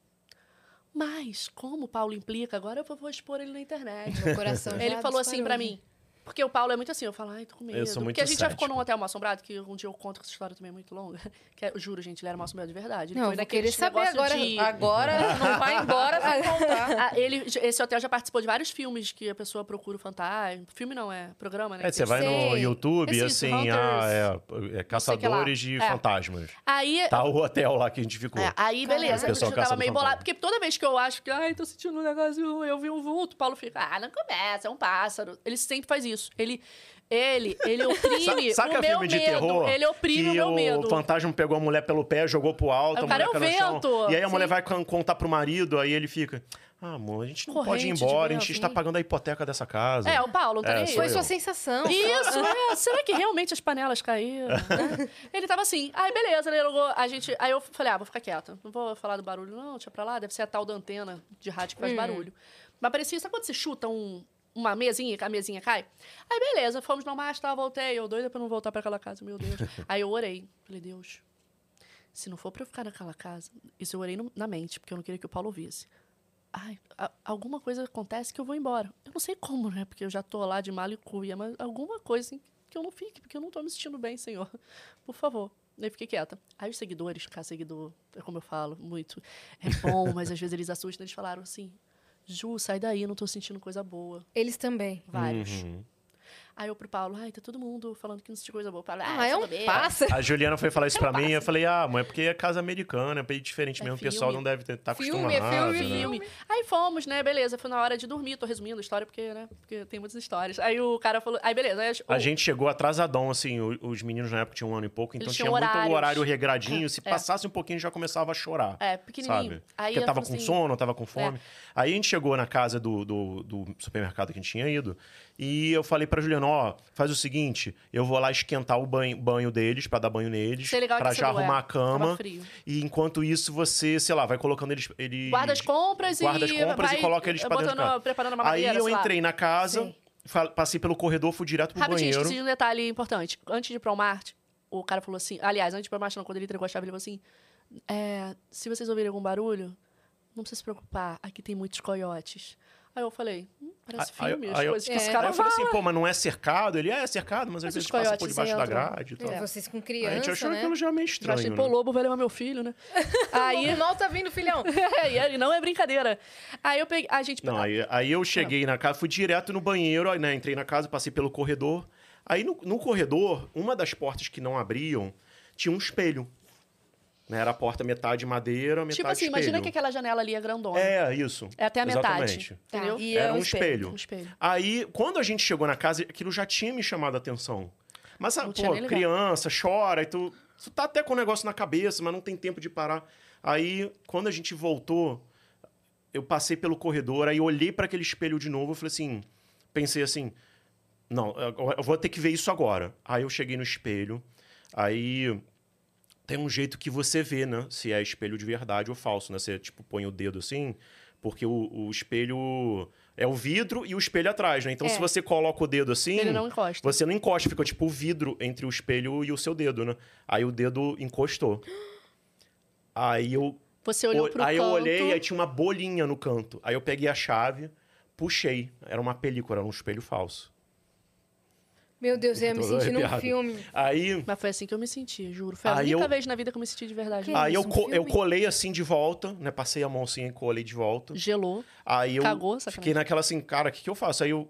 Mas, como o Paulo implica, agora eu vou- vou expor ele na internet.
Meu coração já
Ele falou assim
disparou,
pra
gente.
mim. Porque o Paulo é muito assim, eu falo, ai, tô com medo.
Eu sou muito
porque a gente já ficou
cético.
num hotel mal assombrado, que um dia eu conto que essa história também é muito longa. Que é- eu juro, gente, ele era mal assombrado de verdade. Ele
Não,
foi
eu vou
daqueles
querer saber
negócio
agora.
de-
Agora não vai embora sem contar.
Ah, ele, esse hotel já participou de vários filmes que a pessoa procura o fantasma. Filme não, é programa, né?
é, você
Que-
vai no
sei.
YouTube e
Esses
assim,
hunters,
ah, é, é, caçadores de
É.
fantasmas.
Aí,
Tá o hotel lá que a gente ficou.
É, aí, beleza.
O
Eu
pessoal
já
caça
tava
do
meio
fantasma.
bolado. Porque toda vez que eu acho que, ai, tô sentindo um negócio, eu vi um vulto, o Paulo fica, ah, não começa, é um pássaro. Ele sempre faz isso. Ele, ele, ele oprime
Saca
o meu
é filme de
medo.
terror?
ele oprime
que
o meu medo.
fantasma pegou a mulher pelo pé, jogou pro alto,
Aí
a
o cara, é
mulher
o
caiu no chão.
vento,
E aí a mulher
sim.
vai con- contar pro marido, aí ele fica... Ah, amor, a gente não pode ir
Corrente de
embora, a gente
vento,
está
sim.
pagando a hipoteca dessa casa.
É, o Paulo, não tá
É,
nem
sou
aí.
Foi
eu.
sua sensação.
Isso, é. Será que realmente as panelas caíram? né? ele tava assim, aí beleza, ele alugou. A gente, aí eu falei, ah, vou ficar quieta. Não vou falar do barulho, não, deixa pra lá. Deve ser a tal da antena de rádio que faz barulho. Mas parecia, sabe quando você chuta um- uma mesinha, que a mesinha cai? Aí beleza, fomos no mar, tal, voltei. Eu doida pra não voltar pra aquela casa, meu Deus. aí eu orei. Falei, Deus, se não for pra eu ficar naquela casa... Isso eu orei no- na mente, porque eu não queria que o Paulo ouvisse. Ai, a- alguma coisa acontece que eu vou embora. Eu não sei como, né? Porque eu já tô lá de mal e cuia, mas alguma coisa assim, que eu não fique, porque eu não tô me sentindo bem, senhor. Por favor. Aí fiquei quieta. Aí os seguidores, cá seguidor, é como eu falo, muito. É bom, mas às vezes eles assustam. Eles falaram assim, Ju, sai daí, não tô sentindo coisa boa.
Eles também.
Vários.
Uhum.
Aí eu pro Paulo, ai, tá todo mundo falando que não sentiu coisa boa. Paulo,
Ah, é
tudo
um
bem.
pássaro.
A Juliana foi falar isso pra mim, eu falei, ah, mas é porque é casa americana, é bem diferente
É
mesmo, o
filme.
pessoal não deve estar tá acostumado.
Filme, é filme,
né?
um filme. Aí fomos, né? Beleza, foi na hora de dormir. Tô resumindo a história, porque, né? Porque tem muitas histórias. Aí o cara falou. Aí beleza. Aí,
A
o-
gente chegou atrasadão, assim, o- os meninos na época tinham um ano e pouco, então
Eles
tinha
tinham
muito
horários.
horário regradinho, se passasse um pouquinho já começava a chorar.
É, pequenininho.
Sabe?
Aí
Porque
eu
tava
falo
com
assim-
sono, tava com fome. Aí a gente chegou na casa do, do, do supermercado que a gente tinha ido, e eu falei pra Juliana, ó, faz o seguinte, eu vou lá esquentar o banho, banho deles, pra dar banho neles,
Isso é legal
pra
que
já
você doa,
arrumar a
tava
cama.
frio.
E enquanto isso, você, sei lá, vai colocando eles... eles
Guarda as compras e
guarda as compras e
vai
coloca eles pra dentro. de
botando-
casa.
preparando a mamadeira,
Aí eu
sei lá.
entrei na casa, fa- passei pelo corredor, fui direto pro
Rapidinho,
banheiro.
esqueci de um detalhe importante. Antes de ir pra Walmart, o cara falou assim... Aliás, antes de ir pra Walmart, não, quando ele entregou a chave, ele falou assim... "É, se vocês ouvirem algum barulho, não precisa se preocupar. Aqui tem muitos coiotes. Aí eu falei... Hum, parece
Aí- aí-
filme, as
aí eu-
coisas que esse
Aí
cara
eu falei
fala.
assim, pô, mas não é cercado? Ele é cercado, mas às
Mas
vezes
os
passa por
coiotes
debaixo da
entram.
grade e tal.
É.
Vocês com
A
criança,
gente achou
né?
aquilo já meio
Já achei,
estranho.
pô,
né?
lobo vai levar meu filho, né? aí...
O mal tá vindo, filhão.
e ele não é brincadeira. Aí eu peguei... A gente...
Não, é aí, aí eu cheguei na casa, fui direto no banheiro, aí, né, entrei na casa, passei pelo corredor. Aí no, no corredor, uma das portas que não abriam tinha um espelho. Né, era a porta metade madeira, metade
tipo assim,
espelho.
imagina que aquela janela ali é grandona.
É, isso.
É até a metade.
Exatamente.
Entendeu?
E
era
é
um
um
espelho.
espelho, um espelho.
Aí, quando a gente chegou na casa, aquilo já tinha me chamado a atenção. Mas, sabe,
Não tinha
pô,
nem ligado.
criança, chora, e tu, tu tá até com o negócio na cabeça, mas não tem tempo de parar. Aí, quando a gente voltou, eu passei pelo corredor, aí olhei para aquele espelho de novo e falei assim, pensei assim, não, agora- eu vou ter que ver isso agora. Aí eu cheguei no espelho, aí tem um jeito que você vê, né? Se é espelho de verdade ou falso, né? Você, tipo, põe o dedo assim, porque o, o espelho é o vidro e o espelho atrás, né? Então, se você coloca o dedo assim...
É. Ele não encosta.
Você não encosta, fica tipo o vidro entre o espelho e o seu dedo, né? Aí o dedo encostou. Aí eu
Você olhou
Ol-
pro
aí eu
canto.
olhei aí tinha uma bolinha no canto. Aí eu peguei a chave, puxei. Era uma película, era um espelho falso.
Meu Deus, eu ia me
Tô
sentir num
arrepiado.
filme.
Aí,
Mas foi assim que eu me senti, juro. Foi a
Aí
única
eu-
vez na vida que eu me senti de verdade.
Que
aí eu,
isso, um
co- eu
filme?
colei assim de volta, né? Passei a mão assim e colei de volta.
Gelou.
Aí eu
Cagou, sacanagem.
fiquei naquela assim, cara, o que, que eu faço? Aí eu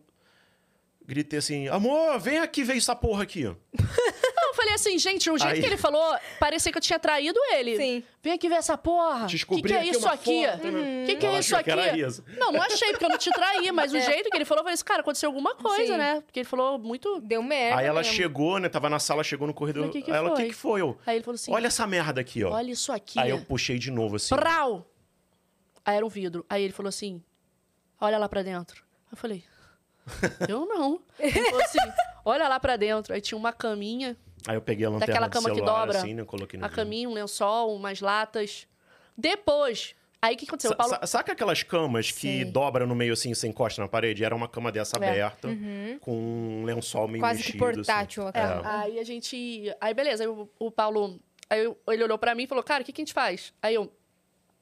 gritei assim, amor, vem aqui ver essa porra aqui.
Eu falei assim, gente, o jeito
Aí-
que ele falou, parecia que eu tinha traído ele.
Sim.
Vem aqui ver essa porra.
Descobri
que, que é
aqui
isso
uma
aqui?
foto, né?
que, que
Ela
é isso
achou que
aqui?
era isso.
Não, não achei, porque eu não te traí, mas o jeito que ele falou, eu falei assim, cara, aconteceu alguma coisa,
É. Sim.
né? Porque ele falou muito.
Deu merda.
Aí ela
mesmo.
chegou, né? Tava na sala, chegou no corredor.
É Mas que que
aí ela, o que,
foi?
que foi? Eu,
Aí ele falou assim:
olha essa merda aqui, ó.
"Olha isso aqui.
Aí eu puxei de novo, assim.
Prau! Aí era um vidro. Aí ele falou assim: olha lá pra dentro. Eu falei: eu não. Ele falou assim: olha lá pra dentro. Aí tinha uma caminha,
Aí eu peguei a lanterna
Daquela
do
cama que
celular,
dobra.
assim, né? Coloquei no
a caminha, um lençol, umas latas. Depois, aí o que aconteceu?
Sa-
O Paulo.
sa- Saca aquelas camas que
Sei.
dobra no meio assim, você encosta na parede? Era uma cama dessa
É.
aberta, com um lençol meio
Quase que
mexido.
portátil
assim.
a
É.
cama.
Aí a Ah, gente. Aí beleza, aí o, o Paulo. Aí eu- ele olhou pra mim e falou: Cara, o que, que a gente faz? Aí eu.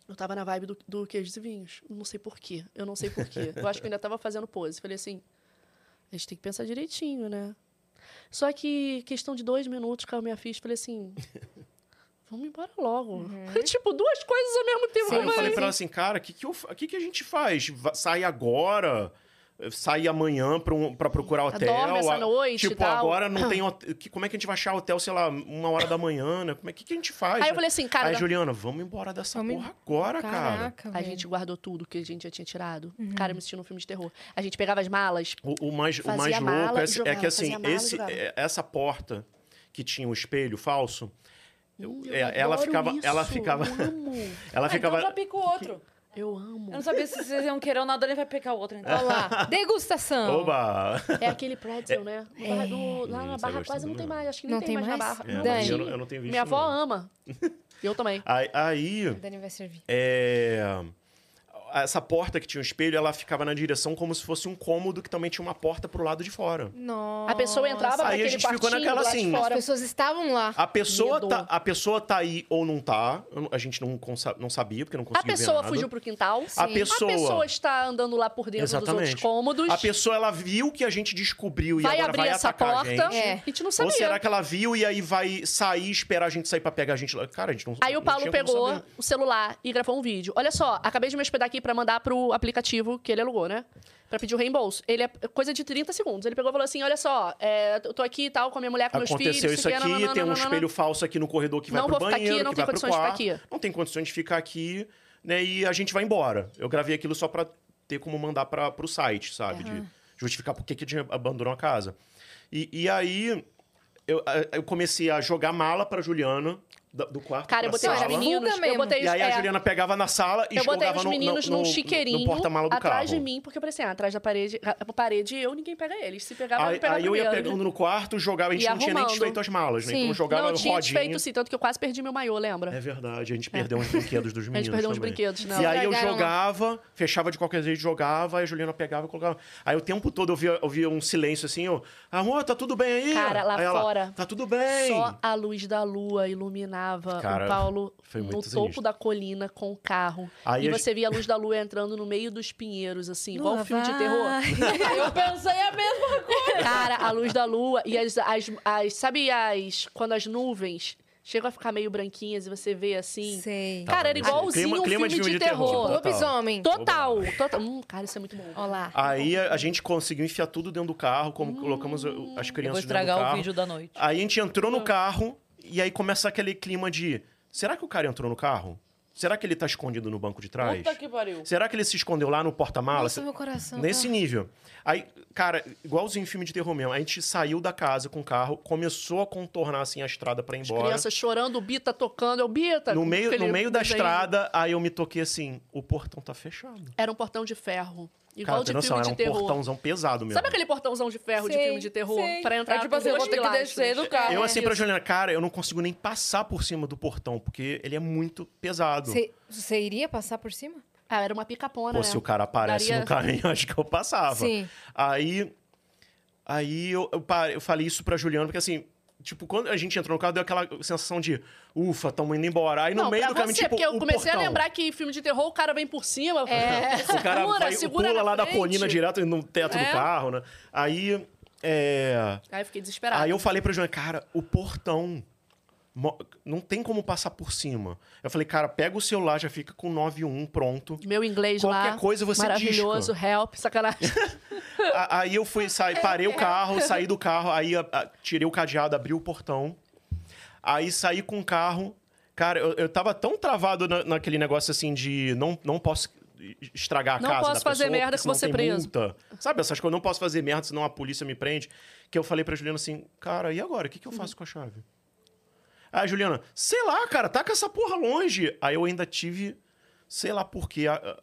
Eu tava na vibe do, do queijos e vinhos. Não sei porquê. Eu não sei porquê. Eu acho que eu ainda tava fazendo pose. Falei assim: A gente tem que pensar direitinho, né? Só que, questão de dois minutos, caiu minha ficha. Falei assim: Vamos embora logo. tipo, duas coisas ao mesmo tempo.
Aí eu
Mas-
falei pra ela assim, cara, o que, que, eu fa- que, que a gente faz? Va- Sai agora? Eh, Sai amanhã pra, um, pra procurar hotel?
Dorme essa
Ah,
noite e
Tipo,
tal.
agora não tem hotel. que- Como é que a gente vai achar hotel, sei lá, uma hora da manhã, né? Como é que, que a gente faz?
Aí eu
né?
falei assim: Cara,
Aí,
dá-
Juliana, vamos embora dessa
Vamos em-
porra agora, cara.
Caraca,
a
velho.
gente guardou tudo que a gente já tinha tirado. Cara, eu me sentindo um filme de terror. A gente pegava as malas,
O, o mais, o
Fazia
mais louco
mala
é,
e
se- é
jogava,
que assim,
fazia mala e
esse-
jogava.
é- essa porta que tinha o espelho falso, eu-
Hum, eu
é, ela
adoro
ficava, ela
isso,
ficava,
Eu amo.
Ah,
ela
então
ficava.
eu já pico outro.
Eu amo.
Eu não sabia se vocês iam querer ou nada, ele vai picar o outro, então.
Olha lá.
tá.
Degustação.
Oba!
É aquele pretzel, né? No Barra- no- lá
Hum,
na
tá
Barra
gostando
quase não tem
mesmo.
mais. Acho que
É. Não
nem tem
tem
mais na
mais?
Barra.
É,
Dani.
eu, não- eu não tenho visto.
Minha avó
não.
ama. Eu também.
Aí, aí,
Dani vai servir.
é, essa porta que tinha o espelho, ela ficava na direção como se fosse um cômodo que também tinha uma porta pro lado de fora.
Nossa.
A pessoa entrava
Aí a
naquele
gente ficou
quartinho
naquela
do lado
assim,
de
As
fora.
pessoas estavam lá.
A pessoa,
Ah, Medo.
tá, a pessoa tá aí ou não tá, eu não- a gente não, consa- não sabia, porque não
A
conseguiu ver
pessoa
nada.
fugiu pro quintal.
A
Sim.
pessoa...
A pessoa está andando lá por dentro dos outros cômodos.
A pessoa ela viu que a gente descobriu e
vai
agora
abrir
vai
essa
atacar
porta.
a gente.
É.
A gente não sabia.
Ou será que ela viu e aí vai sair, esperar a gente sair pra pegar a gente lá? Cara, a gente não
Aí o
não
Paulo
tinha como
pegou
saber.
o celular e gravou um vídeo. Olha só, acabei de me hospedar aqui pra mandar pro aplicativo que ele alugou, né? Pra pedir o reembolso. Ele é coisa de 30 segundos. Ele pegou e falou assim: Olha só, é, eu tô aqui e tal, com a minha mulher, com meus
Aconteceu
filhos.
isso aqui, tem um espelho falso aqui no corredor que vai
Não
pro
vou ficar aqui,
banheiro,
não
que
tem
vai pro
condições de
quarto.
ficar aqui.
Não tem condições de ficar aqui, né? E a gente vai embora. Eu gravei aquilo só pra ter como mandar pra, pro site, sabe? De justificar por que que a gente abandonou a casa. E, e aí eu, eu comecei a jogar mala pra Juliana da- do quarto
Cara, eu
pra
botei os
sala.
menino
meninos.
Fuga
Eu
mesmo.
botei,
E aí
é,
a Juliana pegava na sala e
eu botei
jogava
os
no,
meninos
no, no,
num chiqueirinho
no porta-mala do
atrás
carro.
de mim, porque eu falei assim: ah, atrás da parede, a parede eu, ninguém pega eles. Se pegar, vai
Aí,
pegar
aí eu ia
primeiro.
pegando no quarto, jogava, a gente
Ia
não tinha nem
arrumando.
desfeito as malas, né?
Sim.
Então eu jogava
Não, tinha
rodinha.
desfeito sim, tanto que eu quase perdi meu maiô, lembra?
É verdade, a gente perdeu uns brinquedos dos meninos.
perdeu uns
também.
brinquedos, né?
E aí eu
Estragaram lá.
jogava, fechava de qualquer jeito, jogava, aí a Juliana pegava e colocava. Aí o tempo todo eu via, eu via um silêncio assim, eu. Amor, tá tudo bem aí?
Cara, lá
Aí ela,
fora,
Tá tudo bem.
Só a luz da lua iluminava
Cara,
o Paulo
foi
no
muito
topo
sinistro.
da colina com o carro.
Aí
e
a
você via a luz da lua entrando no meio dos pinheiros, assim, igual
Lua,
um filme de
vai.
terror.
Eu pensei a mesma coisa.
Cara, a luz da lua e as, as, as- sabe as quando as nuvens chegam a ficar meio branquinhas e você vê assim.
Sei.
Cara, era
Tá, mas-
igualzinho
clima-
um
clima
filme, de, terror.
total.
Lobisomem.
Total, total. Hum, cara, isso é muito bom.
Olha lá.
Aí a, a gente conseguiu enfiar tudo dentro do carro, como colocamos o- as
Eu vou
crianças dentro do
estragar o
carro.
vídeo da noite.
Aí a gente
Ah.
entrou no carro e aí começa aquele clima de: será que o cara entrou no carro? Será que ele tá escondido no banco de trás?
Puta que pariu.
Será que ele se escondeu lá no porta-malas?
Nossa, meu coração.
Nesse
tá-
nível. Aí, cara, igualzinho filme de terror mesmo. A gente saiu da casa com o carro, começou a contornar assim a estrada pra ir
As
embora.
crianças chorando, o Bita tocando, eu Bita.
no
com
meio,
aquele
no meio da
desenho.
estrada, aí eu me toquei assim: o portão tá fechado.
Era um portão de ferro.
Cara,
Igual
tem
de
noção,
filme
era
de
um
terror.
portãozão pesado mesmo.
Sabe aquele portãozão de ferro de
Sei,
filme de terror?
sei.
Pra entrar
Eu, tipo assim,
com
eu
dois
vou ter que
pilastros?
descer do carro.
Eu assim pra Juliana, cara, eu não consigo nem passar por cima do portão, porque ele é muito pesado.
Você- Você iria passar por cima?
Ah, era uma picapona,
Pô,
né?
se o cara aparece
Daria-
no caminho, acho que eu passava.
Sim.
Aí, aí eu, eu, parei- eu falei isso pra Juliana, porque assim, tipo, quando a gente entrou no carro, deu aquela sensação de, ufa, tamo indo embora. Aí no
Não,
meio
pra
do caminho,
você,
tipo,
porque eu
o
comecei
portão.
a lembrar que filme de terror, o cara vem por cima.
É.
O cara vai,
segura
pula
na
lá da
frente.
colina direto no teto do
É.
carro, né? Aí É,
Aí eu fiquei desesperada.
Aí eu falei pra Joana, cara, o portão. mo- Não tem como passar por cima. Eu falei, cara, pega o celular, já fica com o 91 pronto.
Meu inglês
Qualquer
lá.
coisa você
maravilhoso, help, sacanagem.
A- Aí eu fui,
É.
saí, parei o carro, saí do carro, aí a- a- tirei o cadeado, abri o portão. Aí saí com o carro. Cara, eu, eu tava tão travado na- naquele negócio assim de não, não posso estragar a
Não
casa
posso
da
fazer
pessoa,
merda
porque
que
senão
vou ser
tem
preso.
multa. Sabe essas coisas? Não posso fazer merda, senão a polícia me prende. Que eu falei pra Juliana assim, cara, e agora? O que, que eu faço com a chave? Aí, a Juliana, sei lá, cara, taca essa porra longe. Aí eu ainda tive, sei lá por quê, a,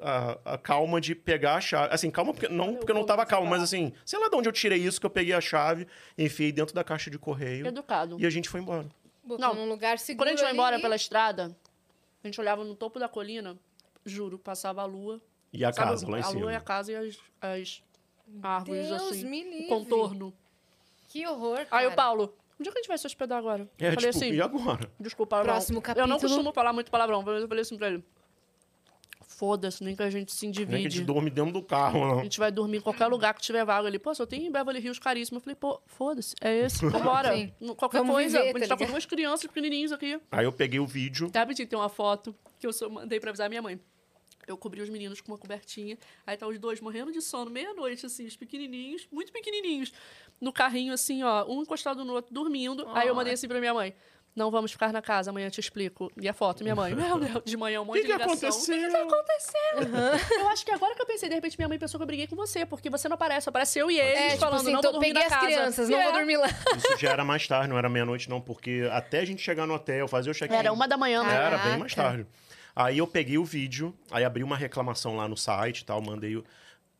a- a calma de pegar a chave. Assim, calma, porque não, porque eu não tava calmo, mas assim, sei lá de onde eu tirei isso, que eu peguei a chave, enfiei dentro da caixa de correio
Educado.
e a gente foi embora.
Botou
Não,
num lugar seguro.
Quando a gente foi
ali
embora
e-
pela estrada, a gente olhava no topo da colina, juro, passava a lua.
E a
sabe,
casa lá em
A lua e a
cima.
casa e as, as árvores,
Deus
assim.
me
o
livre.
contorno.
Que horror, cara.
Aí o Paulo, onde é que a gente vai se hospedar agora?
É,
eu falei
tipo,
assim,
e agora?
desculpa, Paulo.
Próximo
Eu não
capítulo.
costumo falar muito palavrão, mas eu falei assim pra ele. Foda-se, nem que a gente se
Nem é que a
divide.
gente dorme dentro do carro,
A
não.
gente vai dormir em qualquer lugar que tiver vaga ali. Pô, só tem Beverly Hills caríssimo. Eu falei, pô, foda-se, é esse. Vambora.
Sim.
N- Qualquer
Vamos
coisa.
viver,
a
tá
gente tá com
ligado?
duas crianças pequenininhas aqui.
Aí eu peguei o vídeo.
Tá, pedindo tem uma foto que eu só mandei pra avisar minha mãe. Eu cobri os meninos com uma cobertinha. Aí tá os dois morrendo de sono, meia-noite, assim, os pequenininhos, muito pequenininhos. No carrinho, assim, ó, um encostado no outro, dormindo. Aí eu mandei assim pra minha mãe. Não vamos ficar na casa, amanhã eu te explico. E a foto, minha mãe. Meu Deus, de manhã um
O
monte
que,
de
que
ligação.
aconteceu?
tá Eu acho que agora que eu pensei, de repente, minha mãe pensou que eu briguei com você, porque você não aparece, só aparece eu e eles
É, tipo
falando,
assim,
não
tô,
dormi
peguei
na
as
casa.
crianças, não
É.
vou dormir lá.
Isso já era mais tarde, não era meia-noite, não, porque até a gente chegar no hotel, fazer o check-in.
Era uma da manhã, né?
Era bem mais
Caraca.
tarde. Aí eu peguei o vídeo, aí abri uma reclamação lá no site e tal, mandei o.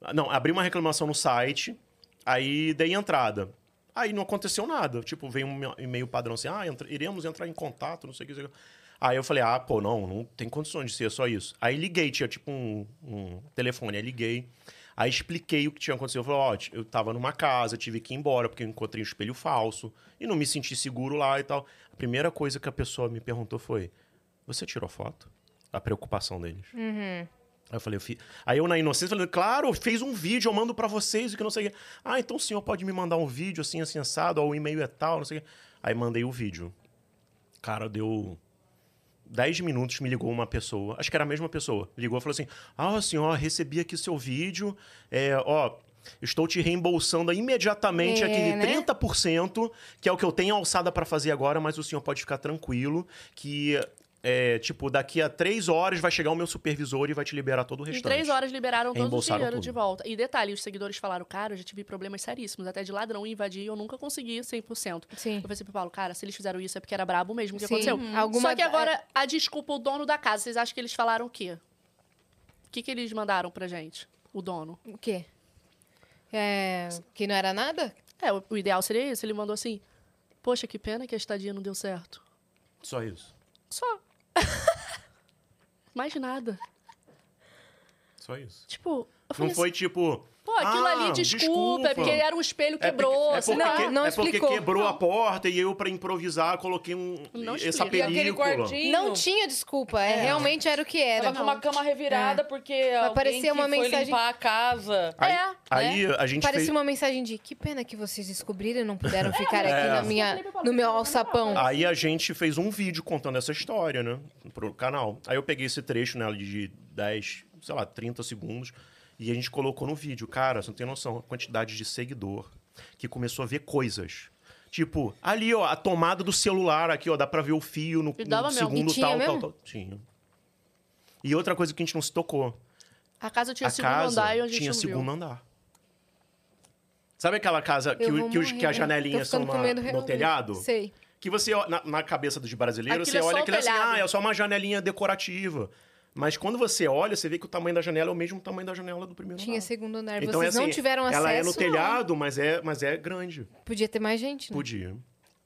Ah, Não, abri uma reclamação no site, aí dei entrada. Aí não aconteceu nada. Tipo, veio um e-mail padrão assim: ah, entra- iremos entrar em contato, não sei o que. não sei o que. Aí eu falei: ah, pô, não, não tem condições de ser só isso. Aí liguei, tinha tipo um, um telefone, aí liguei. Aí expliquei o que tinha acontecido. Eu falei, ó, eu tava numa casa, tive que ir embora porque eu encontrei um espelho falso e não me senti seguro lá e tal. A primeira coisa que a pessoa me perguntou foi: você tirou foto? A preocupação deles. Aí eu falei, eu fi- aí eu na inocência falei, claro, fez um vídeo, eu mando pra vocês, o que não sei o quê. Ah, então o senhor pode me mandar um vídeo assim, assim, assado, ó, o e-mail é tal, não sei o quê. Aí mandei o vídeo. Cara, deu 10 minutos, me ligou uma pessoa, acho que era a mesma pessoa, ligou e falou assim, ah, senhor, recebi aqui o seu vídeo, é, ó, estou te reembolsando imediatamente
É,
aquele
né?
30%, que é o que eu tenho alçada pra fazer agora, mas o senhor pode ficar tranquilo, que... É, tipo, daqui a três horas vai chegar o meu supervisor e vai te liberar todo o
Em
restante.
três horas liberaram todo o
Reembolsaram
dinheiro
tudo.
de volta. E detalhe, os seguidores falaram, cara, eu já tive problemas seríssimos, até de ladrão invadir, e eu nunca consegui 100%.
Sim.
Eu pensei pro Paulo, cara, se eles fizeram isso é porque era brabo mesmo
Sim.
que aconteceu.
Uhum. Alguma-
Só que agora, a desculpa, o dono da casa, vocês acham que eles falaram o quê? O que, que eles mandaram pra gente, o dono?
O quê? É, que não era nada?
É, o, o ideal seria isso, ele mandou assim, poxa, que pena que a estadia não deu certo.
Só isso.
Só. Mais nada.
Só isso.
Tipo, eu
Não
falei
foi
assim,
tipo.
pô, aquilo
"Ah,
ali, desculpa, é porque era um espelho
É porque-
quebrou,
é porque,
sei lá.
que-
assim, não
é porque
explicou.
quebrou a porta e eu, pra improvisar, coloquei um,
Não
essa
explica. E
película.
aquele quartinho.
Não tinha desculpa, é, realmente era o que era.
Tava com uma cama revirada porque alguém
parecia
que
É. uma
foi
mensagem-
limpar a casa.
Aí,
É,
aí a gente
Parecia
fez-
uma mensagem de que pena que vocês descobriram e não
É.
puderam ficar aqui na minha,
Eu falei pra Paulo,
no meu
não, não,
alçapão.
É. Aí a gente fez um vídeo contando essa história, né? Pro canal. Aí eu peguei esse trecho né, de 10, sei lá, 30 segundos. E a gente colocou no vídeo. Cara, você não tem noção a quantidade de seguidor que começou a ver coisas. Tipo, ali, ó, a tomada do celular aqui, ó, dá pra ver o fio no,
E dava
no
mesmo.
segundo
E tinha
tal,
mesmo?
tal, tal. Tinha. E outra coisa que a gente não se tocou.
A casa tinha
a
segundo
casa
andar e a gente
tinha
não viu.
segundo andar. Sabe aquela casa que,
Eu
o-
vou
que, os- que
morrer, né?
as janelinhas
tô
são
ficando com
na-
medo
no
realmente.
telhado?
Sei.
Que você, ó- na, na cabeça dos brasileiros,
Aquilo
você
é
olha
só o
aquilo assim,
telhado.
ah, é só uma janelinha decorativa. Mas quando você olha, você vê que o tamanho da janela é o mesmo tamanho da janela do primeiro
Tinha
andar.
segundo andar.
Então,
vocês
é
não
assim,
tiveram acesso.
Ela é no telhado, mas é, mas é grande.
Podia ter mais gente, né?
Podia.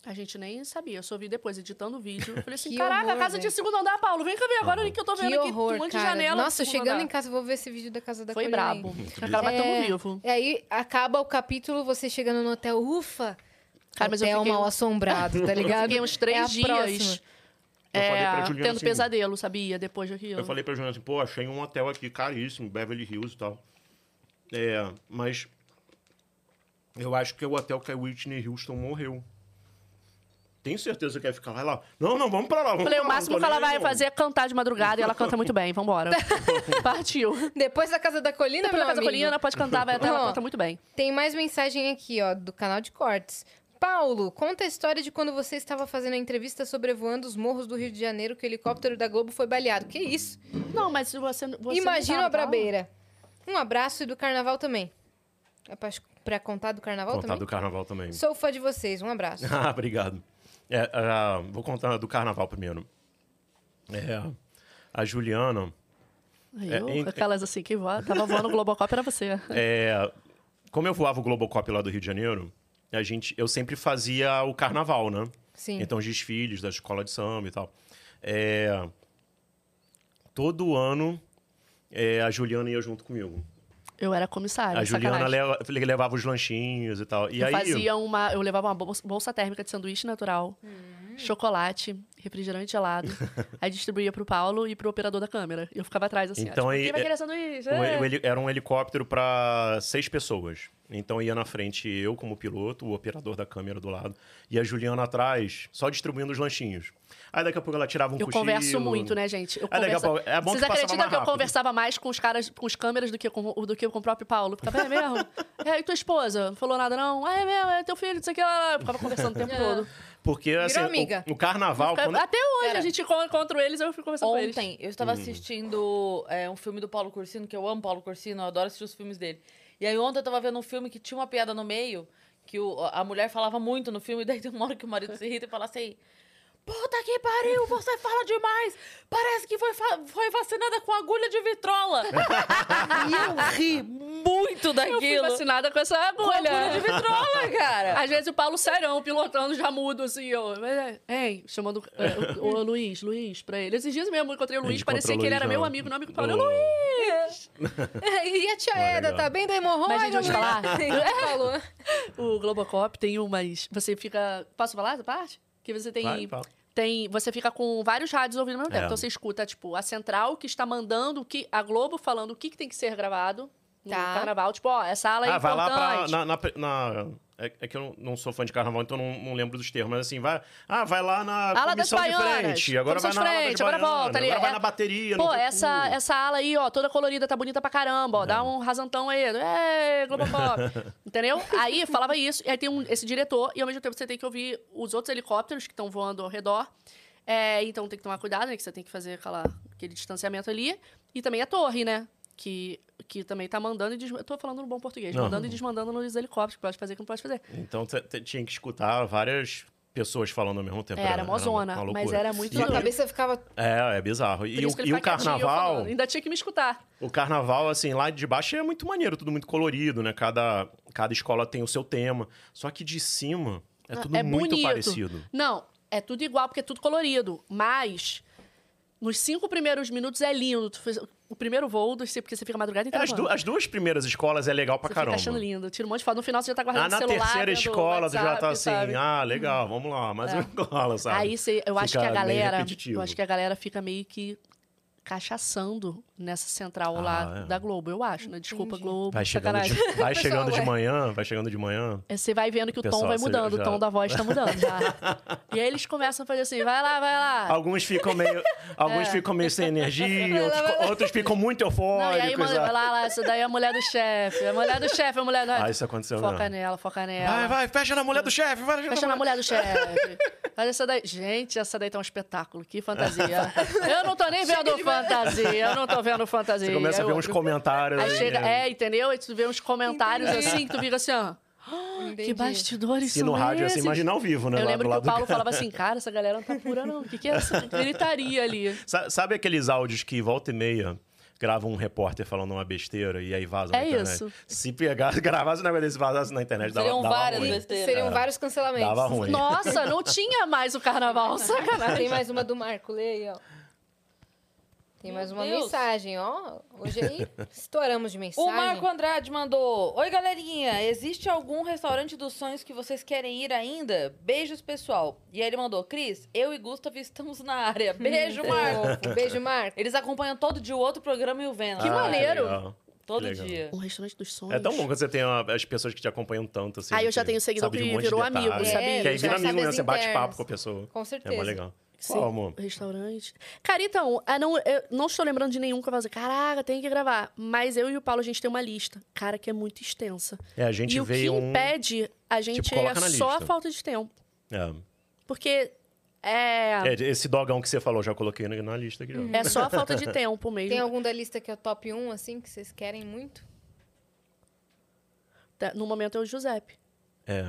A gente nem sabia, eu só vi depois, editando o vídeo. Eu falei assim,
Que
caraca,
horror,
a casa
velho.
tinha segundo andar, Paulo, vem cá ver agora que eu tô vendo
Que
aqui,
horror,
um monte
cara.
de janela.
Nossa,
no segundo
chegando
andar.
em casa, eu vou ver esse vídeo da casa da
Foi
Colina aí.
Uhum.
brabo. Acaba
É,
batendo vivo.
E aí acaba o capítulo, você chegando no hotel, ufa!
Cara, mas eu
hotel
fiquei- um
mal assombrado, tá ligado?
Fiquei uns
É a
três dias
próxima.
Eu falei pra
é,
Juliana
tendo
assim,
pesadelo, sabia? Depois daquilo.
Eu falei pra Juliana assim, pô, achei um hotel aqui caríssimo, Beverly Hills e tal. É, mas Eu acho que é o hotel que a Whitney Houston morreu. Tenho certeza que vai ficar. Vai lá. Não, não, vamos pra lá. Vamos
Falei,
pra
o
lá,
máximo
não
que
tô
ela
nem aí,
vai
não.
fazer é cantar de madrugada e ela canta muito bem. Vambora. Partiu.
Depois da Casa da Colina,
Depois
meu
da Casa
amigo.
Colina, pode cantar, vai até ela
Ó.
canta muito bem.
Tem mais mensagem aqui, ó, do canal de cortes. Paulo, conta a história de quando você estava fazendo a entrevista sobrevoando os morros do Rio de Janeiro que o helicóptero da Globo foi baleado. Que isso?
Não, mas se você, você
Imagina
não tá,
a
tava lá?
brabeira. Um abraço e do carnaval também. É pra, pra contar do carnaval
Contar
né?
também?
do carnaval também.
Sou fã de vocês, um abraço.
Ah, obrigado. É, ah, vou contar do carnaval primeiro. É, a Juliana.
Aí
É,
eu,
em-
aquelas assim que voa, tava voando o Globocop, era você.
É, como eu voava o Globocop lá do Rio de Janeiro, a gente, eu sempre fazia o carnaval, né?
Sim.
Então, os desfiles da escola de samba e tal. É, todo ano, é, a Juliana ia junto comigo.
Eu era comissária,
a Juliana
sacanagem.
leva- levava os lanchinhos e tal. E
eu
aí,
fazia uma. Eu levava uma bolsa, bolsa térmica de sanduíche natural,
Hum.
chocolate, refrigerante gelado. aí distribuía pro Paulo e pro operador da câmera. E eu ficava atrás assim.
Então,
ó, tipo,
aí-
Quem vai querer sanduíche?
um
É.
heli- heli- era um helicóptero para seis pessoas. Então, ia na frente eu como piloto, o operador da câmera do lado, e a Juliana atrás, só distribuindo os lanchinhos. Aí, daqui a pouco, ela tirava um
Eu
cochilo.
converso muito, né, gente? Eu
Ah, legal,
converso...
Paulo. É bom que
Vocês
passava
acreditam
mais
que eu
rápido.
conversava mais com os caras, com os câmeras do que com, do que com o próprio Paulo? Eu Ficava, é mesmo? é, e tua esposa? Não Falou nada, não? Ah, é mesmo? É teu filho, não sei o que lá. lá. Eu ficava conversando o
É.
tempo todo.
Porque, assim,
amiga.
O, o carnaval... quando-
Até hoje
Pera.
a gente encon- encontra eles, eu fico conversando com eles.
Ontem eu estava assistindo é, um filme do Paulo Corsino, que eu amo Paulo Corsino, eu adoro assistir os filmes dele. E aí ontem eu tava vendo um filme que tinha uma piada no meio, que o- a mulher falava muito no filme, e daí tem uma hora que o marido se irrita e fala assim. Puta que pariu, você fala demais! Parece que foi, fa- foi vacinada com agulha de vitrola! e eu ri muito
Eu fui
daquilo!
vacinada com essa
com agulha de
agulha.
vitrola, cara!
Às vezes o Paulo Serão pilotando já mudo, assim, eu. mas, é, Hein? Chamando é, o, o Luiz, Luiz, pra ele. Esses dias mesmo eu encontrei o
A
Luiz,
gente
parecia que
encontrou o
ele era
Luiz,
meu
ó.
amigo, meu amigo Paulo.
né? Ô.
Luiz!
e a tia
Ah,
Eda,
legal.
tá bem da hemorroida?
Mas, gente, eu vou te falar.
Falou.
O Globocop tem umas. Você fica. Posso falar essa parte? Que você tem.
Vai, fala.
tem você fica com vários rádios ouvindo ao mesmo tempo.
É.
Então você escuta, tipo, a central que está mandando o que. A Globo falando o que, que tem que ser gravado no
Tá.
carnaval. Tipo, ó, essa ala é
ah, vai lá
importante.
pra. Na, na- na- é, é que eu não, não sou fã de carnaval, então não, não lembro dos termos. Mas assim, vai. Ah, vai lá na
Ala das
comissão de
baianas,
frente. Agora
comissão
vai
de
na ala das
frente, agora
baianas,
volta ali,
Agora vai
é.
na bateria. no
Pô,
recuo.
essa, essa ala aí, ó, toda colorida, tá bonita pra caramba, ó. Dá um rasantão aí. É, Globocop. Entendeu? Aí falava isso. E aí tem um, esse diretor, e ao mesmo tempo você tem que ouvir os outros helicópteros que estão voando ao redor. É, então tem que tomar cuidado, né? Que você tem que fazer aquela, aquele distanciamento ali. E também a torre, né? Que, que também tá mandando e desmandando. Tô falando no bom português,
Não.
mandando e desmandando nos helicópteros, que pode fazer, que não pode fazer.
Então você te- tinha que escutar várias pessoas falando ao mesmo tempo.
É, era mó zona,
uma
mas
loucura.
era muito
Sua
doido.
cabeça ficava...
É, é bizarro.
Por
E, o,
isso que ele
e o
tá quietinho, eu
carnaval.
falando. Ainda tinha que me escutar.
O carnaval, assim, lá de baixo é muito maneiro, tudo muito colorido, né? Cada, cada escola tem o seu tema. Só que de cima é tudo
é
muito
bonito.
parecido.
Não, é tudo igual, porque é tudo colorido. Mas nos cinco primeiros minutos é lindo. Tu fez o primeiro voo, do porque você fica a madrugada
É,
inteira.
As, du-
voando.
as duas primeiras escolas é legal pra
Tá Você
caramba.
fica achando lindo. Tira um monte de foto. No final você já tá
Ah,
guardando o
na
celular.
terceira
vendo
escola, tu já
WhatsApp,
tá assim,
sabe? É.
ah, legal, vamos lá, mais uma escola, sabe?
Aí você, eu acho que
Fica
a
meio
galera.
repetitivo.
Eu acho que a galera fica meio que cachaçando nessa central lá
Ah, é.
da Globo, eu acho, né? Desculpa, Globo.
Vai chegando,
sacanagem.
de,
Pessoal,
vai chegando de
ué.
manhã, vai chegando de manhã.
É, Você vai vendo que o tom
Pessoal,
vai
você
mudando,
já-
o tom da voz tá mudando já. e aí eles começam a fazer assim, vai lá, vai lá.
Alguns ficam meio,
É.
alguns ficam meio sem energia, outros, ficam- outros ficam muito
Não, e aí,
eufóricos. ah.
mano,
sabe?
lá, lá, essa daí é a mulher do chefe. A mulher do chefe, é a mulher do.
Ah, isso aconteceu
Foca
mesmo.
nela, foca nela.
Vai, vai, fecha na mulher do chefe, vai,
Fecha na mulher do chefe. Olha essa daí. Gente, essa daí tá um espetáculo. Que fantasia. Eu não tô nem vendo fantasia. Eu não tô vendo fantasia.
Você começa a
Aí
ver
o
uns
É outro-
comentários.
Aí
assim,
chega, é, entendeu? Aí tu vê uns comentários
Entendi.
assim que tu fica assim, ó.
Entendi.
Que bastidores
E
são
no rádio, assim,
esses?
imagina ao vivo, né?
Eu
lá
lembro
do
que
lado
o
do
Paulo
cara.
falava assim, cara, essa galera não tá pura, não. O que, que é essa gritaria ali?
Sa- Sabe aqueles áudios que volta e meia grava um repórter falando uma besteira e aí vaza na
É
internet?
isso. um
Se pegar, gravasse um negócio desse, vazasse na internet, dava,
Seriam
dava
várias
ruim.
besteiras.
Seriam vários cancelamentos.
Dava ruim.
Nossa, não tinha mais o carnaval, sacanagem.
Tem mais uma do Marco, lê aí, ó. Tem mais
Meu
uma
Deus.
mensagem, ó. Hoje aí estouramos de mensagem.
O Marco Andrade mandou: Oi, galerinha, existe algum restaurante dos sonhos que vocês querem ir ainda? Beijos, pessoal. E aí ele mandou: Cris, eu e Gustavo estamos na
Uhum.
área. Beijo, Marco.
Fofo. Beijo, Marco.
Eles acompanham todo dia o outro programa e o Vênus.
Que
Ah,
maneiro.
legal.
Todo
legal.
dia.
Um restaurante dos sonhos.
É tão bom quando você tem uma- as pessoas que te acompanham tanto, assim.
Ah, eu já
que
tenho seguidor
sabe de
que
monte de
virou
detalhe.
amigo, sabia?
Que aí vira
Já
amigo
sabe
mesmo,
as
você bate
internas.
papo com a pessoa.
Com
É mó
certeza.
legal.
Sim,
Qual, amor?
Restaurante. Cara, então, ah, não, eu não estou lembrando de nenhum que eu falei, caraca, tem que gravar. Mas eu e o Paulo, a gente tem uma lista. Cara, que é muito extensa.
É, a gente
e o que
veio um...
impede a gente
coloca na
é só a
lista.
falta de tempo.
É.
Porque é, é,
É, esse dogão que você falou, eu já coloquei na, na lista aqui. É, já.
só a falta de tempo mesmo.
Tem algum da lista que é o top 1, assim, que vocês querem muito?
Tá, No momento é o Giuseppe.
É.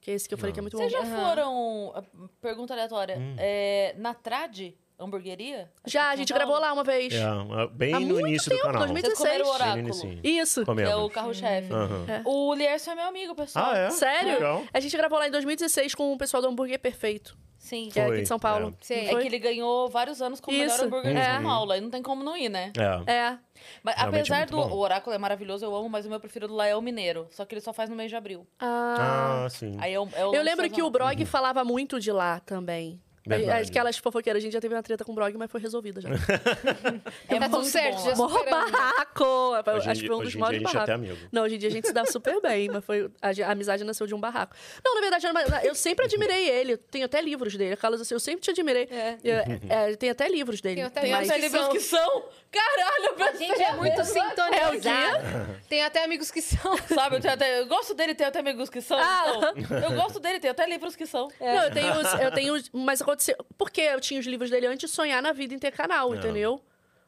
Que é esse que eu falei que é muito bom.
Vocês já
Aham.
foram. ah, Pergunta aleatória.
Hum.
É, na Trad, hamburgueria? Acho
Já,
que
a
em
gente
São Paulo.
gravou lá uma vez.
É, bem
Há
no
muito
início do
tempo,
canal.
2016.
Vocês comeram o
Bem
Bem no
oráculo.
inicinho.
Isso.
que é o
Comemos.
carro-chefe.
Aham.
É.
O Lierson é meu amigo, pessoal.
Ah, é?
Sério?
Legal.
A gente gravou lá em 2016 com o pessoal do Hambúrguer Perfeito,
Sim.
que é aqui
Foi, Uhum.
de São Paulo.
Sei.
Não
É
foi?
que ele ganhou vários anos como o melhor
Isso.
hambúrguer de
É.
São Paulo. Aí não tem como não ir, né?
É.
É.
Mas,
Realmente
apesar
é muito
do.
bom.
O Oráculo é maravilhoso, eu amo, mas o meu preferido lá é o Mineiro. Só que ele só faz no mês de abril.
Ah.
Ah, sim.
Aí é um, eu,
eu lembro que o Brog
Uhum.
falava muito de lá também.
Verdade.
Aquelas fofoqueiras, a gente já teve uma treta com o Brog, mas foi resolvida já.
É
tá tudo
muito
certo,
bom
já
lá.
Mó
superamos.
barraco!
Hoje em
Acho que
dia-
foi um dos
hoje
maiores
em dia a gente é até
barracos.
amigo.
Não, hoje em dia a gente se dá super bem, mas foi, a, ge- a amizade nasceu de um barraco. Não, na verdade, era uma- eu sempre admirei ele. Tenho até livros dele. Carlos, assim, eu sempre te admirei.
É.
É, é, tem até livros dele.
Tenho até
Tem
Mas-
Mas
os
que
livros
são-
que são. Caralho, eu
A
pensei.
gente é muito sintonizado.
É
Tem até amigos que são.
Sabe, eu, tenho até, eu gosto dele, tem até amigos que são.
Ah!
então. Eu gosto dele, tem até livros que são.
Não, eu tenho, os- eu tenho. os- Mas aconteceu. Porque eu tinha os livros dele antes de sonhar na vida em ter canal,
Ah.
entendeu?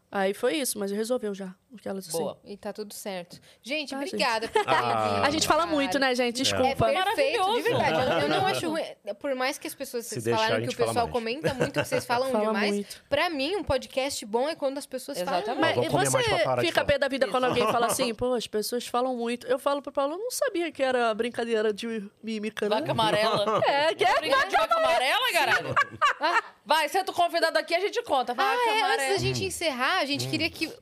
Aí foi isso, mas resolveu já. Aquelas assim.
Boa.
E tá tudo certo. Gente,
Ah, gente.
obrigada por terem
Ah.
vindo.
A gente fala muito, né, gente?
É
Desculpa.
perfeito, de
Maravilhoso.
verdade. Eu- Eu não acho ruim. Por mais que as pessoas
Se
vocês
deixar, a
falaram que
gente
o
fala
pessoal
mais.
comenta muito, que vocês falam
Fala
demais.
muito.
Pra mim, um podcast bom é quando as pessoas falam.
Exatamente.
Mas
É, vamos comer mais pra parar
você
de
fica
falar.
pé da vida quando alguém fala assim, pô, as pessoas falam muito. Eu falo pro Paulo, eu não sabia que era brincadeira de mímica, né?
Vaca amarela.
É, que é
Obrigado de vaca amarela, caralho. Vai, senta o convidado aqui, a gente conta. Vaca
Ah, é, antes da
amarela.
gente encerrar, a gente queria que.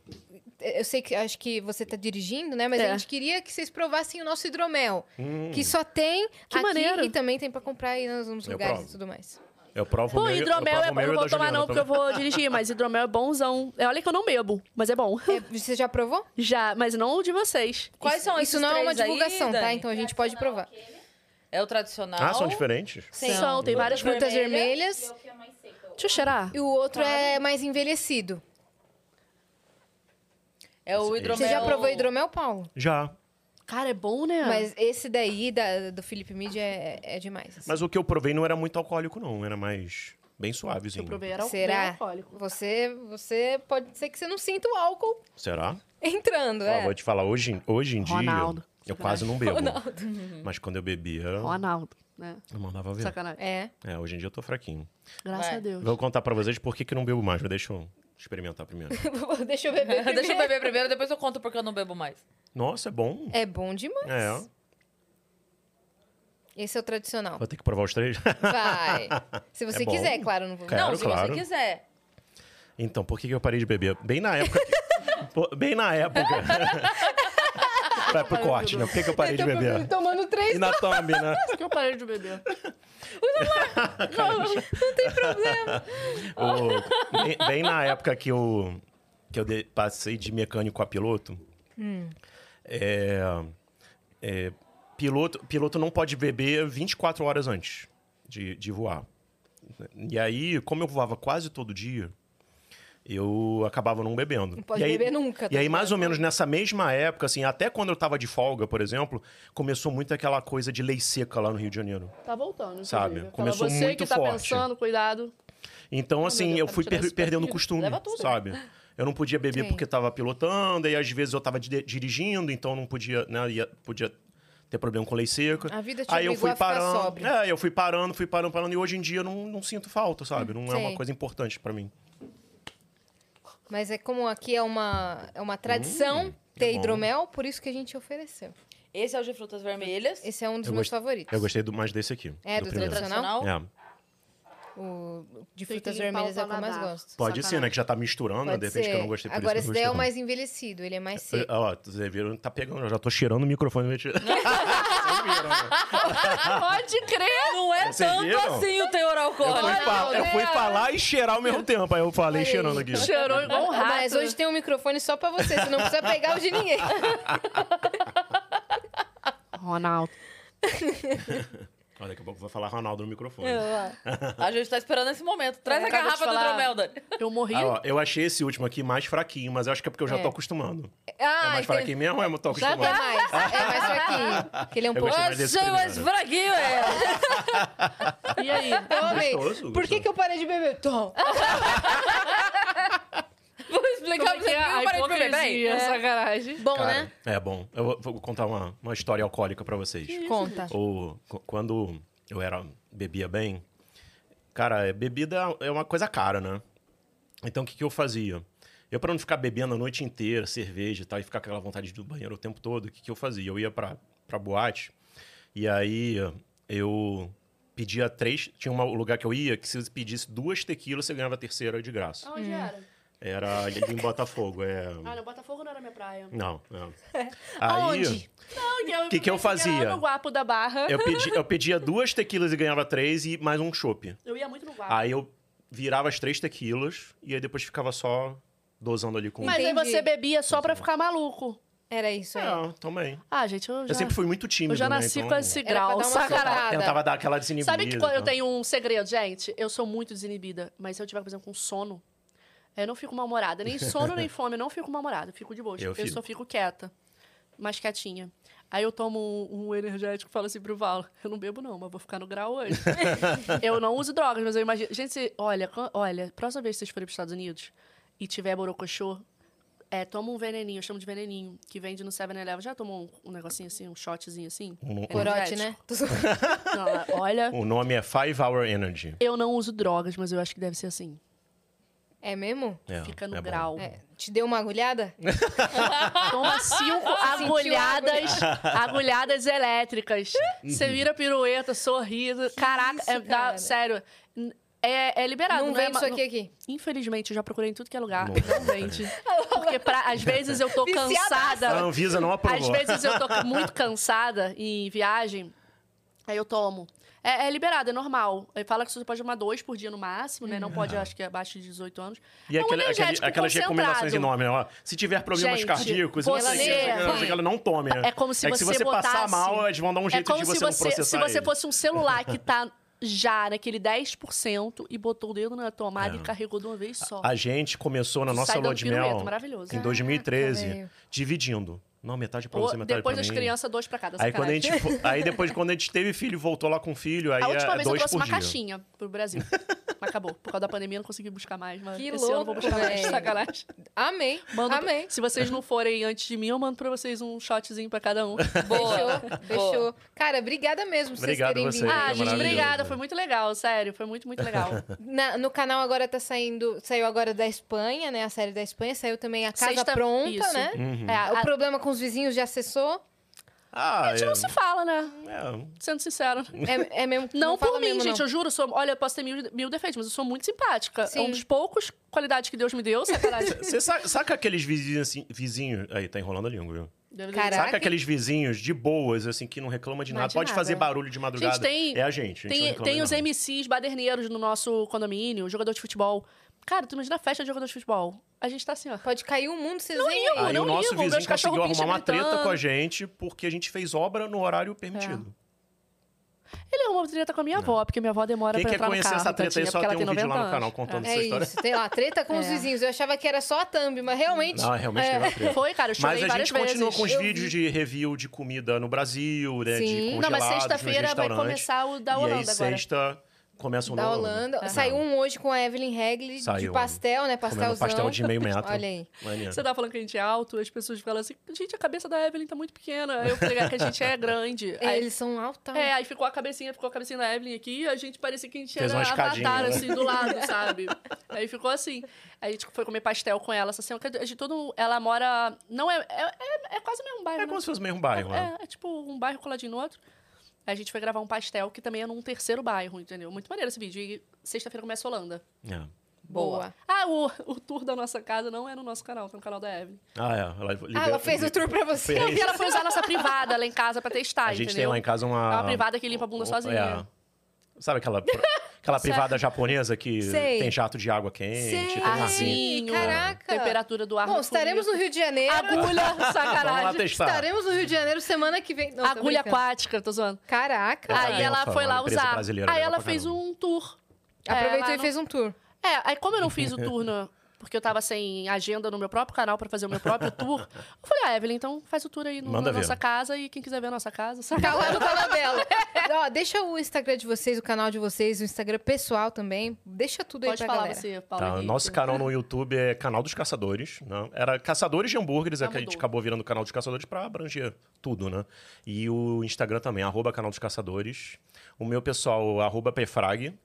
Eu sei que acho que você tá dirigindo, né? Mas
É.
a gente queria que vocês provassem o nosso hidromel. Que só tem
Que
aqui
maneiro.
e também tem pra comprar aí nos nos
Eu
lugares
provo.
e tudo mais.
Eu provo o
Pô,
meu,
hidromel
eu
é
provo
bom,
o meu
eu
e
não
o da
vou tomar
Juliana
não, porque eu
também.
vou dirigir, mas hidromel é bonzão. É, Olha que eu não bebo, mas é bom.
É, você já provou?
Já, mas não o de vocês.
Quais são
Isso
esses
não é uma
três aí,
divulgação, tá?
Dani?
Então a gente pode provar.
É o tradicional.
Ah, são diferentes?
Sim.
São, tem várias frutas.
Frutas vermelhas.
E é o que é mais seco.
Deixa eu cheirar.
E o outro é mais envelhecido.
É o hidromel.
Você já provou hidromel, Ah. Paulo?
Já.
Cara, é bom, né?
Mas esse daí da- do Felipe Mid é, é demais. assim.
Mas o que eu provei não era muito alcoólico, não. Era mais bem suavezinho.
eu provei, era bem
Será?
alcoólico.
Você, você pode ser que você não sinta o álcool
Será?
entrando,
Ó,
é.
vou te falar, hoje, em- hoje em dia,
Ronaldo.
eu quase não bebo. Mas quando eu bebia,
Ronaldo, né?
eu mandava ver.
Sacanagem.
É.
É, hoje em dia eu tô fraquinho.
Graças
Vai.
a Deus.
Vou contar pra vocês por que, que eu não bebo mais, mas deixa eu experimentar primeiro.
Deixa eu beber.
Deixa eu
primeiro.
beber primeiro, depois eu conto porque eu não bebo mais.
Nossa, é bom.
É bom demais.
É.
Esse é o tradicional.
Vou ter que provar os três.
Vai. Se você
É bom.
quiser, claro, não vou.
Claro,
não, se
claro.
você quiser.
Então, por que, que eu parei de beber? Bem na época. que- Pô, Bem na época. Vai pro corte, né? Por que, que eu parei
Então,
de beber?
Tomando três,
E na thumb, né?
Por que eu parei de beber?
não tem problema.
O- bem, bem na época que eu, que eu de- passei de mecânico a piloto,
Hum.
é, é, piloto, piloto não pode beber 24 horas antes de, de voar. E aí, como eu voava quase todo dia, eu acabava não bebendo. Não
pode beber nunca,
E
tá
aí, mais
ligado?
ou menos nessa mesma época, assim, até quando eu tava de folga, por exemplo, começou muito aquela coisa de lei seca lá no Rio de Janeiro.
Tá voltando,
Sabe,
inclusive.
começou
Fala, você
muito
que tá
forte.
pensando, cuidado.
Então, assim,
Deus,
tá
eu
pra
fui
tirar
per-
é
esse
perdendo o
perfil.
costume,
Leva tudo.
sabe? Eu não podia beber
Sim.
porque tava pilotando, e às vezes eu tava di- dirigindo, então não podia, né? ia- podia ter problema com lei seca.
A vida te
Aí eu
obrigou
fui
a ficar
parando.
sóbrio.
É, eu fui parando, fui parando, parando, e hoje em dia eu não, não sinto falta, sabe? Não é
Sim.
uma coisa importante pra mim.
Mas é como aqui é uma, é uma tradição ter
Hum, é bom.
hidromel, por isso que a gente ofereceu.
Esse é o de frutas vermelhas.
Esse é um dos
Eu
meus
gost-
favoritos.
Eu gostei do, mais desse aqui.
É, do
primeiro.
tradicional?
Tradicional.
É.
O de
Tem que
frutas
limpar o
vermelhas é o que eu mais
paladar.
gosto.
Pode
Sacanagem.
ser, né? Que já tá misturando, né?
Pode
de repente que eu não gostei por
Agora
isso.
esse
que
daí é
eu
o
não gostei
mais envelhecido, ele é mais
tanto.
seco.
Ó, vocês viram, tá pegando, eu já tô cheirando o microfone. Vocês viram, né?
Pode crer!
Não é
Vocês
tanto
viram?
assim o teor
Eu fui,
alcoólico.
fa- eu fui falar e cheirar ao mesmo tempo. Aí eu falei
Olha aí.
cheirando aqui.
Cheirou igual um rato.
Mas hoje tem um microfone só pra você, você não precisa pegar o de ninguém.
Ronaldo.
Olha, daqui a pouco eu vou falar Ronaldo no microfone. Ah,
A gente tá esperando esse momento. Traz
Eu
a
acabo de
garrafa do
falar-
hidromel, Dani.
Eu morri.
Ah, ó, eu achei esse último aqui mais fraquinho, mas eu acho que é porque eu já tô acostumando. é
Ah,
mais fraquinho mesmo ou eu tô
Já tá
acostumando?
mais. É mais fraquinho. Porque ele é um
Eu
pouco.
gostei mais desse
Achei mais
primeiro.
fraquinho, é.
E aí?
Eu amei.
Gostoso,
Por que,
gostoso.
que eu parei de beber? Tom.
Vou explicar pra
Como é que
você
é
porque eu
a
parei de beber. Peraí. É.
hipocrisia, sacanagem?
Bom,
Cara,
né?
É bom. Eu vou- vou contar uma, uma história alcoólica pra vocês.
Conta.
Ou qu- quando eu era bebia bem, cara, é- bebida é uma coisa cara, né? Então o que, que eu fazia? Eu, pra não ficar bebendo a noite inteira, cerveja e tal, e ficar com aquela vontade do banheiro o tempo todo, o que, que eu fazia? Eu ia pra, pra boate e aí eu pedia três. Tinha um lugar que eu ia que se você pedisse duas tequilas, você ganhava a terceira de graça.
Onde era?
Era ali em Botafogo. É...
Ah, não, Botafogo não era minha praia.
Não, não.
Aonde?
O
Que que eu fazia?
no Guapo da Barra.
Eu, pedi- eu pedia duas tequilas e ganhava três e mais um chopp.
Eu ia muito no Guapo.
Aí eu virava as três tequilas e aí depois ficava só dosando ali com...
Mas aí
Entendi.
você bebia só pra ficar maluco.
Era isso aí.
É, também.
Ah, gente, eu já,
Eu sempre fui muito tímido,
eu já
né?
nasci
Então,
com esse
pra dar
grau,
uma
sacanagem.
soltada.
Tentava dar aquela desinibida.
Sabe que
e
quando eu
tal.
tenho um segredo, gente? Eu sou muito desinibida, mas se eu tiver, por exemplo, com sono, é, eu não fico mal-humorada. Nem sono, nem fome, eu não fico mal-humorada. Eu fico de boa.
Eu fico.
só fico quieta. Mais quietinha. Aí eu tomo um, um energético e falo assim pro Val, eu não bebo não, mas vou ficar no grau hoje. eu não uso drogas, mas eu imagino... Gente, se- olha, quan- olha, próxima vez que vocês forem pros Estados Unidos e tiver borocochô, é, toma um veneninho, eu chamo de veneninho, que vende no 7-Eleven. Já tomou um, um negocinho assim, um shotzinho assim?
Um-
Corote, né?
Não, olha...
O nome é Five Hour Energy.
Eu não uso drogas, mas eu acho que deve ser assim.
É mesmo?
É,
Fica no
é bom.
grau.
É. Te deu uma agulhada?
Toma cinco
sentiu
agulhadas, agulhadas elétricas.
Uhum.
Você vira pirueta, sorriso. Caraca, é, dá-
cara?
sério. n- É, é liberado,
não
né?
vem
Ma-
isso aqui aqui.
Infelizmente, eu já procurei em tudo que é lugar.
Não
Não,
vem.
vende. Porque pra- às vezes eu tô
Viciadaça.
A
cansada.
Anvisa não
Às
aprovou.
vezes eu tô muito cansada em viagem, aí eu tomo. É, é liberado, é normal. Ele fala que você pode tomar dois por dia no máximo, né? Não pode, acho que é abaixo de 18 anos.
Uhum. E
é um
aquele- aquele-
energético
aquelas recomendações
concentrado.
enormes, né? Ó, se tiver problemas
Gente,
cardíacos,
você-
não sei o que, não sei o que, não sei o que, ela não tome. né?
É como se
é que se você
você
passar
botasse-
mal, eles vão dar um
É
jeito
como
de
se
você, não
você,
processar
se você
ele.
fosse um celular que tá já naquele 10% e botou o dedo na tomada
É.
e carregou de uma vez só.
A gente começou na
Tu
nossa
sai dando
lua de
pirueta,
mel
maravilhoso.
em
Caraca,
2013,
velho.
dividindo. Não, metade pra
Ou
você, metade
depois
pra
das
mim.
crianças, dois pra cada.
aí, quando a
sacanagem.
gente, fo- aí depois, quando a gente teve filho, voltou lá com filho, aí
A última
é
vez eu
dois
trouxe
por
uma
dia.
caixinha pro Brasil. Mas acabou. Por causa da pandemia, eu não consegui buscar mais. Mas
Que
esse ano eu vou
louco,
buscar mais.
velho.
Sacanagem.
Amei.
Mando-
Amei.
Se vocês não forem antes de mim, eu mando pra vocês um shotzinho pra cada um.
Boa.
Fechou.
Boa.
Fechou. Cara, obrigada mesmo por vocês
Obrigado
terem
você.
vindo.
ah,
é
gente,
maravilhoso,
obrigada.
né?
Foi muito legal, sério. Foi muito, muito legal.
Na- no canal agora tá saindo, saiu agora da Espanha, né? A série da Espanha, saiu também a Casa
Sexta-
Pronta,
isso.
né?
Uhum.
É, a-
O problema com os vizinhos já cessou?
Ah,
a gente não se fala, né?
é,
Sendo sincero.
É, é mesmo
Não,
fala
por mim,
mesmo,
gente.
não.
Eu juro, sou, olha, eu posso ter mil, mil defeitos, mas eu sou muito simpática. É
Sim.
um dos poucos qualidades que Deus me deu, sacanagem.
Você sa- saca aqueles vizinhos assim, vizinhos. Aí, tá enrolando a língua, viu?
Caraca.
Saca aqueles vizinhos de boas, assim, que não reclama de
Não é
nada.
de
Pode
nada.
fazer barulho de madrugada.
Gente, tem-
é a gente. a gente não
Tem,
reclama
tem
de
os
nada.
MCs baderneiros no nosso condomínio, jogador de futebol. Cara, tu imagina a festa de jogador de futebol. A gente tá assim, ó.
Pode cair o mundo, vocês vêm aí.
eu-
Aí
não
o nosso
ligo,
vizinho
meus
conseguiu
cachorro-picha
arrumar uma treta com a
gritando. É.
gente porque a gente fez obra no horário permitido.
Ele arrumou treta com a minha avó, porque minha avó demora
Quem
pra
quer
entrar no
conhecer
carro.
essa treta aí
tadinha,
só
porque
tem
ela
um vídeo
90
lá
anos.
no canal contando
É
essa história.
isso, tem lá, treta com os
É.
vizinhos. Eu achava que era só a thumb, mas realmente.
Não, é realmente teve uma treta.
Foi, cara, eu chorei
Mas a
várias
gente continua
vezes.
com os
Eu
vídeos de review de comida no Brasil, né? De
Sim.
congelados
Não, mas
nos
sexta-feira vai
restaurantes.
começar o da
E é aí,
Holanda agora.
sexta, começa um
da Holanda. Saiu um hoje com a Evelyn Hagley de
Saiu. um.
pastel, né?
Comendo
Pastelzão.
pastel de meio metro.
Olha aí.
Maneiro.
Você tá falando que a gente é alto, as pessoas falam assim, gente, a cabeça da Evelyn tá muito pequena. Aí Eu falei, "Ah, que a gente é grande.
É,
Aí
eles são altos.
É, aí ficou a cabecinha, ficou a cabecinha da Evelyn aqui, e a gente parecia que a gente
Fez
era
uma escadinha,
avatar,
né?
assim, do lado, sabe? aí ficou assim. Aí a gente foi comer pastel com ela, essa senhora, que é de todo... Ela mora... Não é... É, é, é quase o mesmo bairro,
É
né?
como se fosse mesmo bairro, né?
É, é tipo um bairro coladinho no outro. Aí a gente foi gravar um pastel, que também é num terceiro bairro, entendeu? Muito maneiro esse vídeo. E sexta-feira começa a Holanda.
É.
Boa.
Ah, o, o tour da nossa casa não é no nosso canal, tem no canal da Evelyn.
Ah, é. Ela,
Ah, ela fez o tour pra você.
Fez.
E ela foi usar a nossa privada lá em casa pra testar,
A gente
entendeu?
tem lá em casa uma.
É uma privada que limpa a bunda
o-
sozinha.
é. Sabe aquela, aquela privada japonesa que
Sei.
tem jato de água quente? Tem um
Ah,
Ai,
rasinho. é.
caraca.
Temperatura do ar.
Bom, estaremos no Rio de Janeiro.
Agulha,
Vamos lá
sacanagem.
testar.
Estaremos no Rio de Janeiro semana que vem. Não, tô
Agulha
brincando.
aquática, tô zoando.
Caraca.
Ah,
Aí
é,
ela
Rafa,
foi
uma
lá
empresa
usar.
brasileira,
Aí
legal
ela
pra
fez
caramba.
um tour.
Aproveitou
É,
e fez um tour.
É, aí como eu não fiz o tour, na- porque eu tava sem agenda no meu próprio canal pra fazer o meu próprio tour, eu falei, ah, Evelyn, então faz o tour aí no,
Manda
na
ver.
nossa casa e quem quiser ver a nossa casa,
Tá
sacanagem.
lá no canal dela. Ó, deixa o Instagram de vocês, o canal de vocês, o Instagram pessoal também. Deixa tudo aí
Pode
pra
falar
galera.
você, Paulo.
Tá,
Henrique.
nosso canal no YouTube é Canal dos Caçadores, né? Era Caçadores de Hambúrgueres, é
Já
que a gente
mudou.
acabou virando Canal dos Caçadores pra abranger tudo, né? E o Instagram também, arroba Canal dos Caçadores. O meu pessoal, arroba Pefrag.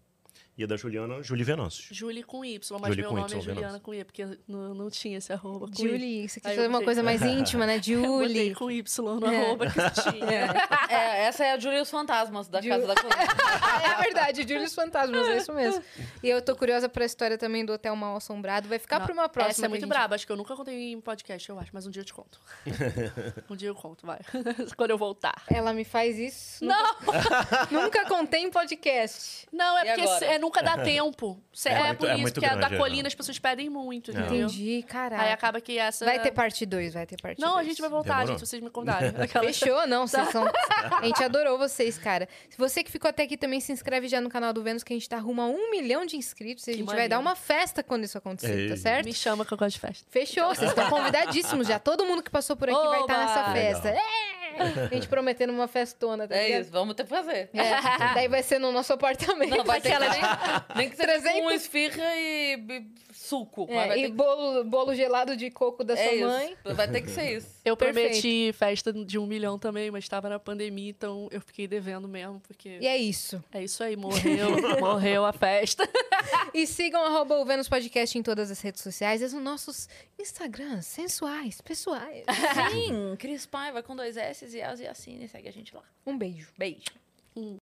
E a da Juliana, Juli Venâncio.
Julie com Y, mas
Julie
meu
com
nome
Y,
é Juliana
Venâncio.
com Y, porque não, não tinha esse arroba. com Y.
Julie, isso aqui
Aí
foi
eu
uma
botei-
coisa mais íntima, né?
Eu botei
Julie.
com Y no arroba que tinha.
É, essa é a Julia e os Fantasmas da
Ju-
Casa da Colônia.
É verdade, Julie e os Fantasmas, é isso mesmo. E eu tô curiosa pra história também do Hotel Mal Assombrado. Vai ficar
Não,
pra uma próxima.
Essa é
que
muito
a gente-
braba, acho que eu nunca contei em podcast, eu acho, mas um dia eu te conto. um dia eu conto, vai. Quando eu voltar.
Ela me faz isso. Não! Nunca contei em podcast.
Não, é
E
porque
agora?
se- é, nunca dá tempo. Se-
É
é,
muito-
por
é
isso,
muito
porque a da
grande,
colina
né?
as pessoas pedem muito,
Não.
entendeu?
Entendi, caraca.
Aí acaba que essa.
Vai ter parte 2, vai ter parte 2.
Não, a gente vai voltar,
Demorou.
gente, se vocês me contarem. Aquela-
Fechou, não, vocês são... A gente adorou vocês, cara. Se você que ficou até aqui também, se inscreve já no canal do Vênus, que a gente tá rumo a um milhão de inscritos. E a
Que
gente vai
maneiro.
dar uma festa quando isso acontecer,
Ei.
tá certo?
Me chama que eu gosto de festa.
Fechou, vocês estão convidadíssimos já. Todo mundo que passou por aqui vai estar
Oba!
nessa
Legal.
festa. É! A gente prometendo uma festona, tá
É
ligado?
isso, vamos ter que fazer.
É, daí vai ser no nosso apartamento.
Não, vai ter que nem, nem que seja
300.
com um esfirra e, e suco.
É,
mas vai
e
ter que-
bolo, bolo gelado de coco da
é
sua
isso,
mãe.
Vai ter que ser isso.
Eu
Perfeito.
prometi festa de um milhão também, mas estava na pandemia, então eu fiquei devendo mesmo, porque.
E é isso.
É isso aí, morreu, morreu a festa.
E sigam arroba o Vênus Podcast em todas as redes sociais. E os nossos Instagrams sensuais, pessoais.
Sim, Cris Paiva com dois S e As e Assine. Segue a gente lá.
Um beijo.
Beijo.